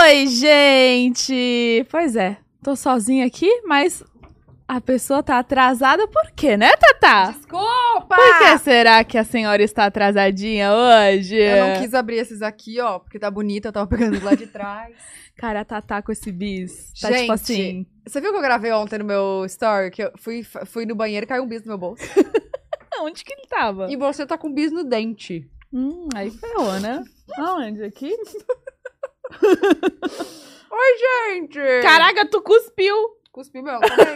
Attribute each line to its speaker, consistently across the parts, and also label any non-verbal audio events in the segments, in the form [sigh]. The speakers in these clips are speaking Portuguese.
Speaker 1: Oi, gente! Pois é, tô sozinha aqui, mas a pessoa tá atrasada por quê, né, Tatá?
Speaker 2: Desculpa!
Speaker 1: Por que será que a senhora está atrasadinha hoje?
Speaker 2: Ah. Eu não quis abrir esses aqui, ó, porque tá bonita, eu tava pegando lá de trás.
Speaker 1: Cara, a Tatá com esse bis. Tá tipo
Speaker 2: Gente,
Speaker 1: assim.
Speaker 2: Você viu que eu gravei ontem no meu story? Que eu fui, fui no banheiro e caiu um bis no meu bolso.
Speaker 1: Onde que ele tava?
Speaker 2: E você tá com um bis no dente.
Speaker 1: Hum, aí ferrou, né? Aonde? Aqui?
Speaker 2: Hum. Oi, gente!
Speaker 1: Caraca, tu cuspiu!
Speaker 2: Cuspi meu, fala aí.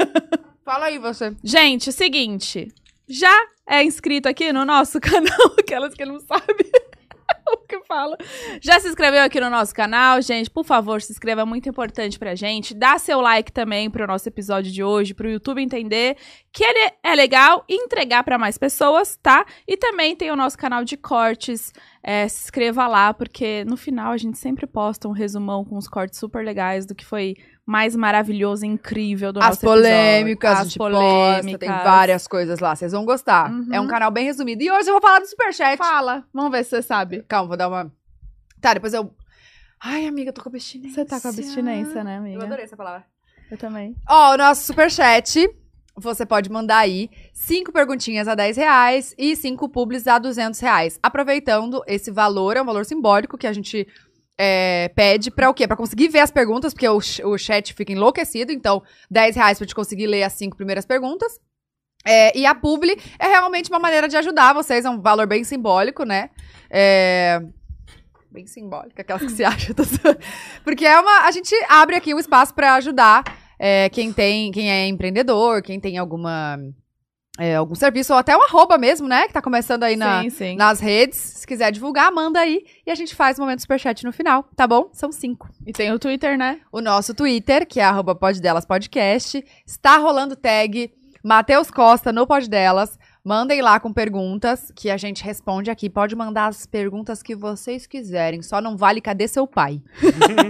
Speaker 2: Fala aí você.
Speaker 1: Gente, é o seguinte. Já é inscrito aqui no nosso [laughs] canal, aquelas que não sabem [laughs] o que fala. Já se inscreveu aqui no nosso canal, gente? Por favor, se inscreva, é muito importante pra gente. Dá seu like também pro nosso episódio de hoje, pro YouTube entender que ele é legal e entregar pra mais pessoas, tá? E também tem o nosso canal de cortes. É, se inscreva lá, porque no final a gente sempre posta um resumão com uns cortes super legais do que foi mais maravilhoso e incrível do
Speaker 2: As
Speaker 1: nosso episódio.
Speaker 2: polêmicas, a gente posta, tem
Speaker 1: polêmicas.
Speaker 2: várias coisas lá, vocês vão gostar.
Speaker 1: Uhum.
Speaker 2: É um canal bem resumido. E hoje eu vou falar do Superchat.
Speaker 1: Fala, vamos ver se você sabe.
Speaker 2: Calma, vou dar uma... Tá, depois eu... Ai, amiga, eu tô com abstinência.
Speaker 1: Você tá com abstinência, né, amiga?
Speaker 2: Eu adorei essa palavra.
Speaker 1: Eu também.
Speaker 2: Ó, o nosso superchat. Você pode mandar aí cinco perguntinhas a 10 reais e cinco publis a 200 reais. Aproveitando esse valor, é um valor simbólico que a gente é, pede pra o quê? Pra conseguir ver as perguntas, porque o, ch- o chat fica enlouquecido. Então, 10 reais pra gente conseguir ler as cinco primeiras perguntas. É, e a publi é realmente uma maneira de ajudar vocês, é um valor bem simbólico, né? É, Bem simbólico, aquelas que se [laughs] acham. tô zoando. Porque é uma, a gente abre aqui um espaço pra ajudar é, quem tem, quem é empreendedor, quem tem alguma é, algum serviço ou até uma arroba mesmo, né, que tá começando aí na,
Speaker 1: sim, sim.
Speaker 2: nas redes. Se quiser divulgar, manda aí e a gente faz o momento superchat no final, tá bom? São cinco.
Speaker 1: E tem o Twitter, né?
Speaker 2: O nosso Twitter, que é arroba poddelaspodcast, está rolando tag Matheus Costa no Pod Delas. Mandem lá com perguntas que a gente responde aqui. Pode mandar as perguntas que vocês quiserem. Só não vale cadê
Speaker 1: [laughs]
Speaker 2: seu pai?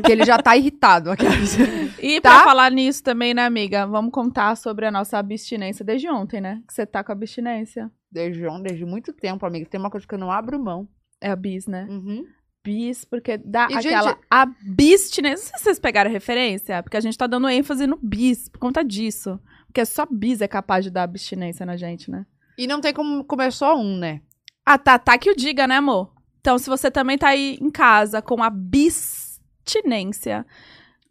Speaker 2: que ele já tá irritado. aquelas.
Speaker 1: E
Speaker 2: Tá.
Speaker 1: pra falar nisso também, né, amiga? Vamos contar sobre a nossa abstinência desde ontem, né? Que você tá com abstinência.
Speaker 2: Desde, on- desde muito tempo, amiga. Tem uma coisa que eu não abro mão.
Speaker 1: É a bis, né?
Speaker 2: Uhum.
Speaker 1: Bis, porque dá
Speaker 2: E,
Speaker 1: aquela
Speaker 2: gente-
Speaker 1: abstinência. Não sei se vocês pegaram a referência, porque a gente tá dando ênfase no bis por conta disso. Porque só bis é capaz de dar abstinência na gente, né?
Speaker 2: E não tem como comer só um, né?
Speaker 1: A Tatá Ah, que o diga, né, amor? Então, se você também tá aí em casa com a abstinência,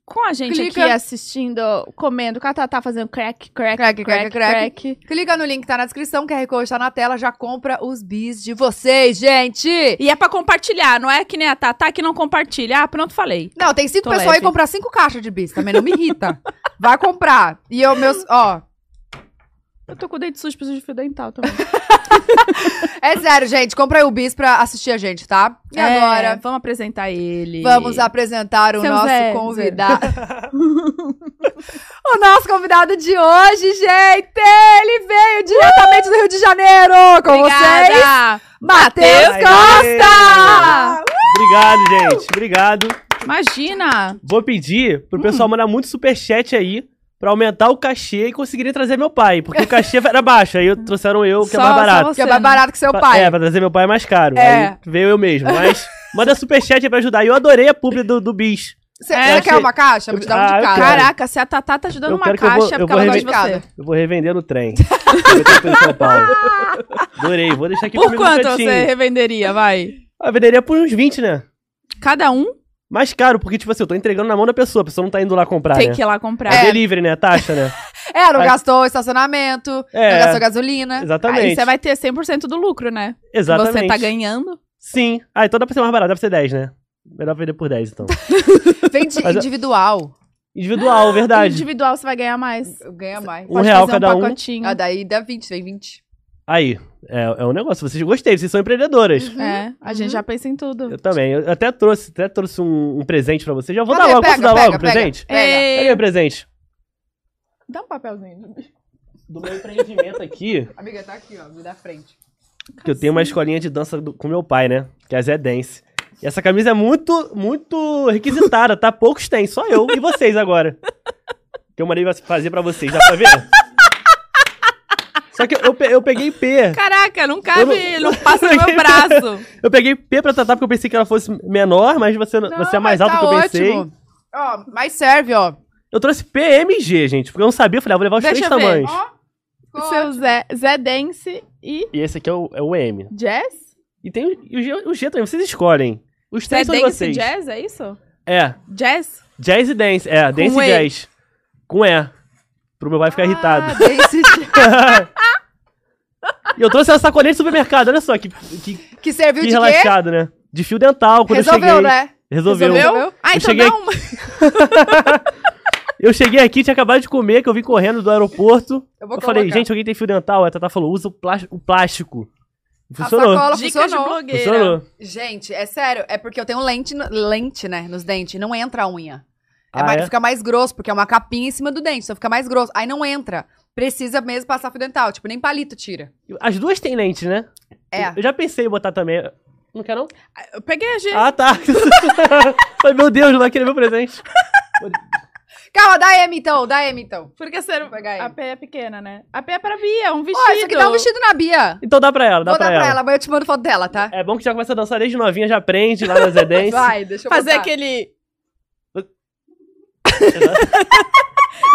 Speaker 1: com a gente
Speaker 2: Clica.
Speaker 1: aqui assistindo, comendo, com a Tatá fazendo crack, crack,
Speaker 2: Crack,
Speaker 1: crack,
Speaker 2: crack,
Speaker 1: crack,
Speaker 2: crack. Clica no link que tá na descrição, QR Code tá na tela, já compra os bis de vocês, gente!
Speaker 1: E é pra compartilhar, não é que nem a Tatá que não compartilha. Ah, pronto, falei.
Speaker 2: Não, tem cinco
Speaker 1: Tô
Speaker 2: pessoas aí
Speaker 1: leve.
Speaker 2: comprar cinco caixas de bis, também não me irrita. Vai comprar. E eu, meus, ó.
Speaker 1: Eu tô com o dente sujo, preciso de fio dental [laughs] também.
Speaker 2: É sério, gente, compra aí o bis pra assistir a gente, tá? E
Speaker 1: É,
Speaker 2: agora,
Speaker 1: Vamos apresentar ele.
Speaker 2: vamos apresentar o
Speaker 1: Seu
Speaker 2: nosso
Speaker 1: Zé,
Speaker 2: convidado. [laughs] o nosso convidado de hoje, gente! Ele veio diretamente do Rio de Janeiro com vocês,
Speaker 1: Obrigada.
Speaker 2: Matheus
Speaker 3: Aê!
Speaker 2: Costa!
Speaker 3: Obrigado, gente. Obrigado.
Speaker 1: Imagina.
Speaker 3: Vou pedir pro pessoal mandar muito superchat aí pra aumentar o cachê e conseguirem trazer meu pai. Porque o cachê era baixo, aí eu- trouxeram eu, que é
Speaker 1: Só-
Speaker 3: mais barato.
Speaker 1: só
Speaker 2: Que é mais
Speaker 1: Você, né?
Speaker 2: barato que seu
Speaker 3: Pra-
Speaker 2: pai.
Speaker 3: É, pra trazer meu pai é mais caro.
Speaker 2: É.
Speaker 3: Aí veio eu mesmo. Mas manda superchat aí pra ajudar. E eu adorei a publi do, do Bis.
Speaker 2: Você
Speaker 1: É,
Speaker 2: você quer
Speaker 3: achei-
Speaker 2: uma caixa? Eu Vou te dar um de
Speaker 3: Ah, eu
Speaker 2: cara.
Speaker 3: quero.
Speaker 1: Caraca, se a Tatá tá te dando
Speaker 3: Eu
Speaker 1: uma
Speaker 3: quero que eu vou-
Speaker 1: caixa, é
Speaker 3: eu
Speaker 1: porque
Speaker 3: vou
Speaker 1: ela gosta de
Speaker 2: rever-
Speaker 1: você.
Speaker 3: Eu vou revender
Speaker 1: [laughs]
Speaker 3: no trem. Eu tô em São Paulo. Adorei, vou deixar aqui
Speaker 1: Por
Speaker 3: comigo
Speaker 1: quanto
Speaker 3: no cantinho.
Speaker 1: você revenderia, vai?
Speaker 3: Eu venderia por uns 20, né?
Speaker 1: Cada um
Speaker 3: Mais caro, porque, tipo assim, eu tô entregando na mão da pessoa, a pessoa não tá indo lá comprar.
Speaker 1: tem
Speaker 3: né?
Speaker 1: que ir lá comprar.
Speaker 3: É delivery, né? Taxa, né?
Speaker 2: É, não
Speaker 3: Aí-
Speaker 2: gastou estacionamento,
Speaker 3: É.
Speaker 2: não gastou gasolina.
Speaker 3: Exatamente.
Speaker 1: Aí você vai ter 100% do lucro, né?
Speaker 3: Exatamente.
Speaker 1: Você tá ganhando.
Speaker 3: Sim. Ah, então dá pra ser mais barato, dá pra ser 10, né? Melhor vender por 10, então.
Speaker 2: Vende
Speaker 3: [laughs] Mas eu-
Speaker 2: individual.
Speaker 1: Ah,
Speaker 3: Individual, verdade.
Speaker 1: Individual você vai ganhar mais.
Speaker 2: Ganha mais.
Speaker 3: Um real
Speaker 1: fazer
Speaker 3: cada
Speaker 1: um
Speaker 3: um.
Speaker 1: pacotinho.
Speaker 2: Ah, daí dá 20, vem 20.
Speaker 3: Aí, é, é um negócio. Vocês gostei, vocês são empreendedoras.
Speaker 2: Uhum.
Speaker 1: É, a gente já pensa em tudo.
Speaker 3: Eu também. Eu até trouxe, até trouxe um, um presente pra vocês. Já vou
Speaker 2: Cadê?
Speaker 3: dar logo.
Speaker 2: Pega,
Speaker 3: Posso dar
Speaker 2: pega,
Speaker 3: logo o
Speaker 2: pega.
Speaker 3: presente?
Speaker 2: Pega.
Speaker 1: Ei,
Speaker 3: Pega o presente.
Speaker 1: Dá um papelzinho.
Speaker 3: Do meu empreendimento aqui,
Speaker 2: Amiga, tá aqui, ó, me dá frente.
Speaker 3: que eu tenho uma escolinha de dança do- com meu pai, né? Que é a Zé Dance. E essa camisa é muito, muito requisitada, tá? Poucos têm, só eu e vocês agora. Que eu mandei fazer pra vocês, dá pra ver? Só que eu, pe- eu peguei P.
Speaker 1: Caraca, não cabe,
Speaker 3: Eu
Speaker 1: não,
Speaker 3: não-
Speaker 1: passa no
Speaker 3: [laughs]
Speaker 1: meu braço.
Speaker 3: Eu peguei P pra Tatá porque eu pensei que ela fosse menor, mas você, você é mais alto
Speaker 2: tá
Speaker 3: que eu pensei.
Speaker 2: Ótimo. Ó, mas serve, ó.
Speaker 3: Eu trouxe PMG, gente, porque eu não sabia. Eu falei, ah, vou levar os
Speaker 1: Deixa
Speaker 3: três
Speaker 1: eu ver.
Speaker 3: tamanhos.
Speaker 2: Ó. ficou
Speaker 1: Seu
Speaker 2: ótimo.
Speaker 1: Zé, Zé Dance e
Speaker 3: E esse aqui é o, é o M.
Speaker 1: Jazz?
Speaker 3: E tem o, e o G, o G também, vocês escolhem. Os
Speaker 1: Zé
Speaker 3: três são de
Speaker 1: Dance e
Speaker 3: vocês.
Speaker 1: Jazz, é isso?
Speaker 3: É,
Speaker 1: Jazz?
Speaker 3: jazz e dance. É, dance
Speaker 1: E.
Speaker 3: e jazz. Com E. Pro meu pai ficar irritado. [laughs]
Speaker 2: Ah, desse-
Speaker 3: E eu trouxe essa sacolinha de supermercado, olha só, que, que,
Speaker 2: que serviu
Speaker 3: que
Speaker 2: de quê?
Speaker 3: relaxado, né? De fio dental, quando
Speaker 2: Resolveu,
Speaker 3: eu cheguei.
Speaker 2: né?
Speaker 3: Resolveu.
Speaker 2: Resolveu?
Speaker 1: Ah,
Speaker 3: Eu
Speaker 1: então
Speaker 3: cheguei-
Speaker 1: dá
Speaker 2: um-
Speaker 1: uma.
Speaker 3: Eu cheguei aqui, tinha acabado de comer, que eu vim correndo do aeroporto.
Speaker 2: Eu vou
Speaker 3: Eu falei,
Speaker 2: colocar.
Speaker 3: gente, alguém tem fio dental? Aí A Tata falou, usa o plástico. O plástico. E
Speaker 2: a
Speaker 3: Funcionou.
Speaker 2: sacola
Speaker 1: Dica de
Speaker 2: funcionou.
Speaker 1: blogueira.
Speaker 3: Funcionou.
Speaker 2: Gente, é sério, é porque eu tenho lente, no- lente, né, nos dentes, não entra a unha. É
Speaker 3: Ah,
Speaker 2: mais,
Speaker 3: é?
Speaker 2: Fica mais grosso, porque é uma capinha em cima do dente, então fica mais grosso. Aí não entra. Precisa mesmo passar fio dental, tipo, nem palito tira.
Speaker 3: As duas têm lente, né?
Speaker 2: É.
Speaker 3: Eu já pensei em botar também. Não quer não?
Speaker 1: Eu peguei a G.
Speaker 3: Ah, tá. [laughs] Falei, meu Deus, não vai querer meu presente.
Speaker 2: Calma, dá M então, dá M então.
Speaker 1: Porque ser...
Speaker 2: Vou pegar ele.
Speaker 1: a pé é pequena, né? A pé é pra Bia, é um vestido.
Speaker 2: Ó, isso aqui dá um vestido na Bia.
Speaker 3: Então dá pra ela, dá
Speaker 2: Vou
Speaker 3: pra,
Speaker 2: dar
Speaker 3: ela.
Speaker 2: pra ela, mas eu te mando foto dela, tá?
Speaker 3: É bom que já começa a dançar desde novinha, já aprende lá
Speaker 1: [laughs]
Speaker 3: nas Edens.
Speaker 2: Vai, deixa eu
Speaker 1: Fazer
Speaker 2: botar.
Speaker 1: aquele...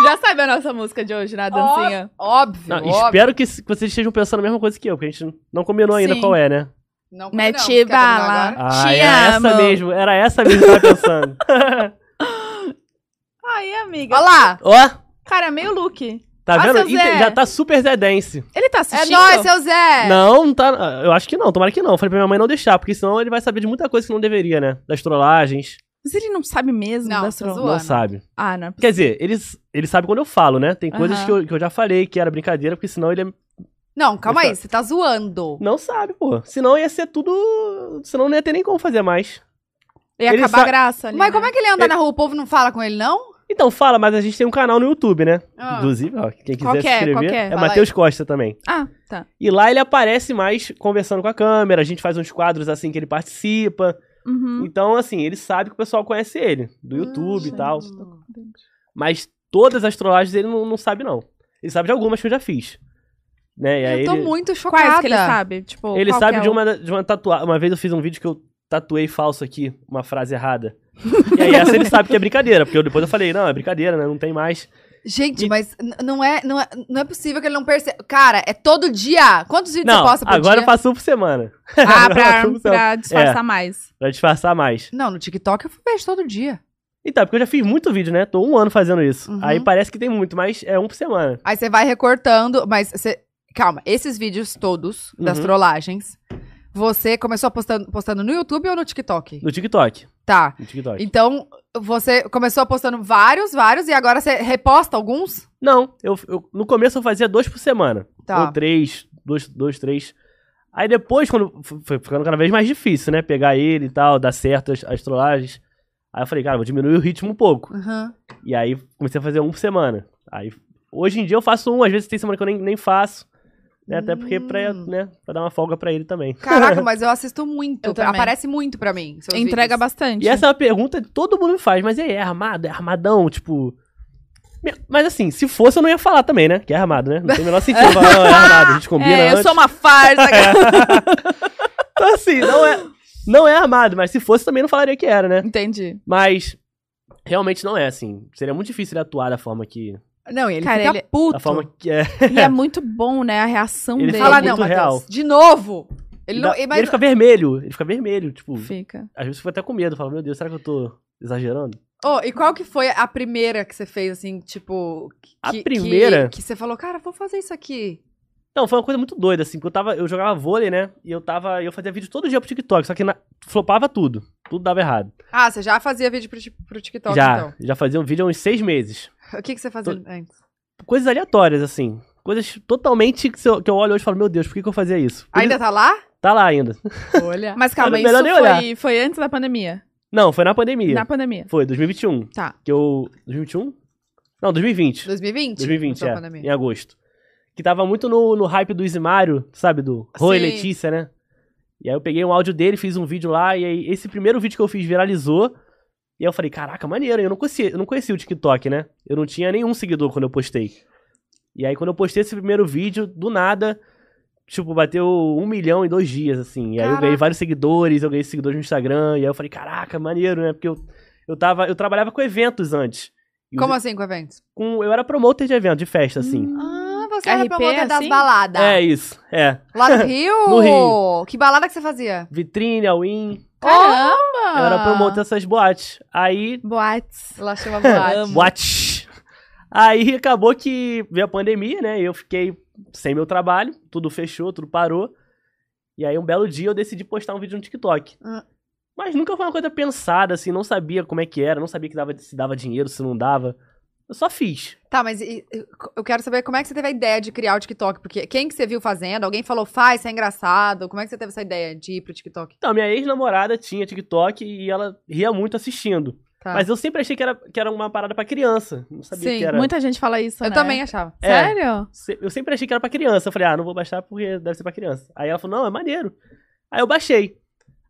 Speaker 1: Já sabe a nossa música de hoje, na dancinha?
Speaker 2: Óbvio,
Speaker 1: [laughs]
Speaker 3: Não,
Speaker 2: óbvio.
Speaker 3: espero que s- que vocês estejam pensando a mesma coisa que eu, porque a gente não combinou ainda
Speaker 1: Sim.
Speaker 3: qual é, né?
Speaker 2: Não, não, não,
Speaker 1: Mete
Speaker 2: quer combinar agora?
Speaker 1: bala.
Speaker 3: Ah,
Speaker 1: Te
Speaker 3: era
Speaker 1: amo.
Speaker 3: essa mesmo, era essa mesmo que eu
Speaker 1: [laughs]
Speaker 3: tava pensando.
Speaker 1: Aí, amiga.
Speaker 2: Olha lá.
Speaker 3: Ó,
Speaker 1: Cara, meio look.
Speaker 3: tá
Speaker 1: Ó, seu
Speaker 3: vendo?
Speaker 1: Zé. É.
Speaker 3: Inte- já tá super zedense.
Speaker 1: Ele tá
Speaker 2: É
Speaker 1: assistindo?
Speaker 2: nóis, seu Zé.
Speaker 3: Não, não tá. ah, Eu acho que não, tomara que não. Falei pra minha mãe não deixar, porque senão ele vai saber de muita coisa que não deveria, né? Das trollagens.
Speaker 1: Mas ele não sabe mesmo
Speaker 2: Não,
Speaker 1: da
Speaker 2: tô
Speaker 1: sua-
Speaker 2: zoando.
Speaker 3: Não
Speaker 2: Luana.
Speaker 3: sabe.
Speaker 1: Ah, não.
Speaker 3: Quer dizer, ele, s- ele sabe quando eu falo, né? Tem coisas
Speaker 1: Aham.
Speaker 3: que, eu, que eu já falei que era brincadeira, porque senão ele é-
Speaker 2: Não, calma
Speaker 3: Deixa
Speaker 2: aí, você tá zoando.
Speaker 3: não sabe, pô. Senão ia ser tudo. Senão não ia ter nem como fazer mais.
Speaker 1: Ia
Speaker 3: Ele
Speaker 1: acabar
Speaker 3: sa-
Speaker 1: a graça ali,
Speaker 2: Mas
Speaker 1: né?
Speaker 2: como é que ele anda na rua? O povo não fala com ele, não?
Speaker 3: Então fala, mas a gente tem um canal no YouTube, né?
Speaker 2: Ah.
Speaker 3: Inclusive, ó, quem quiser
Speaker 1: Qual que é?
Speaker 3: se inscrever.
Speaker 1: Qual que é?
Speaker 3: é
Speaker 2: Fala
Speaker 3: Matheus Costa também.
Speaker 1: Ah, tá.
Speaker 3: E lá ele aparece mais conversando com a câmera, a gente faz uns quadros assim que ele participa.
Speaker 2: Hum.
Speaker 1: Uhum.
Speaker 3: Então, assim, ele sabe que o pessoal conhece ele,
Speaker 2: Ah,
Speaker 3: do YouTube
Speaker 1: gente.
Speaker 3: e tal. Mas todas as trollagens ele não, não sabe, não. Ele sabe de algumas que eu já fiz. Né? E aí
Speaker 2: eu tô
Speaker 3: ele,
Speaker 2: muito um. chocada.
Speaker 1: Quais que ele sabe? Tipo,
Speaker 3: ele
Speaker 1: qual
Speaker 3: sabe
Speaker 1: que é
Speaker 3: de
Speaker 1: o-
Speaker 3: uma, de uma tatuagem. Uma vez eu fiz um vídeo que eu tatuei falso aqui, uma
Speaker 2: [laughs]
Speaker 3: frase errada. e aí essa ele sabe que é brincadeira, porque eu, depois eu falei, não, é brincadeira, né? Não tem mais.
Speaker 2: Gente, mas n- não é, não, é, não é possível que ele não perceba. Cara, é todo dia. Quantos vídeos
Speaker 3: Não,
Speaker 2: você posta por
Speaker 3: agora
Speaker 2: dia?
Speaker 3: passou por semana. [laughs]
Speaker 1: Ah,
Speaker 3: Como é.
Speaker 1: pra,
Speaker 3: são?
Speaker 1: pra disfarçar mais.
Speaker 3: Pra disfarçar mais.
Speaker 2: Não, no TikTok eu vejo todo dia.
Speaker 3: Então, é porque eu já fiz muito vídeo, né? Tô um ano fazendo isso.
Speaker 2: Uhum.
Speaker 3: Aí parece que tem muito, mas é um por semana.
Speaker 2: Aí você vai recortando, mas você... Calma, esses vídeos todos das
Speaker 3: Uhum.
Speaker 2: trollagens, você começou postando, postando no YouTube ou no TikTok?
Speaker 3: No TikTok.
Speaker 2: Tá.
Speaker 3: No TikTok.
Speaker 2: Então, você começou postando vários, vários, e agora você reposta alguns?
Speaker 3: Não, eu, eu- no começo eu fazia dois por semana.
Speaker 2: Tá.
Speaker 3: Ou três, dois, dois, três. Aí depois, quando f- foi ficando cada vez mais difícil, né? Pegar ele e tal, dar certo as, as trollagens. Aí eu falei, cara, vou diminuir o ritmo um pouco.
Speaker 2: Uhum.
Speaker 3: E aí comecei a fazer um por semana. Aí hoje em dia eu faço um, às vezes tem semana que eu nem, nem faço. Né? Até porque pra,
Speaker 2: Hum.
Speaker 3: né, pra dar uma folga pra ele também. [laughs]
Speaker 2: Caraca, mas eu assisto muito.
Speaker 1: Eu também.
Speaker 2: aparece muito pra mim. seus
Speaker 1: Entrega
Speaker 2: vídeos.
Speaker 1: bastante.
Speaker 3: E essa é uma pergunta que todo mundo me faz, mas e aí, é armado? É armadão? Tipo. Me- Mas assim, se fosse eu não ia falar também, né? Que é armado, né? Não tem o menor sentido eu falar,
Speaker 2: [laughs]
Speaker 3: não, é armado, a gente combina.
Speaker 1: É, eu
Speaker 3: antes. É.
Speaker 1: sou uma farsa. cara.
Speaker 3: [laughs] Então assim, não é, não é armado, mas se fosse também não falaria que era, né?
Speaker 1: [laughs] Entendi.
Speaker 3: Mas realmente não é assim. Seria muito difícil ele atuar da forma que.
Speaker 2: Não, ele
Speaker 1: Cara,
Speaker 2: fica
Speaker 1: ele-
Speaker 2: puto.
Speaker 3: Da forma que é.
Speaker 1: E é muito bom, né? A reação
Speaker 3: Ele
Speaker 1: dele.
Speaker 2: Fala
Speaker 3: Fala
Speaker 2: não,
Speaker 3: muito
Speaker 2: Matheus.
Speaker 3: real.
Speaker 2: De novo. Ele não,
Speaker 3: dá-
Speaker 2: mas-
Speaker 3: ele fica vermelho. Ele fica vermelho. Tipo,
Speaker 1: Fica.
Speaker 3: às vezes eu fico até com medo. Falo, meu Deus, será que eu tô exagerando?
Speaker 2: Ô, e qual que foi a primeira que você fez, assim, tipo... que-
Speaker 3: A
Speaker 2: que-
Speaker 3: primeira?
Speaker 2: Que, você falou, cara, vou fazer isso aqui.
Speaker 3: Não, foi uma coisa muito doida, assim, porque eu tava. Eu jogava vôlei, né? E eu tava. Eu fazia vídeo todo dia pro TikTok, só que na- flopava tudo. Tudo dava errado.
Speaker 2: Ah, você já fazia vídeo pro, ti- pro TikTok,
Speaker 3: já,
Speaker 1: então.
Speaker 3: já fazia um vídeo há uns seis meses.
Speaker 2: então. O que, que você fazia antes?
Speaker 3: Coisas aleatórias, assim. Coisas totalmente que se eu, que eu olho hoje e falo, meu Deus, por que, que eu fazia isso? Por
Speaker 2: Ainda tá lá?
Speaker 3: isso- Tá lá ainda.
Speaker 2: Olha.
Speaker 1: Mas calma,
Speaker 3: Era
Speaker 1: isso
Speaker 3: melhor nem olhar.
Speaker 1: foi, foi antes da pandemia.
Speaker 3: Não, foi na pandemia.
Speaker 1: Na pandemia.
Speaker 3: Foi, 2021.
Speaker 1: Tá.
Speaker 3: Que eu. 2021? Não, 2020.
Speaker 2: 2020?
Speaker 3: 2020,
Speaker 2: começou a
Speaker 3: é,
Speaker 2: Então, pandemia.
Speaker 3: em agosto. Que tava muito no, no hype do Isimário, sabe? Do Roy
Speaker 2: Sim.
Speaker 3: Letícia, né? E aí eu peguei um áudio dele, fiz um vídeo lá, e aí esse primeiro vídeo que eu fiz viralizou. E aí eu falei, caraca, maneiro, eu não conhecia, eu não conhecia o TikTok, né? Eu não tinha nenhum seguidor quando eu postei. E aí quando eu postei esse primeiro vídeo, do nada, tipo, bateu um milhão em dois dias, assim. E aí eu
Speaker 2: Caraca.
Speaker 3: ganhei vários seguidores, eu ganhei seguidores no Instagram, e aí eu falei, caraca, maneiro, né? Porque eu, Eu, tava, eu trabalhava com eventos antes. E os-
Speaker 2: Como assim com eventos?
Speaker 3: com, eu era promoter de evento, de festa, assim.
Speaker 1: Hum.
Speaker 2: Ah, você
Speaker 1: era
Speaker 2: era
Speaker 1: RP, promotor
Speaker 2: promotor
Speaker 1: das
Speaker 2: das
Speaker 1: assim?
Speaker 2: baladas.
Speaker 3: É isso, é.
Speaker 2: Lá no Rio?
Speaker 3: No Rio.
Speaker 2: Que balada que você fazia?
Speaker 3: Vitrine, all-in.
Speaker 2: Caramba!
Speaker 3: Eu era promotor dessas boates. Aí.
Speaker 1: Boates.
Speaker 2: Lá chama boate.
Speaker 1: Amo.
Speaker 3: Boate! Aí acabou que veio a pandemia, né? e Eu fiquei sem meu trabalho, tudo fechou, tudo parou. E aí um belo dia eu decidi postar um vídeo no TikTok.
Speaker 2: Ah.
Speaker 3: Mas nunca foi uma coisa pensada, assim, não sabia como é que era, não sabia que dava, se dava dinheiro, se não dava. Eu só fiz.
Speaker 2: Tá, mas e- e- eu quero saber como é que você teve a ideia de criar o TikTok, porque quem que você viu fazendo? Alguém falou, faz, isso é engraçado. Como é que você teve essa ideia de ir pro TikTok?
Speaker 3: Então, minha ex-namorada tinha TikTok e ela ria muito assistindo.
Speaker 1: Ah.
Speaker 2: Tá.
Speaker 3: Mas eu sempre achei que era, que era uma parada pra criança. Não sabia
Speaker 2: Sim,
Speaker 3: que era.
Speaker 1: Muita gente fala isso,
Speaker 2: eu
Speaker 1: né?
Speaker 2: também achava. [laughs]
Speaker 3: É.
Speaker 1: Sério?
Speaker 3: Se- Eu sempre achei que era pra criança. Eu falei, ah, não vou baixar porque deve ser pra criança. Aí ela falou, não, é maneiro. Aí eu baixei.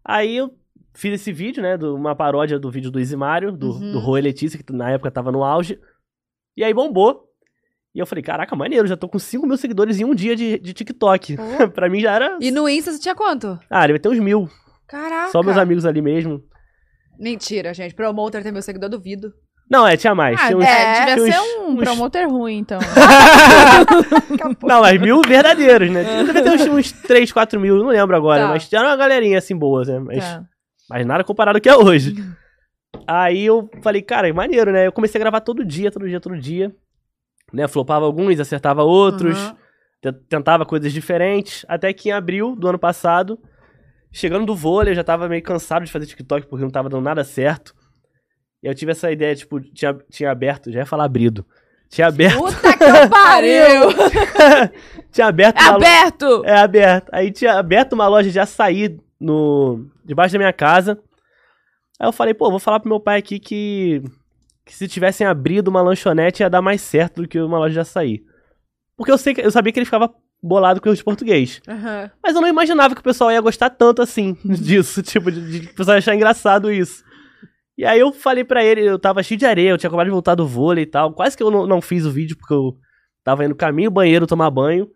Speaker 3: Aí eu fiz esse vídeo, né? do- Uma paródia do vídeo do Isimário, do,
Speaker 2: Uhum.
Speaker 3: do Rui Letícia, que na época tava no auge. E aí bombou. E eu falei, caraca, maneiro, já tô com 5 mil seguidores em um dia de, de TikTok.
Speaker 2: Pô.
Speaker 3: pra mim já era.
Speaker 2: E no Insta você tinha quanto?
Speaker 3: Ah, deve ter uns mil.
Speaker 2: Caraca.
Speaker 3: Só meus amigos ali mesmo.
Speaker 2: Mentira, gente. Promoter tem meu seguidor, duvido.
Speaker 3: Não, é, tinha mais.
Speaker 1: Ah,
Speaker 3: tinha uns-
Speaker 1: é, devia
Speaker 3: tinha
Speaker 1: ser
Speaker 3: uns-
Speaker 1: um
Speaker 3: uns-
Speaker 1: promoter ruim,
Speaker 3: [laughs]
Speaker 1: então.
Speaker 3: Não, mas mil verdadeiros, né? Deve ter uns, uns 3, 4 mil, não lembro agora.
Speaker 2: É. Tá.
Speaker 3: Mas era uma galerinha assim boa, né? Mas,
Speaker 1: Tá.
Speaker 3: mas nada comparado ao que é hoje. Aí eu falei, cara, é maneiro, né? Eu comecei a gravar todo dia, todo dia, todo dia. Né? Flopava alguns, acertava outros.
Speaker 2: Aham.
Speaker 3: te- Tentava coisas diferentes. Até que em abril do ano passado, chegando do vôlei, eu já tava meio cansado de fazer TikTok porque não tava dando nada certo. E eu tive essa ideia, tipo, tinha, tinha aberto, já ia falar abrido. Tinha aberto,
Speaker 2: Puta que eu pariu!
Speaker 1: [laughs]
Speaker 3: [laughs] tinha aberto uma lo-
Speaker 1: Aberto!
Speaker 3: é aberto. Aí tinha aberto uma loja de açaí no, debaixo da minha casa. Aí eu falei, pô, vou falar pro meu pai aqui que, que se tivessem abrido uma lanchonete ia dar mais certo do que uma loja de açaí. Porque eu, sei que, eu sabia que ele ficava bolado com os português.
Speaker 2: Aham.
Speaker 3: Mas eu não imaginava que o pessoal ia gostar tanto assim [laughs] disso. tipo, de, de o pessoal achar engraçado isso. E aí eu falei pra ele, eu tava cheio de areia, eu tinha acabado de voltar do vôlei e tal. Quase que eu não, não fiz o vídeo, porque eu tava indo caminho ao banheiro tomar banho.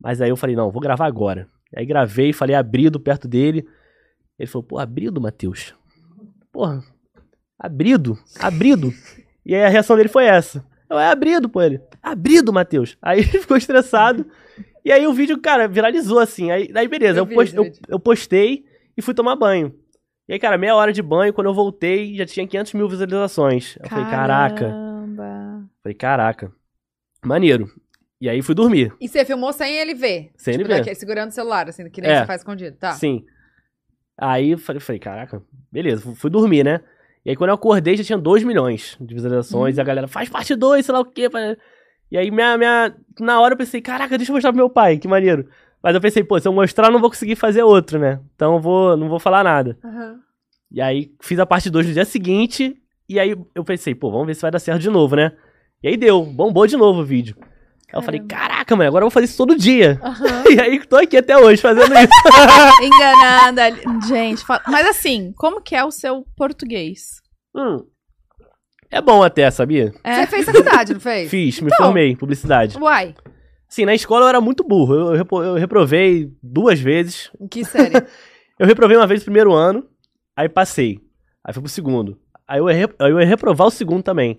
Speaker 3: Mas aí eu falei, não, vou gravar agora. Aí gravei, falei abrido perto dele. Ele falou, pô, abrido, Matheus? Porra, abrido?
Speaker 2: [laughs]
Speaker 3: Abrido? E aí a reação dele foi essa. Eu, é abrido, pô, ele. Abrido, Matheus. Aí ele ficou estressado. E aí o vídeo, cara, viralizou assim. Aí, aí beleza,
Speaker 2: Eu
Speaker 3: eu,
Speaker 2: vi
Speaker 3: pos-
Speaker 2: esse
Speaker 3: eu-
Speaker 2: vídeo.
Speaker 3: eu postei e fui tomar banho. E aí, cara, meia hora de banho, quando eu voltei, já tinha 500 mil visualizações. Eu falei, caraca.
Speaker 1: Caramba.
Speaker 3: Falei, caraca. Maneiro. E aí fui dormir,
Speaker 2: E você filmou sem ele ver?
Speaker 3: sem
Speaker 2: Tipo,
Speaker 3: ele ver.
Speaker 2: daqui- segurando o celular, assim, que nem
Speaker 3: É.
Speaker 2: você faz escondido. Tá.
Speaker 3: Sim. Aí eu falei, falei, caraca, beleza, fu- fui dormir, né? E aí quando eu acordei já tinha 2 milhões de visualizações, e a galera faz parte 2, sei lá o quê. faz- E aí minha, minha. Na hora eu pensei, caraca, deixa eu mostrar pro meu pai, que maneiro. Mas eu pensei, pô, se eu mostrar, eu não vou conseguir fazer outro, né? Então eu vou, não vou falar nada.
Speaker 2: Aham.
Speaker 3: E aí fiz a parte 2 no dia seguinte. E aí eu pensei, pô, vamos ver se vai dar certo de novo, né? E aí deu, bombou de novo o vídeo. Aí eu falei, caraca, mano, agora eu vou fazer isso todo dia. [laughs] E aí tô aqui até hoje fazendo isso.
Speaker 1: [laughs]
Speaker 3: [laughs]
Speaker 1: Enganada. ali. Gente, fa- mas assim, como que é o seu português?
Speaker 3: Hum. É bom até, sabia?
Speaker 1: É?
Speaker 2: Você fez faculdade, não fez?
Speaker 3: Fiz, me
Speaker 2: Então.
Speaker 3: formei em publicidade.
Speaker 2: Uai,
Speaker 3: Sim, na escola eu era muito burro. Eu, eu repro- eu reprovei duas vezes.
Speaker 2: em que série?
Speaker 3: Eu reprovei uma vez no primeiro ano, aí passei. Aí fui pro segundo. Aí eu, ia re- aí eu ia reprovar o segundo também.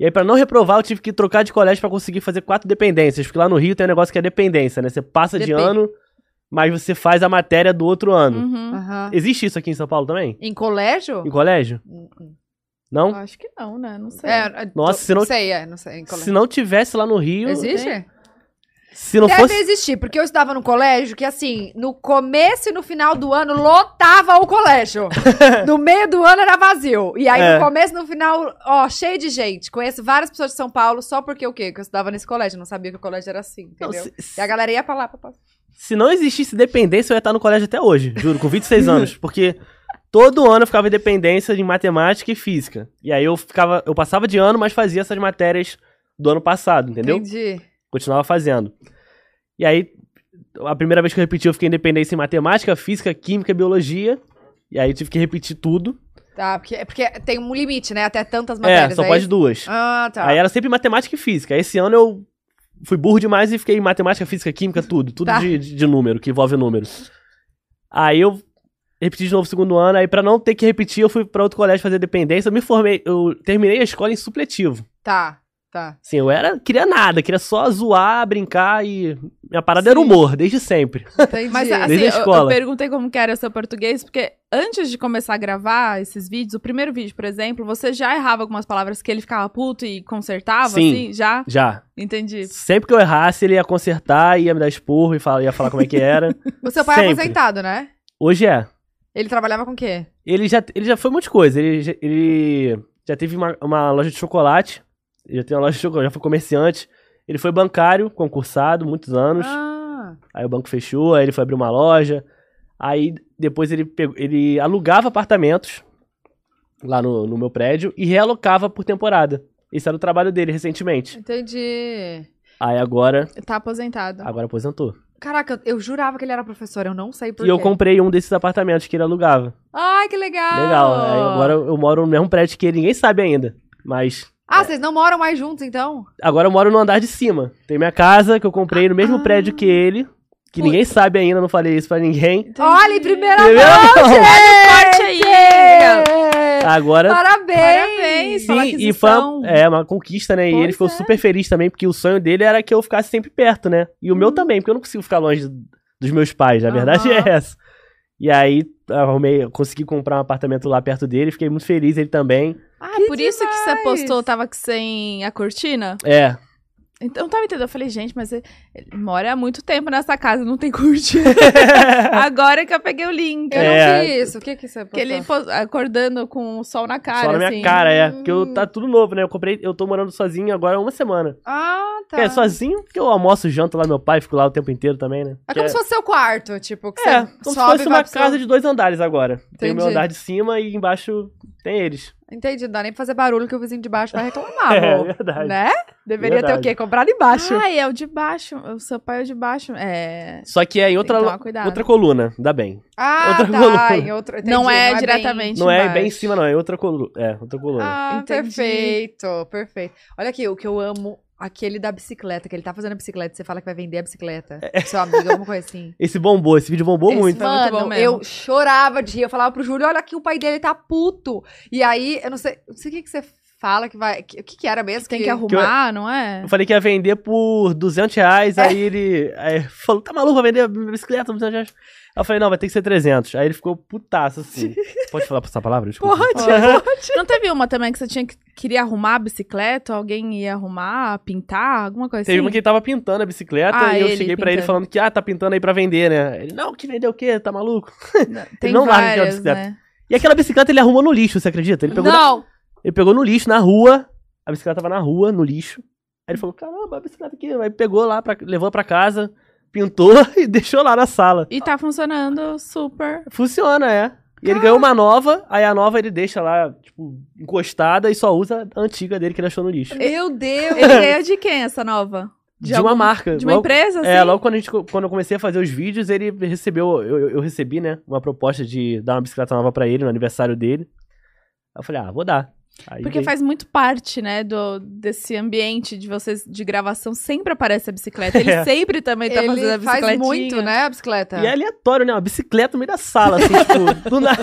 Speaker 3: E aí, pra não reprovar, eu tive que trocar de colégio pra conseguir fazer quatro dependências. Porque lá no Rio tem um negócio que é dependência, né? Você passa de
Speaker 2: Depende.
Speaker 3: ano, mas você faz a matéria do outro ano.
Speaker 1: Uhum.
Speaker 2: [laughs] Aham.
Speaker 3: Existe isso aqui em São Paulo também?
Speaker 2: Em colégio?
Speaker 3: Em colégio?
Speaker 2: Uhum.
Speaker 3: Não?
Speaker 1: Acho que não, né? Não sei.
Speaker 2: É, eu-
Speaker 3: Nossa,
Speaker 2: tô-
Speaker 3: se não-
Speaker 2: sei, é, não sei, em colégio.
Speaker 3: Se não tivesse lá no Rio.
Speaker 2: Existe?
Speaker 3: Se não
Speaker 2: Deve
Speaker 3: fosse.
Speaker 2: existir, porque eu estudava no colégio que, assim, no começo e no final do ano lotava o
Speaker 3: [laughs]
Speaker 2: colégio. no meio do ano era vazio. E aí,
Speaker 3: É.
Speaker 2: no começo e no final, ó, cheio de gente. Conheço várias pessoas de São Paulo só porque o quê? Que eu estudava nesse colégio. Não sabia que o colégio era assim, entendeu?
Speaker 3: Não, se-
Speaker 2: E a galera ia pra lá, pra passar.
Speaker 3: Se não existisse dependência, eu ia estar no colégio até hoje, juro,
Speaker 2: [laughs]
Speaker 3: com 26 anos. Porque todo ano eu ficava em dependência de matemática e física. E aí eu ficava, eu passava de ano, mas fazia essas matérias do ano passado, entendeu?
Speaker 2: Entendi.
Speaker 3: Continuava fazendo. E aí, a primeira vez que eu repeti, eu fiquei em dependência em matemática, física, química, e biologia. E aí eu tive que repetir tudo.
Speaker 2: Tá, porque, porque tem um limite, né? Até tantas matérias.
Speaker 3: é, só
Speaker 2: aí-
Speaker 3: pode duas.
Speaker 2: Ah, tá.
Speaker 3: Aí era sempre matemática e física. Esse ano eu fui burro demais e fiquei em matemática, física, química, tudo. Tudo
Speaker 2: Tá.
Speaker 3: de, de- de número, que envolve números. Aí eu repeti de novo o segundo ano. Aí, pra não ter que repetir, eu fui pra outro colégio fazer dependência. Eu me formei, eu terminei a escola em supletivo.
Speaker 2: Tá,
Speaker 3: [laughs]
Speaker 2: tá.
Speaker 3: Assim, eu era, queria nada, queria só zoar, brincar e. Minha parada era
Speaker 2: Sim.
Speaker 3: humor, desde sempre.
Speaker 2: Entendi.
Speaker 1: Mas assim,
Speaker 3: Desde a
Speaker 1: eu- eu,
Speaker 3: escola.
Speaker 1: perguntei como que era seu português, porque antes de começar a gravar esses vídeos, o primeiro vídeo, por exemplo, você já errava algumas palavras que ele ficava puto e consertava,
Speaker 3: Sim.
Speaker 1: assim? Já?
Speaker 3: Já.
Speaker 1: Entendi.
Speaker 3: Sempre que eu errasse, ele ia consertar, ia me dar esporro e fala- ia falar como é
Speaker 2: [laughs]
Speaker 3: que era.
Speaker 2: o seu pai é
Speaker 3: sempre.
Speaker 2: aposentado, né?
Speaker 3: Hoje é.
Speaker 2: Ele trabalhava com o quê?
Speaker 3: Ele já, ele já foi um monte de coisa. Ele, já- ele já teve uma, uma loja de chocolate. Ele já tem uma loja de chocolate, já foi comerciante. Ele foi bancário, concursado, muitos anos.
Speaker 2: Ah,
Speaker 3: Aí o banco fechou, aí ele foi abrir uma loja. Aí depois ele, pegou- ele alugava apartamentos lá no, no meu prédio e realocava por temporada. Esse era o trabalho dele recentemente.
Speaker 2: entendi.
Speaker 3: Aí agora,
Speaker 1: Tá aposentado.
Speaker 3: agora aposentou.
Speaker 2: Caraca, eu, eu jurava que ele era professor, eu não sei por
Speaker 3: E eu
Speaker 2: quê.
Speaker 3: comprei um desses apartamentos que ele alugava.
Speaker 2: Ai, que legal!
Speaker 3: Legal. Aí agora eu moro no mesmo prédio que ele, ninguém sabe ainda. Mas
Speaker 2: Ah, vocês não moram mais juntos, então?
Speaker 3: Agora eu moro no andar de cima. Tem minha casa que eu comprei no mesmo
Speaker 1: Ah.
Speaker 3: prédio que ele. Que
Speaker 1: Putz.
Speaker 3: ninguém sabe ainda, não falei isso pra ninguém.
Speaker 1: Entendi.
Speaker 2: Olha, em primeira
Speaker 3: Entendeu?
Speaker 1: Corte aí! Gabi.
Speaker 3: Agora.
Speaker 1: Ah,
Speaker 2: Parabéns!
Speaker 1: Parabéns! fala
Speaker 3: Sim,
Speaker 1: que
Speaker 3: e
Speaker 1: vocês
Speaker 3: foi
Speaker 1: são.
Speaker 3: uma, é, uma conquista, né? e
Speaker 1: Pois
Speaker 3: ele ficou
Speaker 1: é.
Speaker 3: super feliz também, porque o sonho dele era que eu ficasse sempre perto, né? E o meu também, porque eu não consigo ficar longe dos meus pais, a verdade
Speaker 1: Uhum. Aham.
Speaker 3: é essa. E aí, arrumei, eu consegui comprar um apartamento lá perto dele, fiquei muito feliz, ele também.
Speaker 1: Ah, por isso que você postou, tava que sem a cortina? [laughs]
Speaker 3: É,
Speaker 1: Então eu tava entendendo. Eu falei, gente, mas ele ele mora há muito tempo nessa casa, não tem
Speaker 3: [laughs]
Speaker 1: cortina. Agora que eu peguei o link.
Speaker 2: Eu
Speaker 3: É.
Speaker 2: não vi isso. O que que você
Speaker 1: Que ele
Speaker 2: postou?
Speaker 1: pô- acordando com o sol na cara,
Speaker 3: só na minha
Speaker 1: assim.
Speaker 3: cara, é. Porque
Speaker 2: Hum.
Speaker 3: eu, tá tudo novo, né? Eu comprei, eu tô morando sozinho agora há uma semana.
Speaker 2: Ah, tá.
Speaker 3: É, sozinho, que eu almoço, janto lá, meu pai, fico lá o tempo inteiro também, né?
Speaker 2: É como se fosse seu quarto, tipo, que
Speaker 3: É,
Speaker 2: você
Speaker 3: como se
Speaker 2: sobe
Speaker 3: fosse
Speaker 2: e vai
Speaker 3: uma
Speaker 2: pro seu-
Speaker 3: casa de dois andares agora. Tem o meu
Speaker 2: Entendi.
Speaker 3: andar de cima e embaixo tem eles.
Speaker 2: Entendi, não dá nem pra fazer barulho que o vizinho de baixo vai reclamar,
Speaker 3: [laughs] é,
Speaker 2: amor.
Speaker 3: verdade.
Speaker 2: Ah, né? Deveria ter o
Speaker 3: Verdade.
Speaker 2: quê? Comprado embaixo.
Speaker 1: Ai, é o de baixo. O seu pai é o de baixo. É.
Speaker 3: Só que é em
Speaker 1: tem que
Speaker 3: outra,
Speaker 1: tomar cuidado.
Speaker 3: outra coluna, ainda bem.
Speaker 2: Ah,
Speaker 3: Outra
Speaker 2: tá.
Speaker 3: coluna.
Speaker 2: Em outro... entendi,
Speaker 1: não é
Speaker 2: bem-
Speaker 1: diretamente.
Speaker 3: não é
Speaker 1: embaixo.
Speaker 3: bem em cima, não, é outra coluna. É, outra coluna.
Speaker 2: Ah,
Speaker 1: Entendi.
Speaker 2: perfeito, perfeito. Olha aqui, o que eu amo, aquele da bicicleta, que ele tá fazendo a bicicleta, você fala que vai vender a bicicleta. Seu amigo, alguma
Speaker 1: [laughs]
Speaker 2: coisa assim.
Speaker 3: Esse bombou, esse vídeo bombou
Speaker 1: Esse
Speaker 3: muito.
Speaker 1: foi É. Então muito bom
Speaker 2: Mano,
Speaker 1: mesmo.
Speaker 2: eu chorava de rir. Eu falava pro Júlio, olha aqui, o pai dele tá puto. E aí, eu não sei, não sei o que, que você fala que vai. que- O que, que era mesmo?
Speaker 1: Tem que arrumar, não é?
Speaker 3: Eu falei que ia vender por 200 reais, aí ele aí falou, tá maluco, vai vender a bicicleta por 200 reais? Aí eu falei, não, vai ter que ser 300. Aí ele ficou putaço
Speaker 2: [laughs]
Speaker 3: assim. Pode falar essa palavra? Desculpa.
Speaker 1: [laughs] Não teve uma também que você tinha que queria arrumar a bicicleta, alguém ia arrumar, pintar, alguma coisa
Speaker 3: Teve
Speaker 1: assim?
Speaker 3: uma que ele tava pintando a bicicleta
Speaker 1: Ah,
Speaker 3: e eu
Speaker 1: ele
Speaker 3: cheguei pra ele
Speaker 1: pintando.
Speaker 3: falando que, ah, tá pintando aí pra vender, né? Ele, não, que vender o quê? Tá maluco? [laughs]
Speaker 1: Tem
Speaker 3: não larga aquela
Speaker 1: várias,
Speaker 3: bicicleta.
Speaker 1: né?
Speaker 3: E aquela bicicleta ele arrumou no lixo, você acredita? Ele pegou, na-
Speaker 2: Não!
Speaker 3: ele pegou no lixo, na rua. A bicicleta tava na rua, no lixo. Aí ele falou, caramba, a bicicleta aqui. Aí pegou lá, pra, levou pra casa, pintou [laughs] e deixou lá na sala.
Speaker 1: E tá funcionando
Speaker 3: [laughs]
Speaker 1: super.
Speaker 3: Funciona, é. E ele ganhou uma nova, aí a nova ele deixa lá, tipo, encostada e só usa a antiga dele que ele achou no lixo.
Speaker 2: Meu Deus!
Speaker 1: Ele ganhou de quem essa nova?
Speaker 3: De, uma marca.
Speaker 1: De uma
Speaker 3: logo-
Speaker 1: empresa, assim?
Speaker 3: É, logo quando, a gente, co- quando eu comecei a fazer os vídeos, ele recebeu, eu, eu- eu recebi, né, uma proposta de dar uma bicicleta nova pra ele no aniversário dele. Aí eu falei, ah, vou dar. Aí
Speaker 1: Porque
Speaker 3: dei.
Speaker 1: faz muito parte, né, do, desse ambiente de vocês de gravação. Sempre aparece a bicicleta. [laughs] Ele
Speaker 3: [laughs] É.
Speaker 1: sempre também tá fazendo a
Speaker 2: Ele
Speaker 1: bicicletinha.
Speaker 2: faz muito, né, a bicicleta.
Speaker 3: E é aleatório, né, uma bicicleta no meio da sala, assim, tipo, do nada.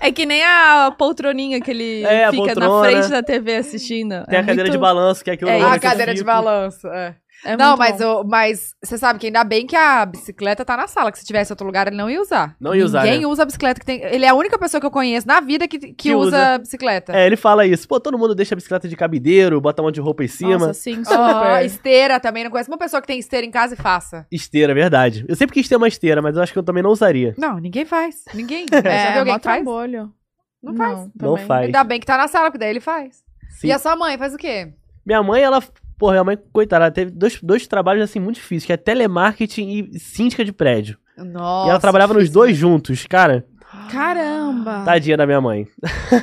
Speaker 1: É que nem a poltroninha que ele
Speaker 3: É, a
Speaker 1: fica na
Speaker 3: poltrona.
Speaker 1: frente da TV assistindo.
Speaker 3: Tem
Speaker 1: é
Speaker 3: a cadeira
Speaker 1: muito-
Speaker 3: de balanço, que é aqui o
Speaker 1: É
Speaker 3: nome
Speaker 2: a
Speaker 1: isso,
Speaker 3: que eu
Speaker 2: cadeira de
Speaker 3: fico.
Speaker 2: balanço. é.
Speaker 1: é
Speaker 2: não,
Speaker 1: muito
Speaker 2: mas,
Speaker 1: bom.
Speaker 2: eu- mas você sabe que ainda bem que a bicicleta tá na sala, que se tivesse outro lugar ele não ia usar.
Speaker 3: Não ia usar,
Speaker 2: Ninguém
Speaker 3: né?
Speaker 2: usa a bicicleta que tem. Ele é a única pessoa que eu conheço na vida que, que,
Speaker 3: Que
Speaker 2: usa,
Speaker 3: usa.
Speaker 2: a bicicleta.
Speaker 3: É, ele fala isso. Pô, todo mundo deixa a bicicleta de cabideiro, bota um monte de roupa em cima.
Speaker 1: Nossa, sim, super.
Speaker 2: Ó, esteira também, não conheço uma pessoa que tem esteira em casa e faça.
Speaker 3: Esteira, é verdade. Eu sempre quis ter uma esteira, mas eu acho que eu também não usaria.
Speaker 2: Não, ninguém faz.
Speaker 3: [laughs]
Speaker 2: Ninguém.
Speaker 1: é,
Speaker 2: Já viu alguém
Speaker 1: mó
Speaker 2: que faz?
Speaker 1: trabalho.
Speaker 2: Não faz.
Speaker 3: Não
Speaker 1: também.
Speaker 3: faz.
Speaker 2: Ainda bem que tá na sala, porque daí ele faz.
Speaker 3: Sim.
Speaker 2: E a sua mãe faz o quê?
Speaker 3: Minha mãe, ela. Porra, minha mãe, coitada, ela teve dois, dois trabalhos assim muito difíceis, que é telemarketing e síndica de prédio.
Speaker 2: Nossa.
Speaker 3: e ela trabalhava nos
Speaker 1: [gasps]
Speaker 2: difícil,
Speaker 3: dois juntos, cara.
Speaker 2: né?
Speaker 1: Caramba.
Speaker 3: Tadinha da minha mãe.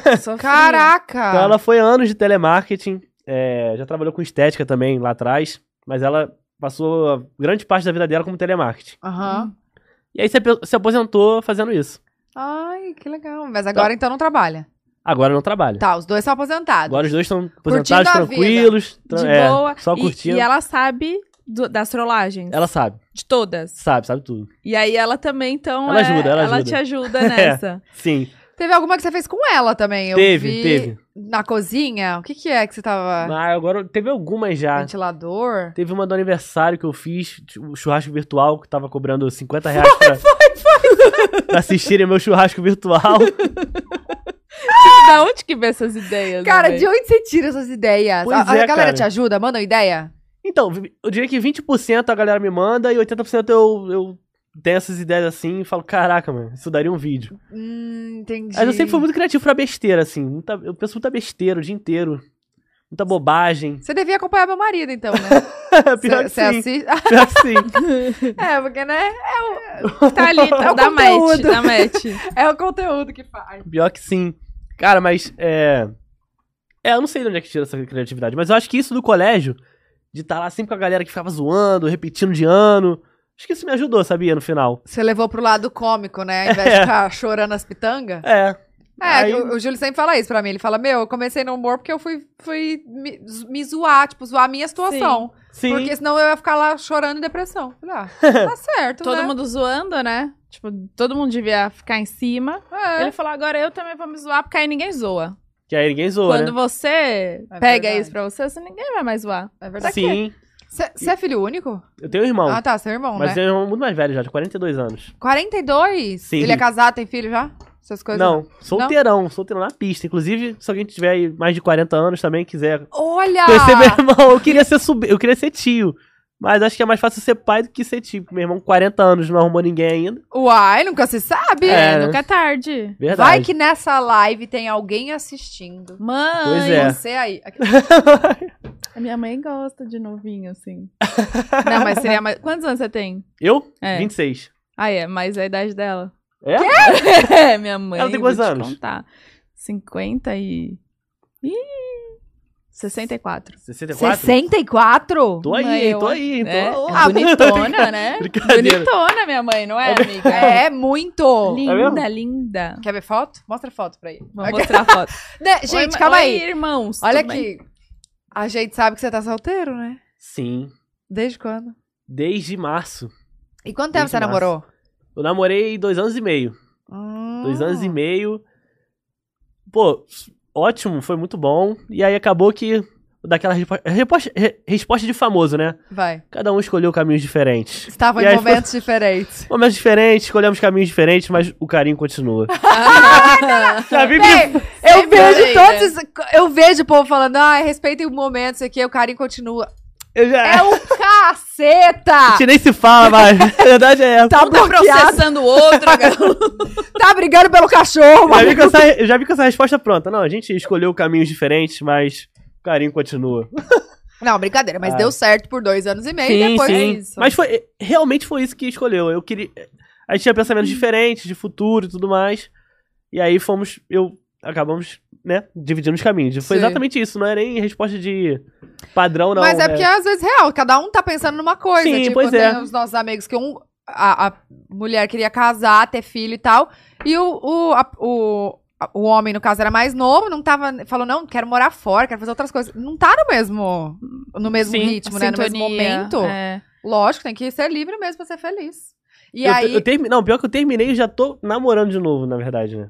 Speaker 3: Tá
Speaker 1: Sofria.
Speaker 2: Caraca!
Speaker 3: Então ela foi anos de telemarketing, é, já trabalhou com estética também lá atrás, mas ela passou a grande parte da vida dela como telemarketing.
Speaker 2: Aham.
Speaker 1: Hum.
Speaker 3: E aí se, apo- se aposentou fazendo isso.
Speaker 2: Ai, que legal. Mas
Speaker 3: Tá.
Speaker 2: agora então não trabalha.
Speaker 3: Agora não trabalha.
Speaker 2: Tá, os dois são aposentados.
Speaker 3: Agora os dois estão
Speaker 2: Curtindo
Speaker 3: aposentados,
Speaker 2: a vida.
Speaker 3: tranquilos,
Speaker 1: De
Speaker 3: tran- é,
Speaker 1: boa.
Speaker 3: só
Speaker 1: E-
Speaker 3: curtindo.
Speaker 1: E, ela sabe do- das trollagens?
Speaker 3: Ela sabe,
Speaker 1: De todas.
Speaker 3: sabe, sabe tudo.
Speaker 1: E aí ela também, então.
Speaker 3: Ela
Speaker 1: é-
Speaker 3: ajuda, ela ajuda.
Speaker 1: te
Speaker 3: [laughs]
Speaker 1: ajuda nessa.
Speaker 3: Sim,
Speaker 2: Teve alguma que você fez com ela também, eu
Speaker 3: teve,
Speaker 2: vi.
Speaker 3: teve.
Speaker 2: Na cozinha? O que que é que você tava...
Speaker 3: Ah, agora teve algumas já.
Speaker 2: Ventilador?
Speaker 3: Teve uma do aniversário que eu fiz, o churrasco virtual, que tava cobrando 50 reais pra, pra assistirem meu churrasco virtual. É.
Speaker 1: da onde que vem essas ideias?
Speaker 2: Cara,
Speaker 1: né,
Speaker 2: de onde você tira essas ideias?
Speaker 3: Pois
Speaker 2: a, a
Speaker 3: é,
Speaker 2: galera
Speaker 3: cara.
Speaker 2: te ajuda? Manda uma ideia?
Speaker 3: Então, eu diria que 20% a galera me manda e 80% eu, eu tenho essas ideias assim e falo, caraca, mano, isso daria um vídeo.
Speaker 2: Hum, entendi.
Speaker 3: Mas eu sempre fui muito criativo pra besteira, assim. Muita, eu penso muita besteira o dia inteiro.
Speaker 2: [laughs]
Speaker 3: Muita bobagem. [laughs]
Speaker 2: Você devia acompanhar meu marido, então, né?
Speaker 3: Pior que
Speaker 2: Você
Speaker 3: sim.
Speaker 2: assiste... [laughs]
Speaker 3: Pior que sim.
Speaker 2: É, porque, né?
Speaker 1: velho? Tá ali,
Speaker 2: [laughs] É o
Speaker 1: dá match,
Speaker 2: conteúdo.
Speaker 1: dá
Speaker 2: [laughs]
Speaker 1: match.
Speaker 2: É o conteúdo que faz.
Speaker 3: Pior que sim. Cara, mas é. É, eu não sei de onde é que tira essa criatividade, mas eu acho que isso do colégio, de estar lá sempre com a galera que ficava zoando, repetindo de ano. Acho que isso me ajudou, sabia, no final.
Speaker 2: Você levou pro lado cômico, né? Ao invés de ficar chorando as pitangas.
Speaker 3: É.
Speaker 2: É,
Speaker 3: Aí-
Speaker 2: o, o Júlio sempre fala isso pra mim. Ele fala, meu, eu comecei no humor porque eu fui, fui me, me zoar, tipo, zoar a minha situação.
Speaker 3: Sim.
Speaker 2: Porque senão eu ia ficar lá chorando em depressão. Falei,
Speaker 3: [laughs]
Speaker 2: ah, tá certo,
Speaker 1: Todo
Speaker 2: né?
Speaker 1: mundo zoando, né? Tipo, todo mundo devia ficar em cima.
Speaker 2: É.
Speaker 1: Ele falou, agora eu também vou me zoar, porque aí ninguém zoa.
Speaker 3: Que aí ninguém zoa,
Speaker 1: Quando
Speaker 3: né?
Speaker 1: você
Speaker 2: É
Speaker 1: pega
Speaker 2: verdade.
Speaker 1: isso pra você, você ninguém vai mais zoar.
Speaker 2: É verdade.
Speaker 3: Sim.
Speaker 2: Você é filho único?
Speaker 3: Eu tenho um irmão.
Speaker 2: ah, tá, seu irmão,
Speaker 3: Mas
Speaker 2: né?
Speaker 3: eu é um irmão muito mais velho já, de 42 anos.
Speaker 2: 42?
Speaker 3: Sim.
Speaker 2: Ele é casado, tem filho já? Essas coisas?
Speaker 3: não, solteirão, solteirão na pista. Inclusive, se alguém tiver aí mais de 40 anos também, quiser
Speaker 2: Olha!
Speaker 3: conhecer meu irmão, eu queria ser sub... eu queria ser tio. Mas acho que é mais fácil ser pai do que ser tio. porque Meu irmão, com 40 anos, não arrumou ninguém ainda.
Speaker 2: Uai, nunca se sabe.
Speaker 3: É,
Speaker 1: É,
Speaker 3: né?
Speaker 1: nunca é tarde.
Speaker 3: Verdade.
Speaker 2: Vai que nessa live tem alguém assistindo.
Speaker 1: Mãe,
Speaker 3: Pois é.
Speaker 2: Você aí.
Speaker 1: a minha mãe gosta de novinho, assim. Não, mas seria mais... Quantos anos você tem?
Speaker 3: Eu?
Speaker 1: É.
Speaker 3: 26.
Speaker 1: Ah, é, mas a idade dela. [laughs]
Speaker 3: É?
Speaker 1: É, minha mãe.
Speaker 3: Ela tem quantos
Speaker 1: vou te
Speaker 3: anos?
Speaker 1: Contar. 50 e. Ih, 64.
Speaker 3: 64?
Speaker 2: 64?
Speaker 3: Tô aí,
Speaker 1: Mãe,
Speaker 3: hein,
Speaker 1: eu-
Speaker 3: tô aí, hein, tô...
Speaker 1: É,
Speaker 3: Oh.
Speaker 1: ah, bonitona, né?
Speaker 3: Brincadeira.
Speaker 1: Bonitona, minha mãe, não é, amiga?
Speaker 2: É muito.
Speaker 1: Linda,
Speaker 3: mesmo?
Speaker 1: linda.
Speaker 2: Quer ver foto? Mostra a foto pra aí.
Speaker 1: Vou mostrar a foto.
Speaker 2: Né,
Speaker 1: Oi,
Speaker 2: gente,
Speaker 1: ma-
Speaker 2: calma
Speaker 1: oi,
Speaker 2: aí.
Speaker 1: irmãos.
Speaker 2: Olha
Speaker 1: tudo bem?
Speaker 2: aqui. A gente sabe que você tá solteiro, né?
Speaker 3: Sim,
Speaker 2: Desde quando?
Speaker 3: desde março.
Speaker 2: E quanto tempo
Speaker 3: Desde
Speaker 2: você
Speaker 3: março.
Speaker 2: namorou?
Speaker 3: Eu namorei dois anos e meio.
Speaker 2: Hum.
Speaker 3: Dois anos
Speaker 1: Ah.
Speaker 3: e meio. Pô, ótimo, foi muito bom. E aí acabou que daquela respo- reposta- re- resposta de famoso, né?
Speaker 2: Vai.
Speaker 3: Cada um escolheu caminhos diferentes.
Speaker 2: Estavam
Speaker 3: E
Speaker 2: em
Speaker 3: aí
Speaker 2: momentos [laughs] diferentes.
Speaker 3: Momentos diferentes, escolhemos caminhos diferentes, mas o carinho continua.
Speaker 1: [laughs]
Speaker 2: Ah,
Speaker 3: Já vi
Speaker 2: Bem, eu
Speaker 1: Sempre
Speaker 2: vejo
Speaker 1: assim,
Speaker 2: todos. esses- Eu vejo o povo falando, ah, respeitem o momento, isso aqui, o carinho continua.
Speaker 3: Eu já.
Speaker 2: É o
Speaker 3: A
Speaker 2: caceta!
Speaker 3: gente nem se fala, mas [laughs] a verdade é essa.
Speaker 2: Tá
Speaker 1: Um tá
Speaker 2: bloqueado,
Speaker 1: processando o outro,
Speaker 2: né, [laughs]
Speaker 1: garoto.
Speaker 2: tá brigando pelo cachorro,
Speaker 3: Já vi,
Speaker 2: amigo.
Speaker 3: com essa, eu já vi com essa resposta é pronta. Não, a gente escolheu caminhos diferentes, mas o carinho continua.
Speaker 2: Não, brincadeira, mas
Speaker 3: Ah.
Speaker 2: deu certo por dois anos e meio e depois é isso.
Speaker 3: Mas foi, realmente foi isso que escolheu. Eu queria. A gente tinha
Speaker 2: Uhum.
Speaker 3: pensamentos diferentes, de futuro e tudo mais. E aí fomos. Eu. Acabamos, né? Dividindo os caminhos. Foi
Speaker 2: Sim.
Speaker 3: exatamente isso. Não era nem resposta de padrão, não. né?
Speaker 2: Mas é porque às vezes real, cada um tá pensando numa coisa.
Speaker 3: Sim,
Speaker 2: tipo,
Speaker 3: pois
Speaker 2: tem
Speaker 3: é.
Speaker 2: os nossos amigos que um. A, a mulher queria casar, ter filho e tal. E o, o, a- o, a- o homem, no caso, era mais novo, não tava. Falou, não, quero morar fora, quero fazer outras coisas. Não tá no mesmo, no mesmo
Speaker 3: Sim,
Speaker 2: ritmo, né? No mesmo
Speaker 1: Sintonia,
Speaker 2: momento.
Speaker 1: é.
Speaker 2: Lógico, tem que ser livre mesmo pra ser feliz. E
Speaker 3: eu,
Speaker 2: aí.
Speaker 3: eu termi- Não, pior que eu terminei e já tô namorando de novo, na verdade, né?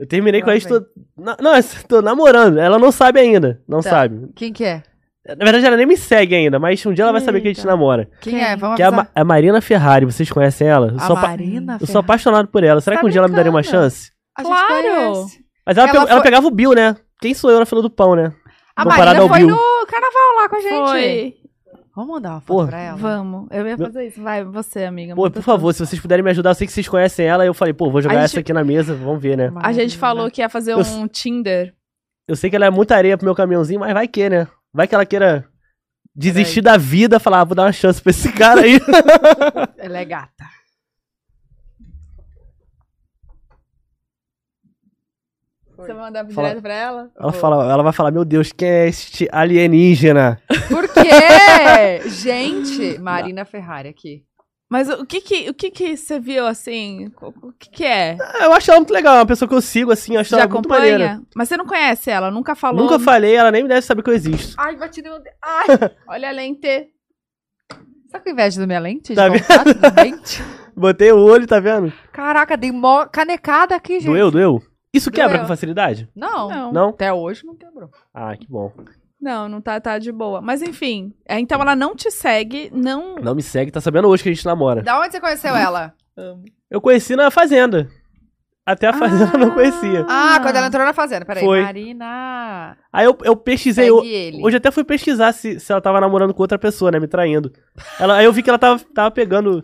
Speaker 3: Eu terminei com a
Speaker 2: Lá
Speaker 3: ex. Tô... na- Não, eu tô namorando. Ela não sabe ainda. Não
Speaker 2: Tá.
Speaker 3: sabe.
Speaker 2: Quem que é?
Speaker 3: Na verdade, ela nem me segue ainda, mas um dia ela vai saber que a gente
Speaker 1: Eita.
Speaker 3: namora.
Speaker 2: Quem,
Speaker 1: Quem?
Speaker 2: é? Vamos
Speaker 3: Que é a,
Speaker 2: avisar.
Speaker 3: Ma- a Marina Ferrari, vocês conhecem ela? Eu
Speaker 2: A
Speaker 3: sou apa-
Speaker 2: Marina
Speaker 3: Eu sou apaixonado por ela. Será
Speaker 1: Tá
Speaker 3: que um dia ela me daria uma
Speaker 1: brincando?
Speaker 3: chance?
Speaker 2: A gente
Speaker 1: Claro.
Speaker 2: conhece.
Speaker 3: Mas ela,
Speaker 2: Ela
Speaker 3: pegou- ela
Speaker 2: foi-
Speaker 3: pegava o Bill, né? Quem sou eu na fila do pão, né?
Speaker 2: A
Speaker 3: Comparado
Speaker 2: Marina
Speaker 3: ao
Speaker 2: foi
Speaker 3: Bill.
Speaker 2: no carnaval lá com a gente.
Speaker 1: Foi.
Speaker 2: Vamos mandar uma foto
Speaker 3: Porra.
Speaker 2: pra ela.
Speaker 1: Vamos. Eu ia fazer isso. Vai, você, amiga.
Speaker 3: Pô,
Speaker 1: manda
Speaker 3: por favor, se vocês puderem me ajudar, eu sei que vocês conhecem ela. Eu falei, pô, vou jogar
Speaker 1: A gente-
Speaker 3: essa aqui na mesa, vamos ver, né?
Speaker 1: A gente
Speaker 2: Marina.
Speaker 1: falou que ia fazer
Speaker 3: Eu-
Speaker 1: um Tinder.
Speaker 3: Eu sei que ela é muita areia pro meu caminhãozinho, mas vai que, né? Vai que ela queira desistir da vida, falar, ah, vou dar uma chance pra esse cara aí.
Speaker 2: Ela é gata.
Speaker 1: Você vai mandar
Speaker 3: Fala-
Speaker 1: direto pra ela?
Speaker 3: ela, fala, ela vai falar, meu Deus, quem é este alienígena?
Speaker 2: Por [laughs] quê? Gente, Marina Ferrari aqui.
Speaker 1: Mas o que que, o que que você viu, assim? O o que que é?
Speaker 3: Ah, Eu acho ela muito legal, é uma pessoa que eu sigo, assim, eu acho
Speaker 1: Já
Speaker 3: ela muito maneira.
Speaker 1: acompanha? Mas você não conhece ela? Nunca falou?
Speaker 3: [laughs] Nunca falei, ela nem deve saber que eu existo.
Speaker 2: Ai, bati no meu...
Speaker 1: Olha a lente.
Speaker 2: Tá com inveja da minha lente?
Speaker 3: Tá
Speaker 2: de contato da lente?
Speaker 3: Botei o olho, tá vendo?
Speaker 2: Caraca, dei mó canecada aqui, gente.
Speaker 3: Doeu, doeu? Isso quebra
Speaker 1: Doeu.
Speaker 3: com facilidade?
Speaker 2: Não,
Speaker 1: Não.
Speaker 3: Não?
Speaker 2: Até hoje não quebrou.
Speaker 3: Ah, que bom.
Speaker 1: Não, não tá, tá de boa. Mas enfim, é, então ela não te segue, não.
Speaker 3: Não me segue, tá sabendo hoje que a gente namora.
Speaker 2: Da onde você conheceu ela?
Speaker 3: Eu conheci na fazenda. Até a fazenda eu não conhecia.
Speaker 2: Ah, quando ela entrou na fazenda, peraí.
Speaker 3: Foi.
Speaker 2: Marina.
Speaker 3: Aí eu, eu pesquisei.
Speaker 2: Pegue
Speaker 3: o-
Speaker 2: ele.
Speaker 3: Hoje até fui pesquisar se, se ela tava namorando com outra pessoa, né? Me traindo. Ela, aí eu vi que ela tava, tava pegando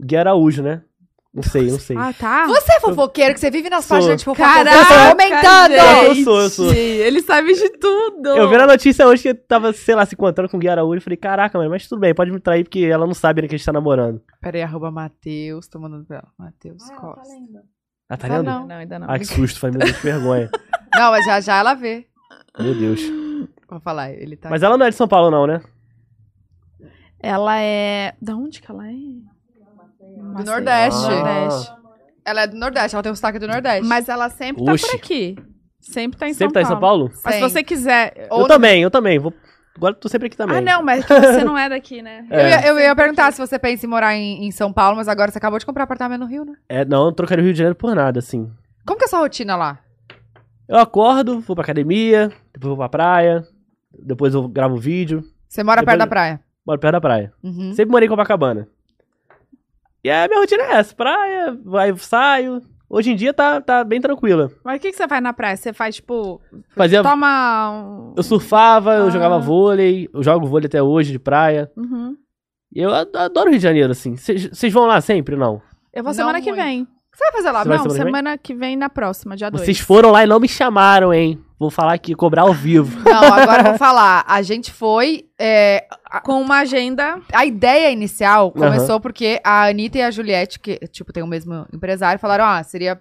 Speaker 3: o Gui Araújo, né? Não sei, não sei.
Speaker 1: Ah, tá.
Speaker 2: Você é fofoqueiro que você vive nas
Speaker 3: Sou.
Speaker 2: páginas de fofoca.
Speaker 1: Caraca,
Speaker 2: você tá comentando!
Speaker 3: Eu
Speaker 1: gente,
Speaker 3: sou, eu sou.
Speaker 1: Ele sabe de tudo.
Speaker 3: Eu vi na notícia hoje que tava, sei lá, se encontrando com o Gui Araújo. Eu falei, caraca, mãe, mas tudo bem, pode me trair porque ela não sabe né, que a gente tá namorando.
Speaker 2: Peraí, arroba Matheus, tô mandando pra ela. Matheus
Speaker 1: Ah,
Speaker 2: Costa.
Speaker 3: Ah, tá
Speaker 2: Tá
Speaker 3: lendo?
Speaker 2: não.
Speaker 1: Não, ainda não.
Speaker 3: Ah, que susto, falei, meu Deus, que
Speaker 1: [laughs]
Speaker 3: vergonha.
Speaker 2: Não, mas já já ela vê.
Speaker 3: Meu Deus.
Speaker 2: Vou falar, ele tá.
Speaker 3: Mas ela não é de São Paulo, não,
Speaker 1: Tá
Speaker 3: né?
Speaker 1: Ela é. Da onde que ela é? Do
Speaker 2: Nordeste.
Speaker 1: Do Nordeste.
Speaker 2: Ela é do Nordeste, ela tem um sotaque do Nordeste.
Speaker 1: Mas ela sempre tá
Speaker 3: Oxi.
Speaker 1: por aqui. Sempre tá em
Speaker 3: Sempre tá
Speaker 1: São
Speaker 3: em São
Speaker 1: Paulo.
Speaker 3: Paulo?
Speaker 1: Mas se
Speaker 2: Tem.
Speaker 1: você quiser.
Speaker 2: Ou
Speaker 3: eu também, eu também. Vou... Agora eu tô sempre aqui também.
Speaker 1: Ah, não, mas é que você não é daqui, né?
Speaker 3: [laughs] É.
Speaker 2: Eu, ia, eu ia perguntar se você pensa em morar em, em São Paulo, mas agora você acabou de comprar apartamento no Rio, né?
Speaker 3: É, não, eu não trocaria o Rio de Janeiro por nada, assim.
Speaker 2: Como que é a sua rotina lá?
Speaker 3: Eu acordo, vou pra academia, depois vou pra praia, depois eu gravo vídeo,
Speaker 2: Você mora
Speaker 3: Depois-
Speaker 2: perto da praia.
Speaker 3: moro perto da praia.
Speaker 2: Uhum.
Speaker 3: Sempre morei em Copacabana. E a minha rotina é essa, praia, vai, saio. Hoje em dia tá, tá bem tranquila.
Speaker 1: Mas o que, que você faz na praia? Você faz, tipo,
Speaker 3: Fazia,
Speaker 1: toma um.
Speaker 3: eu surfava, eu
Speaker 1: Ah.
Speaker 3: jogava vôlei, eu jogo vôlei até hoje de praia.
Speaker 1: Uhum.
Speaker 3: E eu ad- adoro o Rio de Janeiro, assim. Vocês vocês vão lá sempre, não?
Speaker 1: Eu vou
Speaker 2: Não
Speaker 1: semana que
Speaker 2: muito.
Speaker 1: vem.
Speaker 2: Você vai fazer lá?
Speaker 3: Você vai
Speaker 1: não,
Speaker 3: semana que
Speaker 1: semana,
Speaker 3: vem?
Speaker 1: que vem na próxima, dia 2.
Speaker 3: Vocês foram lá e não me chamaram, hein? Vou falar aqui, cobrar ao vivo.
Speaker 2: Não, agora eu vou falar. A gente foi. é,
Speaker 1: Com uma agenda.
Speaker 2: a ideia inicial
Speaker 3: Aham.
Speaker 2: começou porque a Anitta e a Juliette, que, tipo, tem o mesmo empresário, falaram: ah, seria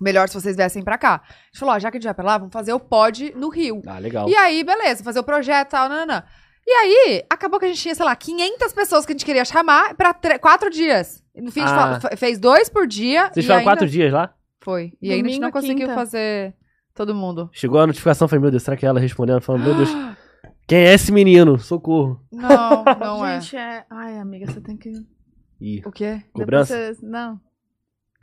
Speaker 2: melhor se vocês viessem pra cá. A gente falou: ó, já que a gente vai pra lá, vamos fazer o pod no Rio.
Speaker 3: [laughs] Ah, legal.
Speaker 2: E aí, beleza, fazer o projeto e tal, nananã. E aí, acabou que a gente tinha, sei lá, 500 pessoas que a gente queria chamar pra tre- quatro dias. No fim, a gente
Speaker 3: Ah.
Speaker 2: fa- fe- fez dois por dia.
Speaker 3: Vocês
Speaker 2: e
Speaker 3: ficaram
Speaker 2: ainda-
Speaker 3: quatro dias lá?
Speaker 2: Foi. E ainda a gente
Speaker 1: Domingo
Speaker 2: não
Speaker 1: e
Speaker 2: conseguiu
Speaker 1: quinta.
Speaker 2: fazer todo mundo.
Speaker 3: Chegou a notificação, falei, meu Deus, será que é ela respondendo?
Speaker 2: [gasps]
Speaker 3: Falando, meu Deus, quem é esse menino? Socorro.
Speaker 2: Não, não é.
Speaker 1: Gente, é... Ai, amiga, você tem que.
Speaker 3: Ih,
Speaker 2: O quê?
Speaker 3: cobrança?
Speaker 1: Depois você- Não.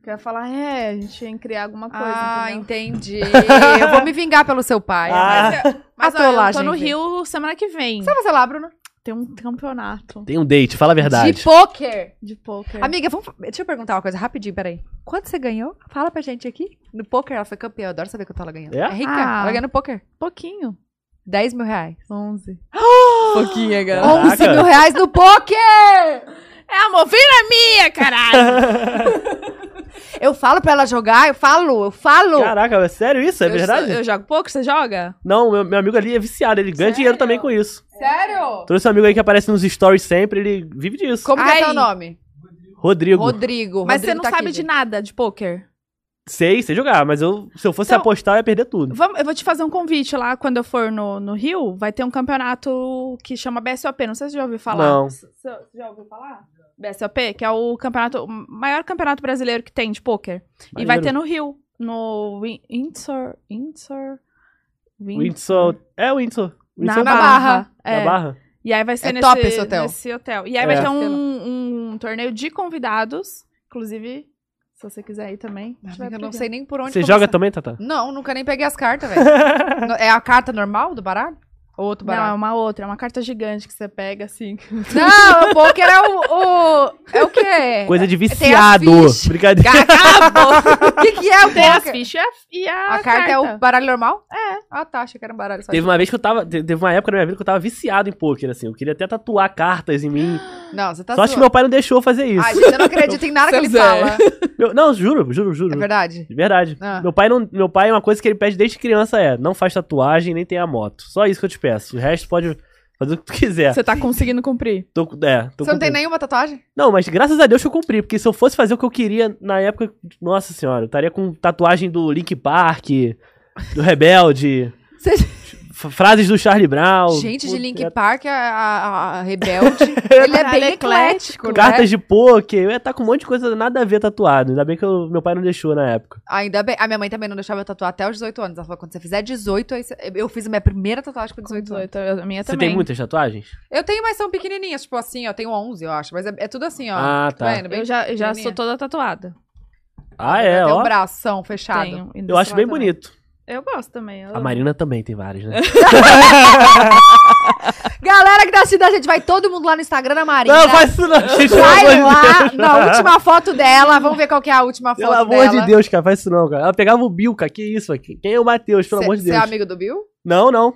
Speaker 1: Quer falar, é, a gente ia criar alguma coisa.
Speaker 2: ah,
Speaker 1: entendeu?
Speaker 3: [laughs]
Speaker 2: entendi. eu vou me vingar pelo seu pai.
Speaker 3: Ah,
Speaker 1: Mas ó, eu tô
Speaker 2: atolagem,
Speaker 1: no
Speaker 2: gente.
Speaker 1: Rio semana que vem.
Speaker 2: Você vai fazer lá, Bruno?
Speaker 1: Tem um campeonato
Speaker 3: tem um date, fala a verdade.
Speaker 2: De pôquer.
Speaker 1: de poker.
Speaker 2: Amiga, vamos... deixa eu perguntar uma coisa rapidinho, peraí. Quanto você ganhou? Fala pra gente aqui. No pôquer ela foi campeã. Eu adoro saber quanto ela ganhou.
Speaker 3: É?
Speaker 2: rica.
Speaker 1: Ah.
Speaker 2: Ela ganhou no pôquer.
Speaker 1: pouquinho.
Speaker 2: 10 mil [gasps] reais.
Speaker 1: 11.
Speaker 2: Pouquinha, galera.
Speaker 3: Caraca.
Speaker 2: 11 mil reais no pôquer!
Speaker 1: É, amor, vira minha, caralho!
Speaker 2: Eu falo pra ela jogar, eu falo, eu falo.
Speaker 3: [laughs] Caraca, é sério isso? É verdade?
Speaker 1: Eu, sou- eu jogo pouco, você joga?
Speaker 3: Não, meu, meu amigo ali é viciado, ele ganha dinheiro também com isso.
Speaker 2: Sério?
Speaker 3: Trouxe um amigo aí que aparece nos stories sempre, ele vive disso.
Speaker 2: Como que é
Speaker 1: Ai.
Speaker 2: teu nome?
Speaker 3: Rodrigo.
Speaker 2: Rodrigo.
Speaker 1: Mas
Speaker 2: Rodrigo
Speaker 1: você não
Speaker 2: tá aqui,
Speaker 1: sabe de
Speaker 2: gente.
Speaker 1: nada de poker.
Speaker 3: Sei, sei jogar, mas eu, se eu fosse
Speaker 1: Então-
Speaker 3: apostar, eu ia perder tudo.
Speaker 1: Vamos, eu vou te fazer um convite lá quando eu for no, no Rio. Vai ter um campeonato que chama BSOP. Não sei se você já ouviu falar.
Speaker 3: Não.
Speaker 1: S- Você já ouviu falar? BSOP, que é o campeonato, o maior campeonato brasileiro que tem de poker. E vai
Speaker 3: Maneiro.
Speaker 1: ter no Rio. No Win- Windsor. Windsor. Win-
Speaker 3: Windsor. É, Windsor.
Speaker 1: Na
Speaker 3: Windsor
Speaker 2: Barra.
Speaker 1: É.
Speaker 3: Na Barra?
Speaker 1: E aí vai ser
Speaker 2: É
Speaker 1: nesse,
Speaker 2: top esse hotel.
Speaker 1: nesse hotel. E aí vai
Speaker 3: É.
Speaker 1: ter um, um torneio de convidados. Inclusive, se você quiser ir também. a gente vai
Speaker 2: Amiga, eu não
Speaker 1: brigando.
Speaker 2: sei nem por onde
Speaker 3: Você
Speaker 2: começar.
Speaker 3: joga também, Tata?
Speaker 2: Não, nunca nem peguei as cartas, velho.
Speaker 3: [laughs]
Speaker 2: No- é a carta normal do baralho? Ou outro
Speaker 1: Não, é
Speaker 2: baralho?
Speaker 1: uma outra, é uma carta gigante que você pega assim.
Speaker 2: Não, o pôquer é o, o- É o quê?
Speaker 3: Coisa de
Speaker 2: as
Speaker 3: viciado.
Speaker 2: fichas.
Speaker 3: Brincadeira.
Speaker 2: Acabou! O que, que é
Speaker 1: [laughs]
Speaker 2: o
Speaker 1: Tem as
Speaker 2: pôquer?
Speaker 1: fichas e a,
Speaker 2: A carta é o baralho normal? É. Ah, tá. Achei que era um baralho só. de-
Speaker 3: Teve uma vez que eu tava. te- Teve uma época na minha vida que eu tava viciado em pôquer, assim. Eu queria até tatuar cartas em mim.
Speaker 2: Não, você [gasps] tá
Speaker 3: Só acho que
Speaker 2: zoando.
Speaker 3: meu pai não deixou eu fazer isso.
Speaker 2: Ai, gente, eu não acredito em nada que
Speaker 1: Seu
Speaker 2: ele
Speaker 1: Zé.
Speaker 2: fala.
Speaker 3: [laughs] Meu- não, juro, juro, juro.
Speaker 2: É verdade?
Speaker 3: De verdade.
Speaker 2: Ah.
Speaker 3: Meu pai não. Meu pai, é uma coisa que ele pede desde criança é: não faz tatuagem nem tenha moto. Só isso que eu te peço. O resto pode fazer o que tu quiser.
Speaker 1: Você tá conseguindo cumprir.
Speaker 3: Tô, é, tô
Speaker 2: Você não tem
Speaker 3: cumprindo.
Speaker 2: nenhuma tatuagem?
Speaker 3: Não, mas graças a Deus que eu cumpri, porque se eu fosse fazer o que eu queria na época, nossa senhora, eu estaria com tatuagem do Link Park, do Rebelde.
Speaker 2: Você-
Speaker 3: f- frases do Charlie Brown.
Speaker 2: Gente, de
Speaker 3: Puta,
Speaker 2: Link
Speaker 3: é-
Speaker 2: Park, a, a- a
Speaker 3: [laughs]
Speaker 2: Rebelde, ele é
Speaker 1: Caralho,
Speaker 2: bem eclético,
Speaker 1: eclético.
Speaker 2: né?
Speaker 3: Cartas de poker, eu ia estar com um monte de coisa nada a ver tatuado. Ainda bem que eu- meu pai não deixou na época.
Speaker 2: Ainda bem. A minha mãe também não deixava eu tatuar até os 18 anos. Ela falou, quando você fizer 18, aí você- eu fiz a minha primeira tatuagem com 18 anos.
Speaker 1: 18, a minha
Speaker 3: Você
Speaker 1: também.
Speaker 3: tem muitas tatuagens?
Speaker 2: Eu tenho, mas são pequenininhas, tipo assim, ó, eu tenho 11, eu acho. Mas é, é tudo assim, ó.
Speaker 3: Ah, tá.
Speaker 2: vendo? Bem-
Speaker 1: Eu já, eu já
Speaker 2: pequenininha.
Speaker 1: sou toda tatuada.
Speaker 3: Ah, é,
Speaker 2: Tem um
Speaker 3: ó.
Speaker 2: bração fechado.
Speaker 1: Tenho. E
Speaker 3: Eu
Speaker 1: desse
Speaker 3: acho bem
Speaker 1: lado também.
Speaker 3: bonito.
Speaker 1: Eu gosto também. eu-
Speaker 3: A Marina também tem vários, né?
Speaker 2: Galera que tá assistindo a gente, vai todo mundo lá no Instagram da Marina. é
Speaker 3: Não, faz isso não, gente. pelo amor
Speaker 2: Vai
Speaker 3: de
Speaker 2: lá
Speaker 3: Deus.
Speaker 2: na última foto dela. Vamos ver qual que é a última foto
Speaker 3: Pelo amor
Speaker 2: dela.
Speaker 3: de Deus, cara, faz isso não, cara. Ela pegava o Bilka, que isso aqui? Quem é o Matheus, pelo amor de
Speaker 2: Você
Speaker 3: Deus?
Speaker 2: é amigo do Bill?
Speaker 3: Não, não.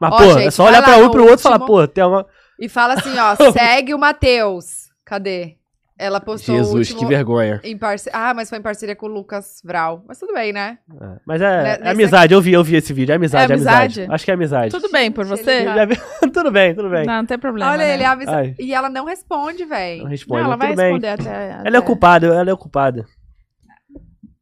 Speaker 3: Mas,
Speaker 2: Ó,
Speaker 3: pô, é
Speaker 2: gente,
Speaker 3: só
Speaker 2: vai
Speaker 3: olhar
Speaker 2: lá
Speaker 3: pra um e
Speaker 2: no
Speaker 3: pro outro e falar,
Speaker 2: último-
Speaker 3: pô, tem uma.
Speaker 2: E fala assim,
Speaker 3: [laughs]
Speaker 2: ó, segue o Matheus. Cadê? Ela postou o
Speaker 3: Jesus,
Speaker 2: último...
Speaker 3: que vergonha.
Speaker 2: Em parce... Ah, mas foi em parceria com o Lucas Vral. Mas tudo bem, né?
Speaker 3: É, Mas é, é
Speaker 2: nesse
Speaker 3: amizade, eu vi, eu vi esse vídeo. É amizade, é
Speaker 1: É
Speaker 3: amizade.
Speaker 1: amizade?
Speaker 3: Acho que é amizade.
Speaker 1: Tudo bem por
Speaker 2: Gente,
Speaker 1: você?
Speaker 2: ele
Speaker 3: Já vi- [laughs] tudo bem, tudo é bem.
Speaker 1: Não, não tem problema.
Speaker 2: Olha,
Speaker 1: né?
Speaker 2: ele avisa.
Speaker 3: Ai.
Speaker 2: E ela não responde,
Speaker 3: Não
Speaker 2: velho.
Speaker 1: Não,
Speaker 3: responde,
Speaker 1: ela
Speaker 3: mas
Speaker 1: vai
Speaker 3: Tipo, tudo bem.
Speaker 1: responder até,
Speaker 3: Ela é
Speaker 1: até-
Speaker 3: ocupada, ela é ocupada.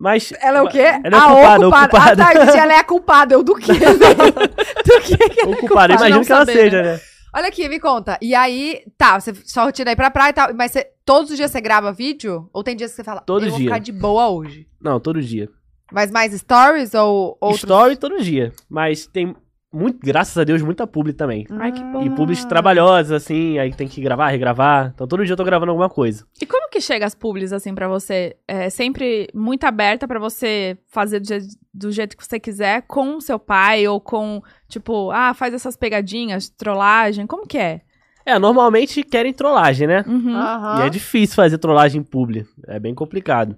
Speaker 3: Mas.
Speaker 2: Ela [laughs] é o quê?
Speaker 3: Ela é
Speaker 2: a ocupada.
Speaker 3: culpada, ocupada.
Speaker 2: Ah, tá, eu disse, ela é a culpada. Eu do quê?
Speaker 3: [laughs]
Speaker 2: do quê? que ela é
Speaker 3: Ocupada,
Speaker 1: culpada.
Speaker 3: imagino
Speaker 1: Não
Speaker 3: que ela
Speaker 1: saber,
Speaker 3: seja, né?
Speaker 2: Olha aqui, me conta. E aí, tá, você só rotina aí pra praia e tal. Mas você- todos os dias você grava vídeo? Ou tem dias que você fala,
Speaker 3: Todo
Speaker 2: eu vou
Speaker 3: dia.
Speaker 2: ficar de boa hoje?
Speaker 3: Não, todo dia.
Speaker 2: Mas mais stories ou outros?
Speaker 3: Story todo dia. Mas tem muito, graças a Deus, muita publi também.
Speaker 1: Ai, que bom.
Speaker 3: E
Speaker 2: Ah.
Speaker 3: publis trabalhosas, assim, aí tem que gravar, regravar. Então todo dia eu tô gravando alguma coisa.
Speaker 1: E como que chega as publis, assim, pra você? É sempre muito aberta pra você fazer do, je- do jeito que você quiser com o seu pai ou com, tipo, ah, faz essas pegadinhas, trollagem, como que é?
Speaker 3: É, normalmente querem trollagem, né?
Speaker 1: Uhum.
Speaker 2: Aham.
Speaker 3: E é difícil fazer trollagem em publi. É bem complicado.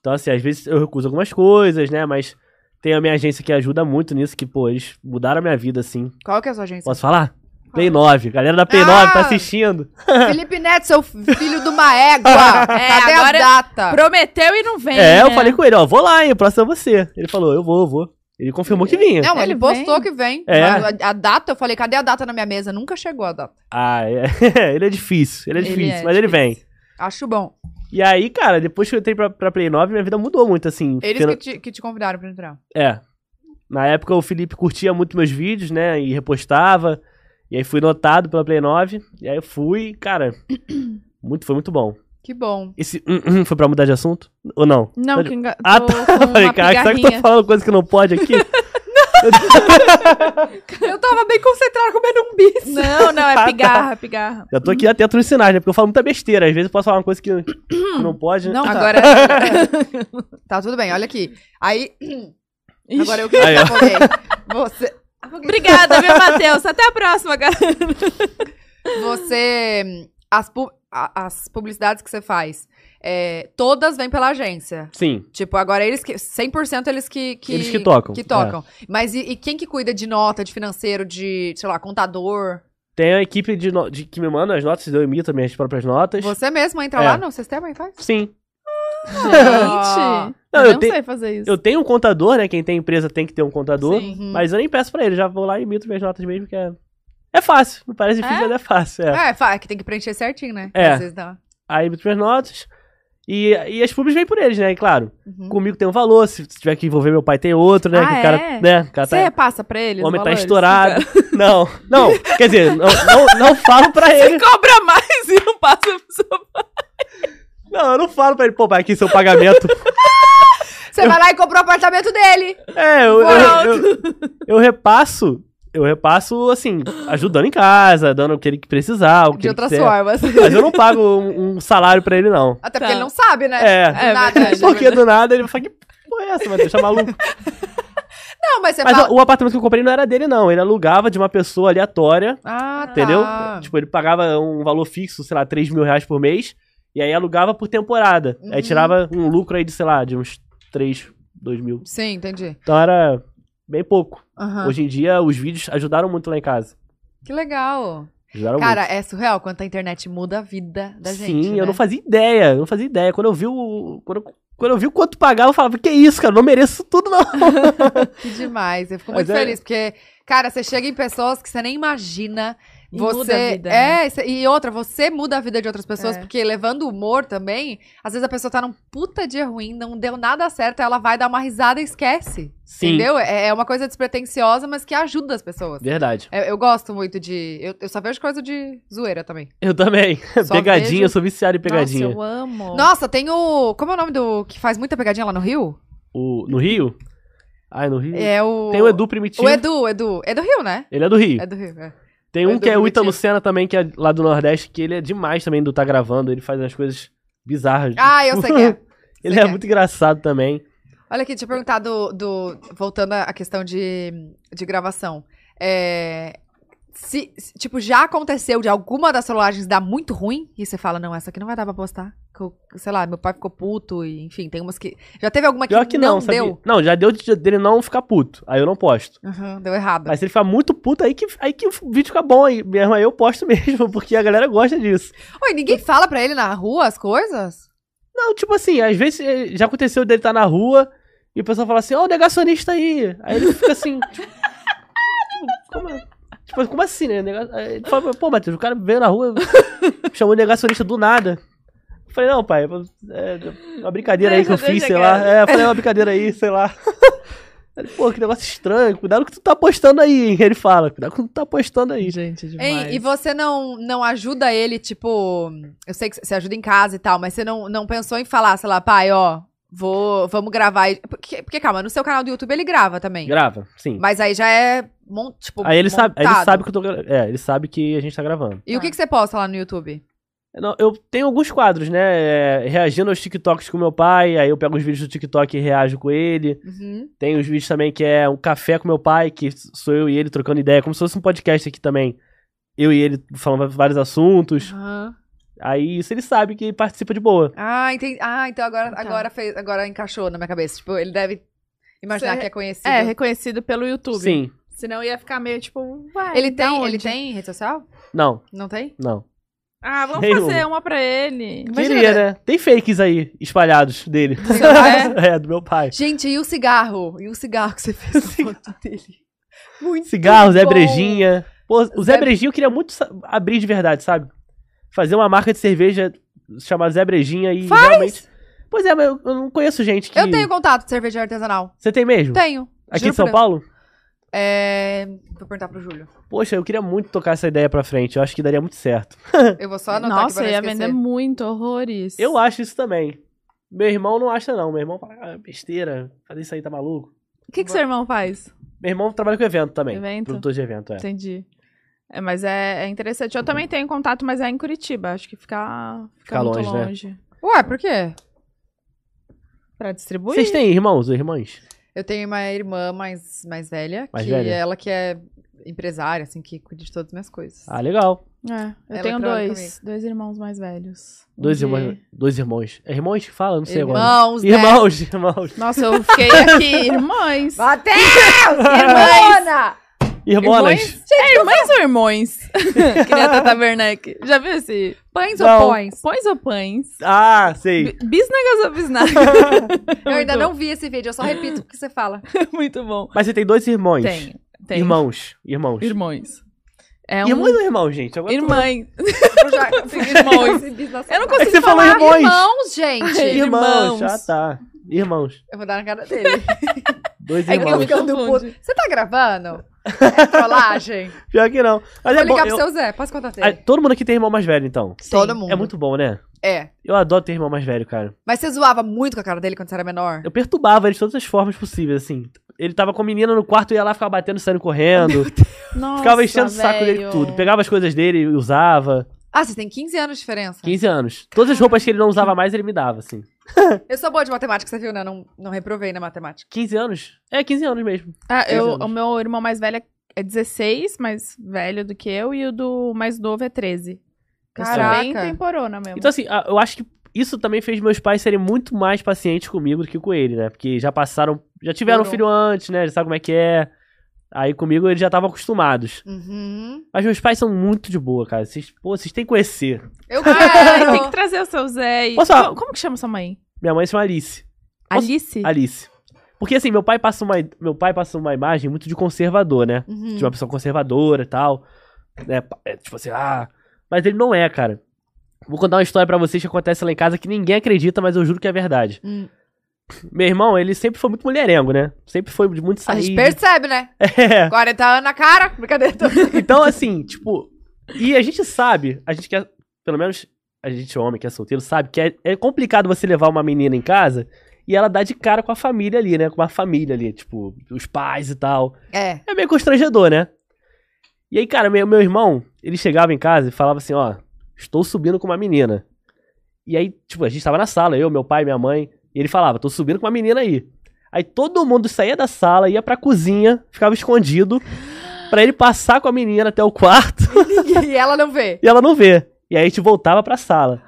Speaker 3: Então, assim, às vezes eu recuso algumas coisas, né? Mas tem a minha agência que ajuda muito nisso, que, pô, eles mudaram a minha vida, assim.
Speaker 2: Qual que é a sua agência?
Speaker 3: Posso falar? Play 9. Galera da Play
Speaker 2: Ah!
Speaker 3: 9 tá assistindo.
Speaker 2: Felipe Neto, seu filho de uma
Speaker 3: [laughs]
Speaker 2: égua.
Speaker 1: É,
Speaker 2: Cadê
Speaker 1: agora-
Speaker 2: a data?
Speaker 1: Prometeu e não vem,
Speaker 3: Ah. é, eu
Speaker 1: né?
Speaker 3: falei com ele, ó, vou lá, hein, o próximo é você. Ele falou, eu vou, eu vou. Ele confirmou que vinha.
Speaker 2: Não, ele,
Speaker 1: Ele
Speaker 2: postou
Speaker 1: vem.
Speaker 2: que vem.
Speaker 3: É.
Speaker 2: Mas A, a data, eu falei, cadê a data na minha mesa? Nunca chegou a data.
Speaker 3: Ah, é. [laughs] ele é difícil, ele é
Speaker 1: Ele
Speaker 3: difícil,
Speaker 1: é
Speaker 3: mas ele vem.
Speaker 2: Acho bom.
Speaker 3: E aí, cara, depois que eu entrei pra, pra Play 9, minha vida mudou muito, assim.
Speaker 2: Eles
Speaker 3: Fina-
Speaker 2: que te, que te convidaram pra entrar.
Speaker 3: É. Na época o Felipe curtia muito meus vídeos, né? E repostava. E aí fui notado pela Play 9. E aí eu fui, cara.
Speaker 1: [clears throat]
Speaker 3: Muito, foi muito bom.
Speaker 2: Que bom.
Speaker 3: Esse hum, foi pra mudar de assunto? Ou não?
Speaker 1: Não, que enga...
Speaker 3: Ah,
Speaker 1: tô com
Speaker 3: Falei,
Speaker 1: uma
Speaker 3: cara, será que [laughs] eu tô
Speaker 1: pigarrinha.
Speaker 3: falando coisa que não pode aqui?
Speaker 2: Eu tava bem concentrada comendo um bis.
Speaker 1: Não, não,
Speaker 3: Ah, tá.
Speaker 1: é pigarra, pigarra.
Speaker 3: eu tô aqui atento nos sinais, né? Porque eu falo muita besteira. Às vezes eu posso falar uma coisa que que não pode.
Speaker 2: Não,
Speaker 3: [laughs]
Speaker 1: Agora...
Speaker 2: Tá tudo bem, olha aqui. Aí,
Speaker 1: Ixi.
Speaker 2: agora eu que
Speaker 3: Aí, ó.
Speaker 2: afoguei. Você,
Speaker 1: Obrigada, viu, Matheus? Até a próxima, galera.
Speaker 2: você as, pu- a- as publicidades que você faz, é, todas vêm pela agência.
Speaker 3: Ah, Sim.
Speaker 2: Tipo, agora eles que. 100% eles que, que.
Speaker 3: Eles que tocam, é.
Speaker 2: Que tocam. Mas e, e quem que cuida de nota, de financeiro, de, sei lá, contador?
Speaker 3: Tem a equipe de, no- de- que me manda as notas, eu emito as minhas próprias notas.
Speaker 2: Você mesmo entra
Speaker 3: É.
Speaker 2: lá no sistema e faz?
Speaker 3: Sim.
Speaker 2: Ah.
Speaker 1: Gente,
Speaker 3: Não,
Speaker 1: eu
Speaker 3: eu
Speaker 1: não
Speaker 3: tenho-
Speaker 1: sei fazer isso.
Speaker 3: Eu tenho um contador, né? Quem tem empresa tem que ter um contador.
Speaker 1: Sim.
Speaker 2: Uhum.
Speaker 3: Mas eu nem peço pra ele, já vou lá e imito minhas notas mesmo, que é. É fácil, não parece difícil, mas é fácil. É.
Speaker 2: É, fa- é que tem que preencher certinho, né?
Speaker 3: É.
Speaker 2: Às vezes dá.
Speaker 3: Aí imito minhas notas. E, e as públicas vêm por eles, né? E claro,
Speaker 2: Uhum.
Speaker 3: comigo tem um valor, se se tiver que envolver meu pai tem outro, né?
Speaker 1: Ah,
Speaker 3: que o cara,
Speaker 1: é?
Speaker 3: né? O cara
Speaker 1: Você
Speaker 3: tá,
Speaker 1: repassa pra eles?
Speaker 3: o homem
Speaker 1: os
Speaker 3: tá
Speaker 1: valores? então.
Speaker 3: estourado. [laughs] Não, não, quer dizer, não, não, não falo pra ele.
Speaker 1: Cobra mais e não passa pro seu
Speaker 3: Não, eu não falo pra ele, pô, pai, aqui seu pagamento.
Speaker 2: Você vai lá e compra o apartamento dele.
Speaker 3: É, eu, eu,
Speaker 1: Pronto.
Speaker 3: eu, eu repasso, eu repasso, assim, ajudando em casa, dando o que ele precisar, o que
Speaker 2: De
Speaker 3: ele
Speaker 2: outras
Speaker 3: quiser.
Speaker 2: formas.
Speaker 3: Mas eu não pago um, um salário pra ele, não.
Speaker 1: Tá.
Speaker 2: Até porque ele não sabe, né?
Speaker 3: É.
Speaker 2: Do
Speaker 1: É
Speaker 2: nada.
Speaker 1: verdade.
Speaker 3: Porque do nada ele fala, que porra é essa? Vai deixar maluco.
Speaker 2: Não, mas você
Speaker 3: Mas
Speaker 2: fala.
Speaker 3: o apartamento que eu comprei não era dele, não. Ele alugava de uma pessoa aleatória,
Speaker 2: Ah, tá.
Speaker 3: entendeu? Tipo, ele pagava um valor fixo, sei lá, 3 mil reais por mês. E aí alugava por temporada.
Speaker 2: Uhum.
Speaker 3: Aí tirava um lucro aí de, sei lá, de uns 3, 2 mil.
Speaker 2: Sim, entendi.
Speaker 3: Então era bem pouco.
Speaker 2: Aham.
Speaker 3: Hoje em dia, os vídeos ajudaram muito lá em casa.
Speaker 2: Que legal.
Speaker 3: Ajudaram
Speaker 2: Cara,
Speaker 3: muito.
Speaker 2: é surreal quanto a internet muda a vida da
Speaker 3: Sim,
Speaker 2: gente.
Speaker 3: eu
Speaker 2: né?
Speaker 3: não fazia ideia. Eu não fazia ideia. Quando eu vi o... Quando eu, quando eu vi o quanto pagava, eu falava, que isso, cara? Eu não mereço isso tudo, não.
Speaker 2: Que demais. Eu fico
Speaker 3: Mas
Speaker 2: muito
Speaker 3: é-
Speaker 2: feliz, porque, cara, você chega em pessoas que você nem imagina.
Speaker 1: E
Speaker 2: Você
Speaker 1: muda a vida, né?
Speaker 2: é cê- e outra, você muda a vida de outras pessoas,
Speaker 1: É.
Speaker 2: porque levando o humor também, às vezes a pessoa tá num puta dia ruim, não deu nada certo, ela vai dar uma risada e esquece.
Speaker 3: Sim.
Speaker 2: Entendeu? É é uma coisa despretensiosa, mas que ajuda as pessoas.
Speaker 3: Verdade.
Speaker 2: Eu, eu gosto muito de. Eu, eu só vejo coisa de zoeira
Speaker 3: [laughs]
Speaker 2: também.
Speaker 3: Eu também.
Speaker 2: Só
Speaker 3: pegadinha,
Speaker 2: vejo-
Speaker 3: eu sou viciado em pegadinha.
Speaker 1: Nossa, eu amo.
Speaker 2: Nossa, tem o. Como é o nome do. que faz muita pegadinha lá no Rio?
Speaker 3: O... No Rio? Ai, no Rio.
Speaker 2: É o.
Speaker 3: Hum. Tem o Edu Primitivo.
Speaker 2: O Edu, o Edu. É do Rio, né?
Speaker 3: Ele é do Rio.
Speaker 2: É do Rio, é.
Speaker 3: Tem
Speaker 2: o
Speaker 3: um
Speaker 2: Edu
Speaker 3: que é o Ita
Speaker 2: Primitivo.
Speaker 3: Lucena também, que é lá do Nordeste, que ele é demais também do Tá Gravando. Ele faz umas coisas bizarras.
Speaker 2: Ah, eu sei que
Speaker 3: [laughs]
Speaker 2: é.
Speaker 3: Ele
Speaker 2: sei
Speaker 3: é
Speaker 2: que é.
Speaker 3: muito engraçado também.
Speaker 2: Olha aqui, deixa eu perguntar do. do- voltando à questão de, de gravação. É, se, se, tipo, já aconteceu de alguma das celulagens dar muito ruim e você fala, não, essa aqui não vai dar pra postar. Que eu- sei lá, meu pai ficou puto, e, enfim, tem umas que. Já teve alguma que,
Speaker 3: Pior que não, sabe?
Speaker 2: deu.
Speaker 3: Não, já deu de- dele não ficar puto. Aí eu não posto.
Speaker 2: Aham, deu errado.
Speaker 3: Mas se ele ficar muito puto, aí que, aí que o vídeo fica bom aí mesmo. Aí eu posto [laughs] mesmo, porque a galera gosta disso.
Speaker 2: Oi, ninguém fala pra ele na rua as coisas?
Speaker 3: Não, tipo assim, às vezes eh, já aconteceu dele estar na rua e o pessoal fala assim, ó, o negacionista aí. Aí ele fica assim, [laughs] tipo, tipo, como, é? Tipo, como assim, né? Nega- aí Ele fala, pô, Matheus, o cara veio na rua, [laughs] chamou o negacionista do nada. Eu falei, não, pai, é uma brincadeira aí que eu
Speaker 1: Deixa,
Speaker 3: fiz,
Speaker 1: deixa,
Speaker 3: sei
Speaker 1: cara.
Speaker 3: lá. É, eu falei, é uma brincadeira aí, sei lá. [laughs] Ele, pô, que negócio estranho, cuidado com o que tu tá postando aí, [laughs] hein? Ele fala, cuidado com o que tu tá postando aí.
Speaker 1: Gente, é
Speaker 2: Hein, e você não, não ajuda ele, tipo. Eu sei que você ajuda em casa e tal, mas você não, não pensou em falar, sei lá, pai, ó, vou, vamos gravar. e- Porque, porque, calma, no seu canal do YouTube ele grava também.
Speaker 3: Grava, sim.
Speaker 2: Mas aí já é. mon- tipo,
Speaker 3: Aí ele sabe, aí ele
Speaker 2: montado.
Speaker 3: sabe que eu tô gra- É, ele sabe que a gente tá gravando.
Speaker 2: E o que, que você posta lá no YouTube?
Speaker 3: Não, eu tenho alguns quadros, né? É, reagindo aos TikToks com meu pai, aí eu pego os vídeos do TikTok e reajo com ele.
Speaker 2: Uhum.
Speaker 3: Tem os vídeos também que é um café com meu pai, que sou eu e ele trocando ideia, como se fosse um podcast aqui também. Eu e ele falando vários assuntos.
Speaker 2: Aham.
Speaker 3: Aí isso ele sabe que participa de boa.
Speaker 2: Ah, entendi. Ah, então agora,
Speaker 1: Tá.
Speaker 2: agora, fez, agora encaixou na minha cabeça. Tipo, ele deve imaginar
Speaker 1: Você-
Speaker 2: que é conhecido.
Speaker 1: É, reconhecido pelo YouTube.
Speaker 3: Sim.
Speaker 1: Senão ia ficar meio tipo, vai.
Speaker 2: ele
Speaker 1: da
Speaker 2: tem, ele
Speaker 1: onde?
Speaker 2: tem rede social?
Speaker 3: Não,
Speaker 2: Não tem?
Speaker 3: não.
Speaker 1: Ah, vamos
Speaker 3: Nenhuma.
Speaker 1: fazer uma pra ele.
Speaker 2: Imagina,
Speaker 3: Queria, né? Tem fakes aí, espalhados dele.
Speaker 2: Do seu pai?
Speaker 3: [laughs] é, do meu pai.
Speaker 2: Gente, e o cigarro? E o cigarro que você [laughs] fez na foto dele? Muito
Speaker 3: Cigarro, Zé
Speaker 2: bom.
Speaker 3: é Brejinha. Pô, o Zé
Speaker 2: Zé-
Speaker 3: Brejinha eu queria muito sa- abrir de verdade, sabe? Fazer uma marca de cerveja chamada Zé Brejinha e
Speaker 2: Faz!
Speaker 3: realmente. Pois é, mas eu, eu não conheço gente que.
Speaker 2: Eu tenho contato de cerveja artesanal.
Speaker 3: Você tem mesmo?
Speaker 2: Tenho.
Speaker 3: Aqui
Speaker 2: Juro
Speaker 3: em São
Speaker 2: por Deus.
Speaker 3: Paulo?
Speaker 2: É... Vou perguntar pro
Speaker 3: [laughs]
Speaker 2: Júlio.
Speaker 3: Poxa, eu queria muito tocar essa ideia pra frente. Eu acho que daria muito certo.
Speaker 2: Eu vou só anotar
Speaker 1: Nossa,
Speaker 2: aqui pra
Speaker 1: ia
Speaker 2: não
Speaker 1: vender
Speaker 2: esquecer.
Speaker 1: é muito horrores.
Speaker 3: Eu acho isso também. Meu irmão não acha, não. Meu irmão fala, ah, besteira, fazer isso aí tá maluco.
Speaker 1: O que, que seu irmão faz?
Speaker 3: Meu irmão trabalha com evento também.
Speaker 1: Evento?
Speaker 3: Produtor de evento, é.
Speaker 1: Entendi. É, mas é, é interessante. Eu também tenho contato, mas é em Curitiba. Acho que fica, fica,
Speaker 3: Fica
Speaker 1: muito
Speaker 3: longe, né?
Speaker 1: longe.
Speaker 2: Ué, por quê?
Speaker 1: Pra distribuir.
Speaker 3: Vocês têm irmãos ou irmãs?
Speaker 2: Eu tenho uma irmã mais, mais velha,
Speaker 3: Mais
Speaker 2: que
Speaker 3: velha?
Speaker 2: ela que é empresária, assim, que cuida de todas as minhas coisas.
Speaker 3: Ah, legal.
Speaker 1: É, eu
Speaker 2: Ela
Speaker 1: tenho
Speaker 2: trabalha
Speaker 1: dois. Dois irmãos mais velhos. Um
Speaker 3: Dois
Speaker 1: de-
Speaker 3: irmãos. Dois irmãos. É irmãos que fala? Não sei agora.
Speaker 2: Irmãos, né?
Speaker 3: Irmãos, [laughs] irmãos.
Speaker 1: Nossa, [laughs] eu fiquei aqui. Irmãos.
Speaker 3: [laughs]
Speaker 2: Mateus! Irmãs!
Speaker 3: Irmãs.
Speaker 1: É,
Speaker 3: assim?
Speaker 1: irmãs ou
Speaker 3: [laughs]
Speaker 1: irmões? que nem a Tata Werneck. Já viu esse?
Speaker 2: Pães
Speaker 3: Não.
Speaker 2: ou pães?
Speaker 1: Pães ou pães?
Speaker 3: Ah, sei.
Speaker 1: Bi- Bisnagas ou bisnagas?
Speaker 3: [laughs]
Speaker 2: Eu ainda
Speaker 1: Muito-
Speaker 2: não vi esse vídeo, eu só repito o que você fala.
Speaker 1: [laughs] Muito bom.
Speaker 3: Mas você tem dois irmãos.
Speaker 1: Tem. Tem.
Speaker 3: Irmãos. Irmãos.
Speaker 1: Irmãos. É um...
Speaker 3: Irmãos ou irmãos, gente? Agora
Speaker 1: Irmãs.
Speaker 2: Eu já consegui
Speaker 1: Irmãos.
Speaker 2: esse bis na
Speaker 1: Eu não
Speaker 2: sua cara.
Speaker 3: É que
Speaker 1: consigo
Speaker 3: você falou
Speaker 1: falar.
Speaker 3: irmão. consigo-
Speaker 2: Irmãos,
Speaker 3: [laughs]
Speaker 2: gente!
Speaker 3: Irmãos.
Speaker 1: Irmãos.
Speaker 3: Ah, tá. Irmãos.
Speaker 2: Eu vou dar na cara dele.
Speaker 3: Dois
Speaker 2: [laughs] É que eu tô
Speaker 3: irmãos.
Speaker 2: ficando
Speaker 1: Confunde.
Speaker 2: puto. Você tá [laughs] gravando? É trollagem?
Speaker 3: Pior que não. Mas
Speaker 2: Vou
Speaker 3: é bom.
Speaker 2: ligar pro
Speaker 3: eu-
Speaker 2: seu Zé, posso contar
Speaker 3: Ah,
Speaker 2: dele?
Speaker 3: Todo mundo aqui tem irmão mais velho, então.
Speaker 2: Todo mundo.
Speaker 3: É muito bom, né?
Speaker 2: É.
Speaker 3: Eu adoro ter irmão mais velho, cara.
Speaker 2: Mas você zoava muito com a cara dele quando você era menor?
Speaker 3: Eu perturbava ele de todas as formas possíveis, assim. Ele tava com a menina no quarto, eu ia lá, ficava batendo, saindo correndo.
Speaker 1: Nossa,
Speaker 3: ficava enchendo o saco dele
Speaker 1: velho.
Speaker 3: tudo. Pegava as coisas dele e usava.
Speaker 2: Ah, você tem 15 anos de diferença.
Speaker 3: 15 anos. Todas as roupas que ele não usava mais, ele me dava, assim.
Speaker 2: Eu sou boa de matemática, você viu, né? Não, não reprovei na matemática.
Speaker 3: 15 anos? É, 15 anos mesmo.
Speaker 1: Ah, eu,
Speaker 3: 13 anos.
Speaker 1: o meu irmão mais velho é- é 16, mais velho do que eu, e o do mais novo é 13. Eu sou
Speaker 2: Caraca.
Speaker 1: bem temporona mesmo.
Speaker 3: Então, assim, a- eu acho que isso também fez meus pais serem muito mais pacientes comigo do que com ele, né? Porque já passaram. Já tiveram
Speaker 2: Foram.
Speaker 3: filho antes, né? Já sabe como é que é. Aí comigo eles já estavam acostumados.
Speaker 2: Uhum.
Speaker 3: Mas meus pais são muito de boa, cara. Vocês, pô, vocês têm que conhecer.
Speaker 2: [laughs] Eu
Speaker 1: Ah, tem
Speaker 3: [laughs]
Speaker 2: quero.
Speaker 1: que trazer o seu Zé. E...
Speaker 3: Posso falar?
Speaker 1: Co- Como que chama sua mãe?
Speaker 3: Minha mãe se chama Alice. Posso-
Speaker 1: Alice?
Speaker 3: Alice. Porque assim, meu pai passa uma, meu pai passa uma imagem muito de conservador, né?
Speaker 2: Uhum.
Speaker 3: De uma pessoa conservadora e tal. né, pa- é, tipo assim, ah. Mas ele não é, cara. Vou contar uma história pra vocês que acontece lá em casa que ninguém acredita, mas eu juro que é verdade.
Speaker 2: Hum.
Speaker 3: Meu irmão, ele sempre foi muito mulherengo, né? Sempre foi de muito
Speaker 2: A
Speaker 3: sair.
Speaker 2: gente percebe, né?
Speaker 3: [laughs] É.
Speaker 2: 40 anos na cara. Brincadeira. tô-
Speaker 3: Então, assim, tipo. E a gente sabe, a gente quer. Pelo menos a gente, homem que é solteiro, sabe que é, é complicado você levar uma menina em casa e ela dar de cara com a família ali, né? Com a família ali, tipo, os pais e tal.
Speaker 2: [laughs] É.
Speaker 3: É meio constrangedor, né? E aí, cara, meu, meu irmão, ele chegava em casa e falava assim: ó, estou subindo com uma menina. E aí, tipo, a gente tava na sala, eu, meu pai, minha mãe, e ele falava: tô subindo com uma menina aí. Aí todo mundo saía da sala, ia pra cozinha, ficava escondido, pra ele passar com a menina até o quarto [laughs]
Speaker 2: E ela não vê.
Speaker 3: e ela não vê. E aí a gente voltava pra sala.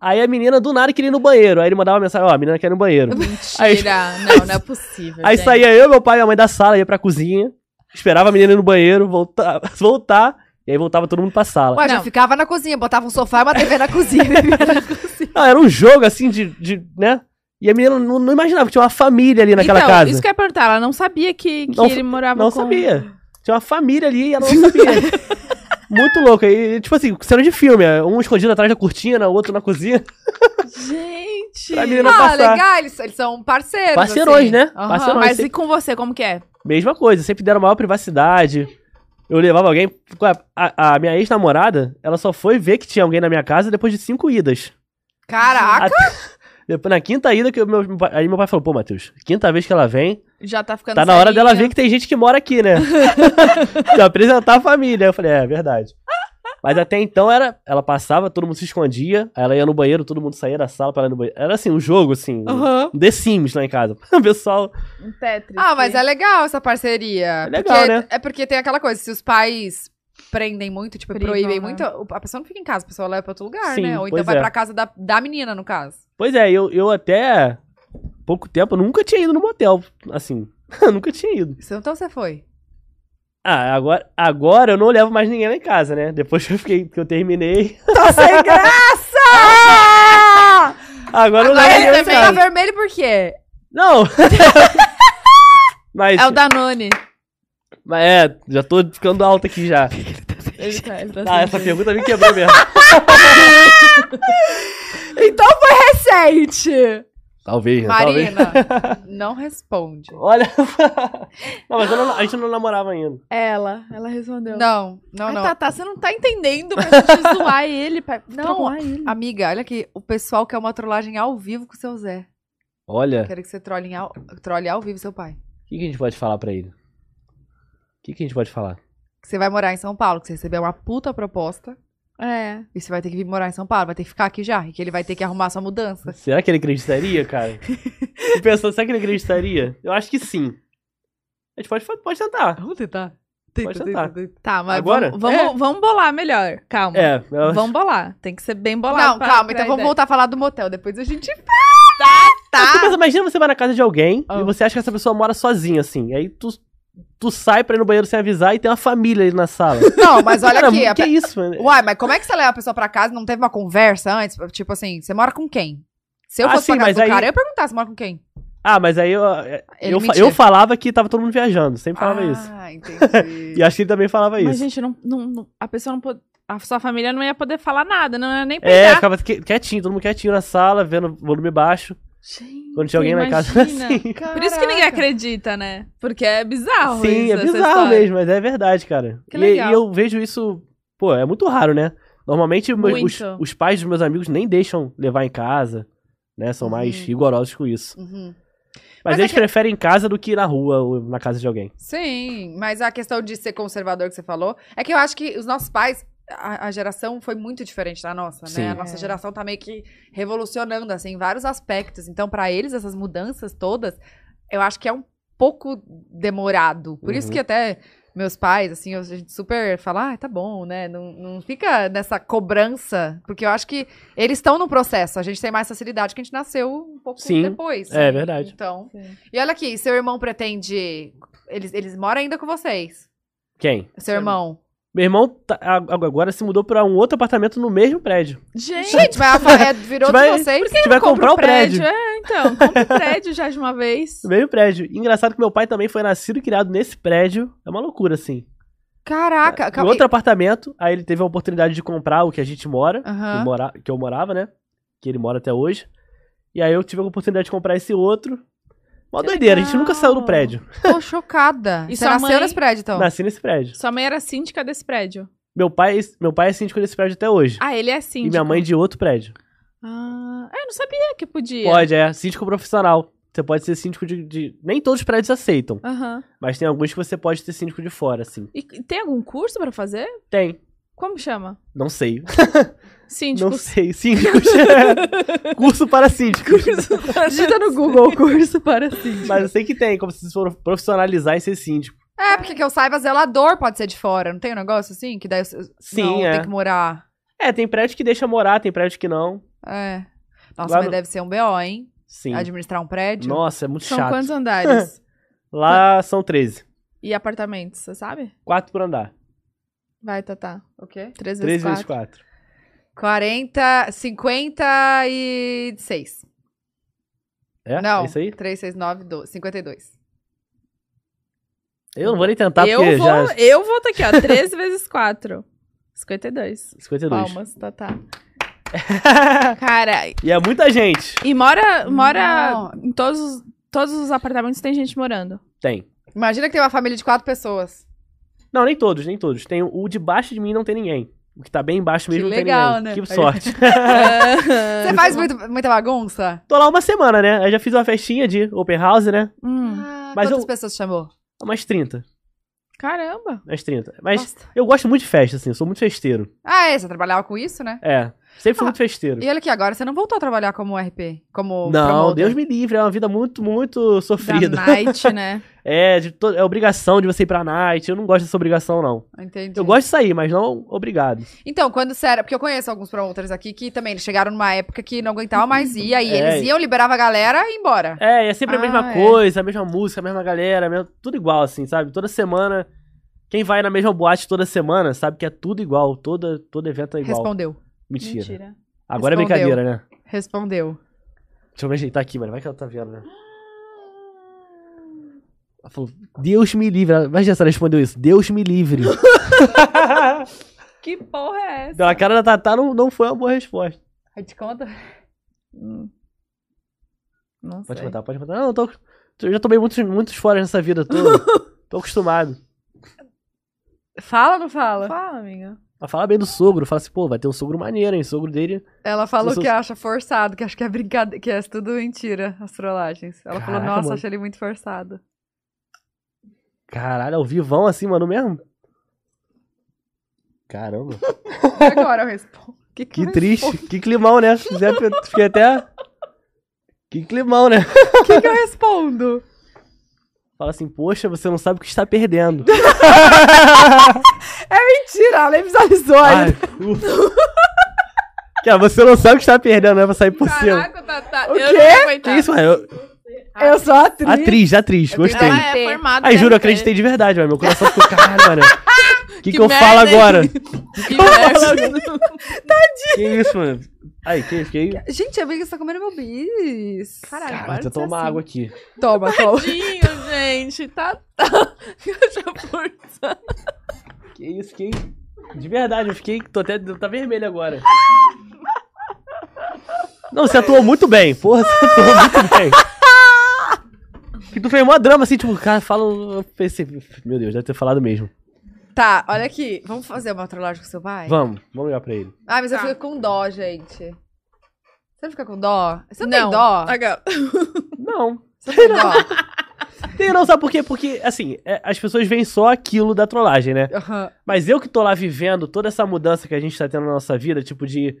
Speaker 3: Aí a menina do nada queria ir no banheiro. Aí ele mandava uma mensagem: ó, a menina quer ir no banheiro.
Speaker 1: Mentira.
Speaker 2: né?
Speaker 1: não, não é possível.
Speaker 3: Aí
Speaker 1: gente.
Speaker 3: saía eu, meu pai e minha mãe da sala, ia pra cozinha, esperava a menina ir no banheiro, voltar, [laughs] voltar e aí voltava todo mundo pra sala.
Speaker 2: Ué, já
Speaker 1: Não.
Speaker 2: ficava na cozinha, botava um sofá e uma TV na cozinha. e vivia na cozinha.
Speaker 3: Ah, era um jogo assim de. de né? E a menina não, não imaginava que tinha uma família ali naquela
Speaker 1: então,
Speaker 3: casa.
Speaker 1: Isso que eu ia perguntar, ela não sabia que, que
Speaker 3: Não
Speaker 1: ele morava
Speaker 3: não
Speaker 1: com...
Speaker 3: sabia. Tinha uma família ali e ela
Speaker 1: [laughs]
Speaker 3: não sabia. Muito louco. E, tipo assim, cena de filme. é, Um escondido atrás da cortina, o outro na cozinha.
Speaker 1: Gente.
Speaker 3: Pra menina
Speaker 2: Ah,
Speaker 3: passar.
Speaker 2: legal, eles, eles são parceiros.
Speaker 3: Parceirões,
Speaker 2: assim.
Speaker 3: né?
Speaker 2: Aham.
Speaker 1: Ah,
Speaker 3: Parceirões.
Speaker 1: mas
Speaker 3: sempre-
Speaker 1: e com você, como que é?
Speaker 3: Mesma coisa, sempre deram maior privacidade. Eu levava alguém. A, a minha ex-namorada, ela só foi ver que tinha alguém na minha casa depois de cinco idas.
Speaker 2: Caraca.
Speaker 3: Depois, na quinta ida, que o meu, meu pai- aí meu pai falou, pô, Matheus, quinta vez que ela vem,
Speaker 1: Já tá ficando
Speaker 3: tá na hora
Speaker 1: velhinha.
Speaker 3: dela ver que tem gente que mora aqui, né? de apresentar a família. Eu falei, é, é verdade. Mas até então era. Ela passava, todo mundo se escondia, aí ela ia no banheiro, todo mundo saía da sala pra ela ir no banheiro. Era assim, um jogo, assim.
Speaker 1: Aham.
Speaker 3: um The Sims lá em casa. [laughs] O pessoal.
Speaker 1: Um Tetris.
Speaker 2: Ah, mas é legal essa parceria.
Speaker 3: É legal,
Speaker 2: porque-
Speaker 3: né?
Speaker 2: É porque tem aquela coisa, se os pais prendem muito, tipo,
Speaker 1: Privam,
Speaker 2: proíbem
Speaker 1: né?
Speaker 2: muito, o- a pessoa não fica em casa, a pessoa leva pra outro lugar,
Speaker 3: Sim,
Speaker 2: né? Ou então
Speaker 3: pois
Speaker 2: vai
Speaker 3: é.
Speaker 2: pra casa da, da menina, no caso.
Speaker 3: Pois é, eu, eu até pouco tempo eu nunca tinha ido no motel, assim. [laughs] nunca tinha ido.
Speaker 2: Isso, Então você foi.
Speaker 3: Ah, agora, agora eu não levo mais ninguém lá em casa, né? Depois que eu fiquei, que eu terminei,
Speaker 2: Tô sem graça!
Speaker 3: [laughs] Ah! agora eu não levo ninguém lá
Speaker 2: Ele
Speaker 3: em
Speaker 2: fica
Speaker 3: casa.
Speaker 2: vermelho por quê?
Speaker 3: Não! [laughs] mas,
Speaker 1: É o Danone.
Speaker 3: mas é, já tô ficando alto aqui já.
Speaker 1: Ele tá, ele tá
Speaker 3: Ah, essa
Speaker 1: sentindo.
Speaker 3: pergunta me quebrou mesmo.
Speaker 2: Então foi recente!
Speaker 3: Talvez, né? talvez.
Speaker 2: Marina, não responde.
Speaker 3: [laughs] Olha. [laughs] não, mas eu não- a gente não namorava ainda.
Speaker 1: Ela, ela respondeu.
Speaker 2: Não, não,
Speaker 1: Ai,
Speaker 2: não.
Speaker 1: Tatá, você não tá entendendo pra gente zoar [laughs] ele, pra
Speaker 2: Não,
Speaker 1: trollar ele.
Speaker 2: Amiga, olha aqui, o pessoal quer uma trollagem ao vivo com o seu Zé.
Speaker 3: Olha,
Speaker 2: Quero que você trole, em ao, trole ao vivo seu pai.
Speaker 3: o que, que a gente pode falar pra ele? O que, que a gente pode falar?
Speaker 2: Que você vai morar em São Paulo, que você recebeu uma puta proposta.
Speaker 1: É.
Speaker 2: E você vai ter que vir morar em São Paulo, vai ter que ficar aqui já. E que ele vai ter que arrumar sua mudança.
Speaker 3: Será que ele acreditaria,
Speaker 2: [laughs]
Speaker 3: cara? Tô pensando, será que ele acreditaria? Eu acho que sim. A gente pode, pode tentar.
Speaker 2: Vamos tentar.
Speaker 3: Pode tentar.
Speaker 1: Tá, mas
Speaker 3: Agora?
Speaker 1: vamos, vamos, vamos bolar melhor. Calma.
Speaker 3: É, eu-
Speaker 1: Vamos bolar. Tem que ser bem bolado.
Speaker 2: Não,
Speaker 1: pra-
Speaker 2: calma,
Speaker 1: pra
Speaker 2: então vamos
Speaker 1: ideia.
Speaker 2: voltar a falar do motel. Depois a gente. [laughs]
Speaker 3: Você pensa, imagina você vai na casa de alguém
Speaker 2: Ah.
Speaker 3: e você acha que essa pessoa mora sozinha, assim. Aí tu, tu sai pra ir no banheiro sem avisar e tem uma família ali na sala.
Speaker 2: Não, [laughs] mas olha
Speaker 3: Cara,
Speaker 2: aqui. a
Speaker 3: que
Speaker 2: pe-
Speaker 3: isso, mano?
Speaker 2: Uai, mas como é que você leva a pessoa pra casa? Não teve uma conversa antes? Tipo assim, você mora com quem? Se eu
Speaker 3: Ah,
Speaker 2: fosse
Speaker 3: sim,
Speaker 2: pra casa
Speaker 3: mas
Speaker 2: do
Speaker 3: aí-
Speaker 2: cara, eu ia perguntar, você mora com quem?
Speaker 3: Ah, mas aí eu,
Speaker 2: Ele
Speaker 3: eu, fa-
Speaker 2: mentia.
Speaker 3: eu falava que tava todo mundo viajando. Sempre falava isso.
Speaker 2: Ah, entendi.
Speaker 3: [laughs] E acho que ele também falava
Speaker 1: Mas,
Speaker 3: isso.
Speaker 1: gente, não, não- não- a pessoa não pode. A sua família não ia poder falar nada, não ia nem
Speaker 3: É,
Speaker 1: pegar.
Speaker 3: ficava que- quietinho, todo mundo quietinho na sala, vendo volume baixo. [laughs]
Speaker 1: Gente,
Speaker 3: Quando tinha alguém lá em casa,
Speaker 1: imagina.
Speaker 3: assim.
Speaker 1: Por isso que ninguém
Speaker 2: Caraca.
Speaker 1: acredita, né? Porque é bizarro.
Speaker 3: Sim,
Speaker 1: isso,
Speaker 3: é
Speaker 1: essa
Speaker 3: bizarro
Speaker 1: história.
Speaker 3: mesmo, mas é verdade, cara.
Speaker 1: Que
Speaker 3: E-
Speaker 1: legal.
Speaker 3: E, eu vejo isso, pô, é muito raro, né? Normalmente meus- os,
Speaker 1: Muito.
Speaker 3: os pais dos meus amigos nem deixam levar em casa, né? São mais
Speaker 2: Uhum.
Speaker 3: rigorosos com isso.
Speaker 2: Uhum.
Speaker 3: Mas,
Speaker 2: Mas é
Speaker 3: eles
Speaker 2: que-
Speaker 3: preferem em casa do que na rua ou na casa de alguém.
Speaker 2: Sim, mas a questão de ser conservador que você falou é que eu acho que os nossos pais, a, a geração foi muito diferente da nossa,
Speaker 3: Sim.
Speaker 2: né? A nossa
Speaker 1: É.
Speaker 2: geração tá meio que revolucionando, assim, em vários aspectos. Então, pra eles, essas mudanças todas, eu acho que é um pouco demorado. Por isso
Speaker 3: Uhum.
Speaker 2: que até meus pais, assim, a gente super fala, ah, tá bom, né? Não, não fica nessa cobrança, porque eu acho que eles estão no processo, a gente tem mais facilidade que a gente nasceu um pouco
Speaker 3: Sim,
Speaker 2: depois.
Speaker 3: é verdade.
Speaker 2: Então,
Speaker 1: Sim.
Speaker 2: e olha aqui, seu irmão pretende. Eles, eles moram ainda com vocês.
Speaker 3: Quem?
Speaker 2: Seu irmão.
Speaker 3: Meu irmão tá- a- agora se mudou pra um outro apartamento no mesmo prédio.
Speaker 1: Gente,
Speaker 2: Gente, mas a fa- é, virou
Speaker 3: [laughs] Vai-
Speaker 2: de vocês.
Speaker 3: Se tiver que comprar o prédio.
Speaker 1: É, então, compra o prédio já de uma vez.
Speaker 3: No mesmo prédio. Engraçado que meu pai também foi nascido e criado nesse prédio. É uma loucura, assim.
Speaker 2: Caraca,
Speaker 3: Em
Speaker 2: calma.
Speaker 3: outro apartamento, aí ele teve a oportunidade de comprar o que a gente mora, que,
Speaker 2: Aham.
Speaker 3: eu mora- que eu morava, né? Que ele mora até hoje. E aí eu tive a oportunidade de comprar esse outro. Uma
Speaker 1: Que
Speaker 3: doideira, a gente
Speaker 1: legal.
Speaker 3: nunca saiu do prédio.
Speaker 2: Tô chocada.
Speaker 1: E
Speaker 2: Você
Speaker 1: sua
Speaker 2: nasceu
Speaker 1: mãe?
Speaker 2: nesse prédio, então?
Speaker 3: Nasci nesse prédio.
Speaker 1: Sua mãe era síndica desse prédio.
Speaker 3: Meu pai, meu pai é síndico desse prédio até hoje.
Speaker 1: Ah, ele é
Speaker 3: e
Speaker 1: síndico.
Speaker 3: minha mãe de outro prédio.
Speaker 1: Ah, eu não sabia que podia.
Speaker 3: Pode, é. Síndico profissional. Você pode ser síndico de, de- Nem todos os prédios aceitam,
Speaker 1: Aham.
Speaker 3: mas tem alguns que você pode ser síndico de fora, assim.
Speaker 1: E e tem algum curso pra fazer?
Speaker 3: Tem.
Speaker 1: Como chama?
Speaker 3: Não sei.
Speaker 1: Síndico.
Speaker 3: Não
Speaker 1: [laughs]
Speaker 3: sei. [laughs] Síndicos. Curso para síndicos.
Speaker 2: Digita no Google o curso para síndico.
Speaker 3: Mas eu sei que tem, como se vocês foram profissionalizar e ser síndico.
Speaker 2: É, porque que eu saiba, zelador pode ser de fora. Não tem um negócio assim? Que daí você-
Speaker 3: Sim,
Speaker 2: não,
Speaker 3: é.
Speaker 2: tem que morar.
Speaker 3: É, tem prédio que deixa morar, tem prédio que não.
Speaker 2: É. Nossa,
Speaker 3: Lá
Speaker 2: mas
Speaker 3: no-
Speaker 2: deve ser um BO, hein?
Speaker 3: Sim.
Speaker 2: Administrar um prédio.
Speaker 3: Nossa, é muito
Speaker 1: São
Speaker 3: chato. [laughs]
Speaker 1: quantos andares?
Speaker 3: Lá são 13.
Speaker 1: e apartamentos, você sabe?
Speaker 3: Quatro por andar.
Speaker 1: Vai, Tatá.
Speaker 2: O quê?
Speaker 1: 3
Speaker 3: 13
Speaker 1: vezes
Speaker 3: vezes
Speaker 1: 4.
Speaker 3: 4.
Speaker 2: 40, 56.
Speaker 3: É?
Speaker 2: Não,
Speaker 3: É isso aí?
Speaker 2: 3, 6, 9, 12, 52.
Speaker 3: Eu não vou nem tentar,
Speaker 1: eu,
Speaker 3: Tá porque
Speaker 1: vou,
Speaker 3: já.
Speaker 1: eu vou tá aqui, ó. 13 vezes 4. 52.
Speaker 3: 52.
Speaker 1: Palmas, Tatá. Cara,
Speaker 3: e é muita gente.
Speaker 1: e mora, mora
Speaker 2: Não.
Speaker 1: em todos, os- todos os apartamentos tem gente morando.
Speaker 3: Tem.
Speaker 2: Imagina que tem uma família de quatro pessoas.
Speaker 3: Não, nem todos, nem todos. Tem o o de baixo de mim não tem ninguém. O que tá bem embaixo mesmo
Speaker 2: Que
Speaker 3: não tem
Speaker 2: legal,
Speaker 3: ninguém.
Speaker 2: né?
Speaker 3: Que sorte.
Speaker 2: [laughs] Você faz muito- muita bagunça?
Speaker 3: Tô lá uma semana, né? Aí já fiz uma festinha de open house, né?
Speaker 1: Hum,
Speaker 2: Ah,
Speaker 3: Mas
Speaker 2: quantas
Speaker 3: eu-
Speaker 2: pessoas chamou?
Speaker 3: Umas 30.
Speaker 1: caramba.
Speaker 3: Umas 30. Mas
Speaker 2: Nossa.
Speaker 3: eu gosto muito de festa, assim. Eu sou muito festeiro.
Speaker 2: Ah, é, você trabalhava com isso, né?
Speaker 3: É. Sempre
Speaker 2: Ah,
Speaker 3: fui muito festeiro.
Speaker 2: E olha aqui, agora você não voltou a trabalhar como RP, como
Speaker 3: Não,
Speaker 2: promoter.
Speaker 3: Deus me livre, é uma vida muito, muito sofrida.
Speaker 1: Da night, né?
Speaker 3: É, de to- é obrigação de você ir pra night. Eu não gosto dessa obrigação, não.
Speaker 2: Entendi.
Speaker 3: Eu gosto de sair, mas não obrigado.
Speaker 2: Então, quando você era... Porque eu conheço alguns promotores aqui que também eles chegaram numa época que não aguentavam
Speaker 3: [laughs]
Speaker 2: mais ir, aí
Speaker 3: É.
Speaker 2: eles iam, liberava a galera e ia embora.
Speaker 3: É, é sempre a
Speaker 1: Ah,
Speaker 3: mesma
Speaker 1: é.
Speaker 3: coisa, a mesma música, a mesma galera, mesmo- tudo igual, assim, sabe? Toda semana. Quem vai na mesma boate toda semana sabe que é tudo igual, toda, todo evento é igual.
Speaker 2: Respondeu.
Speaker 3: Mentira.
Speaker 1: Mentira.
Speaker 3: Agora é
Speaker 2: Respondeu.
Speaker 3: brincadeira, né?
Speaker 2: Respondeu.
Speaker 3: Deixa eu me ajeitar aqui, mano. Vai que ela tá vendo, né? Ela falou, Deus me livre. Ela- Imagina se ela respondeu isso. Deus
Speaker 1: [laughs]
Speaker 3: me livre.
Speaker 1: Que porra é essa?
Speaker 3: Então, a cara da Tatá não, não foi uma boa resposta.
Speaker 2: Aí te conta.
Speaker 1: Hum. Não
Speaker 3: Pode
Speaker 1: sei.
Speaker 3: contar, pode contar. Não, eu tô. Eu já tomei muitos, muitos fora nessa
Speaker 1: [laughs]
Speaker 3: vida toda. tô acostumado.
Speaker 2: Fala ou não fala?
Speaker 1: Fala, amiga.
Speaker 3: Mas fala bem do sogro. Fala assim, pô, vai ter um sogro maneiro, hein? O sogro dele
Speaker 2: Ela falou
Speaker 3: Pessoas-
Speaker 2: que acha forçado, que acha que é brincadeira, que é tudo mentira, as trollagens. Ela falou,
Speaker 3: Caraca,
Speaker 2: nossa,
Speaker 3: mano.
Speaker 2: achei ele muito forçado.
Speaker 3: Caralho, ao vivão assim, mano, mesmo? Caramba.
Speaker 2: E Agora eu respondo.
Speaker 3: Que triste. Que climão, né? Zé, eu Fiquei até. Que climão, né?
Speaker 2: O que, que eu respondo?
Speaker 3: Fala assim, poxa, você não sabe o que
Speaker 1: [laughs]
Speaker 3: está perdendo.
Speaker 2: Mentira, ela nem visualizou
Speaker 3: Ai, ufa. Cara, você não sabe o que está perdendo, né? Pra sair por cima.
Speaker 1: Caraca, Tatá.
Speaker 2: O
Speaker 1: eu
Speaker 2: quê?
Speaker 1: não vou
Speaker 3: Que
Speaker 1: aguentar.
Speaker 3: isso, mano?
Speaker 2: Eu sou atriz.
Speaker 3: Atriz, atriz,
Speaker 2: Eu tenho
Speaker 3: gostei.
Speaker 2: nada-
Speaker 1: Ela é formada.
Speaker 3: Ai, juro, eu
Speaker 1: deve ter.
Speaker 3: acreditei de verdade, mano. Meu coração ficou caralho,
Speaker 1: [laughs]
Speaker 3: mano. O que, que,
Speaker 1: Que
Speaker 3: eu falo
Speaker 1: merda, hein?
Speaker 3: agora?
Speaker 1: Que merda. [laughs]
Speaker 3: Que isso, mano? Ai, que fiquei.
Speaker 2: Gente, amiga, você tá comendo meu bis.
Speaker 1: Caralho,
Speaker 3: Cara,
Speaker 1: para
Speaker 3: deixa eu
Speaker 1: de ser
Speaker 3: tomar
Speaker 1: assim.
Speaker 3: água aqui.
Speaker 2: Toma, toma.
Speaker 1: [laughs]
Speaker 2: [laughs]
Speaker 1: Tadinho, gente. Tá. tá. Eu já forçando.
Speaker 3: Que isso, fiquei. De verdade, eu fiquei. Tô até. Tá vermelho agora. Não, você atuou muito bem. Porra, você atuou muito bem. Que tu fez mó drama assim, tipo, cara, fala. Eu pensei, meu Deus, deve ter falado mesmo.
Speaker 2: Tá, olha aqui. Vamos fazer uma trollagem com seu pai?
Speaker 3: Vamos, vamos ligar pra ele.
Speaker 2: Ai, mas eu
Speaker 1: Tá.
Speaker 2: fico com dó, gente. Você não fica com dó? Você não,
Speaker 1: Não.
Speaker 2: tem dó?
Speaker 1: Agora-
Speaker 3: Não.
Speaker 2: Você não
Speaker 1: [laughs]
Speaker 2: tem dó?
Speaker 3: Tem não, sabe por quê? Porque, assim, é, as pessoas veem só aquilo da trollagem, né?
Speaker 2: Aham.
Speaker 3: Mas eu que tô lá vivendo toda essa mudança que a gente tá tendo na nossa vida, tipo de.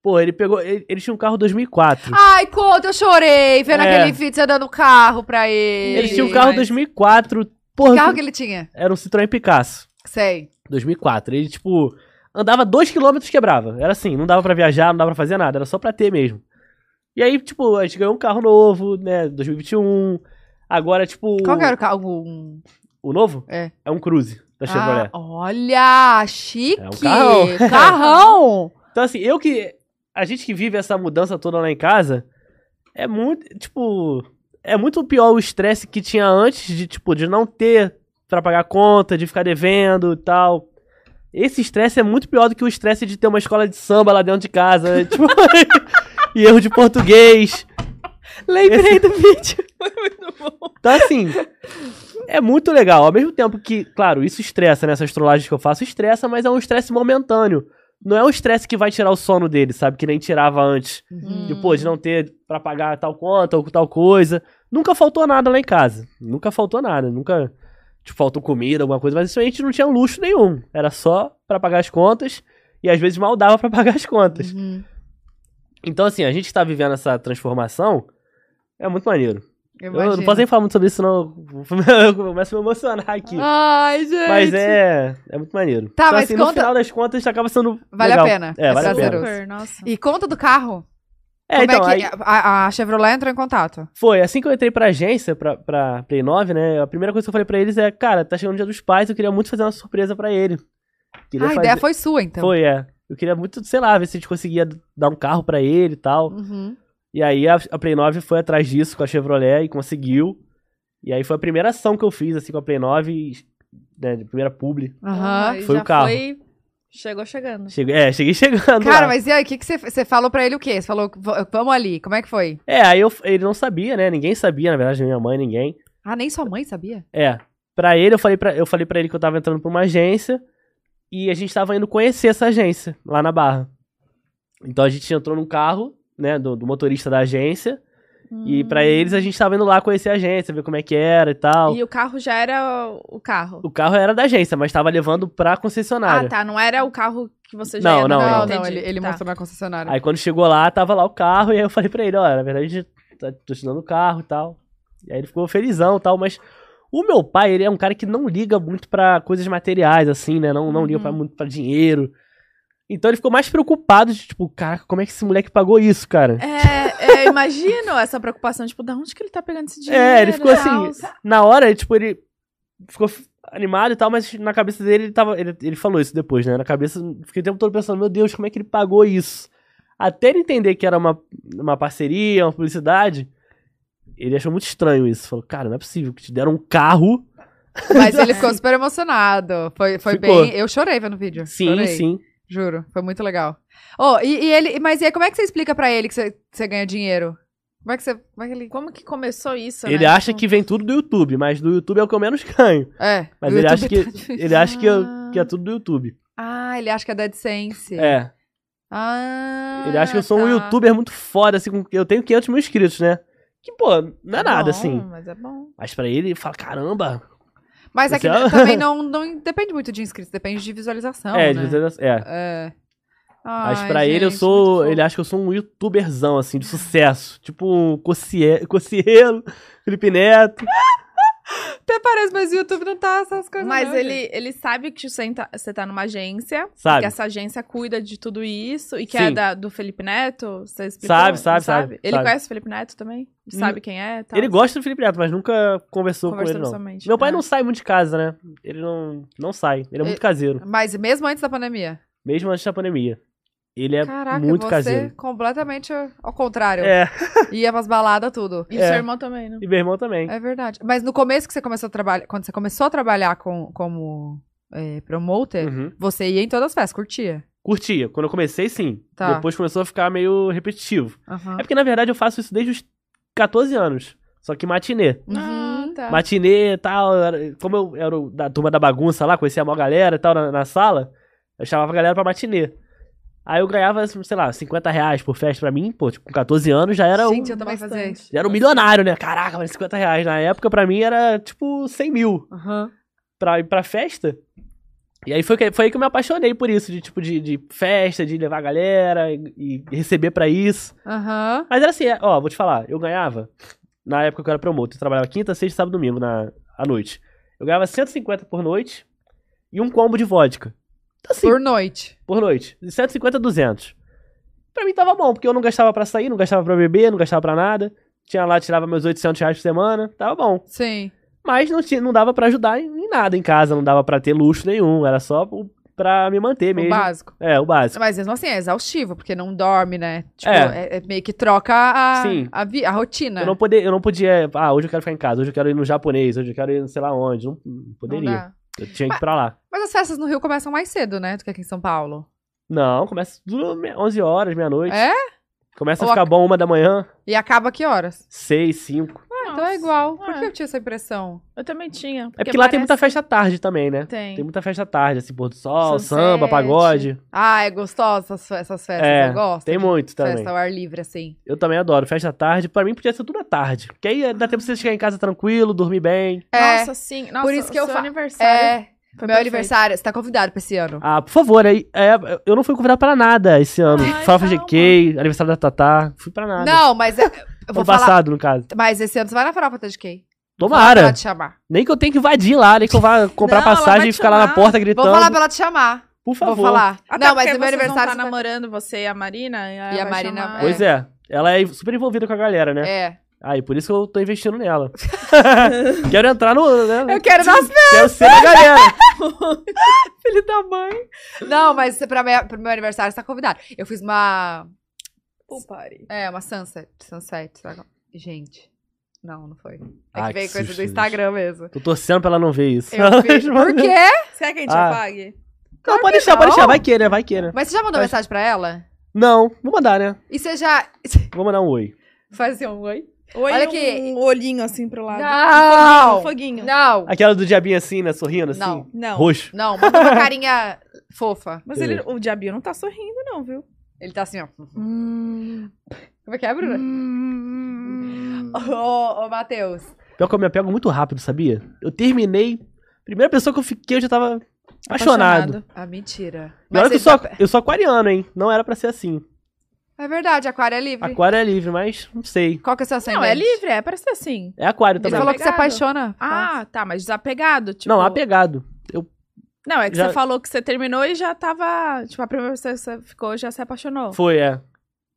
Speaker 3: Pô, ele pegou. Ele, ele tinha um carro 2004.
Speaker 2: Ai, conta, eu chorei vendo
Speaker 3: É.
Speaker 2: aquele vídeo você dando carro pra ele.
Speaker 3: ele tinha um
Speaker 1: sim,
Speaker 3: carro
Speaker 1: mas-
Speaker 3: 2004.
Speaker 2: Que
Speaker 3: Porra,
Speaker 2: carro que ele tinha?
Speaker 3: era um Citroën Picasso.
Speaker 2: Sei.
Speaker 3: 2004. Ele, tipo, andava 2km quebrava. Era assim, não dava pra viajar, não dava pra fazer nada, era só pra ter mesmo. E aí, tipo, a gente ganhou um carro novo, né, 2021. Agora, tipo,
Speaker 2: Qual que era o carro? Um...
Speaker 3: o novo
Speaker 2: É.
Speaker 3: é um Cruze da Chevrolet.
Speaker 2: Ah, olha, chique.
Speaker 3: É um carrão.
Speaker 2: [laughs] Carrão.
Speaker 3: Então, assim, eu que... A gente que vive essa mudança toda lá em casa, é muito, tipo... É muito pior o estresse que tinha antes de, tipo, de não ter pra pagar conta, de ficar devendo e tal. Esse estresse é muito pior do que o estresse de ter uma escola de samba lá dentro de casa. [laughs] tipo, e erro de português.
Speaker 4: Lembrei do vídeo.
Speaker 3: Então, assim, é muito legal. Ao mesmo tempo que, claro, isso estressa, né? Essas trollagens que eu faço estressa, mas é um estresse momentâneo. Não é um estresse que vai tirar o sono dele, sabe? Que nem tirava antes. De, pô, de não ter pra pagar tal conta ou tal coisa. Nunca faltou nada lá em casa. Nunca faltou nada. Nunca, tipo, faltou comida, alguma coisa. Mas isso a gente não tinha luxo nenhum. Era só pra pagar as contas. E às vezes mal dava pra [laughs] pagar as contas.
Speaker 2: Uhum.
Speaker 3: Então, assim, a gente que tá vivendo essa transformação. É muito maneiro.
Speaker 2: Eu
Speaker 3: Eu não posso nem falar muito sobre isso, senão eu [laughs] começo a me emocionar aqui.
Speaker 2: Ai, Ah, gente.
Speaker 3: mas é, é muito maneiro.
Speaker 2: Tá, mas
Speaker 3: assim,
Speaker 2: conta-
Speaker 3: no final das contas acaba sendo.
Speaker 2: Vale
Speaker 3: legal.
Speaker 2: a pena.
Speaker 3: É, vale a pena.
Speaker 2: prazeroso.
Speaker 1: Super, nossa.
Speaker 2: E conta do carro.
Speaker 3: É,
Speaker 2: Como
Speaker 3: então,
Speaker 2: é que
Speaker 3: aí
Speaker 2: a, a Chevrolet entrou em contato?
Speaker 3: foi. Assim que eu entrei pra agência, pra, pra Play 9, né? A primeira coisa que eu falei pra eles é: cara, tá chegando o dia dos pais, eu queria muito fazer uma surpresa pra ele. Queria
Speaker 2: Ah, a
Speaker 3: fazer-
Speaker 2: ideia foi sua, então.
Speaker 3: Foi, é. Eu queria muito, sei lá, ver se a gente conseguia dar um carro pra ele e tal.
Speaker 2: Uhum.
Speaker 3: E aí a, a Play 9 foi atrás disso com a Chevrolet e conseguiu. E aí foi a primeira ação que eu fiz, assim, com a Play 9, e, né, de primeira publi.
Speaker 2: Aham.
Speaker 1: Ai, Então,
Speaker 3: Foi
Speaker 1: já
Speaker 3: o carro.
Speaker 1: Foi... Chegou chegando.
Speaker 3: Cheguei, é, cheguei [laughs] chegando
Speaker 2: Cara,
Speaker 3: lá.
Speaker 2: mas e aí, o que que você você falou pra ele o quê? Você falou, "V- vamos ali, como é que foi?
Speaker 3: É, aí eu, ele não sabia, né? Ninguém sabia, na verdade, minha mãe, ninguém.
Speaker 2: Ah, nem sua mãe sabia?
Speaker 3: É, pra ele, eu falei pra, eu falei pra ele que eu tava entrando pra uma agência e a gente tava indo conhecer essa agência lá na Barra. Então a gente entrou num carro, né, do, do motorista da agência e pra eles a gente tava indo lá conhecer a agência, ver como é que era e tal.
Speaker 1: Hum. E o carro já era o carro.
Speaker 3: O carro era da agência, mas tava levando pra concessionária.
Speaker 1: Ah, tá. Não era o carro que você já
Speaker 3: Não,
Speaker 1: ia
Speaker 3: não,
Speaker 1: andar,
Speaker 2: não,
Speaker 1: entendi.
Speaker 2: ele, ele
Speaker 1: Tá.
Speaker 2: mostrou na concessionária.
Speaker 3: Aí quando chegou lá, tava lá o carro, e aí eu falei pra ele, ó, na verdade, tá- tô te dando o carro e tal. E aí ele ficou felizão e tal, mas o meu pai, ele é um cara que não liga muito pra coisas materiais, assim, né? Não, não liga
Speaker 1: Uhum.
Speaker 3: pra, muito pra dinheiro. Então ele ficou mais preocupado de, tipo, caraca, como é que esse moleque pagou isso, cara?
Speaker 1: É, é, imagino essa preocupação, tipo, da onde que ele tá pegando esse dinheiro?
Speaker 3: É, ele ficou
Speaker 1: e
Speaker 3: assim,
Speaker 1: tal.
Speaker 3: Na hora, tipo, ele ficou f- animado e tal, mas na cabeça dele ele tava. Ele, ele falou isso depois, né? Na cabeça, eu fiquei o tempo todo pensando, meu Deus, como é que ele pagou isso? Até ele entender que era uma, uma parceria, uma publicidade, ele achou muito estranho isso. Falou, cara, não é possível que te deram um carro.
Speaker 2: Mas ele [laughs] ficou super emocionado. Foi, foi
Speaker 3: Ficou.
Speaker 2: bem. Eu chorei vendo o vídeo.
Speaker 3: Sim,
Speaker 2: Chorei,
Speaker 3: sim.
Speaker 2: Juro. Foi muito legal. Oh, e, e ele. Mas e aí, como é que você explica pra ele que você, que você ganha dinheiro? Como é que você. Como é que ele.
Speaker 1: Como que começou isso,
Speaker 3: Ele
Speaker 1: né?
Speaker 3: acha
Speaker 1: Tipo,
Speaker 3: que vem tudo do YouTube, mas do YouTube é o que eu menos [laughs] ganho.
Speaker 2: É.
Speaker 3: Mas
Speaker 2: o
Speaker 3: ele
Speaker 2: YouTube
Speaker 3: acha que.
Speaker 2: tá difícil.
Speaker 3: Ele acha que, eu-
Speaker 1: Ah.
Speaker 3: que é tudo do YouTube.
Speaker 2: Ah, ele acha que é da AdSense.
Speaker 3: É.
Speaker 2: Ah.
Speaker 3: Ele acha que eu sou um
Speaker 2: tá.
Speaker 3: youtuber muito foda, assim, com- eu tenho 500 mil inscritos, né? Que, pô, não é nada,
Speaker 1: Tá bom,
Speaker 3: assim.
Speaker 1: Mas é bom.
Speaker 3: Mas pra ele, ele fala, caramba.
Speaker 2: Mas aqui
Speaker 3: Você- [laughs]
Speaker 2: também não, não depende muito de inscritos, depende de visualização.
Speaker 3: é,
Speaker 2: né?
Speaker 3: de visualiza- é.
Speaker 2: É.
Speaker 3: Mas
Speaker 2: Ai,
Speaker 3: pra ele, eu
Speaker 2: gente, tipo,
Speaker 3: sou.
Speaker 2: muito
Speaker 3: Ele acha que eu sou um youtuberzão, assim, de sucesso. Tipo um Cocie- Cocielo, Felipe Neto.
Speaker 2: fofo. Até
Speaker 3: é-
Speaker 2: parece, mas o YouTube não tá essas coisas.
Speaker 1: Mas
Speaker 2: não, gente.
Speaker 1: ele, ele sabe que você tá, você tá numa agência,
Speaker 3: Sabe.
Speaker 1: que essa agência cuida de tudo isso, e que é
Speaker 3: Sim.
Speaker 1: da, do Felipe Neto, você explicou?
Speaker 3: Sabe,
Speaker 1: Não
Speaker 3: sabe, sabe,
Speaker 1: Ele
Speaker 3: sabe. Hum.
Speaker 1: conhece o Felipe Neto também? Sabe quem é? e tal?
Speaker 2: assim.
Speaker 3: Ele gosta do Felipe Neto, mas nunca conversou com
Speaker 1: Conversou
Speaker 3: ele, não.
Speaker 1: pessoalmente.
Speaker 3: Meu pai
Speaker 1: Ah.
Speaker 3: não sai muito de casa, né? Ele não, não sai. Ele é muito
Speaker 2: E-
Speaker 3: caseiro.
Speaker 2: Mas mesmo antes da pandemia.
Speaker 3: Mesmo antes da pandemia. Ele é
Speaker 2: Caraca,
Speaker 3: muito
Speaker 2: você
Speaker 3: caseiro.
Speaker 2: completamente ao contrário.
Speaker 3: É.
Speaker 2: Ia pras baladas, tudo.
Speaker 1: E
Speaker 3: É.
Speaker 1: seu irmão também, né?
Speaker 3: E meu irmão também.
Speaker 2: É verdade. Mas no começo que você começou a trabalhar, quando você começou a trabalhar com, como é, promoter,
Speaker 3: Uhum.
Speaker 2: você ia em todas as festas, curtia.
Speaker 3: Curtia. Quando eu comecei, sim.
Speaker 2: Tá.
Speaker 3: Depois começou a ficar meio repetitivo.
Speaker 2: Aham.
Speaker 3: É porque, na verdade, eu faço isso desde os 14 anos. Só que matinê.
Speaker 2: Uhum.
Speaker 1: Ah, tá.
Speaker 3: matinê e tal. era- Como eu era o da turma da bagunça lá, conhecia a maior galera e tal na, na sala, eu chamava a galera pra matinê. Aí eu ganhava, sei lá, 50 reais por festa pra mim, pô, tipo, com 14 anos já era um.
Speaker 2: Gente, eu também fazia
Speaker 1: Bastante.
Speaker 2: isso.
Speaker 3: já Era um milionário, né? Caraca, mas 50 reais. Na época, pra mim, era tipo 100 mil
Speaker 2: Aham.
Speaker 3: pra ir pra festa. E aí foi, que- foi aí que eu me apaixonei por isso, de tipo, de, de festa, de levar a galera e, e receber pra isso.
Speaker 2: Aham.
Speaker 3: Mas era assim, é- ó, vou te falar, eu ganhava, na época que eu era promotor, eu trabalhava quinta, sexta, sábado e domingo na, à noite. Eu ganhava 150 por noite e um combo de vodka. Então, assim, por,
Speaker 2: Por noite.
Speaker 3: noite, de 150 a 200. Pra mim tava bom, porque eu não gastava pra sair, não gastava pra beber, não gastava pra nada. Tinha lá, tirava meus 800 reais por semana, tava bom.
Speaker 2: Sim.
Speaker 3: Mas não, tinha, não dava pra ajudar em, em nada em casa, não dava pra ter luxo nenhum, era só o pra me manter
Speaker 2: O
Speaker 3: mesmo.
Speaker 2: básico.
Speaker 3: É, o básico.
Speaker 2: Mas mesmo assim, é exaustivo, porque não dorme, né? Tipo,
Speaker 3: É.
Speaker 2: é, é meio que troca a,
Speaker 3: Sim.
Speaker 2: a, vi- a rotina.
Speaker 3: Eu não, poder, eu não podia. Ah, hoje eu quero ficar em casa, hoje eu quero ir no japonês, hoje eu quero ir não sei lá onde. Não, não
Speaker 2: Não
Speaker 3: poderia.
Speaker 2: dá.
Speaker 3: eu tinha que ir pra lá.
Speaker 2: Mas as festas no Rio começam mais cedo, né? Do que aqui em São Paulo.
Speaker 3: Não, começa tudo me- 11 horas, meia-noite.
Speaker 2: É?
Speaker 3: Começa a
Speaker 2: Ou
Speaker 3: ficar
Speaker 2: a-
Speaker 3: bom uma da manhã,
Speaker 2: E acaba que horas?
Speaker 3: seis, cinco.
Speaker 2: Ah, então é igual. Por
Speaker 1: é.
Speaker 2: que eu tinha essa impressão?
Speaker 1: Eu também tinha.
Speaker 3: É porque lá tem muita festa à tarde também, né?
Speaker 1: Tem.
Speaker 3: Tem muita festa à tarde, assim, pôr do sol,
Speaker 2: Sunset.
Speaker 3: samba, pagode.
Speaker 2: Ah, é gostosa essas, essas festas.
Speaker 3: É,
Speaker 2: eu gosto.
Speaker 3: Tem
Speaker 2: de
Speaker 3: muito também.
Speaker 2: Festa ao ar livre, assim.
Speaker 3: Eu também adoro. Festa à tarde, pra mim podia ser tudo à tarde. Porque aí é, dá tempo de você chegar em casa tranquilo, dormir bem.
Speaker 2: É,
Speaker 1: Nossa, sim. Nossa,
Speaker 2: isso que eu
Speaker 1: seu
Speaker 2: fa-
Speaker 1: aniversário.
Speaker 2: é.
Speaker 1: foi
Speaker 2: meu
Speaker 1: perfeito.
Speaker 2: aniversário, você tá convidado pra esse ano.
Speaker 3: Ah, por favor, aí. é, eu não fui convidado pra nada esse ano.
Speaker 1: Ai,
Speaker 3: Farofa
Speaker 1: calma.
Speaker 3: GK, aniversário da Tatá. Fui pra nada.
Speaker 2: Não, mas é, eu vou
Speaker 3: ano
Speaker 2: falar.
Speaker 3: passado, no caso.
Speaker 2: Mas esse ano você vai na farofa tá de quem? Vou falar pra
Speaker 3: Tomara.
Speaker 2: ela te chamar.
Speaker 3: Nem que eu tenha que invadir lá, nem que eu vá comprar
Speaker 1: Não, ela
Speaker 3: passagem
Speaker 1: vai
Speaker 3: e
Speaker 1: te
Speaker 3: ficar lá na
Speaker 1: chamar.
Speaker 3: porta gritando.
Speaker 2: Vou falar pra ela te chamar.
Speaker 3: Então, Por favor.
Speaker 2: Vou falar.
Speaker 1: Até
Speaker 2: não, mas
Speaker 1: porque vocês
Speaker 2: no meu
Speaker 1: vão
Speaker 2: aniversário.
Speaker 1: tá namorando você e a Marina. E
Speaker 2: E a Marina-
Speaker 3: Pois é. Ela é super envolvida com a galera, né?
Speaker 2: É.
Speaker 3: Aí, por isso que eu tô
Speaker 2: [laughs]
Speaker 3: investindo nela. quero entrar no. Né?
Speaker 2: Eu quero dar
Speaker 3: Quero ser da galera. é.
Speaker 1: Filho da mãe.
Speaker 2: Não, mas pra minha, pro meu aniversário você tá convidado. Eu fiz uma.
Speaker 1: Pô, pare.
Speaker 2: É, uma sunset. Sunset. sei lá. Gente. Não, não foi. É que
Speaker 3: Ah, que
Speaker 2: veio coisa
Speaker 3: susto,
Speaker 2: do Instagram
Speaker 3: [laughs]
Speaker 2: mesmo.
Speaker 3: Tô torcendo pra ela não ver isso. [laughs]
Speaker 2: Eu fiz. Por quê?
Speaker 1: Será que a gente
Speaker 3: Ah.
Speaker 1: apague?
Speaker 3: Não,
Speaker 2: Claro
Speaker 3: pode
Speaker 2: que
Speaker 3: deixar, pode
Speaker 2: não.
Speaker 3: deixar. Vai que, né? Vai que, né?
Speaker 2: Mas você já mandou
Speaker 3: Mas-
Speaker 2: mensagem pra ela?
Speaker 3: Não, vou mandar, né?
Speaker 2: E você já. [laughs]
Speaker 3: Vou mandar um oi.
Speaker 2: Faz assim um oi?
Speaker 1: Oi,
Speaker 2: Olha
Speaker 1: um
Speaker 2: aqui.
Speaker 1: olhinho assim pro lado.
Speaker 2: Não!
Speaker 1: Um foguinho. um foguinho.
Speaker 2: Não!
Speaker 3: Aquela do diabinho assim, né? Sorrindo assim.
Speaker 2: Não.
Speaker 1: Não.
Speaker 3: Roxo.
Speaker 2: Não, manda uma carinha fofa.
Speaker 1: Mas ele, o diabinho não tá sorrindo, não, viu?
Speaker 2: Ele tá assim, ó. Como é que é, Bruna?
Speaker 3: Hum.
Speaker 2: Ô, ô, Matheus.
Speaker 3: Pior que eu me apego muito rápido, sabia? Eu terminei. Primeira pessoa que eu fiquei, eu já tava apaixonado.
Speaker 2: Ah, mentira.
Speaker 3: E olha que eu
Speaker 2: você
Speaker 3: sou,
Speaker 2: tá-
Speaker 3: eu sou aquariano, hein? Não era pra ser assim.
Speaker 2: É verdade, aquário é livre.
Speaker 3: Aquário é livre, mas não sei.
Speaker 2: Qual que é o seu ascendente?
Speaker 1: Não, é livre, é pra ser assim.
Speaker 3: É aquário
Speaker 2: Ele
Speaker 3: também.
Speaker 2: falou que se
Speaker 1: Desapegado.
Speaker 2: apaixona.
Speaker 1: Ah, tá, mas desapegado. Tipo,
Speaker 3: Não, apegado.
Speaker 1: Não, é que
Speaker 3: Já-
Speaker 1: você falou que você terminou e já tava. Tipo, a primeira pessoa que você ficou já se apaixonou.
Speaker 3: Foi, é.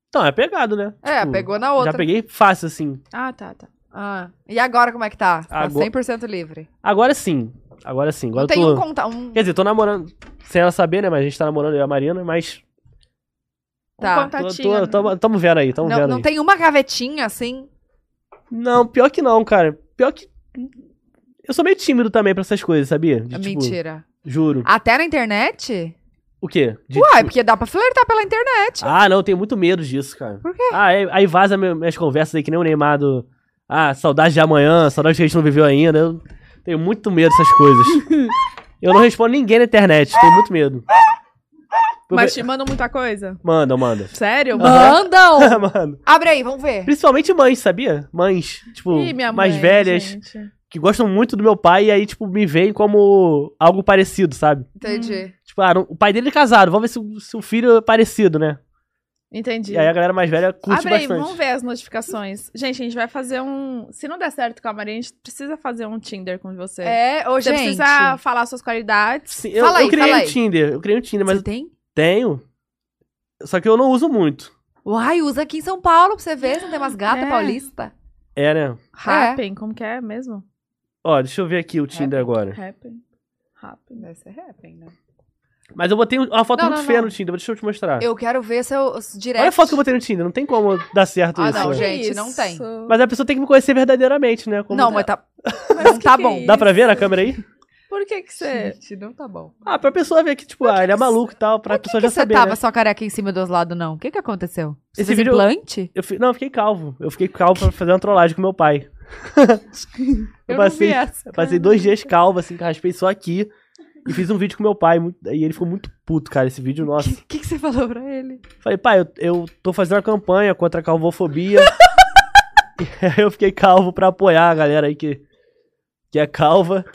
Speaker 3: Então, é apegado, né?
Speaker 2: É,
Speaker 3: Tipo,
Speaker 2: pegou na outra.
Speaker 3: Já peguei fácil, assim.
Speaker 1: Ah, tá, tá.
Speaker 2: Ah, e agora como é que tá? Você Tá
Speaker 3: Agora-
Speaker 2: 100% livre.
Speaker 3: Agora sim. Agora sim. Agora
Speaker 2: não
Speaker 3: eu
Speaker 2: tem
Speaker 3: tô...
Speaker 2: um conta, um...
Speaker 3: Quer dizer, tô namorando. Sem ela saber, né? Mas a gente tá namorando eu e a Marina, mas.
Speaker 2: Tá.
Speaker 1: Um
Speaker 3: Tô,
Speaker 1: contatinho.
Speaker 3: tô, tamo, tamo vendo aí, tamo
Speaker 2: Não,
Speaker 3: vendo
Speaker 2: não
Speaker 3: um aí.
Speaker 2: tem uma gavetinha, assim?
Speaker 3: Não, pior que não, cara. Pior que. Eu sou meio tímido também pra essas coisas, sabia? De,
Speaker 2: Ah,
Speaker 3: tipo,
Speaker 2: É Mentira.
Speaker 3: Juro.
Speaker 2: Até na internet?
Speaker 3: O quê? De,
Speaker 2: Uai,
Speaker 3: tipo-
Speaker 2: porque dá pra flertar pela internet.
Speaker 3: Ah, não, eu tenho muito medo disso, cara.
Speaker 2: Por
Speaker 3: quê? Ah, aí, aí vaza meu- minhas conversas aí que nem o Neymar do. Ah, saudade de amanhã, saudade que a gente não viveu ainda. Eu tenho muito medo dessas
Speaker 1: [laughs]
Speaker 3: coisas. eu não respondo ninguém na internet, tenho muito medo.
Speaker 1: Mas te mandam muita coisa?
Speaker 3: Manda, manda. [laughs]
Speaker 1: Sério?
Speaker 2: Mandam!
Speaker 1: um.
Speaker 3: manda.
Speaker 2: [laughs] Abre aí, vamos ver.
Speaker 3: Principalmente mães, sabia? Mães, tipo,
Speaker 1: Ih, minha
Speaker 3: mais
Speaker 1: mãe,
Speaker 3: velhas,
Speaker 1: gente.
Speaker 3: que gostam muito do meu pai e aí, tipo, me veem como algo parecido, sabe?
Speaker 2: Entendi.
Speaker 3: Tipo, ah, não- o pai dele é casado, vamos ver se, o- se o filho é parecido, né?
Speaker 1: Entendi.
Speaker 3: E aí a galera mais velha curte
Speaker 1: Abre aí,
Speaker 3: bastante.
Speaker 1: vamos ver as notificações. Gente, a gente vai fazer um. Se não der certo com a Maria, a gente precisa fazer um Tinder com você.
Speaker 2: É, ô,
Speaker 1: você
Speaker 2: gente.
Speaker 1: precisa falar suas qualidades.
Speaker 3: Sim, eu,
Speaker 2: Fala
Speaker 3: eu
Speaker 2: aí,
Speaker 3: criei
Speaker 2: fala
Speaker 3: um
Speaker 2: aí.
Speaker 3: Tinder, eu criei um Tinder, mas
Speaker 2: Você
Speaker 3: eu
Speaker 2: tem?
Speaker 3: tenho. Só que eu não uso muito.
Speaker 2: Uai, usa aqui em São Paulo pra você ver. Você não tem umas gatas
Speaker 1: É.
Speaker 2: paulistas?
Speaker 3: É, né?
Speaker 1: Happen, como que é mesmo?
Speaker 3: Ó, deixa eu ver aqui
Speaker 2: É.
Speaker 3: o Tinder agora.
Speaker 1: Happen. Happen.
Speaker 2: Deve ser rapping, né?
Speaker 3: Mas eu botei um, uma foto
Speaker 2: Não,
Speaker 3: muito
Speaker 2: não,
Speaker 3: feia
Speaker 2: não.
Speaker 3: no Tinder, deixa eu te mostrar.
Speaker 2: Eu quero ver seus diretos.
Speaker 3: Olha a foto que eu botei no Tinder, não tem como dar certo
Speaker 2: Ah,
Speaker 3: isso.
Speaker 2: não,
Speaker 3: né?
Speaker 2: gente, não tem.
Speaker 1: Mas,
Speaker 3: Mas a pessoa tem que me conhecer verdadeiramente, né? Como
Speaker 2: Não, mas tá...
Speaker 1: que
Speaker 2: tá
Speaker 1: que
Speaker 2: bom.
Speaker 1: é isso?
Speaker 3: Dá pra ver na câmera aí?
Speaker 1: Por que que você...
Speaker 2: Gente, não tá bom.
Speaker 3: Ah, pra pessoa ver que, tipo, ah, ele é maluco e tal, pra pessoa
Speaker 2: Por que
Speaker 3: já
Speaker 2: você
Speaker 3: saber.
Speaker 2: tava assim?
Speaker 3: né?
Speaker 2: só careca em cima dos lados, não? O que que aconteceu? Você
Speaker 3: Esse
Speaker 2: fez
Speaker 3: vídeo-
Speaker 2: implante?
Speaker 3: Eu fi- Não, eu fiquei calvo. Eu fiquei calvo pra fazer uma trollagem com meu pai. Eu passei-
Speaker 2: essa.
Speaker 3: Eu passei dois dias calvo, assim, raspei só aqui. E fiz um vídeo com meu pai. muito- E ele ficou muito puto, cara, esse vídeo, nossa.
Speaker 2: O [laughs] que, que você falou pra ele?
Speaker 3: Falei, pai, eu, eu tô fazendo uma campanha contra a [laughs] calvofobia. E aí eu fiquei calvo pra apoiar a galera aí que, que é calva.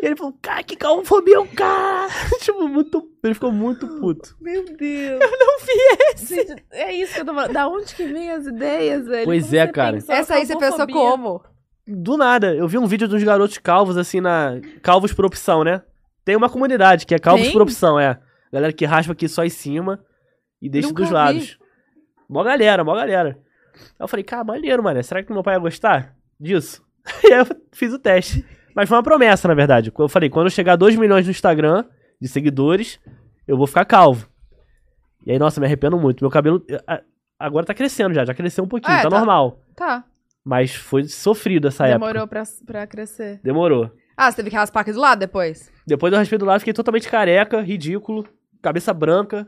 Speaker 3: E ele falou, cara, que calvofobia é um cara. [laughs] tipo, muito. Ele ficou muito puto.
Speaker 1: Meu Deus. Eu não vi esse. Gente, é isso que eu tô falando. Da onde que vem as ideias, velho?
Speaker 3: Pois
Speaker 1: Como
Speaker 3: é,
Speaker 1: você
Speaker 3: cara.
Speaker 1: pensou
Speaker 2: Essa aí você pensou
Speaker 1: calvofobia?
Speaker 2: como?
Speaker 3: Do nada, eu vi um vídeo dos garotos calvos, assim, na. Calvos por opção, né? Tem uma comunidade que é calvos
Speaker 1: Tem?
Speaker 3: por opção, é. Galera que raspa aqui só em cima e deixa
Speaker 2: Nunca
Speaker 3: dos
Speaker 2: vi.
Speaker 3: lados. Mó galera, mó galera. Aí eu falei, cara, maneiro, mano. Será que meu pai ia gostar disso? [laughs] E aí eu fiz o teste. Mas foi uma promessa, na verdade. Eu falei, quando eu chegar a 2 milhões no Instagram, de seguidores, eu vou ficar calvo. E aí, nossa, me arrependo muito. Meu cabelo eh, a- agora tá crescendo já, já cresceu um pouquinho,
Speaker 2: É,
Speaker 3: tá,
Speaker 2: tá.
Speaker 3: normal.
Speaker 2: Tá.
Speaker 3: Mas foi sofrido essa época.
Speaker 1: Demorou pra, pra crescer.
Speaker 3: Demorou.
Speaker 2: Ah, você teve que raspar aqui do lado depois?
Speaker 3: Depois eu raspei do lado, fiquei totalmente careca, ridículo, cabeça
Speaker 1: [laughs]
Speaker 3: branca.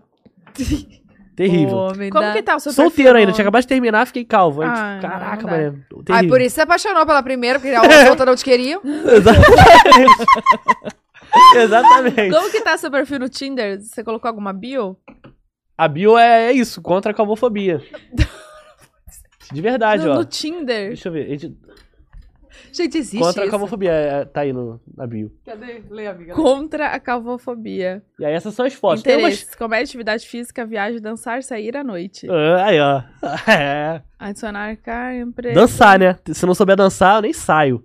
Speaker 3: Terrível.
Speaker 4: Homem
Speaker 1: Como
Speaker 4: da-
Speaker 1: que tá o seu
Speaker 3: Solteiro
Speaker 1: perfil
Speaker 3: ainda,
Speaker 1: no-
Speaker 3: tinha acabado de terminar, fiquei calvo. Aí,
Speaker 1: Ah,
Speaker 3: tipo, caraca,
Speaker 1: não dá.
Speaker 3: mano.
Speaker 2: Aí por isso você apaixonou pela primeira, porque a outra não
Speaker 1: [laughs]
Speaker 2: te queria.
Speaker 3: [laughs] Exatamente.
Speaker 1: Como que tá seu perfil no Tinder? Você colocou alguma bio?
Speaker 3: A bio é isso, contra a calvofobia. De verdade,
Speaker 1: no,
Speaker 3: ó.
Speaker 1: no Tinder?
Speaker 3: Deixa eu ver. Edi-
Speaker 2: Gente, existe
Speaker 3: Contra a
Speaker 2: isso.
Speaker 3: calvofobia, é, tá aí no, na bio.
Speaker 2: Cadê? Lê, amiga.
Speaker 1: Contra a calvofobia.
Speaker 3: E aí essas são as fotos. Tem umas-
Speaker 1: Interesses, comédia, atividade física, viagem, dançar, sair à noite.
Speaker 3: Ah, aí, ó. [laughs] É.
Speaker 1: Adicionar carne, emprego.
Speaker 3: Dançar, né? Se não souber dançar, eu nem saio.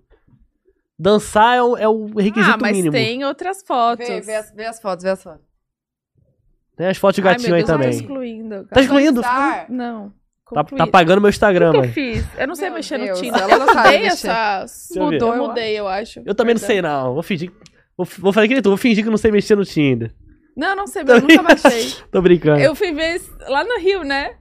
Speaker 3: Dançar é o, é o requisito
Speaker 1: Ah, mas
Speaker 3: mínimo.
Speaker 1: tem outras fotos.
Speaker 2: Vê, vê as, vê as fotos, vê as fotos.
Speaker 3: Tem as fotos de
Speaker 1: Ai,
Speaker 3: gatinho
Speaker 1: meu
Speaker 3: aí
Speaker 1: Deus, eu
Speaker 3: também.
Speaker 1: Tô excluindo.
Speaker 3: Tá excluindo?
Speaker 2: Dançar.
Speaker 1: Não.
Speaker 3: Tá,
Speaker 1: concluí.
Speaker 3: tá pagando meu Instagram,
Speaker 1: O que eu
Speaker 3: mano.
Speaker 1: fiz? Eu não sei
Speaker 2: Meu
Speaker 1: mexer
Speaker 2: Deus,
Speaker 1: no
Speaker 2: [laughs]
Speaker 1: Tinder.
Speaker 2: ela não
Speaker 1: eu
Speaker 2: sabe
Speaker 1: mudei
Speaker 2: mexer.
Speaker 1: essas.
Speaker 3: eu ver.
Speaker 1: Mudou,
Speaker 2: Eu
Speaker 1: eu mudei, eu acho.
Speaker 3: Eu também não sei, não. Vou fingir. Vou, vou fazer que nem tu, vou fingir que não sei mexer no Tinder.
Speaker 1: Não, não sei, mas eu nunca baixei.
Speaker 3: Tô brincando.
Speaker 1: Eu fui ver isso lá no Rio, né?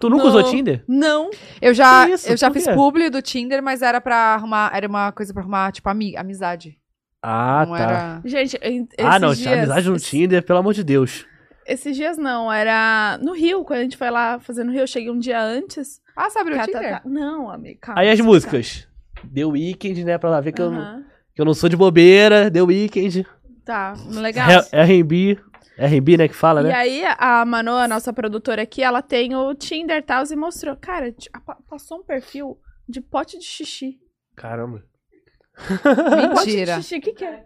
Speaker 3: tu nunca
Speaker 1: no-
Speaker 3: usou Tinder?
Speaker 1: Não.
Speaker 2: Eu já,
Speaker 3: Que isso?
Speaker 2: eu já
Speaker 3: Por
Speaker 2: fiz
Speaker 3: quê?
Speaker 2: publi do Tinder, mas era pra arrumar, era uma coisa pra arrumar, tipo, ami- amizade.
Speaker 3: Ah,
Speaker 2: não
Speaker 3: tá.
Speaker 2: era...
Speaker 1: Gente, em- esses
Speaker 3: Ah, não,
Speaker 1: dias,
Speaker 3: amizade no
Speaker 1: es-
Speaker 3: Tinder, pelo amor de Deus.
Speaker 1: Esses dias não, era no Rio, quando a gente foi lá fazer no Rio, eu cheguei um dia antes.
Speaker 2: Ah, sabe o
Speaker 1: Tá,
Speaker 2: Tinder?
Speaker 1: tá, tá. Não, amiga, calma.
Speaker 3: Aí as
Speaker 1: deixa eu explicar.
Speaker 3: músicas. The Weeknd, né? Pra lá ver que, eu, não-
Speaker 1: Aham.
Speaker 3: que eu não sou de bobeira. The Weeknd.
Speaker 1: Tá, legal.
Speaker 3: R- R&B. R&B, né? Que fala,
Speaker 1: E
Speaker 3: né?
Speaker 1: aí, a Manu, a nossa produtora aqui, ela tem o Tinder e tal, e mostrou. Cara, ti- a- pa- passou um perfil de pote de xixi.
Speaker 3: Caramba.
Speaker 1: Pote
Speaker 3: É.
Speaker 1: [laughs]
Speaker 2: Mentira.
Speaker 1: de xixi, o que que é?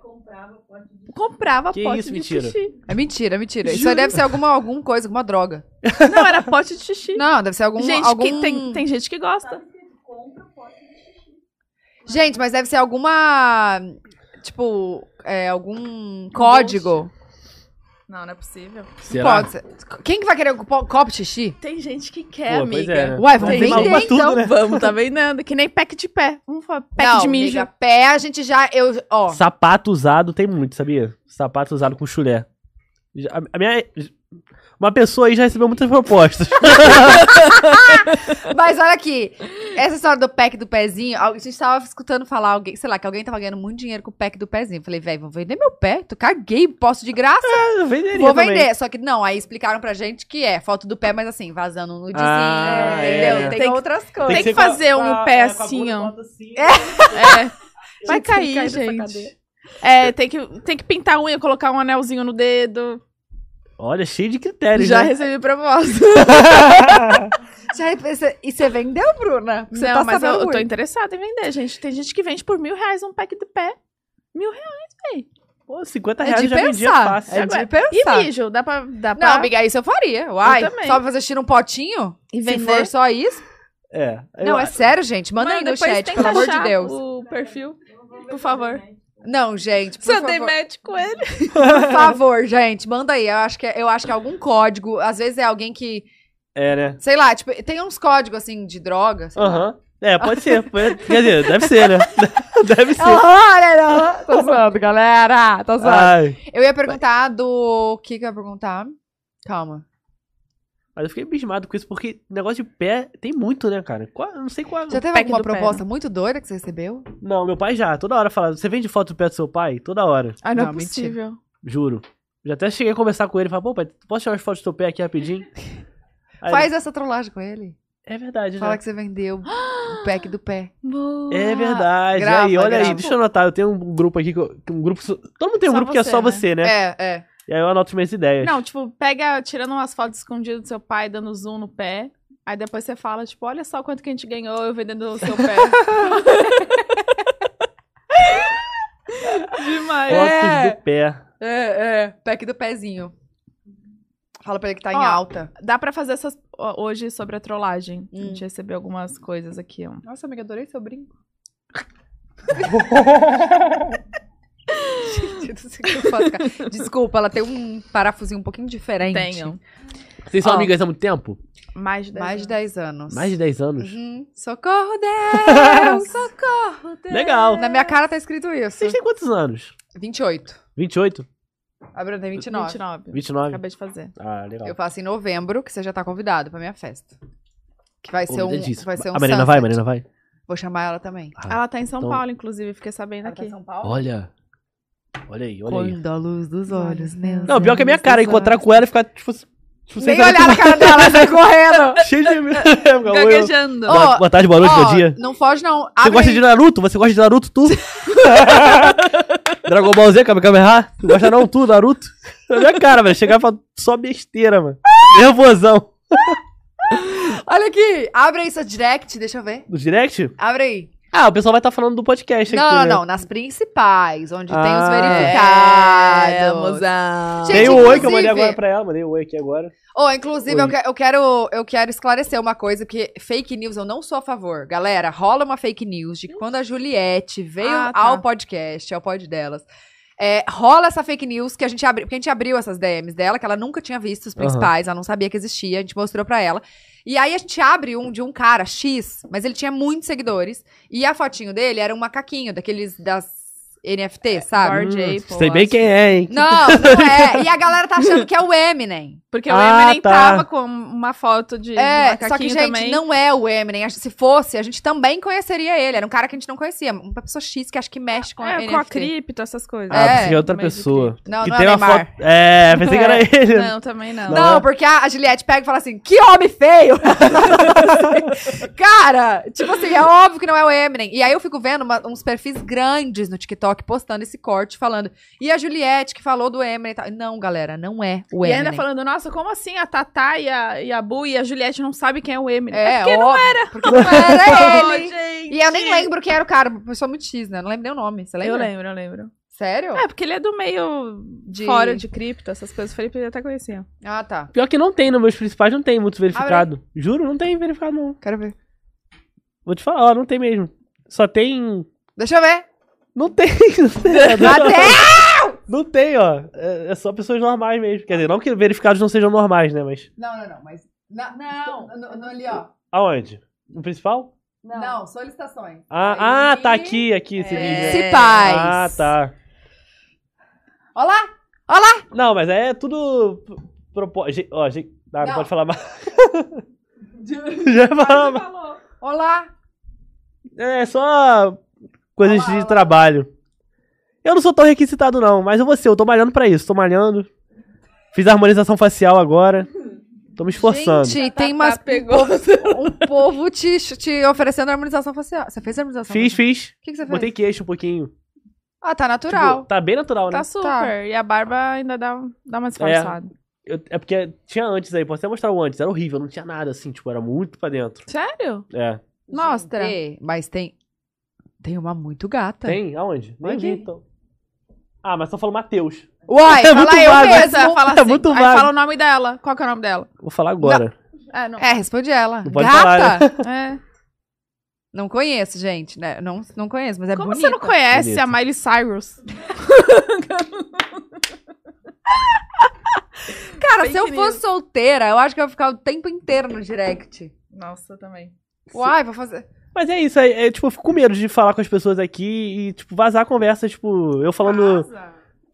Speaker 1: Comprava
Speaker 3: Que
Speaker 1: pote
Speaker 3: isso,
Speaker 1: de
Speaker 3: mentira.
Speaker 1: xixi.
Speaker 2: É mentira, é mentira. Isso
Speaker 1: Juro.
Speaker 2: aí deve ser alguma, alguma coisa, alguma droga.
Speaker 1: Não, era pote de xixi.
Speaker 2: [laughs] Não, deve ser algum...
Speaker 1: gente,
Speaker 2: algum...
Speaker 1: que tem, tem gente que gosta.
Speaker 2: Gente, mas deve ser alguma... Tipo, é, algum código.
Speaker 1: Não, não é possível.
Speaker 3: Será?
Speaker 2: Pode ser. Quem que vai querer um co- copo de xixi?
Speaker 1: Tem gente que quer,
Speaker 3: Pô, pois
Speaker 1: amiga.
Speaker 3: é, né?
Speaker 2: Uai, vamos
Speaker 3: Tem
Speaker 2: vender,
Speaker 3: maluco pra tudo,
Speaker 2: então.
Speaker 3: né?
Speaker 1: Vamos, tá vendendo. Que nem pack de pé. Vamos falar pack
Speaker 2: Não,
Speaker 1: de mijo.
Speaker 2: Amiga, pé a gente já... Eu, ó,
Speaker 3: Sapato usado tem muito, sabia? Sapato usado com chulé. Já- A a minha... Uma pessoa aí já recebeu muitas propostas. [laughs]
Speaker 2: Mas olha aqui, essa história do pack do pezinho, a gente tava escutando falar, alguém, sei lá, que alguém tava ganhando muito dinheiro com o pack do pezinho. Eu Falei, velho, vão vender meu pé? Tô caguei, posso de graça,
Speaker 3: É, Eu venderia
Speaker 2: vou
Speaker 3: também.
Speaker 2: vender. Só que não, aí explicaram pra gente que é foto do pé, mas assim, vazando um nudezinho,
Speaker 3: Ah,
Speaker 2: entendeu?
Speaker 3: é.
Speaker 2: Tem,
Speaker 1: Tem que-
Speaker 2: outras
Speaker 1: Tem
Speaker 2: coisas.
Speaker 1: que
Speaker 3: ser com a-
Speaker 1: fazer
Speaker 3: com
Speaker 1: um
Speaker 3: a- com a
Speaker 1: pé
Speaker 3: bunda
Speaker 1: assim, ó.
Speaker 3: bota assim, ó.
Speaker 1: É. Vai
Speaker 4: Gente, você cai
Speaker 1: cair,
Speaker 4: dessa
Speaker 1: gente.
Speaker 4: cadeira.
Speaker 1: É, tem que, tem que pintar a unha, colocar um anelzinho no dedo.
Speaker 3: Olha, cheio de critérios,
Speaker 1: Já
Speaker 3: né?
Speaker 2: [laughs]
Speaker 1: recebi proposta.
Speaker 2: Já- você- e você vendeu, Bruna? Você
Speaker 1: Não,
Speaker 2: tá
Speaker 1: mas eu,
Speaker 2: sabendo
Speaker 1: eu tô
Speaker 2: muito.
Speaker 1: interessada em vender, gente. Tem gente que vende por mil reais um pack de pé. Mil reais.
Speaker 3: Pô, 50
Speaker 2: É
Speaker 3: reais
Speaker 2: de
Speaker 3: já vendia
Speaker 2: pensar,
Speaker 3: fácil.
Speaker 2: é de
Speaker 1: Agora- E
Speaker 2: pensar.
Speaker 1: mijo, dá pra... Dá
Speaker 2: Não,
Speaker 1: pra
Speaker 2: amiga, isso eu faria. Uai,
Speaker 1: Eu também.
Speaker 2: só pra fazer xixi num potinho?
Speaker 1: e
Speaker 2: Se
Speaker 1: vender.
Speaker 2: for só isso?
Speaker 3: É. Eu-
Speaker 2: Não, é sério, gente. Manda
Speaker 1: Mãe,
Speaker 2: aí no
Speaker 1: depois
Speaker 2: chat,
Speaker 1: tenta
Speaker 2: pelo amor de
Speaker 1: achar
Speaker 2: Deus.
Speaker 1: o perfil, por favor.
Speaker 2: Não, gente, por
Speaker 1: Se eu
Speaker 2: favor.
Speaker 1: dei match com ele.
Speaker 2: Por [laughs] favor, gente, manda aí. Eu acho, que, eu acho que é algum código. Às vezes é alguém que.
Speaker 3: é, né?
Speaker 2: Sei lá, tipo, tem uns códigos assim de droga. sei lá.
Speaker 3: Aham. É, pode ser. pode- Quer dizer, deve ser, né? [laughs] Deve
Speaker 2: É
Speaker 3: ser.
Speaker 2: Olha,
Speaker 3: [laughs]
Speaker 2: não. Tô zoando, galera.
Speaker 3: Ah.
Speaker 2: Tô zoando.
Speaker 3: Ai.
Speaker 2: Eu ia perguntar do. O que, que eu ia perguntar? Calma.
Speaker 3: Mas eu fiquei abismado com isso, porque negócio de pé tem muito, né, cara? Qual- eu não sei qual.
Speaker 2: Já teve
Speaker 1: pack
Speaker 2: alguma
Speaker 1: do pé, né?
Speaker 2: proposta muito doida que você recebeu?
Speaker 3: Não, meu pai já, toda hora fala. Você vende foto do pé do seu pai? Toda hora,
Speaker 1: Ah,
Speaker 2: não é
Speaker 1: não, é possível.
Speaker 3: juro. Já até cheguei a conversar com ele e falei, pô, pai, posso tirar umas fotos do teu pé aqui rapidinho? Aí
Speaker 2: [laughs] Faz essa trollagem com ele.
Speaker 3: ele, É verdade,
Speaker 2: Fala
Speaker 3: né?
Speaker 2: que você vendeu o pack do pé.
Speaker 1: Boa.
Speaker 3: É verdade.
Speaker 2: grava,
Speaker 3: aí, olha aí,
Speaker 2: grava.
Speaker 3: deixa eu anotar. Eu tenho um grupo aqui que eu, que um grupo. so- Todo mundo tem um
Speaker 1: Só
Speaker 3: grupo que é
Speaker 1: você,
Speaker 3: só
Speaker 1: né?
Speaker 3: você, né?
Speaker 2: É, é.
Speaker 3: E aí eu anoto minhas ideias.
Speaker 1: Não, tipo, pega tirando umas fotos escondidas do seu pai, dando zoom no pé. Aí depois você fala, tipo, olha só quanto que a gente ganhou eu vendendo o seu
Speaker 2: [laughs]
Speaker 1: pé. [laughs] Demais.
Speaker 3: Fotos
Speaker 2: é.
Speaker 3: do pé.
Speaker 2: É, é. Pack do pezinho. Fala pra ele que tá
Speaker 1: Ó.
Speaker 2: em alta. [laughs]
Speaker 1: Dá pra fazer essas ó, hoje sobre a trollagem. A
Speaker 2: Hum.
Speaker 1: gente recebeu algumas coisas aqui, ó.
Speaker 2: Nossa, amiga, adorei seu brinco. Desculpa, ela tem um parafusinho um pouquinho diferente.
Speaker 1: Tenham.
Speaker 3: Vocês são
Speaker 2: Ó.
Speaker 3: amigas há muito tempo?
Speaker 1: Mais de 10
Speaker 2: Mais de
Speaker 1: anos.
Speaker 2: 10 anos.
Speaker 3: Mais de 10 [laughs] anos?
Speaker 2: Uhum. Socorro, Deus! socorro, Deus!
Speaker 3: Legal.
Speaker 2: Na minha cara tá escrito isso.
Speaker 3: Vocês têm quantos anos?
Speaker 2: 28.
Speaker 3: 28?
Speaker 2: A Bruna tem 29.
Speaker 1: 29.
Speaker 3: 29?
Speaker 1: Acabei de fazer.
Speaker 3: Ah, legal.
Speaker 2: Eu faço em novembro, que você já tá convidado pra minha festa. Que vai
Speaker 3: Pô,
Speaker 2: ser um,
Speaker 3: me diz.
Speaker 2: vai ser um
Speaker 3: a Marina vai,
Speaker 2: sunset.
Speaker 3: Marina vai.
Speaker 2: Vou chamar ela também.
Speaker 3: Ah,
Speaker 1: Ela tá em São
Speaker 3: então-
Speaker 1: Paulo, inclusive, fiquei sabendo
Speaker 2: Ela tá
Speaker 1: aqui.
Speaker 2: em São Paulo?
Speaker 3: Olha. Olha aí, olha aí.
Speaker 2: Quando a luz dos olhos, né?
Speaker 3: Não, pior que a minha cara, encontrar com ela e ficar, tipo, tipo
Speaker 2: Nem olhar na cara dela, [laughs] sai correndo.
Speaker 3: [laughs] Cheio de medo. Ficar, "Oi, eu-
Speaker 1: Gaguejando.
Speaker 2: Ó,
Speaker 3: Boa, boa tarde, boa noite,
Speaker 2: Ó,
Speaker 3: bom dia.
Speaker 2: Não foge, não.
Speaker 3: Você
Speaker 2: Abre
Speaker 3: gosta
Speaker 2: aí.
Speaker 3: de Naruto? Você gosta de Naruto,
Speaker 2: [laughs]
Speaker 3: tu? Dragon Ball Z, Kamehameha? Tu gosta não, tu, Naruto? Na minha cara, velho. Chegar e falar só besteira, mano. Nervosão.
Speaker 2: Olha aqui. Abre aí sua direct, deixa eu ver.
Speaker 3: No direct?
Speaker 2: Abre aí.
Speaker 3: Ah, o pessoal vai estar falando do podcast
Speaker 2: Não,
Speaker 3: aqui,
Speaker 2: não,
Speaker 3: né?
Speaker 2: não. Nas principais, onde tem os
Speaker 3: Ah.
Speaker 1: É,
Speaker 2: verificados.
Speaker 4: mozão.
Speaker 2: Gente,
Speaker 3: Dei o oi que eu
Speaker 2: inclusive-
Speaker 3: mandei agora pra ela, mandei o oi aqui agora.
Speaker 2: Ô, inclusive,
Speaker 3: Oi.
Speaker 2: eu, que- eu quero, eu quero esclarecer uma coisa, porque fake news eu não sou a favor. Galera, rola uma fake news de que quando a Juliette veio
Speaker 1: Ah, tá.
Speaker 2: ao podcast, ao pod delas, é, rola essa fake news que a gente abriu, porque a gente abriu essas DMs dela, que ela nunca tinha visto os principais, ela não sabia que existia, a gente mostrou pra ela. E aí a gente abre um de um cara, X, mas ele tinha muitos seguidores, e a fotinho dele era um macaquinho, daqueles das
Speaker 1: É,
Speaker 2: NFT, sabe?
Speaker 1: Bored Ape,
Speaker 3: Sei
Speaker 1: eu
Speaker 3: Hum, bem
Speaker 1: acho.
Speaker 3: quem é, hein?
Speaker 2: Não, não é. E a galera tá achando que é o Eminem.
Speaker 1: Porque o
Speaker 3: Ah,
Speaker 1: Eminem
Speaker 3: tá.
Speaker 1: tava com uma foto de
Speaker 2: É,
Speaker 1: macaquinho
Speaker 2: só que, gente,
Speaker 1: também.
Speaker 2: não é o Eminem. Acho que Se fosse, a gente também conheceria ele. Era um cara que a gente não conhecia. Uma pessoa X que acho que mexe com a
Speaker 1: é,
Speaker 2: NFT.
Speaker 1: com a cripto, essas coisas.
Speaker 3: Ah,
Speaker 2: É.
Speaker 3: pensei que é outra
Speaker 1: Meio de
Speaker 3: pessoa.
Speaker 2: Não,
Speaker 3: que
Speaker 2: não é
Speaker 3: tem uma
Speaker 2: Neymar.
Speaker 3: foto. É,
Speaker 2: [laughs]
Speaker 3: pensei que era ele.
Speaker 1: Não, também não.
Speaker 2: Não, porque a a Juliette pega e fala assim, que homem feio! [laughs] Cara, tipo assim, é óbvio que não é o Eminem. E aí eu fico vendo uma- uns perfis grandes no TikTok postando esse corte, falando, e a Juliette que falou do Eminem e tal. Não, galera, não é o
Speaker 1: E
Speaker 2: Eminem.
Speaker 1: ainda falando, nossa, como assim a Tatá e a, e a Bu e a Juliette não sabem quem é o Eminem?
Speaker 2: é,
Speaker 1: porque
Speaker 2: óbvio, Porque não
Speaker 1: não [laughs]
Speaker 2: era ele.
Speaker 1: gente.
Speaker 2: E eu nem lembro quem era o cara, uma pessoa muito X, né? Eu não lembro nem o nome, você lembra?
Speaker 1: Eu lembro, eu lembro.
Speaker 2: Sério?
Speaker 1: É, porque ele é do meio
Speaker 2: De-
Speaker 1: fora de cripto, essas coisas. O Felipe já até conhecia.
Speaker 3: É.
Speaker 2: Ah, tá.
Speaker 3: Pior que não tem, nos meus principais não tem muito verificado. Juro, não tem verificado, não.
Speaker 2: Quero ver.
Speaker 3: Vou te falar, ó, não tem mesmo. Só tem.
Speaker 2: Deixa eu ver.
Speaker 3: Não tem, [laughs] não tem.
Speaker 2: Até!
Speaker 3: Não tem, ó. É, é só pessoas normais mesmo. Quer dizer, não que verificados não sejam normais, né? Mas.
Speaker 2: Não, não, não, mas. Não, não, no- no ali, ó.
Speaker 3: Aonde? No principal?
Speaker 2: Não, solicitações.
Speaker 3: Ah, ah,
Speaker 2: Aí.
Speaker 3: tá aqui, aqui esse vídeo.
Speaker 1: É.
Speaker 2: Principais.
Speaker 3: Ah, tá.
Speaker 2: Olha lá.
Speaker 3: Não, mas é tudo. p- Propo... ge- Ó, ge- Ah, não,
Speaker 2: Não.
Speaker 3: pode falar mais. [laughs] Já falava.
Speaker 2: Olha lá.
Speaker 3: É só coisas
Speaker 2: Olha lá, olha
Speaker 3: de
Speaker 2: lá.
Speaker 3: trabalho. Eu não sou tão requisitado, não, mas eu vou ser, eu tô malhando pra isso, tô malhando. Fiz a harmonização facial agora. Tô me esforçando.
Speaker 2: Gente, tem umas,
Speaker 1: Tá, pegou.
Speaker 2: um povo te, te oferecendo harmonização facial. Você fez harmonização
Speaker 3: fiz,
Speaker 2: facial?
Speaker 3: fiz.
Speaker 2: O que, que você fez?
Speaker 3: Botei queixo um pouquinho.
Speaker 2: Ah, tá natural.
Speaker 3: Tipo, tá bem natural, né?
Speaker 1: Tá super. E a barba ainda dá, dá uma disfarçada.
Speaker 3: Eu- é porque tinha antes aí, posso até mostrar o antes. Era horrível, não tinha nada assim, tipo, era muito pra dentro.
Speaker 1: Sério?
Speaker 3: É.
Speaker 1: Mostra.
Speaker 2: Gente, Tá. mas tem. Tem uma muito gata.
Speaker 3: Tem? Aonde? Nem
Speaker 2: Tá. Aqui.
Speaker 3: vi, então. Ah, mas só falou Matheus.
Speaker 2: Uai,
Speaker 3: [laughs] É
Speaker 2: fala
Speaker 3: muito
Speaker 2: eu
Speaker 3: vago.
Speaker 2: mesmo.
Speaker 1: Essa, fala
Speaker 3: É
Speaker 1: assim.
Speaker 3: muito
Speaker 1: aí
Speaker 3: vago.
Speaker 1: fala o nome dela. Qual que é o nome dela?
Speaker 3: Vou falar agora.
Speaker 1: É, não.
Speaker 2: É, responde ela.
Speaker 3: Não pode né?
Speaker 2: gata?
Speaker 3: [laughs]
Speaker 1: É.
Speaker 2: Não conheço, gente. Né? Não, não conheço, mas é
Speaker 1: Como
Speaker 2: bonita.
Speaker 1: você não conhece
Speaker 3: Bonita.
Speaker 1: a Miley Cyrus?
Speaker 2: Cara,
Speaker 1: Fake
Speaker 2: se eu fosse solteira, eu acho que eu ia ficar o tempo inteiro no direct.
Speaker 1: Nossa, também.
Speaker 2: Uai, vou fazer.
Speaker 3: Mas é isso, é, é, tipo, eu fico com medo de falar com as pessoas aqui e, tipo, vazar a conversa, tipo, eu falando.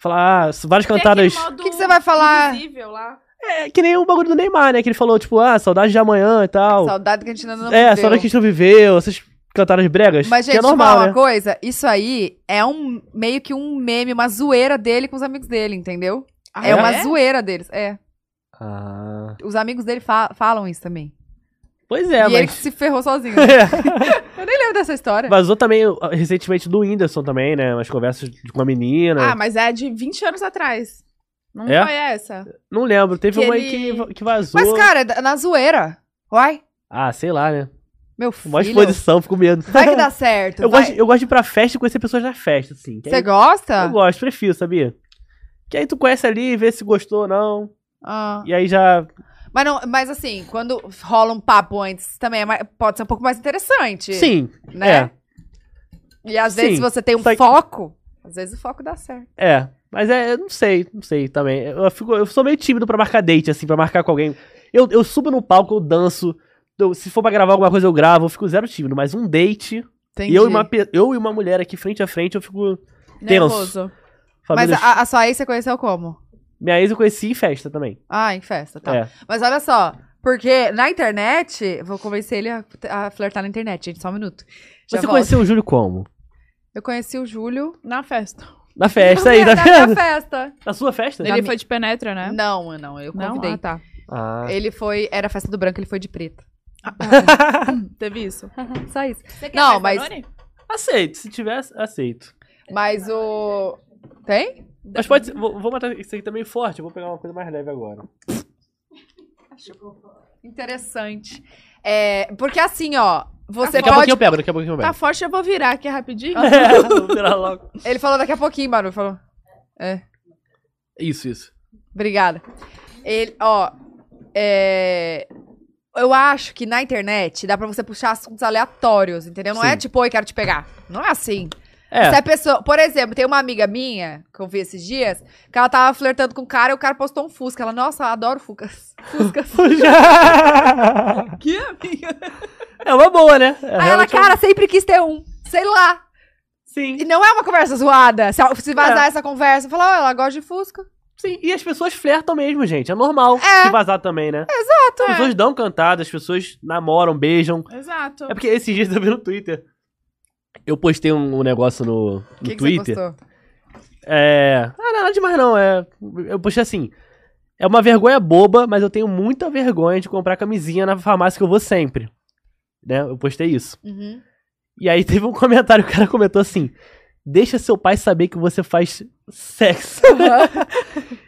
Speaker 3: Falar ah, várias cantadas.
Speaker 2: O que é que você vai falar?
Speaker 1: Lá.
Speaker 3: É que nem o bagulho do Neymar, né? Que ele falou, tipo, ah, saudade de amanhã e tal.
Speaker 2: Saudade que a gente ainda não
Speaker 3: é,
Speaker 2: viveu.
Speaker 3: saudade que a gente não viveu, essas cantadas bregas.
Speaker 2: Mas, gente,
Speaker 3: que é
Speaker 2: deixa eu falar
Speaker 3: normal,
Speaker 2: uma
Speaker 3: né?
Speaker 2: coisa. Isso aí é um meio que um meme, uma zoeira dele com os amigos dele, entendeu? é,
Speaker 3: é?
Speaker 2: uma zoeira deles. É.
Speaker 3: Ah.
Speaker 2: Os amigos dele fa- falam isso também.
Speaker 3: Pois é,
Speaker 2: e ele que
Speaker 3: mas.
Speaker 2: se ferrou
Speaker 3: [laughs]
Speaker 2: sozinho. eu nem lembro dessa [laughs] história.
Speaker 3: Vazou também ó, recentemente do Whindersson também, né? Umas conversas de- com a menina.
Speaker 1: Ah, mas é de 20 anos atrás. Não
Speaker 3: né? É?
Speaker 1: foi essa.
Speaker 3: não lembro. Teve
Speaker 1: que
Speaker 3: uma aí
Speaker 1: ele-
Speaker 3: que, que vazou.
Speaker 2: Mas, cara, é na zoeira. Uai,
Speaker 3: Ah, sei lá, né?
Speaker 2: meu
Speaker 3: Mó
Speaker 2: filho.
Speaker 3: exposição, fico com medo.
Speaker 2: Vai que dá certo.
Speaker 3: [laughs] eu,
Speaker 2: vai.
Speaker 3: gosto, eu gosto de ir pra festa e conhecer pessoas na festa, assim. Que
Speaker 2: Você
Speaker 3: aí-
Speaker 2: gosta?
Speaker 3: Eu gosto, prefiro, sabia? Que aí tu conhece ali, vê se gostou ou não.
Speaker 2: Ah.
Speaker 3: E aí já.
Speaker 2: Mas, não, mas assim, quando rola um papo antes, também é mais- pode ser um pouco mais interessante.
Speaker 3: Sim.
Speaker 2: Né? E às
Speaker 3: É. Sim.
Speaker 2: vezes você tem um
Speaker 3: Só que-
Speaker 2: foco. Às vezes o foco dá certo.
Speaker 3: É. É. Mas é, eu não sei, não sei também. Eu, fico, eu sou meio tímido pra marcar date, assim, pra marcar com alguém. Eu, eu subo no palco, eu danço. Eu- se for pra gravar alguma coisa, eu gravo. Eu fico zero tímido. Mas um date. E eu, e uma, pe- eu e uma mulher aqui frente a frente, eu fico. Tenso.
Speaker 1: Nervoso.
Speaker 2: Mas
Speaker 3: Família...
Speaker 2: a, a sua ex você conheceu como?
Speaker 3: Minha ex eu conheci em festa também.
Speaker 2: Ah, em festa, tá.
Speaker 3: É.
Speaker 2: Mas olha só, porque na internet, vou convencer ele a, a flertar na internet, gente, só um minuto. Já
Speaker 3: Você
Speaker 2: volto.
Speaker 3: conheceu o Júlio como?
Speaker 2: Eu conheci o Júlio.
Speaker 1: Na festa.
Speaker 3: Na festa
Speaker 2: [laughs]
Speaker 3: aí,
Speaker 2: na,
Speaker 3: tá
Speaker 2: na
Speaker 3: vendo? [laughs] É?
Speaker 2: festa.
Speaker 3: Na sua festa?
Speaker 1: Ele
Speaker 2: mi-
Speaker 1: foi de penetra, né?
Speaker 2: Não, não, eu
Speaker 1: Não?
Speaker 2: convidei.
Speaker 1: Ah, tá.
Speaker 3: Ah.
Speaker 2: Ele foi, era a festa do branco, ele foi de preto.
Speaker 1: Teve isso.
Speaker 2: Só isso.
Speaker 1: Você
Speaker 2: quer Não, mais mas-
Speaker 3: Aceito, se tiver, aceito.
Speaker 2: Mas o. Tem?
Speaker 3: Mas pode ser, vou, vou matar isso aqui também forte, eu vou pegar uma coisa mais leve agora.
Speaker 2: Interessante. É, porque assim, ó, você
Speaker 3: daqui a
Speaker 2: pode.
Speaker 3: pouquinho eu pego, daqui a pouquinho eu pego.
Speaker 1: Tá forte, eu vou virar aqui rapidinho.
Speaker 3: É, [laughs] vou virar logo.
Speaker 2: Ele falou daqui a pouquinho, Baru. Falou.
Speaker 3: Isso, isso.
Speaker 2: Obrigada. Ele, ó, é, Eu acho que na internet dá pra você puxar assuntos aleatórios, entendeu? Não é
Speaker 3: Sim.
Speaker 2: tipo, oi, quero te pegar. Não é assim.
Speaker 3: É,
Speaker 2: Se a pessoa... Por exemplo, tem uma amiga minha, que eu vi esses dias, que ela tava flertando com o cara e o cara postou um Fusca. Ela, nossa, eu adoro
Speaker 3: [laughs]
Speaker 2: Fuscas. Fuscas. [laughs]
Speaker 3: Puxa.
Speaker 1: Que amiga?
Speaker 3: é uma boa, né? É
Speaker 2: Aí ela,
Speaker 3: realmente uma-
Speaker 2: cara, sempre quis ter um. Sei lá.
Speaker 3: Sim.
Speaker 2: E não é uma conversa zoada. Se, se vazar
Speaker 3: É.
Speaker 2: essa conversa, falar, ó, ela gosta de Fusca.
Speaker 3: Sim, e as pessoas flertam mesmo, gente. É normal
Speaker 2: É.
Speaker 3: se vazar também, né? Exato. As pessoas dão cantada, as pessoas namoram, beijam.
Speaker 1: [laughs] Exato.
Speaker 3: É porque esses dias eu vi no Twitter. Eu postei um, um negócio no, no
Speaker 2: O que, que você
Speaker 3: Twitter.
Speaker 2: postou?
Speaker 3: É. Ah, não, nada demais não. É... Eu puxei assim. É uma vergonha boba, mas eu tenho muita vergonha de comprar camisinha na farmácia que eu vou sempre. Né? Eu postei isso. [laughs]
Speaker 2: Uhum.
Speaker 3: E aí teve um [laughs] comentário, o cara comentou assim: Deixa seu pai saber que você faz sexo.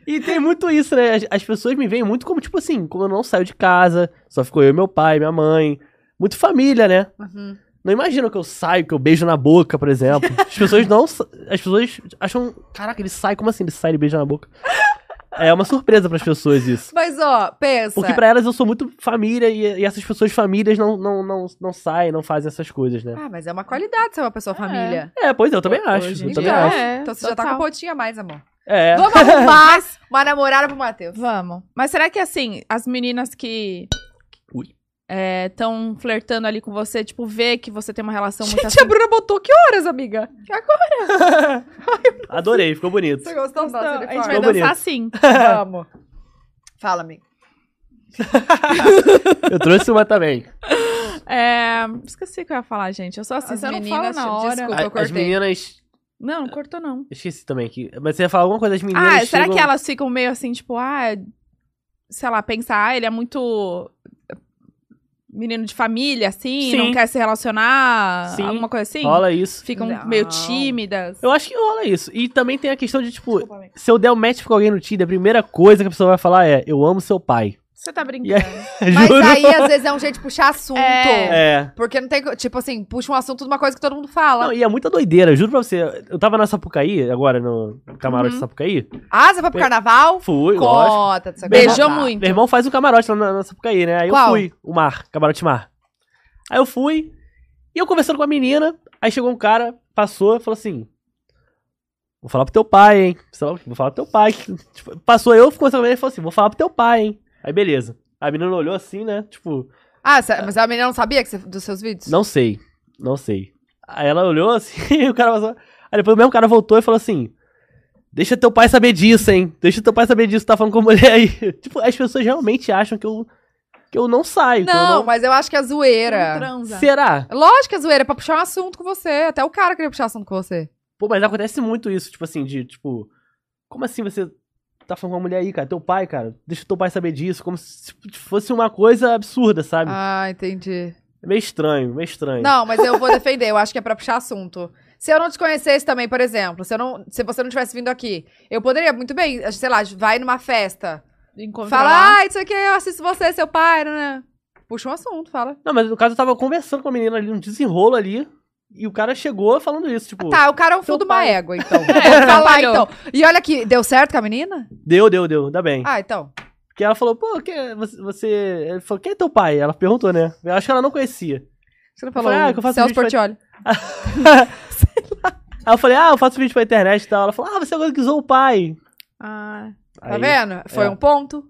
Speaker 3: e tem muito isso, né? As, as pessoas me veem muito como, tipo assim, como eu não saio de casa, só ficou eu, e meu pai, minha mãe. Muito família, né?
Speaker 2: Uhum.
Speaker 3: Não imaginam que eu saio, que eu beijo na boca, por exemplo. As pessoas não. sa- As pessoas acham. Caraca, ele sai, como assim? Ele sai e beija na boca. É uma surpresa pras pessoas isso.
Speaker 2: Mas, ó, pensa.
Speaker 3: Porque pra elas eu sou muito família e, e essas pessoas famílias não, não, não, não saem, não fazem essas coisas, né?
Speaker 2: Ah, mas é uma qualidade ser uma pessoa família.
Speaker 3: É, pois é, eu também acho.
Speaker 1: Hoje
Speaker 3: eu
Speaker 1: em
Speaker 3: também
Speaker 1: dia,
Speaker 3: acho.
Speaker 1: é,
Speaker 2: então você já tá
Speaker 1: total.
Speaker 2: com um pontinho a mais, amor.
Speaker 3: É.
Speaker 2: [laughs] Vamos arrumar uma namorada pro Matheus.
Speaker 1: Vamos. Mas será que assim, as meninas que.
Speaker 3: Ui.
Speaker 1: Estão flertando ali com você, tipo, vê que você tem uma relação muito
Speaker 2: a Bruna botou que horas, amiga?
Speaker 3: Adorei, ficou bonito.
Speaker 2: Você gostou do nosso
Speaker 1: Então, a gente vai
Speaker 2: uniforme?
Speaker 3: Ficou
Speaker 1: dançar assim.
Speaker 3: [laughs]
Speaker 2: Vamos. Fala, amiga.
Speaker 3: Eu trouxe uma também.
Speaker 1: É, esqueci o que eu ia falar, gente. Eu sou assim,
Speaker 2: As
Speaker 1: você não fala
Speaker 2: meninas,
Speaker 1: na hora.
Speaker 2: desculpa.
Speaker 3: A-
Speaker 2: eu
Speaker 3: as
Speaker 2: cortei.
Speaker 3: meninas.
Speaker 1: Não, não cortou não.
Speaker 3: Esqueci também aqui. Mas você ia falar alguma coisa das meninas.
Speaker 1: ah, será
Speaker 3: chegam-
Speaker 1: que elas ficam meio assim, tipo, ah, sei lá, pensar, ah, ele é muito menino de família, assim,
Speaker 3: Sim.
Speaker 1: não quer se relacionar,
Speaker 3: Sim.
Speaker 1: alguma coisa assim?
Speaker 3: Rola isso.
Speaker 1: Ficam
Speaker 2: Não.
Speaker 1: meio tímidas.
Speaker 3: Eu acho que rola isso. E também tem a questão de, tipo,
Speaker 1: Desculpa, amiga.
Speaker 3: se eu der um match com alguém no Tinder, a primeira coisa que a pessoa vai falar é: Eu amo seu pai.
Speaker 1: Você tá brincando.
Speaker 2: Mas
Speaker 3: Juro.
Speaker 2: aí, às vezes, é um jeito de puxar assunto.
Speaker 1: É.
Speaker 3: [laughs] É.
Speaker 2: Porque não tem... co- Tipo assim, puxa um assunto de uma coisa que todo mundo fala.
Speaker 3: Não, e é muita doideira, juro pra você. Eu tava na Sapucaí, agora no camarote de Sapucaí.
Speaker 2: Ah, você vai pro carnaval?
Speaker 3: Fui, lógico.
Speaker 2: Cota. dessa coisa.
Speaker 1: Beijou
Speaker 2: Tá.
Speaker 1: muito.
Speaker 3: Meu irmão faz um camarote lá na, na Sapucaí, né? Aí
Speaker 2: Qual?
Speaker 3: eu fui, o mar, camarote mar. Aí eu fui, e eu conversando com a menina, aí chegou um cara, passou, falou assim: Vou falar pro teu pai, hein? Sei lá, Vou falar pro teu pai. Tipo, passou eu, conversando com ele, e falou assim: Vou falar pro teu pai, hein? Aí beleza. A menina olhou assim, né? Tipo,
Speaker 2: Ah, cê- mas a menina não sabia que você- dos seus vídeos?
Speaker 3: não sei, não sei. Aí ela olhou assim, [laughs] e o cara passou. Aí depois o mesmo cara voltou e falou assim: Deixa teu pai saber disso, hein? Deixa teu pai saber disso, tá falando com a mulher aí. [laughs] tipo, as pessoas realmente acham que eu, que eu então não saio. que eu
Speaker 2: Não, mas eu acho que é
Speaker 1: Não
Speaker 2: zoeira.
Speaker 1: transa.
Speaker 3: Será?
Speaker 2: Lógico que é zoeira, é pra puxar um assunto com você. Até o cara queria puxar assunto com você.
Speaker 3: Pô, mas acontece muito isso, tipo assim, de tipo. Como assim você tá falando com uma mulher aí, cara? Teu pai, cara, deixa teu pai saber disso. Como se fosse uma coisa absurda, sabe?
Speaker 2: Ah, entendi.
Speaker 3: É meio estranho, meio estranho.
Speaker 2: Não, mas eu vou defender, eu acho que é pra puxar assunto. Se eu não te conhecesse também, por exemplo, se, eu não, se você não tivesse vindo aqui, eu poderia muito bem, sei lá, vai numa festa,
Speaker 1: Encontrar lá.
Speaker 2: fala, ah, isso aqui eu assisto você, seu pai, né? Puxa um assunto, fala.
Speaker 3: Não, mas no caso eu tava conversando com a menina ali, um desenrolo ali, e o cara chegou falando isso, tipo,
Speaker 2: Tá, o cara é um fundo
Speaker 1: seu
Speaker 2: de uma
Speaker 1: pai.
Speaker 2: égua, então.
Speaker 1: É,
Speaker 2: Fala,
Speaker 1: atrapalhou.
Speaker 2: então. E olha aqui, deu certo com a menina?
Speaker 3: deu, deu, deu, ainda bem.
Speaker 2: Ah, então.
Speaker 3: Porque ela falou, pô, que é você, você. Ele falou, quem é teu pai? Ela perguntou, né? Eu acho que ela não conhecia.
Speaker 2: Você não falou,
Speaker 3: Falei, ah, que eu faço
Speaker 2: Celso Tá
Speaker 3: vídeo pra-
Speaker 2: Portioli.
Speaker 3: Aí eu falei, ah, eu faço vídeo pra internet e tal. Ela falou, ah, você agora que usou o pai.
Speaker 1: Ah,
Speaker 2: Tá vendo? Foi
Speaker 3: é.
Speaker 2: um ponto.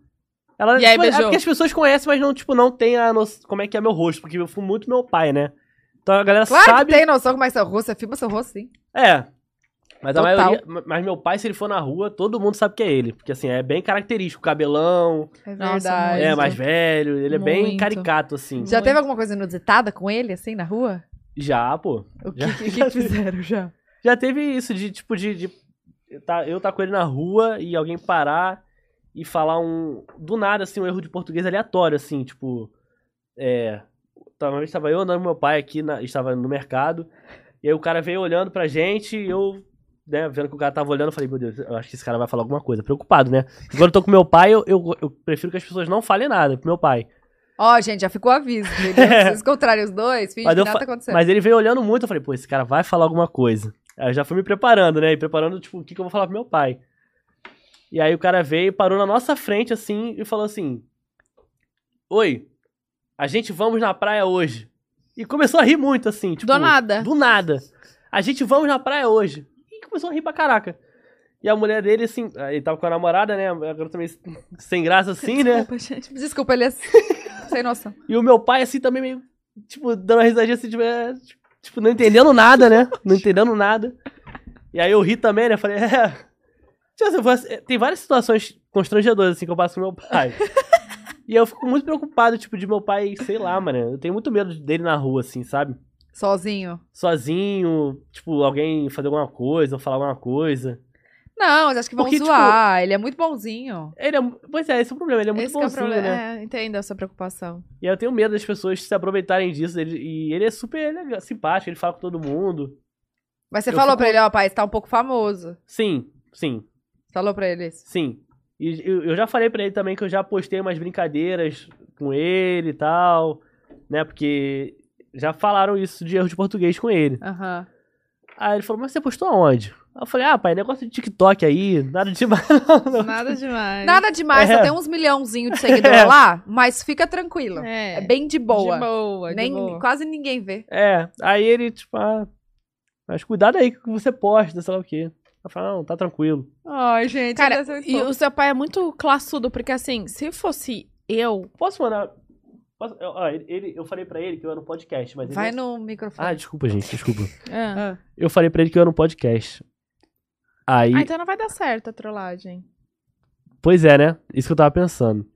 Speaker 3: Ela,
Speaker 1: E aí,
Speaker 3: tipo, é
Speaker 1: beijou?
Speaker 3: porque as pessoas conhecem, mas não, tipo, não tem a noção como é que é meu rosto, porque eu fui muito meu pai, né? Então a galera
Speaker 2: Claro
Speaker 3: sabe.
Speaker 2: que tem noção como é seu rosto, você filma seu rosto, sim.
Speaker 3: É. Mas, a
Speaker 2: Total.
Speaker 3: maioria, ma- mas meu pai, se ele for na rua, todo mundo sabe que é ele. Porque assim, é bem característico. Cabelão,
Speaker 2: É
Speaker 1: Nossa,
Speaker 2: verdade.
Speaker 1: muito.
Speaker 3: é mais velho, ele é bem
Speaker 1: Muito.
Speaker 3: caricato, assim.
Speaker 2: Já
Speaker 1: Muito.
Speaker 2: teve alguma coisa inusitada com ele, assim, na rua?
Speaker 3: Já, pô.
Speaker 2: O que,
Speaker 3: Já.
Speaker 2: que, que fizeram já?
Speaker 3: Já teve isso de, tipo, de, de tá, eu tá com ele na rua e alguém parar e falar um. Do nada, assim, um erro de português aleatório, assim, tipo. É. tá, Uma vez tava eu andando com meu pai aqui, na- estava no mercado, e aí o cara veio olhando pra gente e eu. Né, vendo que o cara tava olhando, eu falei, meu Deus, eu acho que esse cara vai falar alguma coisa. Preocupado, né? Quando eu tô com meu pai, eu, eu, eu prefiro que as pessoas não falem nada pro meu pai.
Speaker 2: Ó, gente, já ficou aviso. entendeu? Se vocês encontrarem os dois, finge
Speaker 3: Mas
Speaker 2: que
Speaker 3: eu
Speaker 2: nada tá
Speaker 3: fa-
Speaker 2: acontecendo.
Speaker 3: Mas ele veio olhando muito, eu falei, pô, esse cara vai falar alguma coisa. Aí eu já fui me preparando, né? E preparando, tipo, o que, que eu vou falar pro meu pai. E aí o cara veio, parou na nossa frente, assim, e falou assim: Oi, a gente vamos na praia hoje. E começou a rir muito, assim, tipo.
Speaker 1: Do nada.
Speaker 3: Do nada. A gente vamos na praia hoje. E começou a rir pra caraca. E a mulher dele, assim, ele tava com a namorada, né? A garota meio sem graça, assim, [laughs] né?
Speaker 1: Desculpa, gente.
Speaker 2: Desculpa, ele é sem noção.
Speaker 3: E o meu pai, assim, também meio, tipo, dando uma risadinha, assim, tipo, é, tipo, não entendendo nada, né? Não entendendo nada. E aí eu ri também, né? Falei, é... tipo assim, você- tem várias situações constrangedoras, assim, que eu passo com meu
Speaker 1: [laughs]
Speaker 3: pai. E eu fico muito preocupado, tipo, de meu pai, sei lá, mano. Eu tenho muito medo dele na rua, assim, sabe?
Speaker 2: Sozinho.
Speaker 3: Sozinho, tipo, alguém fazer alguma coisa, ou falar alguma coisa.
Speaker 2: Não, mas acho que vão
Speaker 3: Porque, tipo,
Speaker 2: zoar. Ele é muito bonzinho.
Speaker 3: Ele é, pois é, esse é o problema, ele é muito
Speaker 1: Esse que é o
Speaker 3: bonzinho,
Speaker 1: problema.
Speaker 3: né?
Speaker 1: É, entendo a sua preocupação.
Speaker 3: E aí eu tenho medo das pessoas se aproveitarem disso. Ele, e ele é super legal, simpático, ele fala com todo mundo.
Speaker 2: Mas você
Speaker 3: Eu
Speaker 2: falou
Speaker 3: fico-
Speaker 2: pra ele, ó, pai, você tá um pouco famoso.
Speaker 3: Sim, sim,
Speaker 2: Você falou pra ele isso.
Speaker 3: sim. E eu, eu já falei pra ele também que eu já postei umas brincadeiras com ele e tal, né? Porque já falaram isso de erro de português com ele.
Speaker 2: Aham.
Speaker 3: Aí ele falou, mas você postou aonde? Aí eu falei, ah, pai, negócio de TikTok aí, nada demais [laughs] não. não.
Speaker 1: Nada demais.
Speaker 2: Nada demais,
Speaker 3: É.
Speaker 2: só tem uns milhãozinho de seguidor lá, mas fica tranquilo. É,
Speaker 1: É,
Speaker 2: bem de boa.
Speaker 1: De boa, de
Speaker 2: Nem,
Speaker 1: boa.
Speaker 2: Quase ninguém vê.
Speaker 3: [laughs] É, aí ele, tipo, ah, mas cuidado aí com o que você posta, sei lá o quê. Eu falei, não, tá tranquilo.
Speaker 2: Ai, gente,
Speaker 1: Cara,
Speaker 2: deve ser muito
Speaker 1: E
Speaker 2: fofo.
Speaker 1: o seu pai é muito classudo, porque assim, se fosse eu,
Speaker 3: Posso mandar... Posso, eu, ó, ele- ele- eu falei pra ele que eu era no podcast, mas ele...
Speaker 2: Vai no microfone.
Speaker 3: Ah, desculpa, gente, desculpa.
Speaker 1: ah,
Speaker 2: Ah.
Speaker 3: Eu falei pra ele que eu era um podcast. Aí,
Speaker 1: ah, então não vai dar certo a trollagem.
Speaker 3: pois é, né? Isso que eu tava pensando.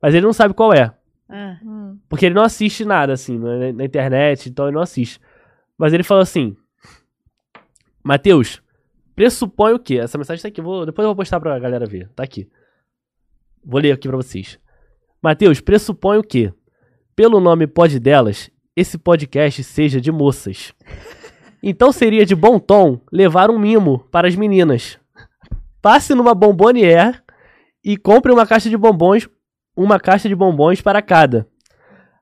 Speaker 3: Mas ele não sabe qual é.
Speaker 1: Hum.
Speaker 3: Porque ele não assiste nada, assim, na, na internet, então ele não assiste. Mas ele falou assim: Matheus, pressupõe o quê? Essa mensagem tá aqui, eu vou, depois eu vou postar pra galera ver. Tá aqui. Vou ler aqui pra vocês. Matheus, pressupõe o quê? Pelo nome Pod Delas, esse podcast seja de moças. Então seria de bom tom levar um mimo para as meninas. Passe numa bombonier e compre uma caixa de bombons, uma caixa de bombons para cada.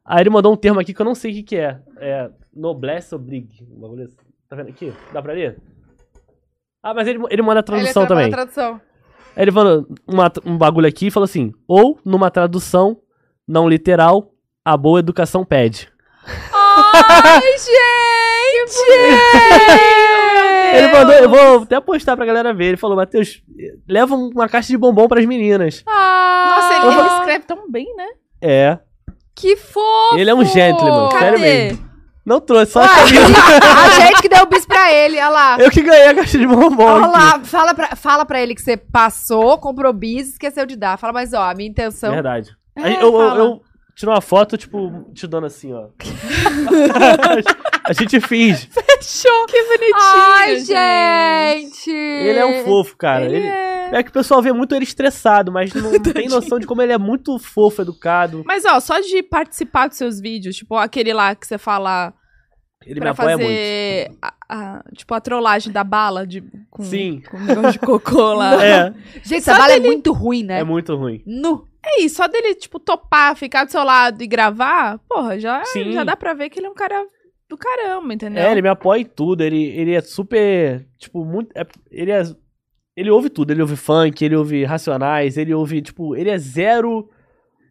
Speaker 3: Aí ele mandou um termo aqui que eu não sei o que, que é. É noblesse obligue. Um bagulho assim. Tá vendo aqui? Dá pra ler? Ah, mas ele, ele manda a
Speaker 1: é
Speaker 3: tradução
Speaker 2: ele trabalha
Speaker 3: também.
Speaker 2: na tradução.
Speaker 3: Aí ele falou uma- um bagulho aqui e falou assim: ou numa tradução não literal, a boa educação pede.
Speaker 2: Ai, gente!
Speaker 3: Ele mandou, eu vou até postar pra galera ver. Ele falou: Matheus, leva uma caixa de bombom pras meninas.
Speaker 2: Ah!
Speaker 1: Nossa, ele, ele
Speaker 2: Nossa, ele...
Speaker 1: escreve tão bem,
Speaker 2: [laughs]
Speaker 1: né?
Speaker 3: É.
Speaker 2: Que fofo!
Speaker 3: Ele é um gentleman,
Speaker 2: Cadê?
Speaker 3: sério mesmo. Não trouxe, [laughs] só a
Speaker 2: Ué,
Speaker 3: camisa.
Speaker 2: a gente que deu o bis pra ele, olha lá.
Speaker 3: Eu que ganhei a caixa de bombom.
Speaker 2: Olha
Speaker 3: aqui.
Speaker 2: lá, fala pra, fala pra ele que você passou, comprou bis e esqueceu de dar. Fala, mas ó, a minha intenção...
Speaker 3: Verdade.
Speaker 1: É,
Speaker 3: Aí eu, eu,
Speaker 1: fala.
Speaker 3: eu tiro uma foto, tipo, te dando
Speaker 2: [laughs]
Speaker 3: assim, ó. a gente finge.
Speaker 1: Show! Que bonitinho!
Speaker 2: Ai, gente!
Speaker 3: Ele é
Speaker 1: [laughs]
Speaker 3: um fofo, cara.
Speaker 1: Ele
Speaker 3: Ele-
Speaker 1: é...
Speaker 3: É que o pessoal vê muito ele estressado, mas não
Speaker 1: [laughs]
Speaker 3: tem noção de como ele é muito fofo, educado.
Speaker 1: Mas ó, só de participar dos seus vídeos, tipo aquele lá que você fala
Speaker 3: Ele me
Speaker 1: pra
Speaker 3: apoia
Speaker 1: fazer a- a- tipo a trollagem da bala de, com,
Speaker 3: Sim.
Speaker 1: com um negócio de cocô
Speaker 3: muito.
Speaker 1: lá.
Speaker 3: É,
Speaker 1: [laughs]
Speaker 2: Gente, essa bala é muito ruim, né?
Speaker 3: é muito ruim.
Speaker 2: Nu.
Speaker 1: É isso, só dele, tipo, topar, ficar do seu lado e gravar, porra, já,
Speaker 3: Sim.
Speaker 1: já dá pra ver que ele é um cara do caramba, entendeu?
Speaker 3: É, ele me apoia em tudo, ele, ele é super, tipo, muito, é- ele é, ele ouve tudo, ele ouve funk, ele ouve Racionais, ele ouve, tipo, ele é zero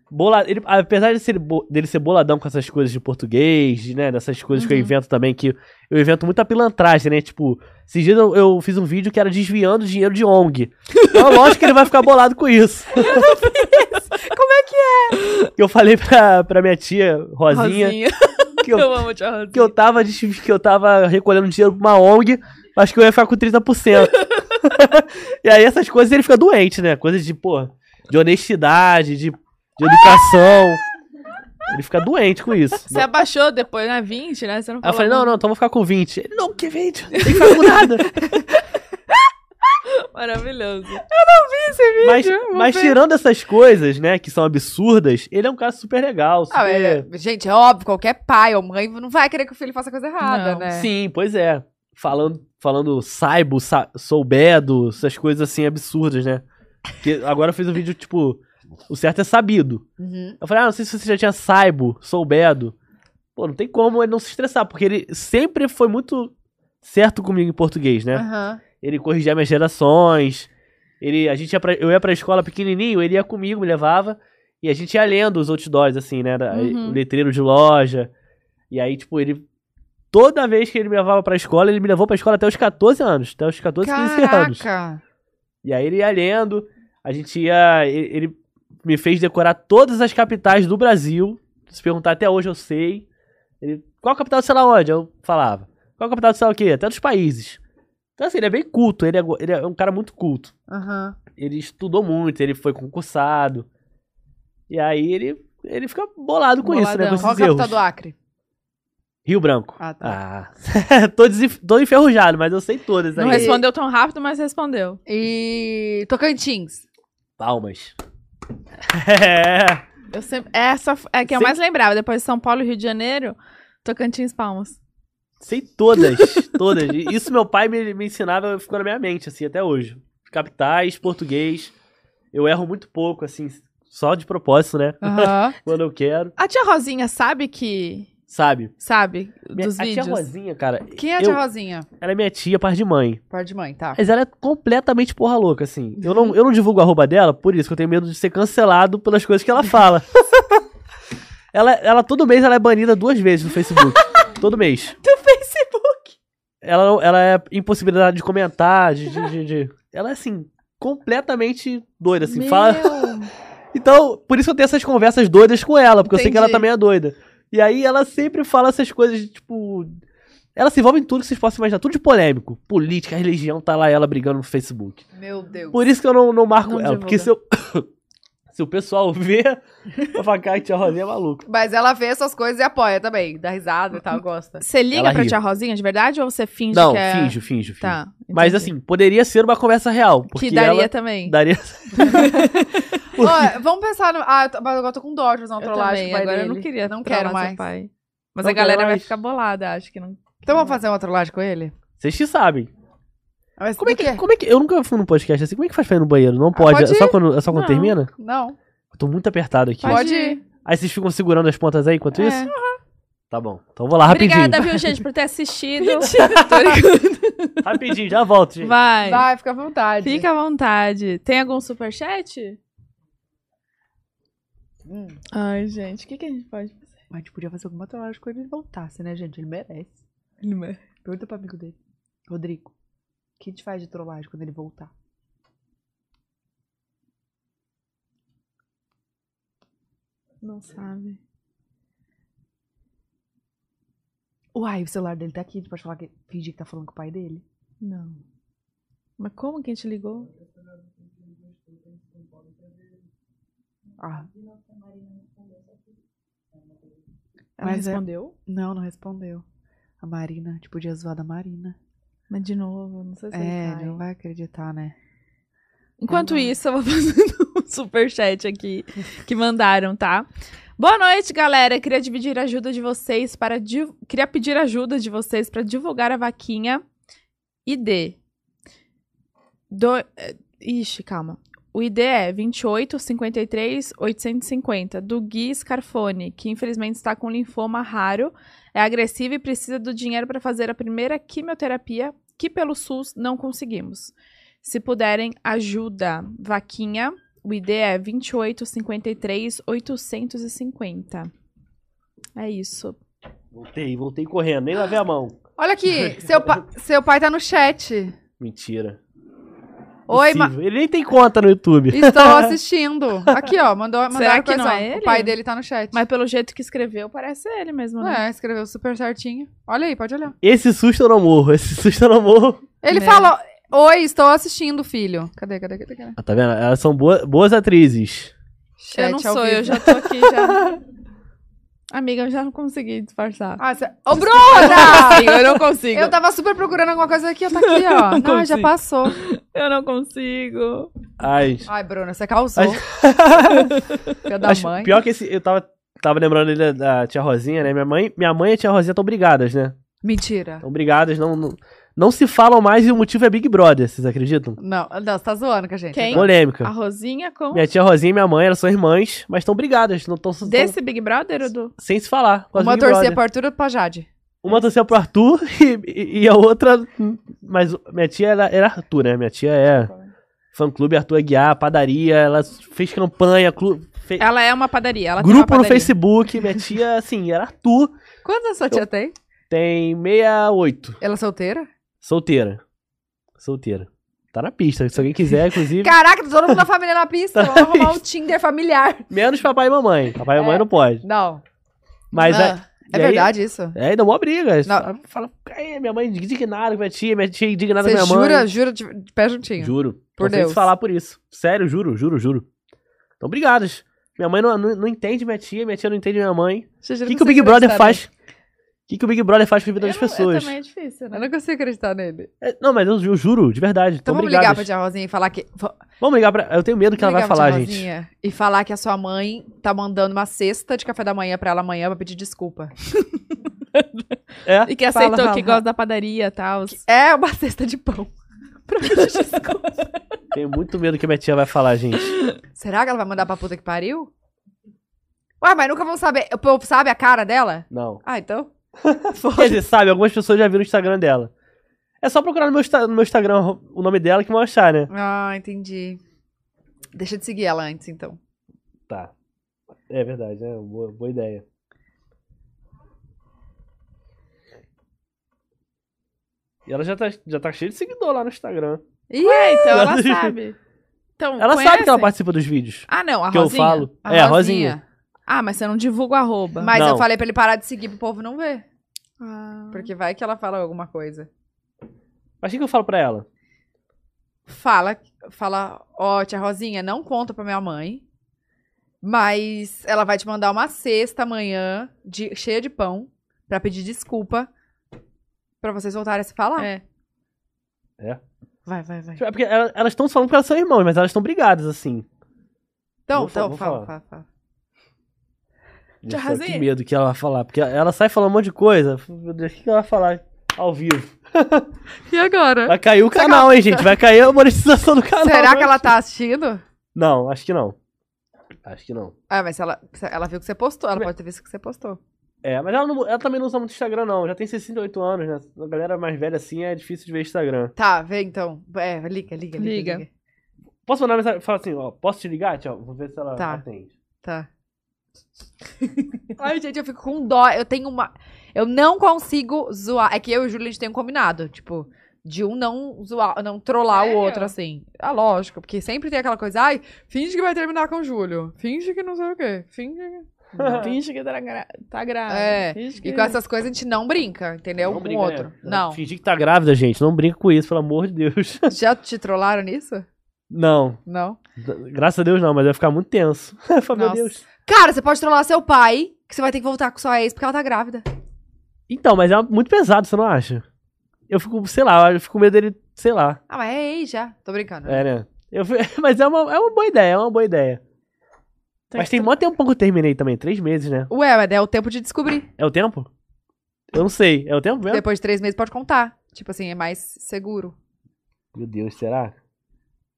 Speaker 3: bola, ele, apesar de ser, bo- dele ser boladão com essas coisas de português, de, né, dessas coisas que eu
Speaker 1: Uhum.
Speaker 3: invento também, que eu invento muita pilantragem, né, tipo, esses dias eu, eu fiz um vídeo que era desviando dinheiro de ONG, então lógico que ele vai ficar bolado com isso. [laughs] Eu não fiz, como é que é? Eu falei pra, pra minha tia, Rosinha,
Speaker 1: Rosinha.
Speaker 3: que eu,
Speaker 1: [laughs] Eu amo churrasquinho.
Speaker 3: que eu tava de- que eu tava recolhendo dinheiro pra uma ONG, acho que eu ia ficar com 30%. [laughs] e aí essas coisas ele fica doente, né? Coisas de, pô, de honestidade, de, de educação. Ele fica doente com isso.
Speaker 1: Você é abaixou depois, né? 20, né? Você não
Speaker 3: Aí eu
Speaker 1: falou
Speaker 3: falei, não, não, então vou ficar com 20. Ele, não, que 20? Não tem que ficar
Speaker 1: [laughs]
Speaker 3: com nada.
Speaker 1: não. Maravilhoso.
Speaker 3: mas
Speaker 1: Vídeo, vou
Speaker 3: mas
Speaker 1: ver.
Speaker 3: tirando essas coisas, né, que são absurdas, ele é um cara super legal. Super...
Speaker 2: Ah, é, gente, é óbvio, qualquer pai ou mãe não vai querer que o filho faça coisa errada,
Speaker 1: Não.
Speaker 2: né?
Speaker 3: Sim, pois é. Falando, falando saibo, sa soubedo, essas coisas assim absurdas, né? Porque agora eu fiz um vídeo, tipo, o certo é sabido.
Speaker 2: Uhum.
Speaker 3: Eu falei, ah, não sei se você já tinha saibo, soubedo. Pô, não tem como ele não se estressar, porque ele sempre foi muito certo comigo em português, né?
Speaker 2: Aham.
Speaker 3: Ele corrigia minhas gerações. Ele, a gente ia pra, eu ia pra escola pequenininho, ele ia comigo, me levava. E a gente ia lendo os outdoors, assim, né? da-
Speaker 1: Uhum.
Speaker 3: O letreiro de loja. E aí, tipo, ele... Toda vez que ele me levava pra escola, ele me levou pra escola até os 14 anos. Até os 14, 15 anos.
Speaker 2: Caraca.
Speaker 3: E aí ele ia lendo. A gente ia... Ele, ele me fez decorar todas as capitais do Brasil. Se perguntar até hoje, eu sei. Ele, qual a capital do sei lá onde? Eu falava. Qual a capital do sei lá o quê? Até dos países. Então, assim, ele é bem culto. Ele é, go- ele é um cara muito culto
Speaker 2: Aham.
Speaker 3: ele estudou muito, ele foi concursado. E aí ele, ele fica bolado com isso, né?
Speaker 1: Boladão.
Speaker 3: Com
Speaker 2: Qual a
Speaker 3: esses
Speaker 2: capital
Speaker 3: erros.
Speaker 2: do Acre?
Speaker 3: Rio Branco.
Speaker 2: Ah, tá.
Speaker 3: Ah, [laughs] tô, desenf- tô enferrujado, mas eu sei todas
Speaker 1: Não
Speaker 3: aí.
Speaker 1: respondeu tão rápido, mas respondeu.
Speaker 2: E [laughs] Tocantins.
Speaker 3: Palmas. [laughs] é.
Speaker 1: Eu sempre... Essa f- é a que eu
Speaker 3: Sim.
Speaker 1: mais lembrava. Depois de São Paulo e Rio de Janeiro, Tocantins Palmas.
Speaker 3: Sei todas, [laughs] todas. E Isso meu pai me, me ensinava, ficou na minha mente, assim, até hoje. Capitais, português. Eu erro muito pouco, assim, só de propósito, né?
Speaker 2: Aham.
Speaker 3: Quando eu quero.
Speaker 1: A tia Rosinha sabe que...
Speaker 3: Sabe?
Speaker 1: Sabe?
Speaker 3: Minha-
Speaker 1: Dos
Speaker 3: a tia
Speaker 1: vídeos.
Speaker 3: Rosinha, cara,
Speaker 2: Quem é a tia
Speaker 3: Eu-
Speaker 2: Rosinha?
Speaker 3: ela é minha tia, par de mãe.
Speaker 2: Pai de mãe, tá.
Speaker 3: Mas ela é completamente porra louca, assim. Eu não, eu não divulgo a arroba dela, por isso que eu tenho medo de ser cancelado pelas coisas que ela fala. ela, ela, todo mês, ela é banida duas vezes no Facebook. todo mês.
Speaker 1: Facebook.
Speaker 3: Ela, não- ela é impossibilidade de comentar, de, de, de- de- Ela é, assim, completamente doida, assim. Fala... Então, por isso que eu tenho essas conversas doidas com ela, porque eu sei que ela
Speaker 1: Entendi.
Speaker 3: também é doida. E aí ela sempre fala essas coisas, tipo. Ela se envolve em tudo que vocês possam imaginar, tudo de polêmico. Política, religião, tá lá ela brigando no Facebook.
Speaker 2: Meu Deus.
Speaker 3: Por isso que eu não, não marco
Speaker 1: Não
Speaker 3: ela.
Speaker 1: divulga.
Speaker 3: Porque se eu. [coughs] se o pessoal ver, eu falo, cara, tia Rosinha é maluca.
Speaker 2: Mas ela vê essas coisas e apoia também. Dá risada e tal, [laughs] gosta.
Speaker 1: Você liga
Speaker 3: Ela
Speaker 1: pra
Speaker 3: ri.
Speaker 1: tia Rosinha de verdade ou você finge
Speaker 3: Não,
Speaker 1: que é...
Speaker 3: finjo, finjo, finjo.
Speaker 1: Tá,
Speaker 3: Mas
Speaker 1: entendi.
Speaker 3: assim, poderia ser uma conversa real. Porque
Speaker 1: Que daria
Speaker 3: ela
Speaker 1: também. [laughs]
Speaker 3: daria. Porque-
Speaker 2: Ó, vamos pensar no... Ah, eu tô- mas agora eu tô com dó de fazer uma
Speaker 1: Eu
Speaker 2: trollagem
Speaker 1: também,
Speaker 2: com o pai
Speaker 1: agora eu
Speaker 2: dele.
Speaker 1: não queria
Speaker 2: Não
Speaker 1: trollar
Speaker 2: quero
Speaker 1: seu
Speaker 2: mais.
Speaker 1: pai. Mas
Speaker 3: Não
Speaker 1: a galera
Speaker 3: quero
Speaker 1: vai
Speaker 3: mais.
Speaker 1: ficar bolada, acho que não.
Speaker 2: Então vamos fazer uma trollagem com ele? Ah,
Speaker 3: Vocês que sabem.
Speaker 1: é
Speaker 2: Mas
Speaker 3: Como é
Speaker 2: do
Speaker 3: que,
Speaker 2: quê?
Speaker 3: como é que. Eu nunca fui num podcast assim. Como é que faz pra ir no banheiro? Não pode.
Speaker 2: pode
Speaker 3: é só quando, é só quando
Speaker 1: Não.
Speaker 3: termina?
Speaker 2: Não.
Speaker 3: Eu tô muito apertado aqui.
Speaker 2: Pode
Speaker 1: ir.
Speaker 2: ir.
Speaker 3: Aí vocês ficam segurando as pontas aí enquanto
Speaker 1: É.
Speaker 3: isso? Tá bom. Então eu vou lá rapidinho.
Speaker 1: Obrigada, viu, gente, por ter
Speaker 3: [laughs]
Speaker 1: assistido. Tô brincando.
Speaker 3: Rapidinho, já volto, gente.
Speaker 1: Vai.
Speaker 2: Vai, fica à vontade.
Speaker 1: Fica à vontade. Tem algum superchat?
Speaker 2: Hum.
Speaker 1: Ai, gente, o que, que a gente pode fazer?
Speaker 2: Mas a gente podia fazer alguma trollagem com ele e ele voltasse, né, gente? Ele merece. Pergunta pro amigo dele. Rodrigo, o que a gente faz de trollagem quando ele voltar?
Speaker 1: Não sabe.
Speaker 2: Uai, o celular dele tá aqui. A gente pode falar que... fingir que tá falando com o pai dele.
Speaker 1: Não. Mas como que a gente ligou?
Speaker 2: Ah,
Speaker 1: Ela
Speaker 2: Mas é-
Speaker 1: respondeu?
Speaker 2: não, não respondeu. A Marina, tipo, a gente podia zoar da Marina.
Speaker 1: Mas de novo, não sei se ele
Speaker 2: É,
Speaker 1: cai.
Speaker 2: ele não vai acreditar, né?
Speaker 1: Enquanto
Speaker 2: Vamos lá.
Speaker 1: isso, eu vou [laughs] fazendo um superchat aqui que mandaram, tá? Boa noite, galera. Queria dividir a ajuda de vocês para div- queria pedir ajuda de vocês para divulgar a vaquinha ID. Do... eh, Ixi, calma. O ID é 28 53 850 do Gui Scarfone, que infelizmente está com linfoma raro, é agressivo e precisa do dinheiro para fazer a primeira quimioterapia que pelo SUS não conseguimos. Se puderem, ajuda. Vaquinha. O ID é 2853-850. É isso.
Speaker 3: Voltei, voltei correndo. Nem lavei a mão.
Speaker 2: [laughs] Olha aqui, seu, pa- seu pai tá no chat.
Speaker 3: Mentira.
Speaker 2: Oi, ma-
Speaker 3: Possível. Ele nem tem conta no YouTube.
Speaker 2: Estou assistindo. Aqui,
Speaker 1: [laughs]
Speaker 2: ó, mandou, mandaram
Speaker 1: Será que não
Speaker 2: coisa, ó.
Speaker 1: é ele?
Speaker 2: O pai dele tá no chat.
Speaker 1: Mas pelo jeito que escreveu, parece ele mesmo, né?
Speaker 2: É, escreveu super certinho. Olha aí, pode olhar.
Speaker 3: Esse susto eu não morro, esse susto eu não morro.
Speaker 2: Ele
Speaker 1: É.
Speaker 2: fala: Oi, estou assistindo, filho. Cadê, cadê, cadê? cadê?
Speaker 3: Ah, tá vendo? Elas são boa- boas atrizes.
Speaker 1: eu não
Speaker 2: Chat ao
Speaker 1: sou,
Speaker 2: vivo.
Speaker 1: eu já tô aqui, já... [laughs] Amiga, eu já não consegui disfarçar.
Speaker 2: Ah, cê... Ô,
Speaker 1: [laughs]
Speaker 2: Bruna!
Speaker 1: Amiga, eu não consigo.
Speaker 2: Eu tava super procurando alguma coisa aqui, ó, tá aqui,
Speaker 1: [laughs]
Speaker 2: ó.
Speaker 1: Não
Speaker 2: Não, já
Speaker 1: consigo.
Speaker 2: passou.
Speaker 1: Eu não consigo.
Speaker 3: Ai,
Speaker 2: Ai, Bruna, você
Speaker 1: [laughs]
Speaker 2: causou. Filha da
Speaker 3: Acho-
Speaker 2: mãe.
Speaker 3: Pior que esse, eu tava, tava lembrando ele da, da tia Rosinha, né? Minha mãe, minha mãe e a tia Rosinha estão brigadas, né?
Speaker 2: Mentira.
Speaker 3: Estão brigadas, não, não, não se falam mais e o motivo é Big Brother, vocês acreditam?
Speaker 2: Não, não, você tá zoando com a gente.
Speaker 1: Quem? A
Speaker 3: Polêmica.
Speaker 1: Rosinha com...
Speaker 3: Minha tia Rosinha e minha mãe, elas são irmãs, mas estão brigadas, não estão
Speaker 1: Desse Big Brother, ou do...
Speaker 3: sem se falar. por causa
Speaker 2: Uma
Speaker 3: do Big
Speaker 2: torcia
Speaker 3: Brother.
Speaker 2: pra Arthur ou é pra Jade?
Speaker 3: Uma torcia pro Arthur [laughs] e, e- e a outra. Mas minha tia era, era Arthur, né? Minha tia é fã-clube Arthur Aguiar, padaria, ela fez campanha, clu- fe-
Speaker 1: Ela é uma padaria, ela tem uma
Speaker 3: grupo no
Speaker 1: padaria.
Speaker 3: Facebook. Minha tia, assim, era Arthur,
Speaker 2: Quantos anos sua tia tem?
Speaker 3: tem 68.
Speaker 2: Ela é solteira?
Speaker 3: Solteira. Solteira. Tá na pista, se alguém quiser, inclusive.
Speaker 2: Caraca, todo mundo da família na
Speaker 3: [laughs]
Speaker 2: pista.
Speaker 3: Tá
Speaker 2: Vamos arrumar um Tinder familiar.
Speaker 3: menos papai e mamãe. Papai e mamãe não pode.
Speaker 2: Não.
Speaker 3: Mas é.
Speaker 2: Ah, é
Speaker 3: e aí-
Speaker 2: verdade isso?
Speaker 3: É, deu mó briga.
Speaker 2: Não.
Speaker 3: Fala, fala, "Ai, minha mãe indignada com minha tia, minha tia indignada
Speaker 2: Você
Speaker 3: com minha
Speaker 2: jura,
Speaker 3: mãe.
Speaker 2: jura de, de pé juntinho?
Speaker 3: Juro.
Speaker 2: Por
Speaker 3: Por Deus.
Speaker 2: Deus.
Speaker 3: Se falar por isso. Sério, juro, juro, juro. Então, obrigadas. Minha mãe não, não, não entende minha tia, minha tia não entende minha mãe. O que, que o Big Brother faz? O que, que o Big Brother faz com a vida
Speaker 1: Eu
Speaker 3: das
Speaker 1: não- Eu
Speaker 3: pessoas?
Speaker 1: também é difícil,
Speaker 2: Eu
Speaker 1: né?
Speaker 2: não consigo acreditar nele.
Speaker 3: É, não, mas eu, eu juro, de verdade.
Speaker 2: Então
Speaker 3: tão
Speaker 2: vamos ligar
Speaker 3: brigadas.
Speaker 2: pra Tia Rosinha e falar que. va-
Speaker 3: Vamos ligar pra. Eu tenho medo que ela
Speaker 2: vamos
Speaker 3: vai
Speaker 2: ligar pra
Speaker 3: falar,
Speaker 2: tia
Speaker 3: gente.
Speaker 2: Rosinha E falar que a sua mãe tá mandando uma cesta de café da manhã pra ela amanhã pra pedir desculpa.
Speaker 3: É.
Speaker 1: [laughs] E que
Speaker 2: Fala,
Speaker 1: aceitou
Speaker 2: fala,
Speaker 1: que
Speaker 2: fala.
Speaker 1: gosta da padaria e tal.
Speaker 2: É uma cesta de pão. pra pedir desculpa.
Speaker 3: Tenho muito medo que minha tia vai falar, gente.
Speaker 2: Será que ela vai mandar pra puta que pariu? Ué, mas nunca vão saber. O povo sabe a cara dela? [laughs]
Speaker 3: Não.
Speaker 2: Ah, então.
Speaker 3: [laughs] Quer dizer, sabe, algumas pessoas já viram o Instagram dela. É só procurar no meu, Insta- no meu Instagram o nome dela que vão achar, né?
Speaker 2: Ah, entendi. Deixa de seguir ela antes, então.
Speaker 3: Tá. É verdade, né? Boa, boa ideia. E ela já tá, já tá cheia de seguidor lá no Instagram.
Speaker 2: Ih,
Speaker 1: É,
Speaker 3: [laughs]
Speaker 1: então ela sabe. Então,
Speaker 3: Ela sabe que ela
Speaker 1: conhecem?
Speaker 3: participa dos vídeos.
Speaker 1: Ah, não, a
Speaker 3: que eu
Speaker 1: Rosinha.
Speaker 3: falo. é, a Rosinha.
Speaker 1: Ah, mas você não divulga o arroba.
Speaker 2: Mas eu
Speaker 3: Não.
Speaker 2: falei pra ele parar de seguir pro povo não ver.
Speaker 1: Ah.
Speaker 2: Porque vai que ela fala alguma coisa.
Speaker 3: Mas o que que eu falo pra ela?
Speaker 2: Fala, fala, ó, tia Rosinha, não conta pra minha mãe. Mas ela vai te mandar uma cesta amanhã de, cheia de pão pra pedir desculpa pra vocês voltarem a se falar.
Speaker 1: É.
Speaker 3: É.
Speaker 2: Vai, vai, vai.
Speaker 3: É porque ela- elas estão falando que elas são irmãs, mas elas estão brigadas, assim.
Speaker 2: Então,
Speaker 3: Vou fa-
Speaker 2: então,
Speaker 3: vou
Speaker 2: fala,
Speaker 3: falar.
Speaker 2: fala, [laughs] fala.
Speaker 1: Tia
Speaker 3: Nossa, que
Speaker 1: Rosinha.
Speaker 3: medo que ela vai falar. Porque ela sai falando um monte de coisa. Meu Deus, o que que ela vai falar ao vivo?
Speaker 2: E agora?
Speaker 3: Vai cair o canal, hein, gente? Vai cair a monetização do canal.
Speaker 2: Será
Speaker 3: né?
Speaker 2: que ela tá assistindo?
Speaker 3: Não, acho que não. Acho que não.
Speaker 2: Ah, mas se ela, se ela viu que você postou, ela pode ter visto que você postou.
Speaker 3: É, mas ela, não- ela também não usa muito Instagram, não. Já tem 68 anos, né? A galera mais velha assim é difícil de ver Instagram.
Speaker 2: Tá, vê então. É, liga, liga, liga.
Speaker 1: Liga.
Speaker 2: Liga.
Speaker 3: Posso mandar mensagem? Fala assim, ó, posso te ligar? Tchau, vou ver se ela
Speaker 2: Tá.
Speaker 3: atende.
Speaker 2: [laughs] Tá. Ai, gente, eu fico com dó. Eu tenho uma. Eu não consigo zoar. É que eu e o Júlio a gente tem um combinado. Tipo, de um não zoar, não trollar
Speaker 1: Sério?
Speaker 2: o outro, assim. Ah, lógico, porque sempre tem aquela coisa, ai, finge que vai terminar com o Júlio. Finge que não sei o quê. Finge que.
Speaker 1: Finge que tá, gra... tá grávida.
Speaker 2: É,
Speaker 1: Finge que...
Speaker 2: E com essas coisas a gente não brinca, entendeu?
Speaker 3: Não
Speaker 2: É um com o
Speaker 3: brinca,
Speaker 2: outro.
Speaker 3: né?
Speaker 2: Não.
Speaker 3: Fingir que tá grávida, gente. Não brinca com isso, pelo amor de Deus. [laughs]
Speaker 2: Já te trollaram nisso?
Speaker 3: Não.
Speaker 2: Não.
Speaker 3: D- Graças a Deus não, mas vai ficar muito tenso. [laughs] Fala, meu
Speaker 2: Nossa.
Speaker 3: Deus.
Speaker 2: Cara, você pode trollar seu pai, que você vai ter que voltar com sua ex porque ela tá grávida.
Speaker 3: Então, mas é muito pesado, você não acha? Eu fico, sei lá, eu fico com medo dele, sei lá.
Speaker 2: Ah, mas é ex já. Tô brincando.
Speaker 3: É, né? Eu fui- [laughs] mas é uma, é uma boa ideia, é uma boa ideia. mas tem mó tempo que eu terminei também, três meses, né?
Speaker 2: Ué, mas é o tempo de descobrir.
Speaker 3: É o tempo? Eu não sei, é o tempo mesmo?
Speaker 2: Depois de três meses pode contar. Tipo assim, é mais seguro.
Speaker 3: Meu Deus, será?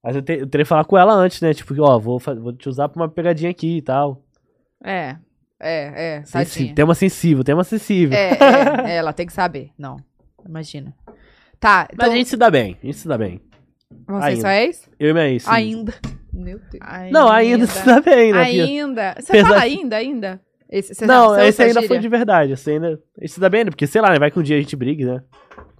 Speaker 3: Mas eu, te, eu teria que falar com ela antes, né? Tipo, ó, vou, fa- vou te usar pra uma pegadinha aqui e tal.
Speaker 1: É.
Speaker 2: É, é,
Speaker 3: Sensível,
Speaker 2: tadinha.
Speaker 3: tema sensível, tema sensível.
Speaker 2: É, é, é, ela tem que saber. Não, imagina. Tá,
Speaker 3: Mas
Speaker 2: então...
Speaker 3: a gente se dá bem, a gente se dá bem.
Speaker 2: Você
Speaker 3: ainda.
Speaker 2: só é ex?
Speaker 3: Eu e minha ex. sim.
Speaker 2: Ainda. Meu Deus.
Speaker 1: Ainda.
Speaker 3: Não, ainda se dá bem, né? Bia?
Speaker 1: Ainda. Você
Speaker 3: Apesar
Speaker 1: fala
Speaker 3: de-
Speaker 1: ainda, ainda?
Speaker 2: Esse, você sabe,
Speaker 3: Não,
Speaker 2: você é
Speaker 3: esse
Speaker 2: usa
Speaker 3: ainda
Speaker 2: gíria?
Speaker 3: foi de verdade. Esse ainda. Esse se dá bem, né? Porque, sei lá, né? Vai que um dia a gente brigue, né?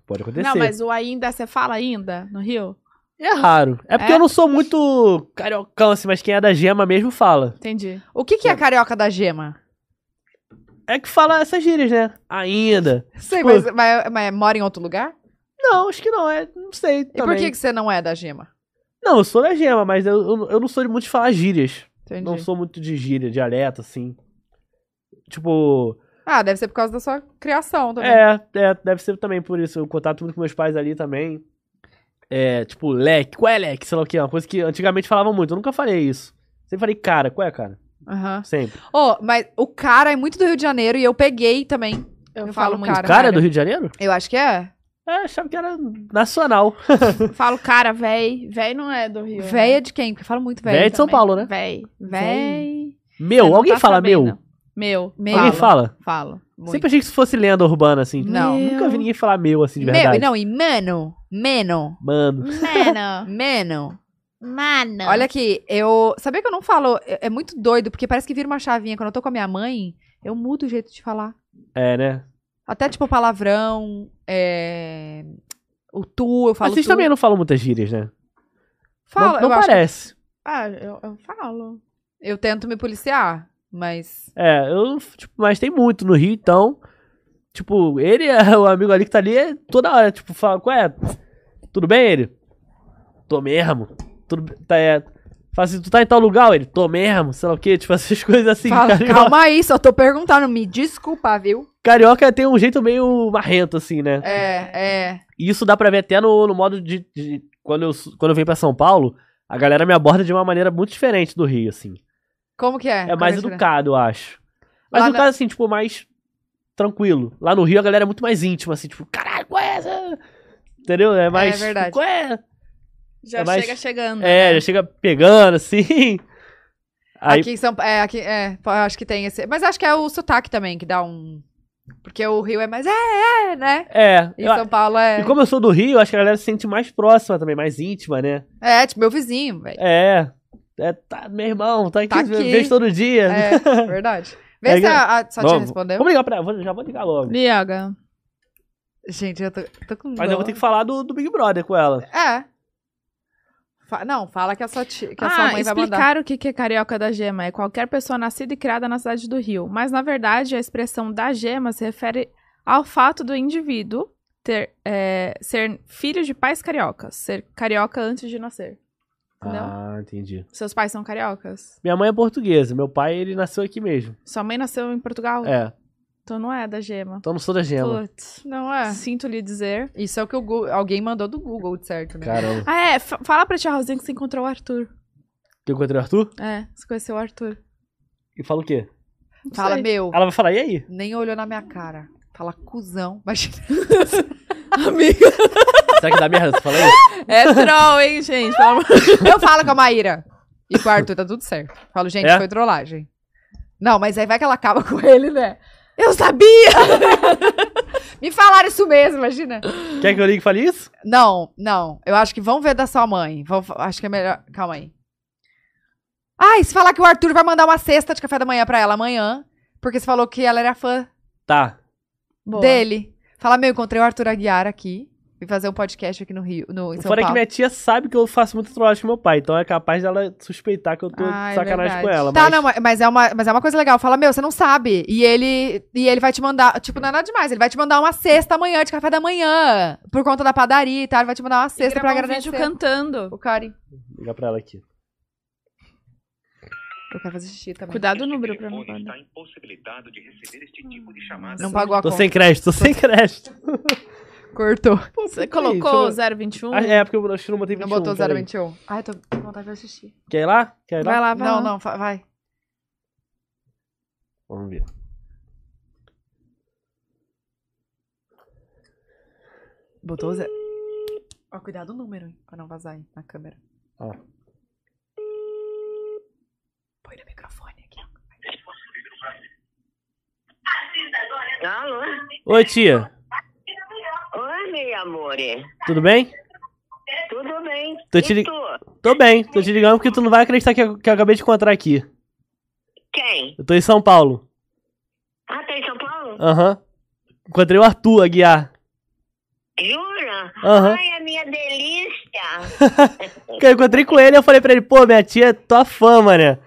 Speaker 3: Pode acontecer.
Speaker 1: Não, mas o ainda, você fala ainda no Rio?
Speaker 3: É raro. É porque
Speaker 2: É?
Speaker 3: eu não sou muito cariocão, assim, mas quem é da gema mesmo fala.
Speaker 1: Entendi.
Speaker 2: O que, que é a carioca da
Speaker 3: [laughs]
Speaker 2: gema?
Speaker 3: É que fala essas gírias, né? Ainda.
Speaker 2: Sei,
Speaker 3: Tipo-
Speaker 2: mas, mas- mas mora em outro lugar?
Speaker 3: Não, acho que não, é. Não sei.
Speaker 2: E por
Speaker 3: Também.
Speaker 2: que, que você não é da gema?
Speaker 3: Não, eu sou da gema, mas eu, eu, eu não sou de muito de falar gírias.
Speaker 2: Entendi.
Speaker 3: Não sou muito de gíria, dialeto, assim. Tipo.
Speaker 2: Ah, deve ser por causa da sua criação também.
Speaker 3: É, é, deve ser também por isso. Eu contato muito com meus pais ali também. É, tipo, leque, qual é leque? Sei lá o que é. Uma coisa que antigamente falavam muito. Eu nunca falei isso. Sempre falei, cara, qual é, cara?
Speaker 2: Aham.
Speaker 3: Sempre.
Speaker 2: Ô, mas o cara é muito do Rio de Janeiro e eu peguei também.
Speaker 1: Eu,
Speaker 2: Eu
Speaker 1: falo
Speaker 2: falo
Speaker 1: muito.
Speaker 2: cara.
Speaker 3: Cara, é do Rio de Janeiro?
Speaker 2: Eu acho que é.
Speaker 3: É, achava que era nacional.
Speaker 1: Eu falo cara, véi. Véi não é do Rio. né?
Speaker 2: Véia de quem? Porque fala muito
Speaker 3: Véia
Speaker 2: véia.
Speaker 3: de São
Speaker 1: Também.
Speaker 3: Paulo, né?
Speaker 1: Véi.
Speaker 2: Véi.
Speaker 3: Meu,
Speaker 1: Você não
Speaker 3: alguém
Speaker 1: tá
Speaker 3: fala
Speaker 1: sabendo.
Speaker 3: meu?
Speaker 1: Meu.
Speaker 2: Meu.
Speaker 3: Alguém fala?
Speaker 2: Falo. Muito.
Speaker 3: Sempre achei que isso fosse lenda urbana, assim. Tipo,
Speaker 2: Não.
Speaker 3: Nunca vi ninguém falar meu, assim, de
Speaker 2: Meu,
Speaker 3: verdade.
Speaker 2: e não, e mano. Mano.
Speaker 3: Mano.
Speaker 1: Mano.
Speaker 2: Mano.
Speaker 1: [laughs] Mano.
Speaker 2: Olha aqui, eu. Sabia que eu não falo. É é muito doido, porque parece que vira uma chavinha. Quando eu tô com a minha mãe, eu mudo o jeito de falar.
Speaker 3: É, né?
Speaker 2: Até tipo palavrão, é... o tu, eu falo
Speaker 3: Mas vocês
Speaker 2: tu.
Speaker 3: também não falam muitas gírias, né?
Speaker 2: Fala, eu
Speaker 3: não não
Speaker 2: acho que-
Speaker 3: parece.
Speaker 1: Ah, eu, eu falo.
Speaker 2: eu tento me policiar, mas
Speaker 3: É, eu, tipo, mas tem muito no Rio, então. Tipo, ele [laughs] é o amigo ali que tá ali é toda hora, tipo, fala, qual é? Tudo bem, ele? Tô mesmo. Tudo bem- tá, é. Fala assim, tu tá em tal lugar, ele? Tô mesmo, sei lá o quê, tipo, [laughs] essas coisas assim.
Speaker 2: fala,
Speaker 3: carioca,
Speaker 2: calma aí, só tô perguntando, me desculpa, viu?
Speaker 3: carioca tem um jeito meio marrento, assim, né?
Speaker 2: É, é.
Speaker 3: E isso dá pra ver até no, no modo de, de- quando, eu, su- quando eu venho pra São Paulo, a galera me aborda de uma maneira muito diferente do Rio, assim.
Speaker 2: Como que é?
Speaker 3: É
Speaker 2: Como
Speaker 3: mais
Speaker 2: que
Speaker 3: educado, eu acho. Mas
Speaker 2: Lá
Speaker 3: no
Speaker 2: na-
Speaker 3: caso, assim, tipo, mais tranquilo. Lá no Rio a galera é muito mais íntima, assim, tipo, caralho, qual é essa? Entendeu? É mais. tipo,
Speaker 2: verdade. Uhum.
Speaker 3: Qual é?
Speaker 1: Já
Speaker 3: É mais-
Speaker 1: chega chegando.
Speaker 3: É, já chega
Speaker 2: [laughs]
Speaker 3: pegando, assim. Aí,
Speaker 2: Aqui em São é, aqui, é, eu acho que tem esse, mas acho que é o sotaque também que dá um, porque o Rio é mais é, é, né?
Speaker 3: é.
Speaker 2: E
Speaker 3: eu-
Speaker 2: São Paulo é,
Speaker 3: E como eu sou do Rio, acho que a galera se sente mais próxima também, mais íntima, né?
Speaker 2: é tipo meu vizinho, velho.
Speaker 3: É. É, tá, meu irmão, tá aqui,
Speaker 2: Tá aqui.
Speaker 3: vejo todo dia.
Speaker 2: É, verdade. Vê
Speaker 3: É
Speaker 2: se
Speaker 3: que-
Speaker 2: a, a sua tia
Speaker 3: Vamos-
Speaker 2: respondeu.
Speaker 3: Vamos ligar pra ela, já vou ligar logo.
Speaker 1: Liga.
Speaker 2: Gente, eu tô, tô com
Speaker 3: Mas eu
Speaker 2: dó.
Speaker 3: vou ter que falar do, do Big Brother com ela.
Speaker 2: É. Fa- não, fala que a sua, ti- que a
Speaker 1: ah,
Speaker 2: sua mãe vai mandar.
Speaker 1: explicar o que que é carioca da gema. É qualquer pessoa nascida e criada na cidade do Rio. Mas, na verdade, a expressão da gema se refere ao fato do indivíduo ter, é, ser filho de pais cariocas. Ser carioca antes de nascer. Entendeu?
Speaker 3: Ah, entendi.
Speaker 1: Seus pais são cariocas?
Speaker 3: Minha mãe é portuguesa, meu pai, ele nasceu aqui mesmo.
Speaker 1: Sua mãe nasceu em Portugal?
Speaker 3: É,
Speaker 1: Então não é da gema.
Speaker 3: então não sou da gema.
Speaker 1: Putz.
Speaker 2: Não é?
Speaker 1: Sinto lhe dizer.
Speaker 2: Isso é o que o Gu- alguém mandou do Google, de certo, né?
Speaker 3: Caramba.
Speaker 1: Ah, é. fa- Fala pra tia Rosinha que você encontrou o Arthur.
Speaker 3: Eu encontrei o Arthur
Speaker 1: É, você conheceu o Arthur.
Speaker 3: e fala o quê?
Speaker 1: Não
Speaker 2: fala,
Speaker 1: sei.
Speaker 2: meu,
Speaker 3: Ela vai falar, e aí?
Speaker 2: nem olhou na minha cara. Fala,
Speaker 1: [laughs]
Speaker 2: cuzão. Imagina. [laughs]
Speaker 1: Amiga.
Speaker 3: Será que dá merda? Você fala isso?
Speaker 1: É troll, hein, gente? Pelo amor-
Speaker 2: Eu falo com a Maíra. E com o Arthur, tá tudo certo. Falo, gente,
Speaker 3: É?
Speaker 2: foi trollagem. Não, mas aí vai que ela acaba [laughs] com [laughs] ele, né?
Speaker 1: Eu sabia!
Speaker 2: Me falaram isso mesmo, imagina.
Speaker 3: Quer que eu ligue e fale isso?
Speaker 2: Não, não. Eu acho que vão ver da sua mãe. Vão fa- acho que é melhor. Calma aí. Ai, se falar que o Arthur vai mandar uma cesta de café da manhã pra ela amanhã, porque você falou que ela era fã
Speaker 3: Tá.
Speaker 1: Boa.
Speaker 2: dele. Fala, meu, encontrei o Arthur Aguiar aqui. Vim fazer um podcast aqui no Rio, no, em São
Speaker 3: Fora que
Speaker 2: Paulo.
Speaker 3: minha tia sabe que eu faço muito trollagem com meu pai, então é capaz dela suspeitar que eu tô
Speaker 1: Ah, é
Speaker 3: de sacanagem com
Speaker 1: verdade.
Speaker 3: ela.
Speaker 2: Tá,
Speaker 3: mas...
Speaker 2: não, ma- mas é, uma, mas é uma coisa legal. Fala, meu, você não sabe. E ele, e ele vai te mandar. Tipo, não é nada demais. Ele vai te mandar uma cesta amanhã de café da manhã. Por conta da padaria e tal. Ele vai te mandar uma cesta pra
Speaker 1: gravar um
Speaker 2: agradecer.
Speaker 1: vídeo cantando.
Speaker 2: O Cari.
Speaker 3: Liga pra ela
Speaker 2: Tá
Speaker 3: aqui.
Speaker 2: Eu quero fazer xixi também.
Speaker 1: Cuidado o número
Speaker 5: número
Speaker 1: pra não guardar.
Speaker 5: está impossibilidade de receber este tipo de chamada.
Speaker 2: Não pagou a
Speaker 3: Tô
Speaker 2: conta.
Speaker 3: sem crédito, tô sem crédito.
Speaker 2: Cortou.
Speaker 1: Você
Speaker 3: Peraí,
Speaker 1: colocou
Speaker 3: deixa
Speaker 1: 021?
Speaker 3: eu- Ah, É, porque eu acho que não botei 21.
Speaker 2: Não botou
Speaker 3: peraí.
Speaker 2: 021. Ai, tô com vontade de assistir.
Speaker 3: Quer ir lá? Quer ir lá?
Speaker 1: Vai lá, vai
Speaker 2: Não,
Speaker 1: lá.
Speaker 2: não, fa- um. Tá, vai.
Speaker 3: Vamos ver.
Speaker 2: Botou zero. Ó, cuidado o número, hein, pra não vazar aí na câmera.
Speaker 3: Ó.
Speaker 2: Põe no microfone aqui.
Speaker 6: Alô?
Speaker 3: Oi, tia.
Speaker 6: Oi, meu amor.
Speaker 3: Tudo bem?
Speaker 6: Tudo bem?
Speaker 3: Tô te
Speaker 6: e
Speaker 3: lig-
Speaker 6: tu?
Speaker 3: Tô bem. Tô te ligando porque tu não vai acreditar que eu, que eu acabei de encontrar aqui.
Speaker 6: Quem?
Speaker 3: Eu tô em São Paulo.
Speaker 6: Ah, tá em São Paulo?
Speaker 3: Aham. Encontrei o Arthur Aguiar.
Speaker 6: Jura?
Speaker 3: Aham.
Speaker 6: Ai, a
Speaker 3: [laughs]
Speaker 6: minha delícia.
Speaker 3: Que eu encontrei com ele, eu falei pra ele, pô, minha tia é tua fã, mané.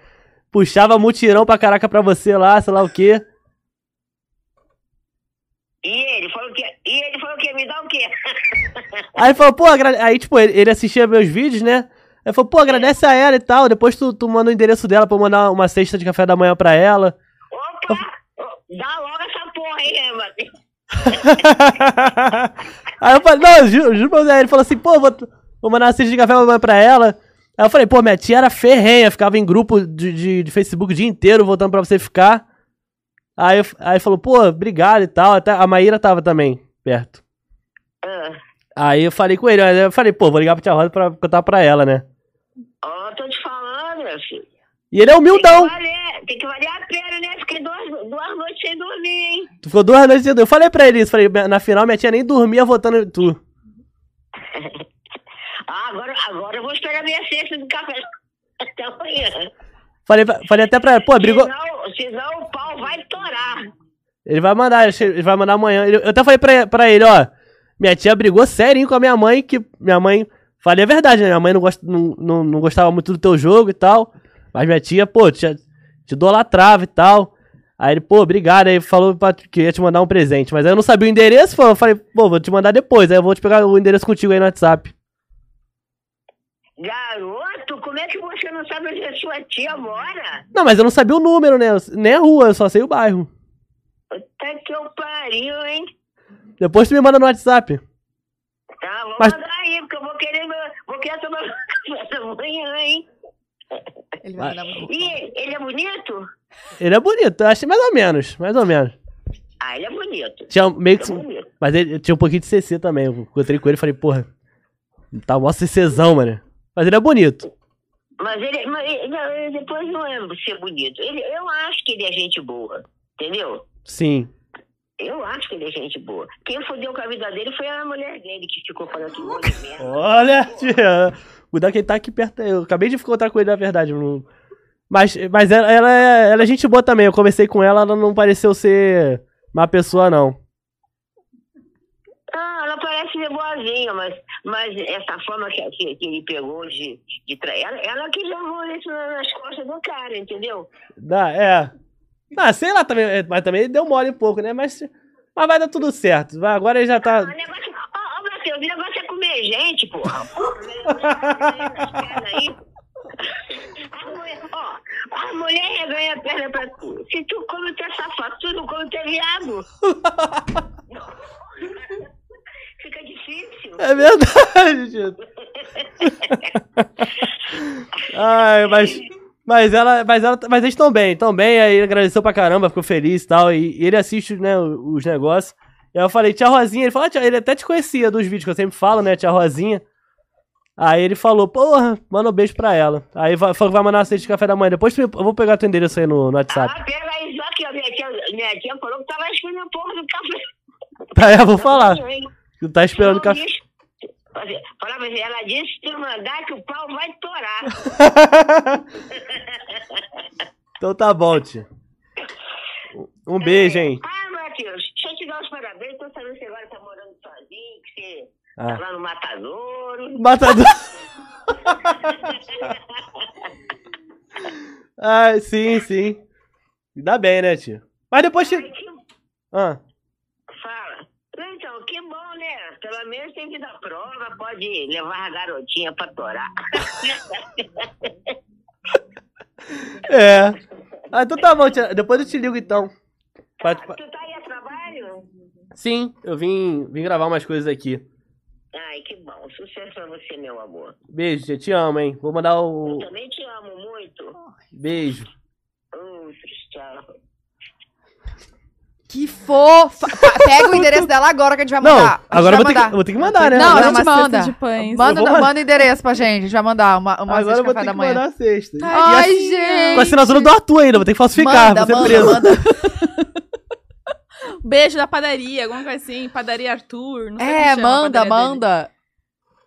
Speaker 3: Puxava mutirão pra caraca pra você lá, sei lá o quê.
Speaker 6: E ele falou que e ele falou que me dá o quê? [laughs]
Speaker 3: Aí ele falou, pô, agra... aí tipo, ele, ele assistia meus vídeos, né? Aí ele falou, pô, agradece a ela e tal, depois tu, tu manda o endereço dela pra eu mandar uma cesta de café da manhã pra ela.
Speaker 6: Opa! Dá logo essa porra aí, né, mano?
Speaker 3: aí eu falei, não, juro, juro pra você. Aí ele falou assim, pô, vou, vou mandar uma cesta de café da manhã pra ela. Aí eu falei, pô, minha tia era ferrenha, ficava em grupo de, de, de Facebook o dia inteiro voltando pra você ficar. Aí, eu- aí ele falou, pô, obrigado e tal. Até a Maíra tava também perto.
Speaker 6: Ah,
Speaker 3: Aí eu falei com ele, aí eu falei, pô, vou ligar pra tia Rosa pra contar pra ela, né?
Speaker 6: Ó, tô te falando, meu filho.
Speaker 3: E ele é humildão.
Speaker 6: Tem que valer, tem que valer a pena, né? Fiquei duas, duas noites sem dormir, hein?
Speaker 3: Tu ficou duas noites sem dormir. Eu falei pra ele isso. Falei, na final minha tia nem dormia votando em tu.
Speaker 6: Ah, agora, agora eu vou esperar minha cesta do café até amanhã.
Speaker 3: Falei, pra- falei até pra ela, pô, brigou.
Speaker 6: Senão, senão o pau vai torar.
Speaker 3: Ele vai mandar, acho que ele vai mandar amanhã. Ele- eu até falei pra, pra ele, ó. Minha tia brigou serinho com a minha mãe, que minha mãe. Falei a verdade, né? Minha mãe não, gosta, não, não, não gostava muito do teu jogo e tal. Mas minha tia, pô, te, te idolatrava e tal. Aí ele, pô, obrigado. Aí falou pra, que ia te mandar um presente. Mas aí eu não sabia o endereço, pô, eu falei, pô, vou te mandar depois. Aí eu vou te pegar o endereço contigo aí no WhatsApp.
Speaker 6: Garoto, como é que você não sabe onde a sua tia mora?
Speaker 3: Não, mas eu não sabia o número, né? Eu- nem a rua, eu só sei o bairro.
Speaker 6: Até que eu pariu, hein?
Speaker 3: Depois tu me manda no WhatsApp.
Speaker 6: Tá, vou
Speaker 3: Mas-
Speaker 6: mandar aí, porque eu vou querer, meu- vou querer tomar [laughs] café da manhã, hein?
Speaker 2: Ele vai mandar muito.
Speaker 6: E ele, ele é bonito?
Speaker 3: Ele é bonito, eu achei mais ou menos, mais ou menos.
Speaker 6: Ah, ele é bonito.
Speaker 3: Tinha meio que.
Speaker 6: Ele é bonito.
Speaker 3: Mas ele tinha um pouquinho de CC também. Eu encontrei com ele e falei, porra, tá mó CCzão, mano. Mas ele é bonito.
Speaker 6: Mas ele, mas ele- não, ele depois não é ser bonito. Ele, eu acho que ele é gente boa, entendeu?
Speaker 3: Sim.
Speaker 6: Eu acho que ele é gente boa. Quem fudeu com a vida dele foi a mulher dele que ficou falando que é monte de merda.
Speaker 3: Olha, tia. Cuidado que ele tá aqui perto. Eu acabei de encontrar com ele, na verdade. não- Mas, mas ela, ela, é, ela é gente boa também. Eu conversei com ela, ela não pareceu ser má pessoa, não.
Speaker 6: Ah, ela parece ser boazinha, mas, mas essa forma que, que, que ele pegou de, de trair, ela, ela que levou isso na- nas costas do cara, entendeu?
Speaker 3: Dá, é. Ah, sei lá também. é, Mas também deu mole um pouco, né? Mas, mas vai dar tudo certo. Vai, agora ele já
Speaker 6: O
Speaker 3: tá.
Speaker 6: negócio, ó, ó, Matheus, o negócio é comer gente, porra. A mulher, ó, a mulher reganha a perna pra tu. Se tu come, tu é safado. Tu não come, tu é viado. Fica difícil.
Speaker 3: É verdade, Tito. Ai, mas. Mas ela. Mas, ela, mas eles estão bem, estão bem. Aí ele agradeceu pra caramba, ficou feliz e tal. E, e ele assiste, né, os, os negócios. E aí eu falei, tia Rosinha, ele falou, ah, tia, ele até te conhecia dos vídeos que eu sempre falo, né, tia Rosinha. Aí ele falou, porra, manda um beijo pra ela. Aí vai- falou que vai mandar uma cesta de café da manhã. Depois tu me- eu vou pegar teu endereço aí no, no WhatsApp.
Speaker 6: Ah, pera aí, só que a minha tia, minha tia falou que tava escondendo a porra do café.
Speaker 3: [laughs] Tá, eu vou
Speaker 6: [laughs]
Speaker 3: falar.
Speaker 6: Hein?
Speaker 3: Tu tá esperando o
Speaker 6: Ela
Speaker 3: café.
Speaker 6: disse- Fala pra você, ela disse que mandar que o pau vai torar.
Speaker 3: então tá bom, tia. Um beijo, hein.
Speaker 6: Ah, Matheus, deixa eu te dar os parabéns. Tô sabendo que você agora tá morando sozinho, que você
Speaker 3: Ah.
Speaker 6: tá lá no Matadouro.
Speaker 3: Matador. [laughs] ah, sim, sim. Ainda bem, né, tio? Mas depois te.
Speaker 6: Que-
Speaker 3: Ah,
Speaker 6: Fala. Então, que bom, né? Pelo menos tem que dar prova, pode levar a garotinha pra torar.
Speaker 3: [laughs] é. Ah, então tá bom, tia. Depois eu te ligo então. Pra- pra-
Speaker 6: tu tá aí a trabalho?
Speaker 3: Sim, eu vim, vim gravar umas coisas aqui.
Speaker 6: Ai, que bom. Sucesso pra você, meu amor.
Speaker 3: Beijo, tia. Te amo, hein? Vou mandar o.
Speaker 6: Eu também te amo muito.
Speaker 3: Beijo.
Speaker 6: Uh, tchau.
Speaker 2: Que fofa! Pa- Pega
Speaker 3: [laughs]
Speaker 2: o endereço dela agora que a gente vai
Speaker 3: Não,
Speaker 2: mandar. A gente
Speaker 3: agora
Speaker 2: vai
Speaker 3: eu vou ter,
Speaker 2: mandar.
Speaker 3: que, vou ter que mandar, né?
Speaker 2: Não,
Speaker 3: agora
Speaker 2: a gente
Speaker 1: é Uma cesta
Speaker 2: manda.
Speaker 1: de pães.
Speaker 2: Manda,
Speaker 3: Eu vou-
Speaker 2: manda o endereço pra gente. A gente vai mandar uma, uma
Speaker 3: agora
Speaker 2: cesta
Speaker 3: eu
Speaker 2: de
Speaker 3: vou
Speaker 2: café
Speaker 3: ter
Speaker 2: da
Speaker 3: que
Speaker 2: manhã.
Speaker 3: mandar a sexta.
Speaker 2: Ai,
Speaker 3: E a-
Speaker 2: gente!
Speaker 3: Com a assinatura do Arthur ainda, vou ter que falsificar,
Speaker 2: Manda,
Speaker 3: vou ser
Speaker 2: manda,
Speaker 3: preso.
Speaker 2: manda.
Speaker 1: Beijo da padaria, alguma coisa assim. Padaria Arthur. Não sei
Speaker 2: É,
Speaker 1: como chama a
Speaker 2: manda,
Speaker 1: padaria dele.
Speaker 2: manda.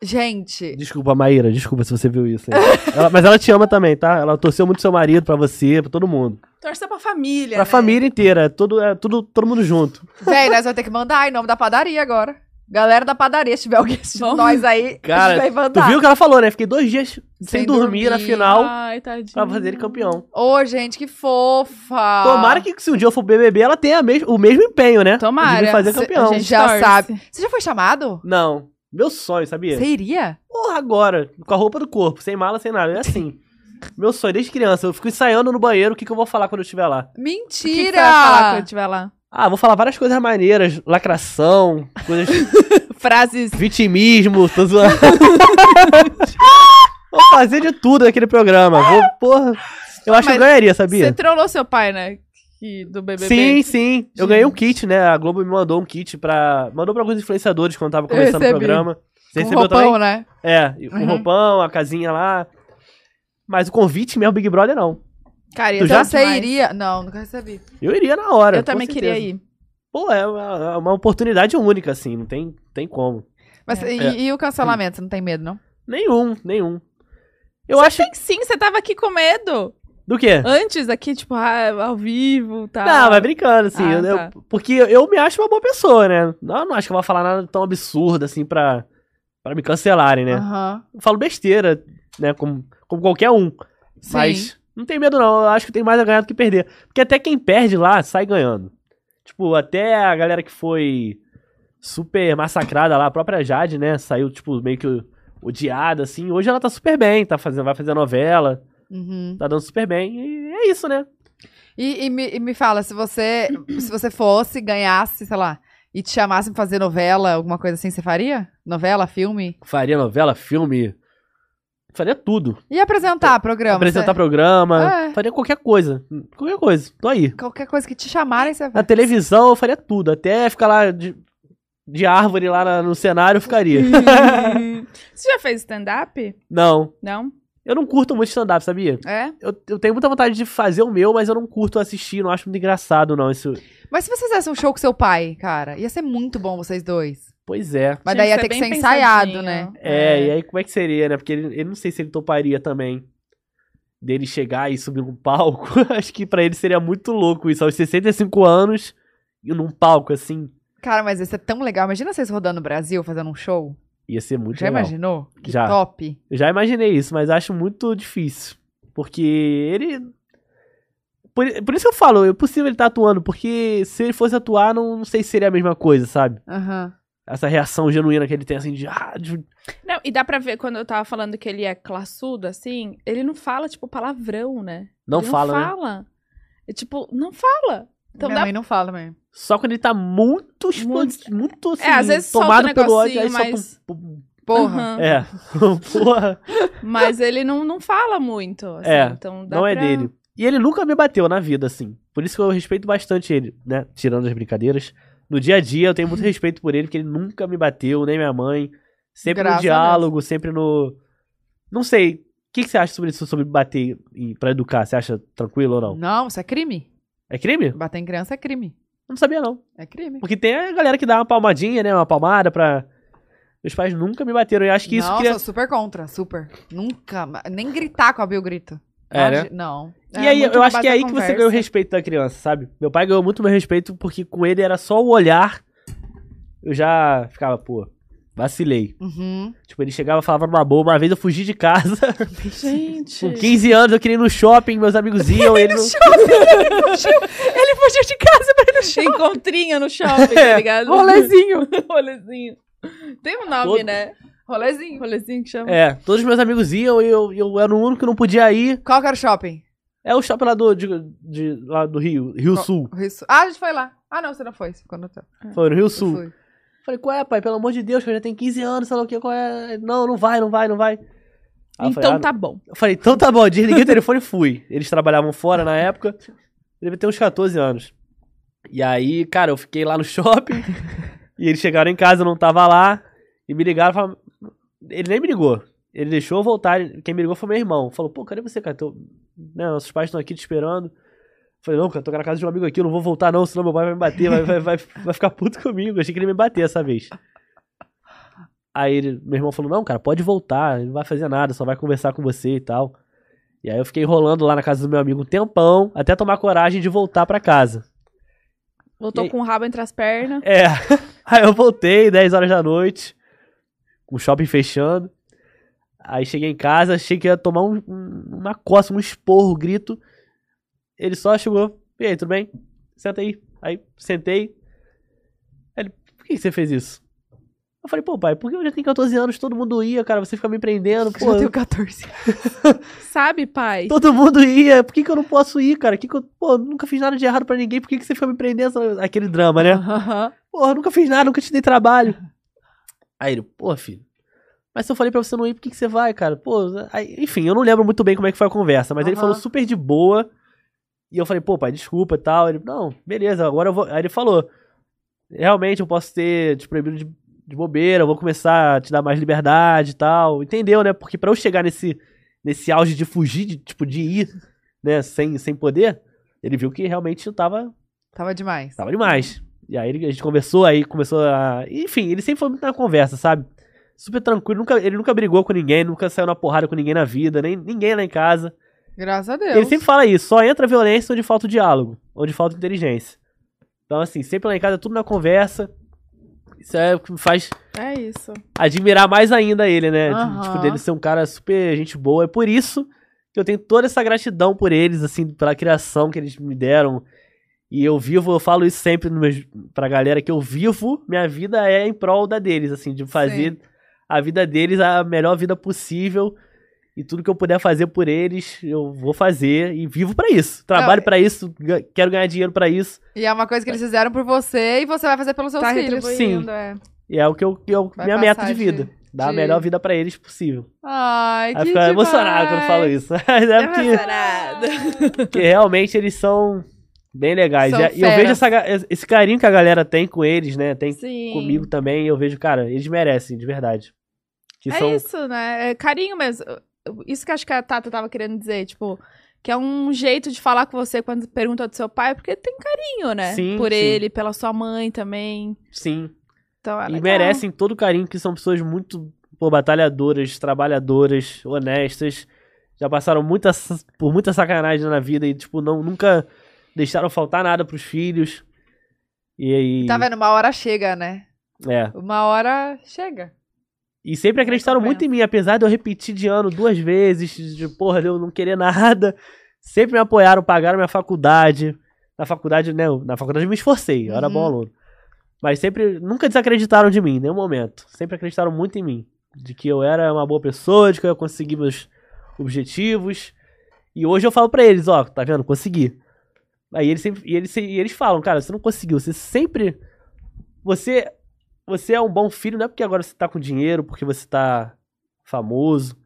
Speaker 2: Gente,
Speaker 3: Desculpa, Maíra, desculpa se você viu isso. hein? [laughs] Ela- mas ela te ama também, tá? Ela torceu muito seu marido pra você, pra todo mundo.
Speaker 1: Torça pra família.
Speaker 3: Pra
Speaker 1: né?
Speaker 3: família inteira, todo, é, tudo, todo mundo junto.
Speaker 2: velho, nós vamos ter que mandar em nome da padaria agora. Galera da padaria, se tiver alguém assistindo
Speaker 1: Vamos.
Speaker 2: nós aí,
Speaker 3: Cara,
Speaker 2: a gente vai
Speaker 3: Tu
Speaker 2: mandar.
Speaker 3: viu o que ela falou, né? Fiquei dois dias sem
Speaker 2: Tá. Sem
Speaker 3: dormir na
Speaker 2: dormir.
Speaker 3: final
Speaker 1: Ai, tadinho.
Speaker 3: pra fazer ele campeão.
Speaker 2: Ô, gente, que fofa.
Speaker 3: Tomara que se um dia eu for BBB, ela tenha mes- o mesmo empenho, né?
Speaker 1: Tomara.
Speaker 3: De me fazer
Speaker 1: Se-
Speaker 3: campeão.
Speaker 1: a gente
Speaker 2: Já
Speaker 1: torce.
Speaker 2: sabe. Você já foi chamado?
Speaker 3: Não. Meu sonho, sabia?
Speaker 2: Você iria?
Speaker 3: Porra, agora. Com a roupa do corpo, sem mala, sem nada. É assim. Meu sonho, desde criança. Eu fico ensaiando no banheiro o que, que eu vou falar quando eu estiver lá.
Speaker 1: O que que você
Speaker 2: Mentira!
Speaker 1: vai falar quando eu estiver lá?
Speaker 3: Ah, vou falar várias coisas maneiras. Lacração, coisas
Speaker 1: Frases.
Speaker 3: Vitimismo,
Speaker 1: [laughs]
Speaker 3: tô zoando. Vou fazer de tudo naquele programa. Vou, porra. Eu acho que eu
Speaker 1: Mas
Speaker 3: ganharia,
Speaker 1: Você
Speaker 3: sabia?
Speaker 1: trollou seu pai, né? Que, do BBB.
Speaker 3: Sim, sim. Eu ganhei um kit, né? A Globo me mandou um kit pra. Mandou pra alguns influenciadores quando tava começando o
Speaker 2: recebi.
Speaker 3: programa. Você
Speaker 2: Com
Speaker 3: recebeu
Speaker 2: roupão,
Speaker 3: também?
Speaker 2: né?
Speaker 3: É, e com
Speaker 2: Uhum.
Speaker 3: roupão, a casinha lá. Mas o convite mesmo, Big Brother, não.
Speaker 1: Cara, ia
Speaker 3: Tu
Speaker 1: ser
Speaker 3: já?
Speaker 2: Então você
Speaker 1: demais.
Speaker 2: iria... Não, nunca recebi.
Speaker 3: Eu iria na hora.
Speaker 1: Eu também queria
Speaker 3: ir.
Speaker 1: ir.
Speaker 3: Pô, é uma, é uma oportunidade única, assim. Não tem, tem como.
Speaker 2: Mas
Speaker 1: É.
Speaker 2: e, e o cancelamento? Você não tem medo, não?
Speaker 3: Nenhum, nenhum. Eu acho.
Speaker 1: Tem que sim, você tava aqui com medo.
Speaker 3: Do quê?
Speaker 1: Antes, aqui, tipo, ah, ao vivo e tal.
Speaker 3: Não, mas brincando, assim.
Speaker 1: Ah,
Speaker 3: eu- eu-
Speaker 1: tá.
Speaker 3: porque eu me acho uma boa pessoa, né? Não, não acho que eu vou falar nada tão absurdo, assim, pra, pra me cancelarem,
Speaker 1: Ah.
Speaker 3: né?
Speaker 2: Aham.
Speaker 3: Eu falo besteira, né? Como, como qualquer um.
Speaker 2: Sim.
Speaker 3: Mas não tem medo, não. Eu acho que tem mais a ganhar do que perder. Porque até quem perde lá sai ganhando. Tipo, até a galera que foi super massacrada lá, a própria Jade, né? Saiu, tipo, meio que odiada, assim. Hoje ela tá super bem, tá fazendo, vai fazer novela,
Speaker 2: Uhum.
Speaker 3: tá dando super bem. E é isso, né?
Speaker 2: E, e me, e me fala, se
Speaker 3: [clears throat]
Speaker 2: você, se você fosse, ganhasse, sei lá, e te chamassem pra fazer novela, alguma coisa assim, você faria? Novela, filme?
Speaker 3: Faria novela, filme. Faria tudo.
Speaker 2: E apresentar programa?
Speaker 3: Apresentar
Speaker 2: Você-
Speaker 3: programa.
Speaker 2: É.
Speaker 3: Faria qualquer coisa. Qualquer coisa. Tô aí.
Speaker 2: Qualquer coisa que te chamarem, você
Speaker 3: Na televisão eu faria tudo. Até ficar lá de, de árvore lá na- no cenário
Speaker 2: [laughs]
Speaker 3: eu ficaria.
Speaker 1: Hum. Você já fez stand-up?
Speaker 3: não.
Speaker 1: Não?
Speaker 3: Eu não curto muito stand-up, sabia?
Speaker 1: É?
Speaker 3: Eu, eu tenho muita vontade de fazer o meu, mas eu não curto assistir, não acho muito engraçado, não. Isso.
Speaker 2: Mas se você fizesse um show com seu pai, cara, ia ser muito bom vocês dois.
Speaker 3: Pois é.
Speaker 1: Tinha
Speaker 2: Mas daí ia
Speaker 1: ser
Speaker 2: ter que
Speaker 1: bem
Speaker 2: ser ensaiado,
Speaker 1: pensadinho.
Speaker 2: né?
Speaker 3: É, e aí como é que seria, né? Porque ele, eu não sei se ele toparia também dele chegar e subir num palco. [laughs] Acho que pra ele seria muito louco isso, aos 65 anos e num palco assim.
Speaker 2: Cara, mas ia ser tão legal. Imagina vocês rodando o Brasil, fazendo um show.
Speaker 3: Ia ser muito
Speaker 2: Já
Speaker 3: legal.
Speaker 2: imaginou? Que
Speaker 3: Já.
Speaker 2: top.
Speaker 3: Eu já imaginei isso, mas acho muito difícil. Porque ele. Por, por isso que eu falo, é possível ele estar atuando, porque se ele fosse atuar, não, não sei se seria a mesma coisa, sabe?
Speaker 2: Aham.
Speaker 3: Essa reação genuína que ele tem assim de. Ah, de...
Speaker 1: Não, e dá pra ver quando eu tava falando que ele é classudo, assim, ele não fala, tipo, palavrão, né?
Speaker 3: Não
Speaker 1: Ele
Speaker 3: fala,
Speaker 1: não
Speaker 3: né?
Speaker 1: fala. É, tipo, não fala. Então
Speaker 2: Minha
Speaker 1: dá
Speaker 2: mãe não fala mesmo.
Speaker 3: Só quando ele tá muito expandido, muito assim,
Speaker 1: É, às vezes solta
Speaker 3: tomado
Speaker 1: um
Speaker 3: pelo ódio, aí
Speaker 1: negocinho,
Speaker 3: solta um-
Speaker 1: mas-
Speaker 3: um-
Speaker 2: Porra.
Speaker 1: Aham.
Speaker 3: É. [laughs] Porra.
Speaker 1: Mas ele não, não fala muito. assim,
Speaker 3: É,
Speaker 1: então dá
Speaker 3: Não é
Speaker 1: pra-
Speaker 3: dele. E ele nunca me bateu na vida, assim. Por isso que eu respeito bastante ele, né? Tirando as brincadeiras. No dia a dia eu
Speaker 1: [laughs]
Speaker 3: tenho muito respeito por ele, porque ele nunca me bateu, nem minha mãe. Sempre
Speaker 2: Graças
Speaker 3: no
Speaker 2: a
Speaker 3: diálogo, sempre no. Não sei. O que, que você acha sobre isso, sobre bater e, pra educar? Você acha tranquilo ou não?
Speaker 2: Não, isso é crime.
Speaker 3: É crime? Eu
Speaker 2: Bater em criança é crime.
Speaker 3: não sabia, não.
Speaker 2: É crime.
Speaker 3: Porque tem a galera que dá uma palmadinha, né? Uma palmada pra. Meus pais nunca me bateram. E acho que isso
Speaker 2: não,
Speaker 3: cria-
Speaker 2: sou super contra, super. Nunca, ma- nem gritar com a Bill grito. Não,
Speaker 3: É, né?
Speaker 2: Não.
Speaker 1: É,
Speaker 3: E aí,
Speaker 1: muito
Speaker 3: eu
Speaker 1: na
Speaker 3: acho que é
Speaker 1: base
Speaker 3: aí
Speaker 1: da
Speaker 3: que você
Speaker 1: conversa.
Speaker 3: ganhou o respeito da criança, sabe? Meu pai ganhou muito meu respeito porque com ele era só o olhar. Eu já ficava, pô, vacilei.
Speaker 2: Uhum.
Speaker 3: Tipo, ele chegava e falava numa boa. Uma vez eu fugi de casa.
Speaker 1: Gente.
Speaker 3: com 15 anos eu queria ir no shopping, meus amigos iam. ele não...
Speaker 1: [laughs] Ele fugiu de casa pra ir no shopping. Encontrinho no
Speaker 3: [laughs]
Speaker 1: shopping,
Speaker 3: É,
Speaker 1: tá ligado?
Speaker 2: Rolezinho.
Speaker 1: [laughs] Rolezinho. Tem um nome,
Speaker 3: Todo-
Speaker 1: né? Rolezinho. Rolezinho que chama.
Speaker 3: É, todos os meus amigos iam e eu, eu era o único que não podia ir.
Speaker 2: Qual que era o shopping?
Speaker 3: É o shopping lá do, de, de- lá do Rio, Rio
Speaker 2: Qual-
Speaker 3: Sul.
Speaker 2: O Rio Sul. Ah, a gente foi lá. Ah, não, você não foi. Você ficou no hotel.
Speaker 3: Foi no Rio
Speaker 2: Eu
Speaker 3: Sul.
Speaker 2: fui.
Speaker 3: Falei, qual é, pai? Pelo amor de Deus, que eu já tenho 15 anos, sei lá o que, qual é? Não, não vai, não vai, não vai. Aí eu falei,
Speaker 1: Então
Speaker 3: "Ah,
Speaker 1: tá bom.
Speaker 3: Eu falei, então tá bom, desliguei o telefone e fui. Eles trabalhavam fora na época. Eu Devia ter uns 14 anos. E aí, cara, eu fiquei lá no shopping. e eles chegaram em casa, eu não tava lá. E me ligaram e falaram. Ele nem me ligou. Ele deixou eu voltar. Quem me ligou foi meu irmão. Falou, pô, cadê você, cara? Tô... Né, nossos pais estão aqui te esperando. Eu Falei, não, cara, tô na casa de um amigo aqui, eu não vou voltar, não, senão meu pai vai me bater, vai, vai, vai, vai ficar puto comigo. Eu achei que ele ia me bater essa vez. Aí ele- meu irmão falou, não, cara, pode voltar, ele não vai fazer nada, só vai conversar com você e tal. E aí eu fiquei rolando lá na casa do meu amigo um tempão, até tomar coragem de voltar pra casa.
Speaker 1: Voltou
Speaker 3: E- [laughs]
Speaker 1: com o rabo entre as pernas.
Speaker 3: É. Aí eu voltei, 10 horas da noite, o shopping fechando. Aí cheguei em casa, achei que ia tomar um- um- uma coça, um esporro, um grito. Ele só chegou, e aí, tudo bem? Senta aí. Aí sentei. Ele, por que você fez isso? Eu falei, pô, pai, por que eu já tenho 14 anos, todo mundo ia, cara, você fica me prendendo,
Speaker 2: Eu já
Speaker 3: pô.
Speaker 2: tenho 14.
Speaker 1: [laughs] Sabe, pai?
Speaker 3: Todo mundo ia, por que, que eu não posso ir, cara? Que que eu, pô, eu nunca fiz nada de errado pra ninguém, por que, que você fica me prendendo? Aquele drama, né?
Speaker 2: Aham.
Speaker 3: Porra, eu nunca fiz nada, nunca te dei trabalho. [laughs] Aí ele, pô, filho. Mas se eu falei pra você não ir, por que, que você vai, cara? Pô, aí- enfim, eu não lembro muito bem como é que foi a conversa, mas ele
Speaker 2: Aham.
Speaker 3: falou super de boa. E eu falei, pô, pai, desculpa e tal. Ele, não, beleza, agora eu vou. Aí ele falou, realmente eu posso ter te proibido de, de bobeira, eu vou começar a te dar mais liberdade e tal. Entendeu, né? Porque pra eu chegar nesse, nesse auge de fugir, de, tipo, de ir, né, sem, sem poder, ele viu que realmente eu tava
Speaker 2: Tava demais.
Speaker 3: Tava demais. E aí ele- a gente conversou, aí começou a. Enfim, ele sempre foi muito na conversa, sabe? Super tranquilo, nunca, ele nunca brigou com ninguém, nunca saiu na porrada com ninguém na vida, nem ninguém lá em casa.
Speaker 2: Graças a Deus.
Speaker 3: Ele sempre fala isso, só entra violência onde falta o diálogo, onde falta inteligência. Então, assim, sempre lá em casa, tudo na conversa. Isso é o que me faz
Speaker 1: É isso.
Speaker 3: admirar mais ainda ele, né? De-
Speaker 2: Aham.
Speaker 3: Tipo, dele ser um cara super gente boa. É por isso que eu tenho toda essa gratidão por eles, assim, pela criação que eles me deram. E eu vivo, eu falo isso sempre no meus, pra galera que eu vivo, minha vida é em prol da deles, assim, de fazer a vida deles a melhor vida possível. E tudo que eu puder fazer por eles, eu vou fazer e vivo pra isso. Trabalho
Speaker 2: é-
Speaker 3: pra isso, ga- quero ganhar dinheiro pra isso.
Speaker 2: E é uma coisa que eles fizeram por você e você vai fazer pelos seus
Speaker 1: Tá
Speaker 2: filhos.
Speaker 1: retribuindo, é.
Speaker 3: E é o que eu, que eu-
Speaker 2: Vai
Speaker 3: minha
Speaker 2: passar
Speaker 3: meta
Speaker 2: de-
Speaker 3: de vida. Dar a
Speaker 2: de-
Speaker 3: melhor vida pra eles possível.
Speaker 2: Ai,
Speaker 1: É
Speaker 2: que
Speaker 3: Aí fica
Speaker 2: demais.
Speaker 3: emocionado quando eu falo isso. [laughs] Mas é porque, porque realmente eles são bem legais.
Speaker 2: São
Speaker 3: e e eu
Speaker 2: fera.
Speaker 3: vejo essa ga- esse carinho que a galera tem com eles, né? Tem
Speaker 1: Sim.
Speaker 3: comigo também. E eu vejo, cara, eles merecem, de verdade. Que
Speaker 1: é
Speaker 3: são.
Speaker 1: isso, né? É carinho mesmo. Isso que acho que a Tata tava querendo dizer, tipo, que é um jeito de falar com você quando pergunta do seu pai, porque tem carinho, né?
Speaker 3: Sim,
Speaker 1: Por
Speaker 3: sim.
Speaker 1: ele, pela sua mãe também.
Speaker 3: Sim.
Speaker 1: Então, é
Speaker 3: e
Speaker 1: legal.
Speaker 3: merecem todo o carinho, que são pessoas muito pô, batalhadoras, trabalhadoras, honestas. Já passaram muita, sa- por muita sacanagem na vida e, tipo, não, nunca deixaram faltar nada pros filhos. E aí.
Speaker 2: Tá vendo? Uma hora chega, né?
Speaker 3: É.
Speaker 2: Uma hora chega.
Speaker 3: E sempre acreditaram muito em mim, apesar de eu repetir de ano duas vezes, de porra, de eu não querer nada. Sempre me apoiaram, pagaram minha faculdade. Na faculdade, né? eu- Na faculdade eu me esforcei, eu era
Speaker 2: Uhum.
Speaker 3: bom aluno. Mas sempre, nunca desacreditaram de mim, em nenhum momento. Sempre acreditaram muito em mim. De que eu era uma boa pessoa, de que eu ia conseguir meus objetivos. E hoje eu falo pra eles, ó, tá vendo? Consegui. Aí eles sempre, e eles, se- e eles falam, cara, você não conseguiu, você sempre você você é um bom filho não é porque agora você tá com dinheiro, porque você tá famoso,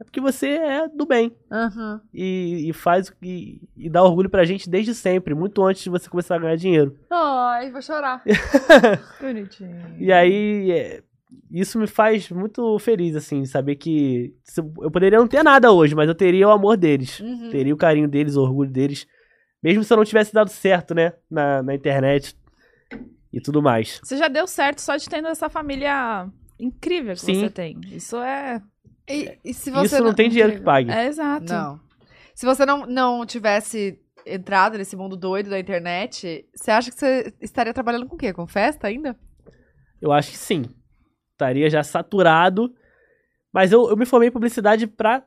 Speaker 3: é porque você é do bem
Speaker 2: Aham.
Speaker 3: e, e faz o que e dá orgulho pra gente desde sempre, muito antes de você começar a ganhar dinheiro.
Speaker 2: Ai, vou
Speaker 3: [laughs]
Speaker 2: chorar.
Speaker 1: Bonitinho.
Speaker 3: E aí é, isso me faz muito feliz assim, saber que se eu eu poderia não ter nada hoje, mas eu teria o amor deles.
Speaker 2: Uhum.
Speaker 3: Teria o carinho deles, o orgulho deles. Mesmo se eu não tivesse dado certo, né? Na, na internet e tudo mais.
Speaker 1: Você já deu certo só de tendo essa família incrível que
Speaker 3: Sim.
Speaker 1: você tem. Isso é.
Speaker 2: E, e se você
Speaker 3: Isso não, tem dinheiro que pague.
Speaker 1: É exato.
Speaker 2: Não. Se você não, não tivesse entrado nesse mundo doido da internet, você acha que você estaria trabalhando com o quê? Com festa ainda?
Speaker 3: Eu acho que sim. Estaria já saturado. Mas eu, eu me formei em publicidade pra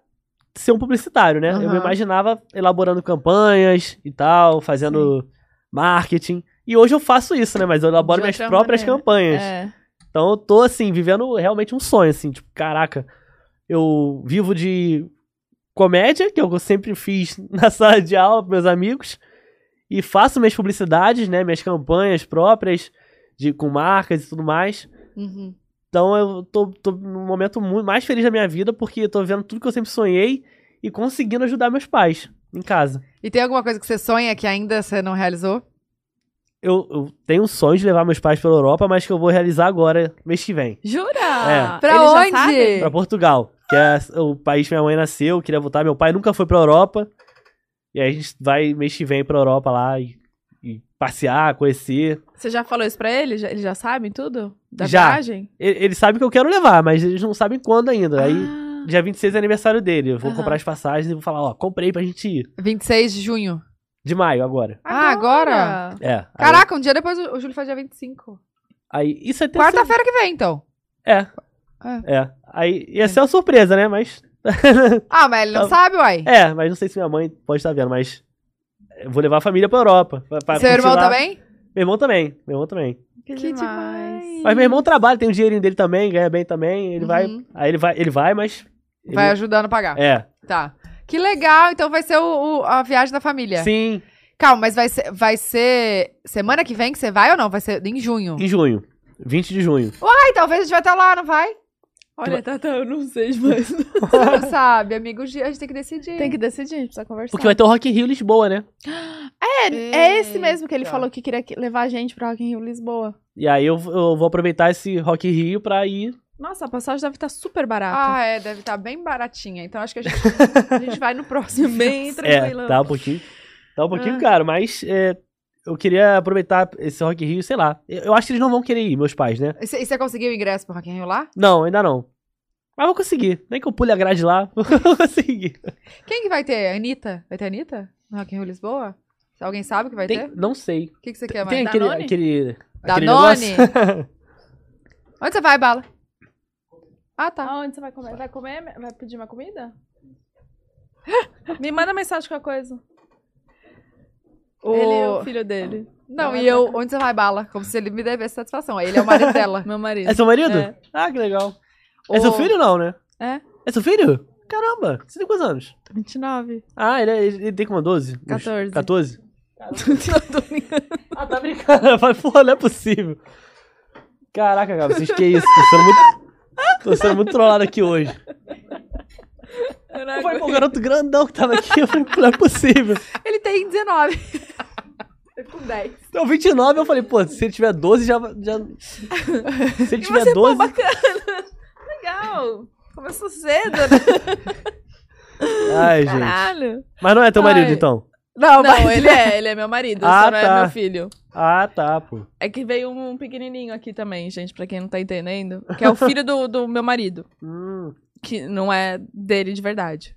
Speaker 3: ser um publicitário, né? Eu me
Speaker 2: Aham.
Speaker 3: imaginava elaborando campanhas e tal, fazendo marketing. E hoje eu faço isso, né? Mas eu elaboro
Speaker 1: De
Speaker 3: minhas
Speaker 1: outra
Speaker 3: próprias
Speaker 1: maneira.
Speaker 3: campanhas.
Speaker 1: É.
Speaker 3: Então eu tô, assim, vivendo realmente um sonho, assim, tipo, caraca, eu vivo de comédia, que eu sempre fiz [laughs] na sala de aula com meus amigos, e faço minhas publicidades, né, minhas campanhas próprias, de, com marcas e tudo mais.
Speaker 2: Uhum.
Speaker 3: Então eu tô, tô num momento muito mais feliz da minha vida, porque eu tô vendo tudo que eu sempre sonhei e conseguindo ajudar meus pais em casa.
Speaker 2: E tem alguma coisa que você sonha que ainda você não realizou?
Speaker 3: Eu, eu tenho um sonho de levar meus pais pela Europa, mas que eu vou realizar agora, mês que vem.
Speaker 1: Jura?
Speaker 3: É.
Speaker 2: Pra
Speaker 1: Ele Ah, já
Speaker 2: onde?
Speaker 1: sabe?
Speaker 3: Pra Portugal, que é o país que minha mãe nasceu, queria voltar. Meu pai nunca foi pra Europa. E aí a gente vai mês que vem pra Europa lá e, e passear, conhecer.
Speaker 1: Você já falou isso pra ele? Já- Ele já sabe tudo? Da
Speaker 3: Já.
Speaker 1: viagem?
Speaker 3: Ele, ele sabe que eu quero levar, mas eles não sabem quando ainda. Aí
Speaker 1: Ah,
Speaker 3: dia 26 é aniversário dele. Eu vou
Speaker 1: Aham.
Speaker 3: comprar as passagens e vou falar, ó, comprei pra gente ir.
Speaker 2: 26 de junho.
Speaker 3: De maio agora.
Speaker 2: Ah, agora?
Speaker 3: É. aí-
Speaker 2: Caraca, um dia depois o o Júlio faz dia 25.
Speaker 3: Aí, isso é terceiro-
Speaker 2: Quarta-feira que vem, então.
Speaker 3: É. É. Aí ia ser uma surpresa, né? Mas.
Speaker 2: Ah, mas ele não
Speaker 3: Tá.
Speaker 2: sabe, uai.
Speaker 3: é, mas não sei se minha mãe pode estar vendo, mas. eu Vou levar a família pra Europa. pra- pra
Speaker 2: Seu irmão
Speaker 3: curtir lá.
Speaker 2: também?
Speaker 3: Meu irmão também. Meu irmão também.
Speaker 1: Que,
Speaker 3: Mas meu irmão trabalha, tem o dinheirinho dele também, ganha bem também. Ele vai.
Speaker 2: Uhum.
Speaker 3: Aí ele vai, ele vai, mas. ele-
Speaker 2: Vai ajudando a pagar.
Speaker 3: É.
Speaker 2: Tá. Que legal, então vai ser o, o- a viagem da família.
Speaker 3: Sim,
Speaker 2: Calma, mas vai ser, vai ser semana que vem que você vai ou não? Vai ser em junho.
Speaker 3: em junho. 20 de junho.
Speaker 2: Ai, talvez a gente vai estar lá, não vai?
Speaker 1: Olha, Tata, eu não sei mais.
Speaker 2: Você não [laughs] sabe, amigo, a gente tem que decidir.
Speaker 1: [laughs] Tem que decidir, a gente precisa conversar.
Speaker 3: Porque vai ter o Rock in Rio Lisboa, né?
Speaker 1: É, é esse mesmo que ele
Speaker 2: Eita.
Speaker 1: falou que queria que- levar a gente pro Rock in Rio Lisboa.
Speaker 3: E aí eu, eu vou aproveitar esse Rock in Rio pra ir.
Speaker 1: Nossa, a passagem deve estar super barata.
Speaker 2: Ah, é, deve estar bem baratinha. Então acho que a
Speaker 3: [laughs]
Speaker 2: gente, a gente vai no próximo.
Speaker 1: Bem
Speaker 3: É,
Speaker 1: tranquilo.
Speaker 3: tá um pouquinho. Tá um pouquinho
Speaker 1: Ah.
Speaker 3: caro, mas é, eu queria aproveitar esse Rock in Rio, sei lá. Eu eu acho que eles não vão querer ir, meus pais, né?
Speaker 2: E você e você conseguiu o ingresso pro Rock in Rio lá?
Speaker 3: Não, ainda não. Mas vou conseguir. Nem que eu pule a grade lá, [laughs] vou conseguir.
Speaker 2: Quem que vai ter? A Anitta? Vai ter a Anitta? No Rock in Rio Lisboa? Alguém sabe o que vai
Speaker 3: Tem-
Speaker 2: ter?
Speaker 3: não sei.
Speaker 2: O que, que você quer mais?
Speaker 3: Tem aquele,
Speaker 1: Danone?
Speaker 3: aquele. aquele
Speaker 2: Danone?
Speaker 3: negócio?
Speaker 2: [laughs] Onde você vai, Bala? Ah, tá.
Speaker 1: Aonde você vai comer? Vai comer? Vai pedir uma comida? [laughs] Me manda mensagem com a coisa.
Speaker 2: O-
Speaker 1: Ele é o filho dele.
Speaker 2: Não,
Speaker 1: Vai
Speaker 2: e
Speaker 1: lá,
Speaker 3: tá.
Speaker 2: eu, onde você vai, Bala? Como se ele me devesse satisfação. Aí ele é o marido
Speaker 3: [laughs]
Speaker 2: dela.
Speaker 1: Meu marido.
Speaker 3: É seu marido?
Speaker 1: É.
Speaker 3: Ah, que legal. É seu
Speaker 2: O-
Speaker 3: filho, não, né?
Speaker 1: É.
Speaker 3: É seu filho? Caramba, você tem quantos anos?
Speaker 1: 29.
Speaker 3: Ah, ele, é- ele tem como 12? Uns
Speaker 1: 14.
Speaker 3: 14?
Speaker 1: [laughs] Não tô brincando.
Speaker 3: Ah, tá brincando. Eu falei, porra, não é possível. Caraca, cara, vocês que é isso? Tô sendo muito. Tô sendo muito trollado aqui hoje.
Speaker 1: Eu não
Speaker 3: Eu falei, pô, o
Speaker 1: aguento.
Speaker 3: garoto grandão que tava aqui, eu falei, pô, não é possível.
Speaker 2: Ele tem
Speaker 1: [laughs]
Speaker 2: 19. Com 10.
Speaker 3: Então, 29, eu falei, pô, se ele tiver 12, já. já... Se ele
Speaker 1: E
Speaker 3: tiver
Speaker 1: você, pô,
Speaker 3: 12.
Speaker 1: bacana. [laughs] Legal. Começou cedo, né?
Speaker 3: Ai, gente.
Speaker 1: Caralho.
Speaker 3: Mas não é teu marido,
Speaker 1: Ai.
Speaker 3: então.
Speaker 1: Não, ele é, ele é meu marido,
Speaker 3: Ah,
Speaker 1: só não
Speaker 3: tá.
Speaker 1: é meu filho.
Speaker 3: Ah, tá, pô.
Speaker 1: É que veio um pequenininho aqui também, gente, pra quem não tá entendendo. Que é o filho do, do meu marido,
Speaker 3: Hum.
Speaker 1: que não é dele de verdade.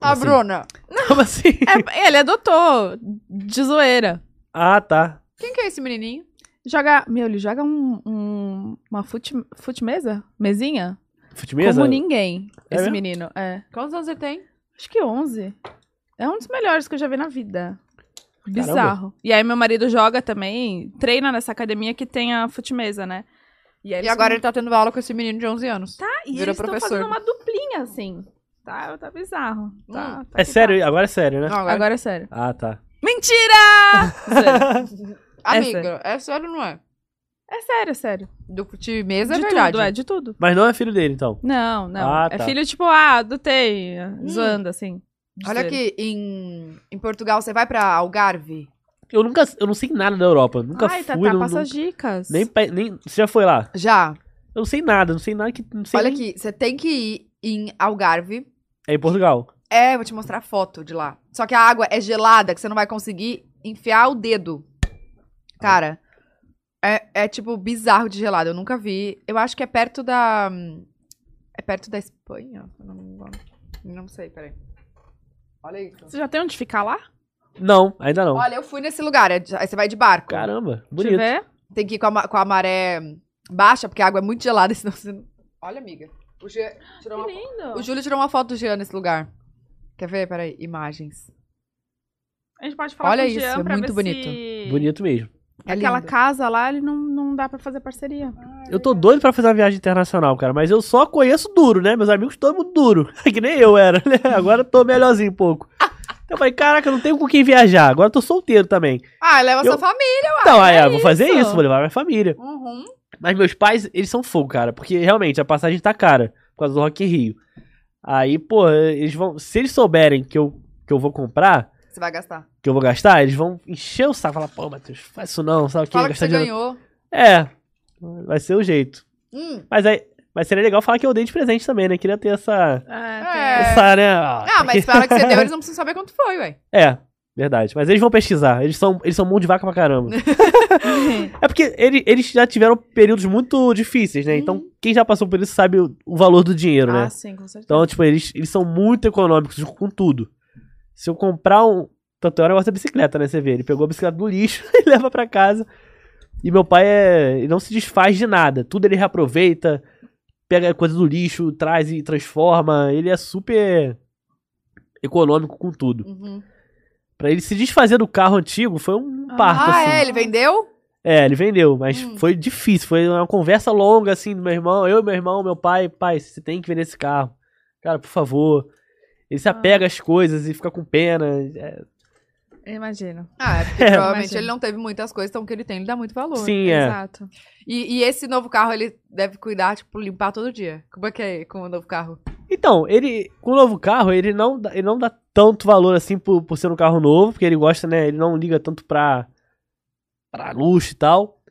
Speaker 2: Ah,
Speaker 3: Assim.
Speaker 2: Bruna.
Speaker 3: Como assim?
Speaker 1: É, ele adotou, de zoeira.
Speaker 3: Ah, tá.
Speaker 2: Quem que é esse menininho?
Speaker 1: Joga, meu, ele joga um, um- uma fute, fute mesa? Mesinha?
Speaker 3: Futimeza?
Speaker 1: Como ninguém,
Speaker 3: É
Speaker 1: esse
Speaker 3: mesmo?
Speaker 1: menino. É,
Speaker 2: Quantos anos ele tem?
Speaker 1: acho que 11. É um dos melhores que eu já vi na vida. Bizarro. E aí meu marido joga também, treina nessa academia que tem a fute mesa, né? aí
Speaker 3: é
Speaker 2: E
Speaker 1: eles
Speaker 2: agora ele tá tendo aula com esse menino de 11 anos.
Speaker 1: Tá, e
Speaker 2: Vira
Speaker 1: eles estão
Speaker 2: professor.
Speaker 1: fazendo uma duplinha, assim. Tá, tá bizarro. Tá, tá
Speaker 3: É
Speaker 1: que
Speaker 3: sério,
Speaker 1: tá.
Speaker 3: agora é sério, né?
Speaker 2: Não, agora...
Speaker 1: Agora é sério.
Speaker 3: Ah, tá. [laughs]
Speaker 1: [laughs] Mentira!
Speaker 2: Amiga, é sério ou não é?
Speaker 1: é sério, é sério.
Speaker 2: Do time mesa é
Speaker 1: de
Speaker 2: verdade.
Speaker 1: tudo, é, de tudo.
Speaker 3: Mas não é filho dele, então.
Speaker 1: Não, não.
Speaker 3: Ah,
Speaker 1: É
Speaker 3: tá.
Speaker 1: filho, tipo, ah, adotei, zoando, assim. de
Speaker 2: Olha
Speaker 1: zoeira.
Speaker 2: aqui, em, em Portugal, você vai pra Algarve?
Speaker 3: Eu nunca, eu não sei nada da Europa. Nunca
Speaker 1: Ai, tá,
Speaker 3: fui.
Speaker 1: Tatá,
Speaker 3: não-
Speaker 1: passa
Speaker 3: não-
Speaker 1: as dicas.
Speaker 3: nem, pe- nem, você já foi lá?
Speaker 2: Já.
Speaker 3: Eu não sei nada, não sei nada que. Não sei
Speaker 2: Olha
Speaker 3: nem-
Speaker 2: aqui, você tem que ir em Algarve.
Speaker 3: É em Portugal.
Speaker 2: É, vou te mostrar a foto de lá. Só que a água é gelada, que você não vai conseguir enfiar o dedo. Cara, é, é, tipo bizarro de gelado. Eu nunca vi. Eu acho que é perto da. É perto da Espanha? Eu Não, não sei, peraí. Olha isso.
Speaker 1: Você já tem onde ficar lá?
Speaker 3: Não, ainda não.
Speaker 2: Olha, eu fui nesse lugar. é de- Aí você vai de barco.
Speaker 3: Caramba, bonito.
Speaker 1: Tiver?
Speaker 2: Tem que ir com a, ma- com a maré baixa, porque a água é muito gelada, [laughs] senão você não. Olha, amiga. O, Jean tirou uma
Speaker 1: Que
Speaker 2: fo-
Speaker 1: lindo.
Speaker 2: o Júlio tirou uma foto do Jean nesse lugar. Quer ver? Peraí, imagens.
Speaker 1: A gente pode falar
Speaker 2: Olha
Speaker 1: com o
Speaker 2: isso,
Speaker 1: Jean
Speaker 2: é
Speaker 1: pra
Speaker 2: muito
Speaker 1: ver
Speaker 2: bonito.
Speaker 1: se...
Speaker 3: Bonito mesmo.
Speaker 2: É
Speaker 1: Aquela
Speaker 2: lindo.
Speaker 1: casa lá, ele não, não dá pra fazer parceria.
Speaker 3: Eu tô doido pra fazer uma viagem internacional, cara, mas eu só conheço duro, né? Meus amigos, todo mundo duro. [laughs] que nem eu era, né? Agora eu tô melhorzinho um pouco. Então eu falei, caraca, eu não tenho com quem viajar. Agora eu tô solteiro também.
Speaker 2: Ah, leva
Speaker 3: Eu-
Speaker 2: sua família.
Speaker 3: então, aí, eu vou fazer
Speaker 1: isso.
Speaker 3: isso, vou levar minha família.
Speaker 2: Uhum.
Speaker 3: Mas meus pais, eles são fogo, cara. Porque realmente a passagem tá cara por causa do Rock in Rio. Aí, pô, eles vão. Se eles souberem que eu, que eu vou comprar,
Speaker 2: Você vai gastar.
Speaker 3: que eu vou gastar, eles vão encher o saco. Falar, pô, Matheus, faz isso não, sabe o que?
Speaker 2: Fala que
Speaker 3: Gastar
Speaker 2: você
Speaker 3: dinheiro.
Speaker 2: ganhou.
Speaker 3: É, vai ser o jeito.
Speaker 2: Hum.
Speaker 3: Mas aí. Mas seria legal falar que eu dei de presente também, né? Queria ter essa.
Speaker 1: É,
Speaker 2: É.
Speaker 3: Essa, né?
Speaker 2: Ah, mas fala que você deu, eles não precisam saber quanto foi, ué.
Speaker 3: [laughs] É, verdade. Mas eles vão pesquisar. Eles são, eles são mão de vaca
Speaker 2: [laughs]
Speaker 3: pra caramba. É porque ele- eles já tiveram períodos muito difíceis, né? Então,
Speaker 2: Uhum.
Speaker 3: quem já passou por isso sabe o, o valor do dinheiro, né?
Speaker 1: [laughs] Ah, sim, com certeza.
Speaker 3: Então, tipo, eles, eles são muito econômicos com tudo. Se eu é um [laughs] comprar um. Tanto era essa bicicleta, né? Você vê, ele pegou a bicicleta do lixo e leva pra casa. E meu pai é, ele não se desfaz de nada. Tudo ele reaproveita, pega coisa do lixo, traz e transforma. Ele é super econômico com tudo.
Speaker 2: Uhum.
Speaker 3: Pra ele se desfazer do carro antigo foi um
Speaker 1: Ah.
Speaker 3: parto,
Speaker 2: Ah,
Speaker 3: assim.
Speaker 2: é? Ele vendeu?
Speaker 3: É, ele vendeu, mas
Speaker 2: Hum.
Speaker 3: foi difícil. Foi uma conversa longa, assim, do meu irmão. Eu, meu irmão, meu pai. Pai, você tem que vender esse carro. Cara, por favor. Ele se
Speaker 2: Ah.
Speaker 3: apega às coisas e fica com pena. É,
Speaker 1: Imagino.
Speaker 2: Ah, é porque
Speaker 3: É,
Speaker 2: provavelmente
Speaker 1: imagina.
Speaker 2: ele não teve muitas coisas, então o que ele tem, ele dá muito valor.
Speaker 3: sim, é.
Speaker 1: Exato.
Speaker 2: E, e esse novo carro, ele deve cuidar, tipo, limpar todo dia. Como é que é com o novo carro?
Speaker 3: Então, ele, com o novo carro, ele não, dá- ele não dá tanto valor, assim, por, por ser um carro novo, porque ele gosta, né? Ele não liga tanto pra, pra luxo e tal.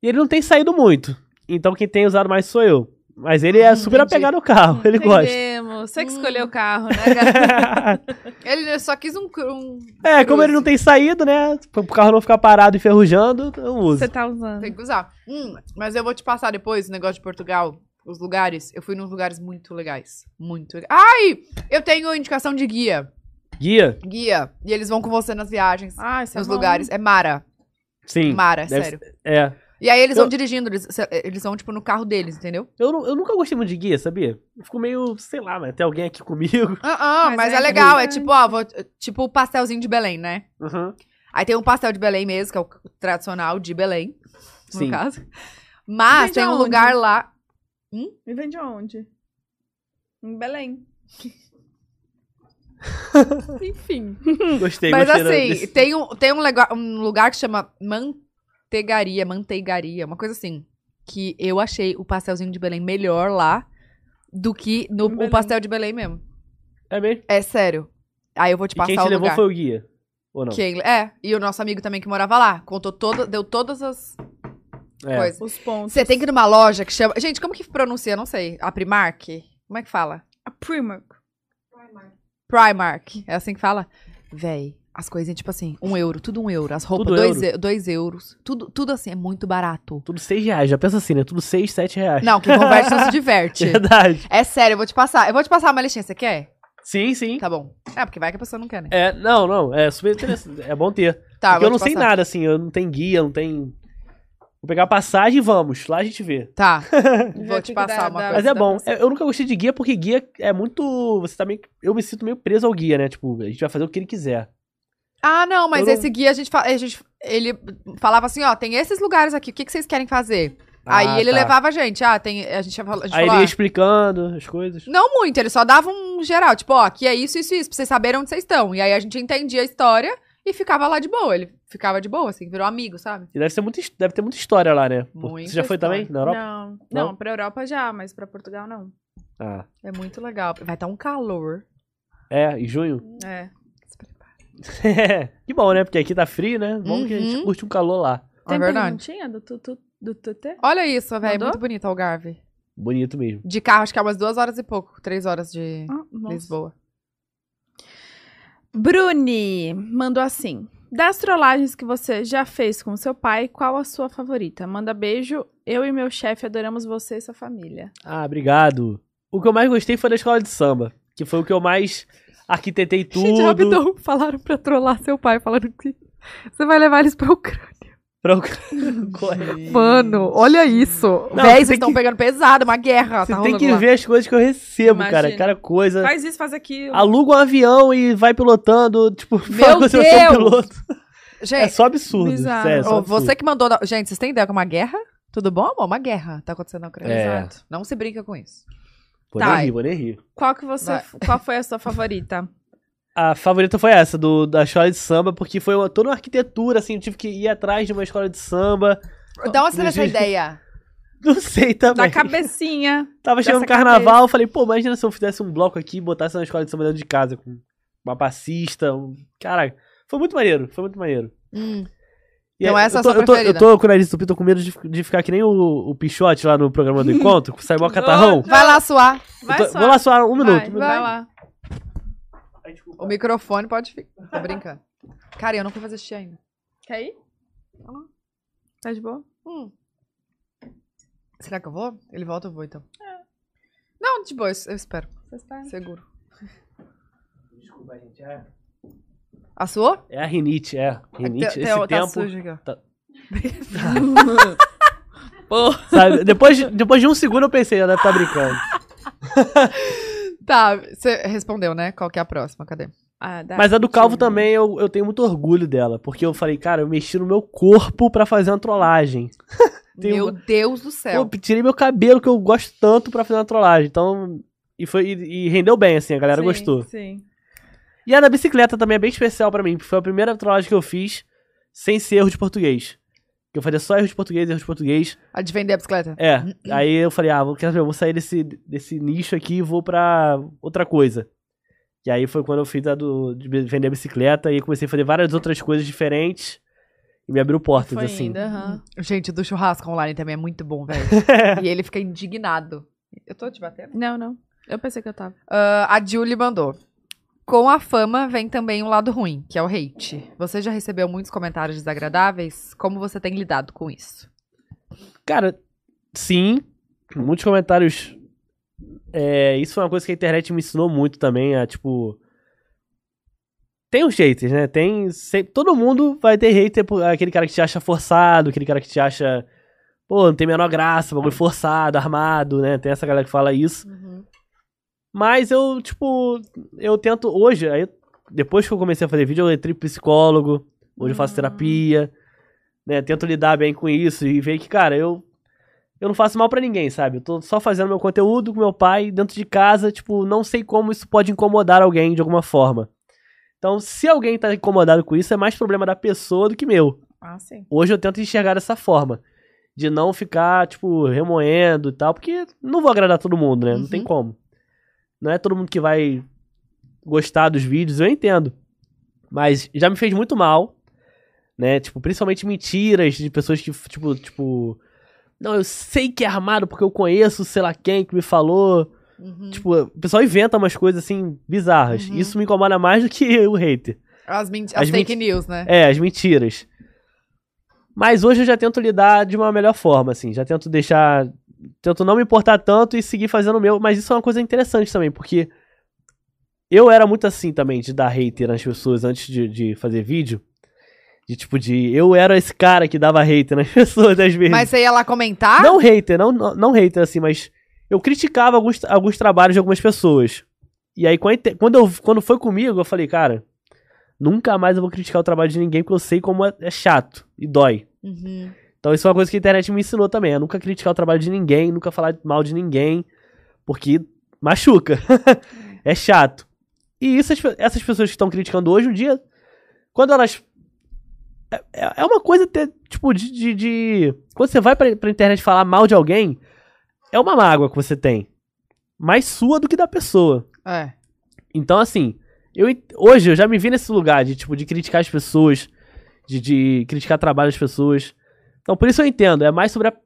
Speaker 3: E ele não tem saído muito. Então, quem tem usado mais sou eu. Mas ele é
Speaker 2: Hum,
Speaker 3: super
Speaker 2: entendi.
Speaker 3: apegado ao carro. [laughs] [laughs] Ele gosta.
Speaker 1: Entendemos. Você que
Speaker 2: Hum.
Speaker 1: escolheu o carro, né?
Speaker 3: [laughs]
Speaker 2: [laughs] Ele só quis um... cru- um
Speaker 3: É, como
Speaker 2: cruze.
Speaker 3: ele não tem saído, né? Pro carro não ficar parado e enferrujando, eu uso.
Speaker 1: [laughs] Você tá usando.
Speaker 2: Tem que usar. Hum, mas eu vou te passar depois o negócio de Portugal, os lugares. Eu fui nos lugares muito legais. Muito legais. Ai! Eu tenho indicação de guia.
Speaker 3: Guia?
Speaker 2: Guia. E eles vão com você nas viagens,
Speaker 1: Ah, isso é
Speaker 2: nos
Speaker 1: bom.
Speaker 2: lugares. É Mara.
Speaker 3: Sim.
Speaker 2: Mara, é
Speaker 3: deve
Speaker 2: sério.
Speaker 3: É.
Speaker 2: E aí eles
Speaker 3: Eu-
Speaker 2: vão dirigindo, eles, eles vão, tipo, no carro deles, entendeu?
Speaker 3: Eu, nu- eu nunca gostei muito de guia, sabia? Eu fico meio, sei lá, mas tem alguém aqui comigo.
Speaker 2: Ah, ah, mas,
Speaker 1: Mas
Speaker 2: é,
Speaker 1: é
Speaker 2: legal. É
Speaker 1: interessante.
Speaker 2: tipo, ó, vou- tipo o pastelzinho de Belém, né?
Speaker 3: [laughs] Uhum.
Speaker 2: Aí tem um pastel de Belém mesmo, que é o tradicional de Belém,
Speaker 3: Sim.
Speaker 2: no caso. Mas
Speaker 1: Vende
Speaker 2: tem um
Speaker 1: aonde?
Speaker 2: lugar lá.
Speaker 1: Me vende aonde? Em
Speaker 3: [laughs]
Speaker 1: Belém. Enfim.
Speaker 3: Gostei,
Speaker 2: mas
Speaker 3: gostei. da-
Speaker 2: assim,
Speaker 3: desse-
Speaker 2: tem, um, tem um, lega- um lugar que chama Manteigaria, Manteigaria, uma coisa assim. Que eu achei o pastelzinho de Belém melhor lá do que no,
Speaker 1: Em
Speaker 2: o
Speaker 1: Belém.
Speaker 2: pastel de Belém mesmo.
Speaker 3: É mesmo?
Speaker 2: É sério. Aí eu vou te
Speaker 3: E quem
Speaker 2: passar
Speaker 3: te
Speaker 2: o
Speaker 3: levou
Speaker 2: lugar.
Speaker 3: foi o guia. Ou não?
Speaker 2: Quem- é, e o nosso amigo também que morava lá. Contou todo, deu todas as
Speaker 3: É.
Speaker 2: coisas.
Speaker 1: Os pontos.
Speaker 2: Você tem que ir numa loja que chama. Gente, como que pronuncia? Não sei. A Primark? Como é que fala?
Speaker 1: A Primark.
Speaker 2: Primark. É assim que fala? Véi, as coisinhas, tipo assim, um euro, tudo um euro. As roupas,
Speaker 3: Tudo
Speaker 2: dois, eu- dois euros. Tudo, tudo assim, é muito barato.
Speaker 3: Tudo seis reais, já pensa assim, né? Tudo seis, sete [laughs] reais.
Speaker 2: Não, quem converte não se
Speaker 3: [laughs]
Speaker 2: diverte.
Speaker 3: Verdade.
Speaker 2: É sério, eu vou te passar. Eu vou te passar uma listinha, você quer?
Speaker 3: Sim, sim.
Speaker 2: Tá bom. É, porque vai que a pessoa não quer, né?
Speaker 3: É, não, não, é super interessante. É bom ter.
Speaker 2: Tá,
Speaker 3: Porque
Speaker 2: vou
Speaker 3: eu não
Speaker 2: te
Speaker 3: sei
Speaker 2: passar.
Speaker 3: nada, assim, eu não tenho guia, não tenho. Vou pegar a passagem e vamos, lá a gente vê. [laughs]
Speaker 2: Tá.
Speaker 1: Já
Speaker 2: vou te
Speaker 1: tem que
Speaker 2: passar
Speaker 1: dar-
Speaker 2: uma
Speaker 1: dar-
Speaker 2: coisa.
Speaker 3: Mas é
Speaker 1: dá
Speaker 3: bom.
Speaker 1: pra
Speaker 3: Eu eu nunca gostei de guia porque guia é muito. Você também. eu me sinto meio preso ao guia, né? Tipo, a gente vai fazer o que ele quiser.
Speaker 2: Ah, não, mas
Speaker 3: Eu não-
Speaker 2: esse guia a gente, fa- a gente. Ele falava assim: ó, tem esses lugares aqui, o que, que vocês querem fazer?
Speaker 3: Ah,
Speaker 2: Aí ele
Speaker 3: tá.
Speaker 2: levava a gente. Ah, tem. A gente, falou- a gente
Speaker 3: Aí
Speaker 2: falou,
Speaker 3: ele
Speaker 2: ah,
Speaker 3: ia explicando as coisas.
Speaker 2: Não muito, ele só dava um geral, tipo, ó, aqui é isso, isso, isso, pra vocês saberem onde vocês estão. E aí a gente entendia a história e ficava lá de boa. Ele ficava de boa, assim, virou amigo, sabe?
Speaker 3: E deve, ser muita, his- deve ter muita história lá, né? Pô,
Speaker 2: Muita
Speaker 3: Você já foi
Speaker 2: história.
Speaker 3: também na Europa?
Speaker 1: Não.
Speaker 3: Não?
Speaker 1: não, pra Europa já, mas pra Portugal não.
Speaker 3: Ah.
Speaker 2: É muito legal. Vai estar um calor.
Speaker 3: É, em junho? [laughs]
Speaker 1: É.
Speaker 3: que bom, né? Porque aqui tá frio, né? Bom que a gente
Speaker 2: Uhum.
Speaker 3: curte um calor lá.
Speaker 2: é
Speaker 1: Tem
Speaker 2: verdade.
Speaker 1: perguntinha do Tutu? Do tutê?
Speaker 2: Olha isso, velho.
Speaker 1: Mandou?
Speaker 2: Muito bonito Algarve.
Speaker 3: Bonito mesmo.
Speaker 2: De carro, acho que é umas duas horas e pouco. Três horas de
Speaker 1: Ah, nossa.
Speaker 2: Lisboa.
Speaker 1: Bruni mandou assim. Das trollagens que você já fez com seu pai, qual a sua favorita? Manda beijo. Eu e meu chefe adoramos você e sua família.
Speaker 3: Ah, obrigado. O que eu mais gostei foi da escola de samba. Que foi o que eu mais
Speaker 2: [laughs]
Speaker 3: arquitetei tudo.
Speaker 4: Gente,
Speaker 1: [laughs]
Speaker 4: rapidão, falaram pra trollar seu pai, falando que você vai levar eles pra Ucrânia.
Speaker 3: [laughs] pra eu- Corre.
Speaker 4: Mano, olha isso.
Speaker 3: Não,
Speaker 2: Véi,
Speaker 3: você
Speaker 2: vocês
Speaker 3: tem
Speaker 2: estão
Speaker 3: que-
Speaker 2: pegando pesado, uma guerra.
Speaker 3: Você
Speaker 2: tá
Speaker 3: tem
Speaker 2: rolando
Speaker 3: que
Speaker 2: lá.
Speaker 3: ver as coisas que eu recebo, cara.
Speaker 1: Imagina.
Speaker 3: Cada coisa.
Speaker 1: Faz isso, faz aquilo.
Speaker 3: aluga um avião e vai pilotando, tipo, [laughs] fala que eu
Speaker 2: Deus!
Speaker 3: sou piloto. É
Speaker 2: Gente,
Speaker 3: só absurdo.
Speaker 1: Bizarro.
Speaker 3: sério, É só
Speaker 2: ô,
Speaker 3: absurdo.
Speaker 2: você que mandou. da- Gente, vocês têm ideia que é uma guerra? Tudo bom, amor? Uma guerra tá acontecendo na Ucrânia.
Speaker 3: É.
Speaker 2: Exato. Não se brinca com isso.
Speaker 3: Vou
Speaker 2: tá.
Speaker 3: nem rir, vou nem rir.
Speaker 1: Qual que você. Qual foi a sua
Speaker 3: [laughs]
Speaker 1: favorita?
Speaker 3: A favorita foi essa, do, da escola de samba, porque foi uma- toda uma arquitetura, assim, eu tive que ir atrás de uma escola de samba. [laughs]
Speaker 2: Então, onde você teve essa
Speaker 3: Gente.
Speaker 2: ideia?
Speaker 3: Não sei
Speaker 1: Da
Speaker 3: também.
Speaker 1: cabecinha.
Speaker 3: Tava chegando o
Speaker 1: dessa
Speaker 3: carnaval, eu falei, pô, imagina se eu fizesse um bloco aqui e botasse uma escola de samba dentro de casa, com uma passista, um... Caraca, foi muito maneiro, foi muito maneiro.
Speaker 2: Hum.
Speaker 3: E
Speaker 2: Então
Speaker 3: aí,
Speaker 2: essa é
Speaker 3: eu
Speaker 2: a
Speaker 3: tô,
Speaker 2: sua
Speaker 3: eu tô,
Speaker 2: preferida?
Speaker 3: Eu tô com o nariz entupido, tô com medo de, de ficar que nem o, o Pichote lá no
Speaker 2: [laughs]
Speaker 3: programa do encontro, que sai mó catarrão.
Speaker 1: Não,
Speaker 2: Vai lá suar.
Speaker 1: Vai
Speaker 3: Eu tô-
Speaker 1: só.
Speaker 3: Vou lá só um minuto.
Speaker 1: Vai,
Speaker 3: um minuto.
Speaker 1: vai lá.
Speaker 3: Ai, desculpa.
Speaker 2: O microfone pode ficar. Tô brincando. Cara, eu não fui fazer xixi ainda.
Speaker 1: Quer ir? Tá de boa?
Speaker 2: Hum. Será que eu vou? Ele volta, eu vou então. Não, de boa, eu eu espero.
Speaker 1: Você está?
Speaker 2: Seguro.
Speaker 3: Desculpa, gente. É,
Speaker 2: A sua?
Speaker 3: é a rinite, é.
Speaker 2: Tá-
Speaker 3: Rinite, esse
Speaker 2: tá,
Speaker 3: tempo.
Speaker 2: Tá sujo aqui, ó.
Speaker 1: Pô,
Speaker 3: Sabe? Depois, de, depois de um segundo eu pensei, ela deve estar brincando.
Speaker 2: Tá, você respondeu, né? Qual que é a próxima? Cadê?
Speaker 1: ah,
Speaker 2: É.
Speaker 1: dá.
Speaker 3: Mas a do Calvo também eu, eu tenho muito orgulho dela. Porque eu falei, cara, eu mexi no meu corpo pra fazer
Speaker 2: [laughs]
Speaker 3: uma trollagem. Tem
Speaker 2: Meu
Speaker 3: uma-
Speaker 2: Deus do
Speaker 3: Pô,
Speaker 2: céu.
Speaker 3: tirei meu cabelo que eu gosto tanto pra fazer uma trollagem. Então. E, foi, e, e rendeu bem, assim, a galera
Speaker 1: Sim,
Speaker 3: gostou.
Speaker 1: Sim.
Speaker 3: E a da bicicleta também é bem especial pra mim, porque foi a primeira trollagem que eu fiz sem ser erro de português. Que eu fazia só erro de português, erro de português.
Speaker 2: A de vender a bicicleta.
Speaker 3: É, aí eu falei, ah, vou, quer saber, eu vou sair desse, desse nicho aqui e vou pra outra coisa. E aí foi quando eu fiz a do, de bi- vender a bicicleta e comecei a fazer várias outras coisas diferentes e me abriu portas,
Speaker 1: Foi
Speaker 3: assim.
Speaker 1: indo, aham.
Speaker 2: Gente, o do churrasco online também é muito bom, velho. e ele fica indignado. Eu tô tipo, te batendo?
Speaker 1: Não, não. Eu pensei que eu tava.
Speaker 2: Ah, a Julie mandou. Com a fama vem também um lado ruim, que é o hate. Você já recebeu muitos comentários desagradáveis? Como você tem lidado com isso?
Speaker 3: Cara, sim, muitos comentários. É, isso foi uma coisa que a internet me ensinou muito também, a tipo. Tem os haters, né? Tem. sempre- todo mundo vai ter hater, por- aquele cara que te acha forçado, aquele cara que te acha. Pô, não tem a menor graça, bagulho forçado, armado, né? Tem essa galera que fala isso.
Speaker 1: Uhum.
Speaker 3: Mas eu, tipo, eu tento hoje, aí depois que eu comecei a fazer vídeo, eu entrei pro psicólogo, hoje eu faço terapia, né? Tento lidar bem com isso e ver que, cara, eu eu não faço mal pra ninguém, sabe? Eu tô só fazendo meu conteúdo com meu pai dentro de casa, tipo, não sei como isso pode incomodar alguém de alguma forma. Então, se alguém tá incomodado com isso, é mais problema da pessoa do que meu.
Speaker 1: Ah, sim.
Speaker 3: Hoje eu tento enxergar dessa forma. De não ficar, tipo, remoendo e tal, porque não vou agradar todo mundo, né? Não tem
Speaker 2: Uhum.
Speaker 3: como. Não é todo mundo que vai gostar dos vídeos, eu entendo. Mas já me fez muito mal, né? Tipo, principalmente mentiras de pessoas que, tipo, tipo. Não, eu sei que é armado porque eu conheço, sei lá quem que me falou.
Speaker 2: Uhum.
Speaker 3: Tipo, o pessoal inventa umas coisas assim bizarras.
Speaker 2: Uhum.
Speaker 3: Isso me incomoda mais do que [laughs] o hater.
Speaker 2: As, mint-
Speaker 3: as
Speaker 2: as fake
Speaker 3: menti-
Speaker 2: news, né?
Speaker 3: É, as mentiras. Mas hoje eu já tento lidar de uma melhor forma, assim. Já tento deixar. Tento não me importar tanto e seguir fazendo o meu. Mas isso é uma coisa interessante também, porque eu era muito assim também, de dar hater nas pessoas antes de, de fazer vídeo. De tipo, de. Eu era esse cara que dava hater nas [laughs] pessoas às vezes.
Speaker 2: Mas você ia lá comentar?
Speaker 3: Uhum. Não hater, não, não, não hater, assim, mas eu criticava alguns, alguns trabalhos de algumas pessoas. E aí, com a inte- quando, eu, quando foi comigo, eu falei, cara, nunca mais eu vou criticar o trabalho de ninguém, porque eu sei como é, é chato e dói.
Speaker 2: Uhum.
Speaker 3: Então, isso é uma coisa que a internet me ensinou também, é nunca criticar o trabalho de ninguém, nunca falar mal de ninguém, porque machuca. [laughs] é chato. E isso, as pe- essas pessoas que estão criticando hoje em dia, quando elas. é- É é uma coisa ter, tipo, de. de- de- quando você vai pra, pra internet falar mal de alguém, é uma mágoa que você tem. Mais sua do que da pessoa.
Speaker 2: É.
Speaker 3: Então, assim, eu, ent- hoje eu já me vi nesse lugar de, tipo, de criticar as pessoas, de, de criticar o trabalho das pessoas. Então, por isso eu entendo. É mais sobre, a-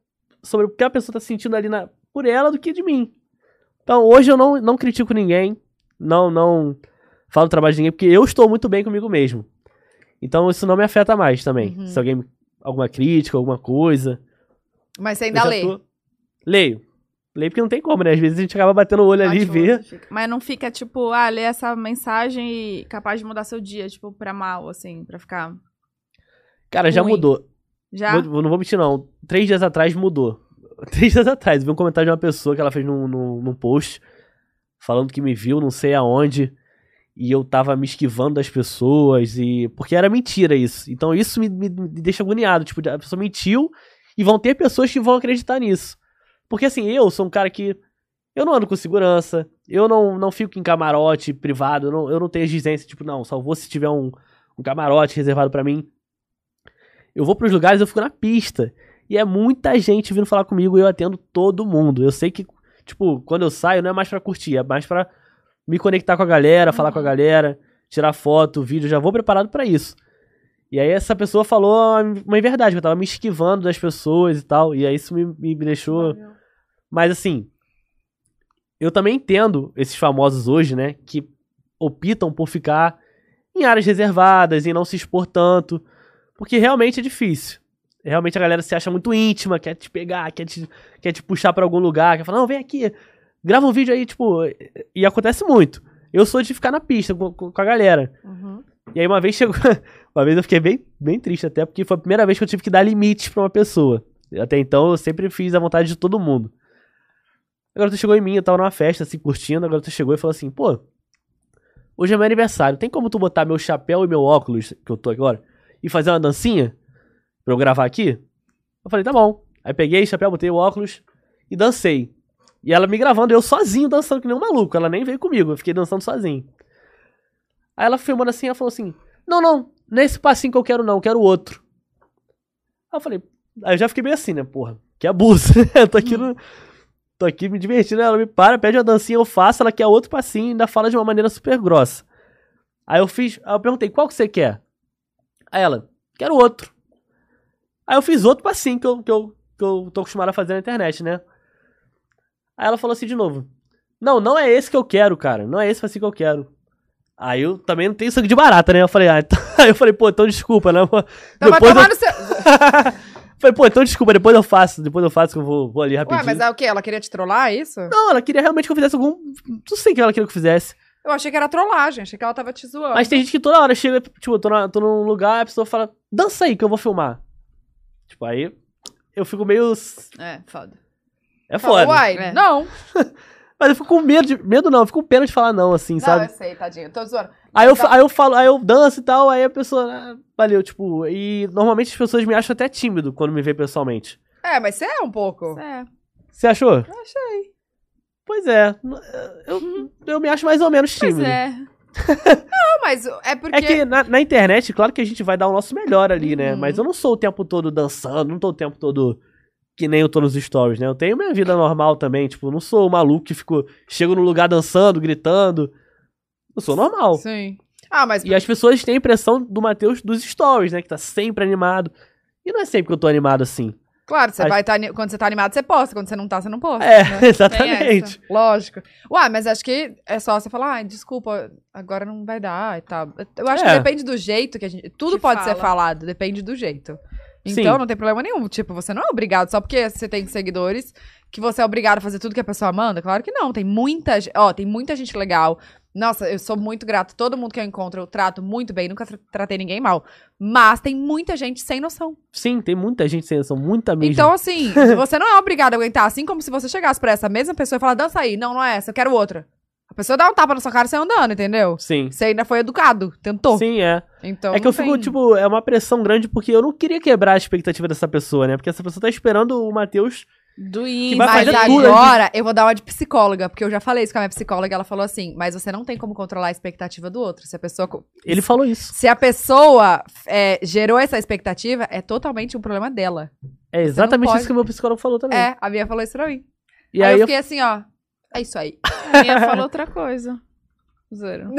Speaker 3: sobre o que a pessoa tá sentindo ali na, por ela do que de mim. Então, hoje eu não, não critico ninguém. Não, não falo do trabalho de ninguém, porque eu estou muito bem comigo mesmo. Então, isso não me afeta mais também.
Speaker 2: Uhum.
Speaker 3: Se alguém... me- Alguma crítica, alguma coisa.
Speaker 2: Mas você
Speaker 3: eu
Speaker 2: ainda
Speaker 3: já
Speaker 2: lê.
Speaker 3: tô- Leio. Leio porque não tem como, né? Às vezes a gente acaba batendo o olho ali e
Speaker 1: Ótimo,
Speaker 3: vê.
Speaker 1: ótimo, fica. Mas não fica, tipo, ah, lê essa mensagem e capaz de mudar seu dia, tipo, pra mal, assim, pra ficar.
Speaker 3: Cara, já
Speaker 1: Ruim.
Speaker 3: mudou.
Speaker 1: Já?
Speaker 3: Vou- vou- não vou mentir, não. Três dias atrás mudou. [laughs] Três dias atrás, eu vi um comentário de uma pessoa que ela fez num, num, num post falando que me viu, não sei aonde, e eu tava me esquivando das pessoas, e. Porque era mentira isso. Então isso me, me- me deixa agoniado. Tipo, a pessoa mentiu e vão ter pessoas que vão acreditar nisso. Porque assim, eu sou um cara que. Eu não ando com segurança, eu não, não fico em camarote privado, eu não, eu não tenho exigência, tipo, não, só vou se tiver um, um camarote reservado pra mim. Eu vou pros lugares, eu fico na pista. E é muita gente vindo falar comigo e eu atendo todo mundo. Eu sei que, tipo, quando eu saio não é mais pra curtir, é mais pra me conectar com a galera, falar com a galera, tirar foto, vídeo, já vou preparado pra isso. E aí essa pessoa falou uma- uma verdade, que eu tava me esquivando das pessoas e tal, e aí isso me, me deixou... Mas assim, eu também entendo esses famosos hoje, né, que optam por ficar em áreas reservadas, em não se expor tanto, porque realmente é difícil. Realmente a galera se acha muito íntima, quer te pegar, quer te, quer te puxar pra algum lugar, quer falar, não, vem aqui, grava
Speaker 2: Uhum.
Speaker 3: um vídeo aí, tipo. E acontece muito. Eu sou de ficar na pista com, com com a galera. E aí uma vez chegou. [laughs] Uma vez eu fiquei bem, bem triste até, porque foi a primeira vez que eu tive que dar limites pra uma pessoa. Até então eu sempre fiz a vontade de todo mundo. A garota chegou em mim, eu tava numa festa, assim, curtindo, a garota chegou e falou assim, pô, hoje é meu aniversário, tem como tu botar meu chapéu e meu óculos, que eu tô agora, e fazer uma dancinha pra eu gravar aqui? Eu falei, tá bom. Aí peguei o chapéu, botei o óculos e dancei. E ela me gravando, eu sozinho dançando que nem um maluco, ela nem veio comigo, eu fiquei dançando sozinho. Aí ela filmando assim, ela falou assim: Não, não, não é esse passinho que eu quero, não, eu quero outro. Aí eu falei, aí eu já fiquei meio assim, né, porra, que abuso, [laughs] né? Eu tô aqui no- Tô aqui me divertindo, ela me para, pede uma dancinha, eu faço, ela quer outro passinho e ainda fala de uma maneira super grossa. Aí eu fiz, aí eu perguntei, qual que você quer? Aí ela, quero outro. Aí eu fiz outro passinho que eu, que eu, que eu tô acostumado a fazer na internet, né? Aí ela falou assim de novo, não, não é esse que eu quero, cara, não é esse passinho que eu quero. Aí eu também não tenho sangue de barata, né? Eu falei, ah, [laughs] então... aí eu falei, pô, então desculpa, né?
Speaker 2: Então vai
Speaker 3: Depois
Speaker 2: tomar
Speaker 3: eu...
Speaker 2: no seu.
Speaker 3: [laughs] falei, pô, então desculpa, depois eu faço, depois eu faço que eu vou, vou ali rapidinho.
Speaker 2: Ué, mas é o quê? Ela queria te trollar, é isso?
Speaker 3: Não, ela queria realmente que eu fizesse algum. Não sei o que ela queria que eu fizesse.
Speaker 2: Eu achei que era trollagem, achei que ela tava te zoando.
Speaker 3: Mas tem gente que toda hora chega, tipo, eu tô, na, tô num lugar, a pessoa fala, dança aí que eu vou filmar. Tipo, aí eu fico meio.
Speaker 1: É, foda.
Speaker 3: É
Speaker 2: Fala,
Speaker 3: foda.
Speaker 2: Uai,
Speaker 1: É.
Speaker 2: não.
Speaker 3: Mas eu fico com medo de. Medo não, eu fico com pena de falar não, assim,
Speaker 2: Não, é
Speaker 3: sabe?
Speaker 2: eu sei, tadinho. Eu tô zoando.
Speaker 3: Aí eu, fa- aí eu falo, aí eu danço e tal, aí a pessoa. ah, valeu, tipo. E normalmente as pessoas me acham até tímido quando me vê pessoalmente.
Speaker 2: É, mas você é um pouco.
Speaker 1: É.
Speaker 3: Você achou?
Speaker 2: Eu achei.
Speaker 3: Pois é. Eu, eu me acho mais ou menos
Speaker 1: Pois
Speaker 2: [laughs]
Speaker 3: tímido.
Speaker 1: é.
Speaker 2: Não, mas é porque.
Speaker 3: É que na, na internet, claro que a gente vai dar o nosso melhor ali, né?
Speaker 2: Uhum.
Speaker 3: Mas eu não sou o tempo todo dançando, não tô o tempo todo que nem eu tô nos stories, né? Eu tenho minha vida normal também, tipo, eu não sou o maluco que ficou, chego no lugar dançando, gritando. Eu sou normal.
Speaker 2: Sim. Ah, mas.
Speaker 3: E as pessoas têm a impressão do Matheus dos stories, né? Que tá sempre animado. E não é sempre que eu tô animado assim.
Speaker 2: Claro, você
Speaker 3: as-
Speaker 2: vai estar. Quando você tá animado, você posta. Quando você não tá, você não posta.
Speaker 3: É,
Speaker 2: né?
Speaker 3: [laughs] exatamente.
Speaker 2: Lógico. Uai, mas acho que é só você falar, ah, desculpa, agora não vai dar e tal. Eu acho que
Speaker 3: É.
Speaker 2: depende do jeito que a gente. Tudo
Speaker 1: Que
Speaker 2: pode ser
Speaker 1: fala.
Speaker 2: falado, depende do jeito.
Speaker 3: Sim.
Speaker 2: Então não tem problema nenhum. Tipo, você não é obrigado só porque você tem seguidores que você é obrigado a fazer tudo que a pessoa manda. Claro que não. Tem muita, ge- ó, tem muita gente legal. Nossa, eu sou muito grato. Todo mundo que eu encontro eu trato muito bem. Nunca tra- tratei ninguém mal. Mas tem muita gente sem noção.
Speaker 3: Sim, tem muita gente sem noção, muita mesmo.
Speaker 2: Então, assim, você não é obrigado a aguentar. Assim como se você chegasse pra essa mesma pessoa e falar, dança aí. Não, não é essa, eu quero outra. A pessoa dá um tapa na sua cara e você andando, entendeu?
Speaker 3: Sim.
Speaker 2: Você ainda foi educado, tentou.
Speaker 3: Sim, é.
Speaker 2: Então,
Speaker 3: É que eu
Speaker 2: não
Speaker 3: fico,
Speaker 2: tem-
Speaker 3: tipo, é uma pressão grande porque eu não queria quebrar a expectativa dessa pessoa, né? Porque essa pessoa tá esperando o Matheus.
Speaker 1: Do
Speaker 3: vai
Speaker 2: Mas
Speaker 3: fazer tudo, né?
Speaker 2: agora eu vou dar uma de psicóloga, porque eu já falei isso com a minha psicóloga. Ela falou assim: mas você não tem como controlar a expectativa do outro. Se a pessoa, co-
Speaker 3: Ele falou isso.
Speaker 2: se a pessoa é, gerou essa expectativa, é totalmente um problema dela.
Speaker 3: É exatamente
Speaker 2: pode-
Speaker 3: isso que o meu psicólogo falou também.
Speaker 2: É, a minha falou isso pra mim.
Speaker 3: E
Speaker 2: aí,
Speaker 3: aí,
Speaker 2: eu
Speaker 3: eu
Speaker 2: fiquei assim, ó. É isso
Speaker 3: [laughs]
Speaker 2: aí.
Speaker 1: A minha falou outra coisa. Zero.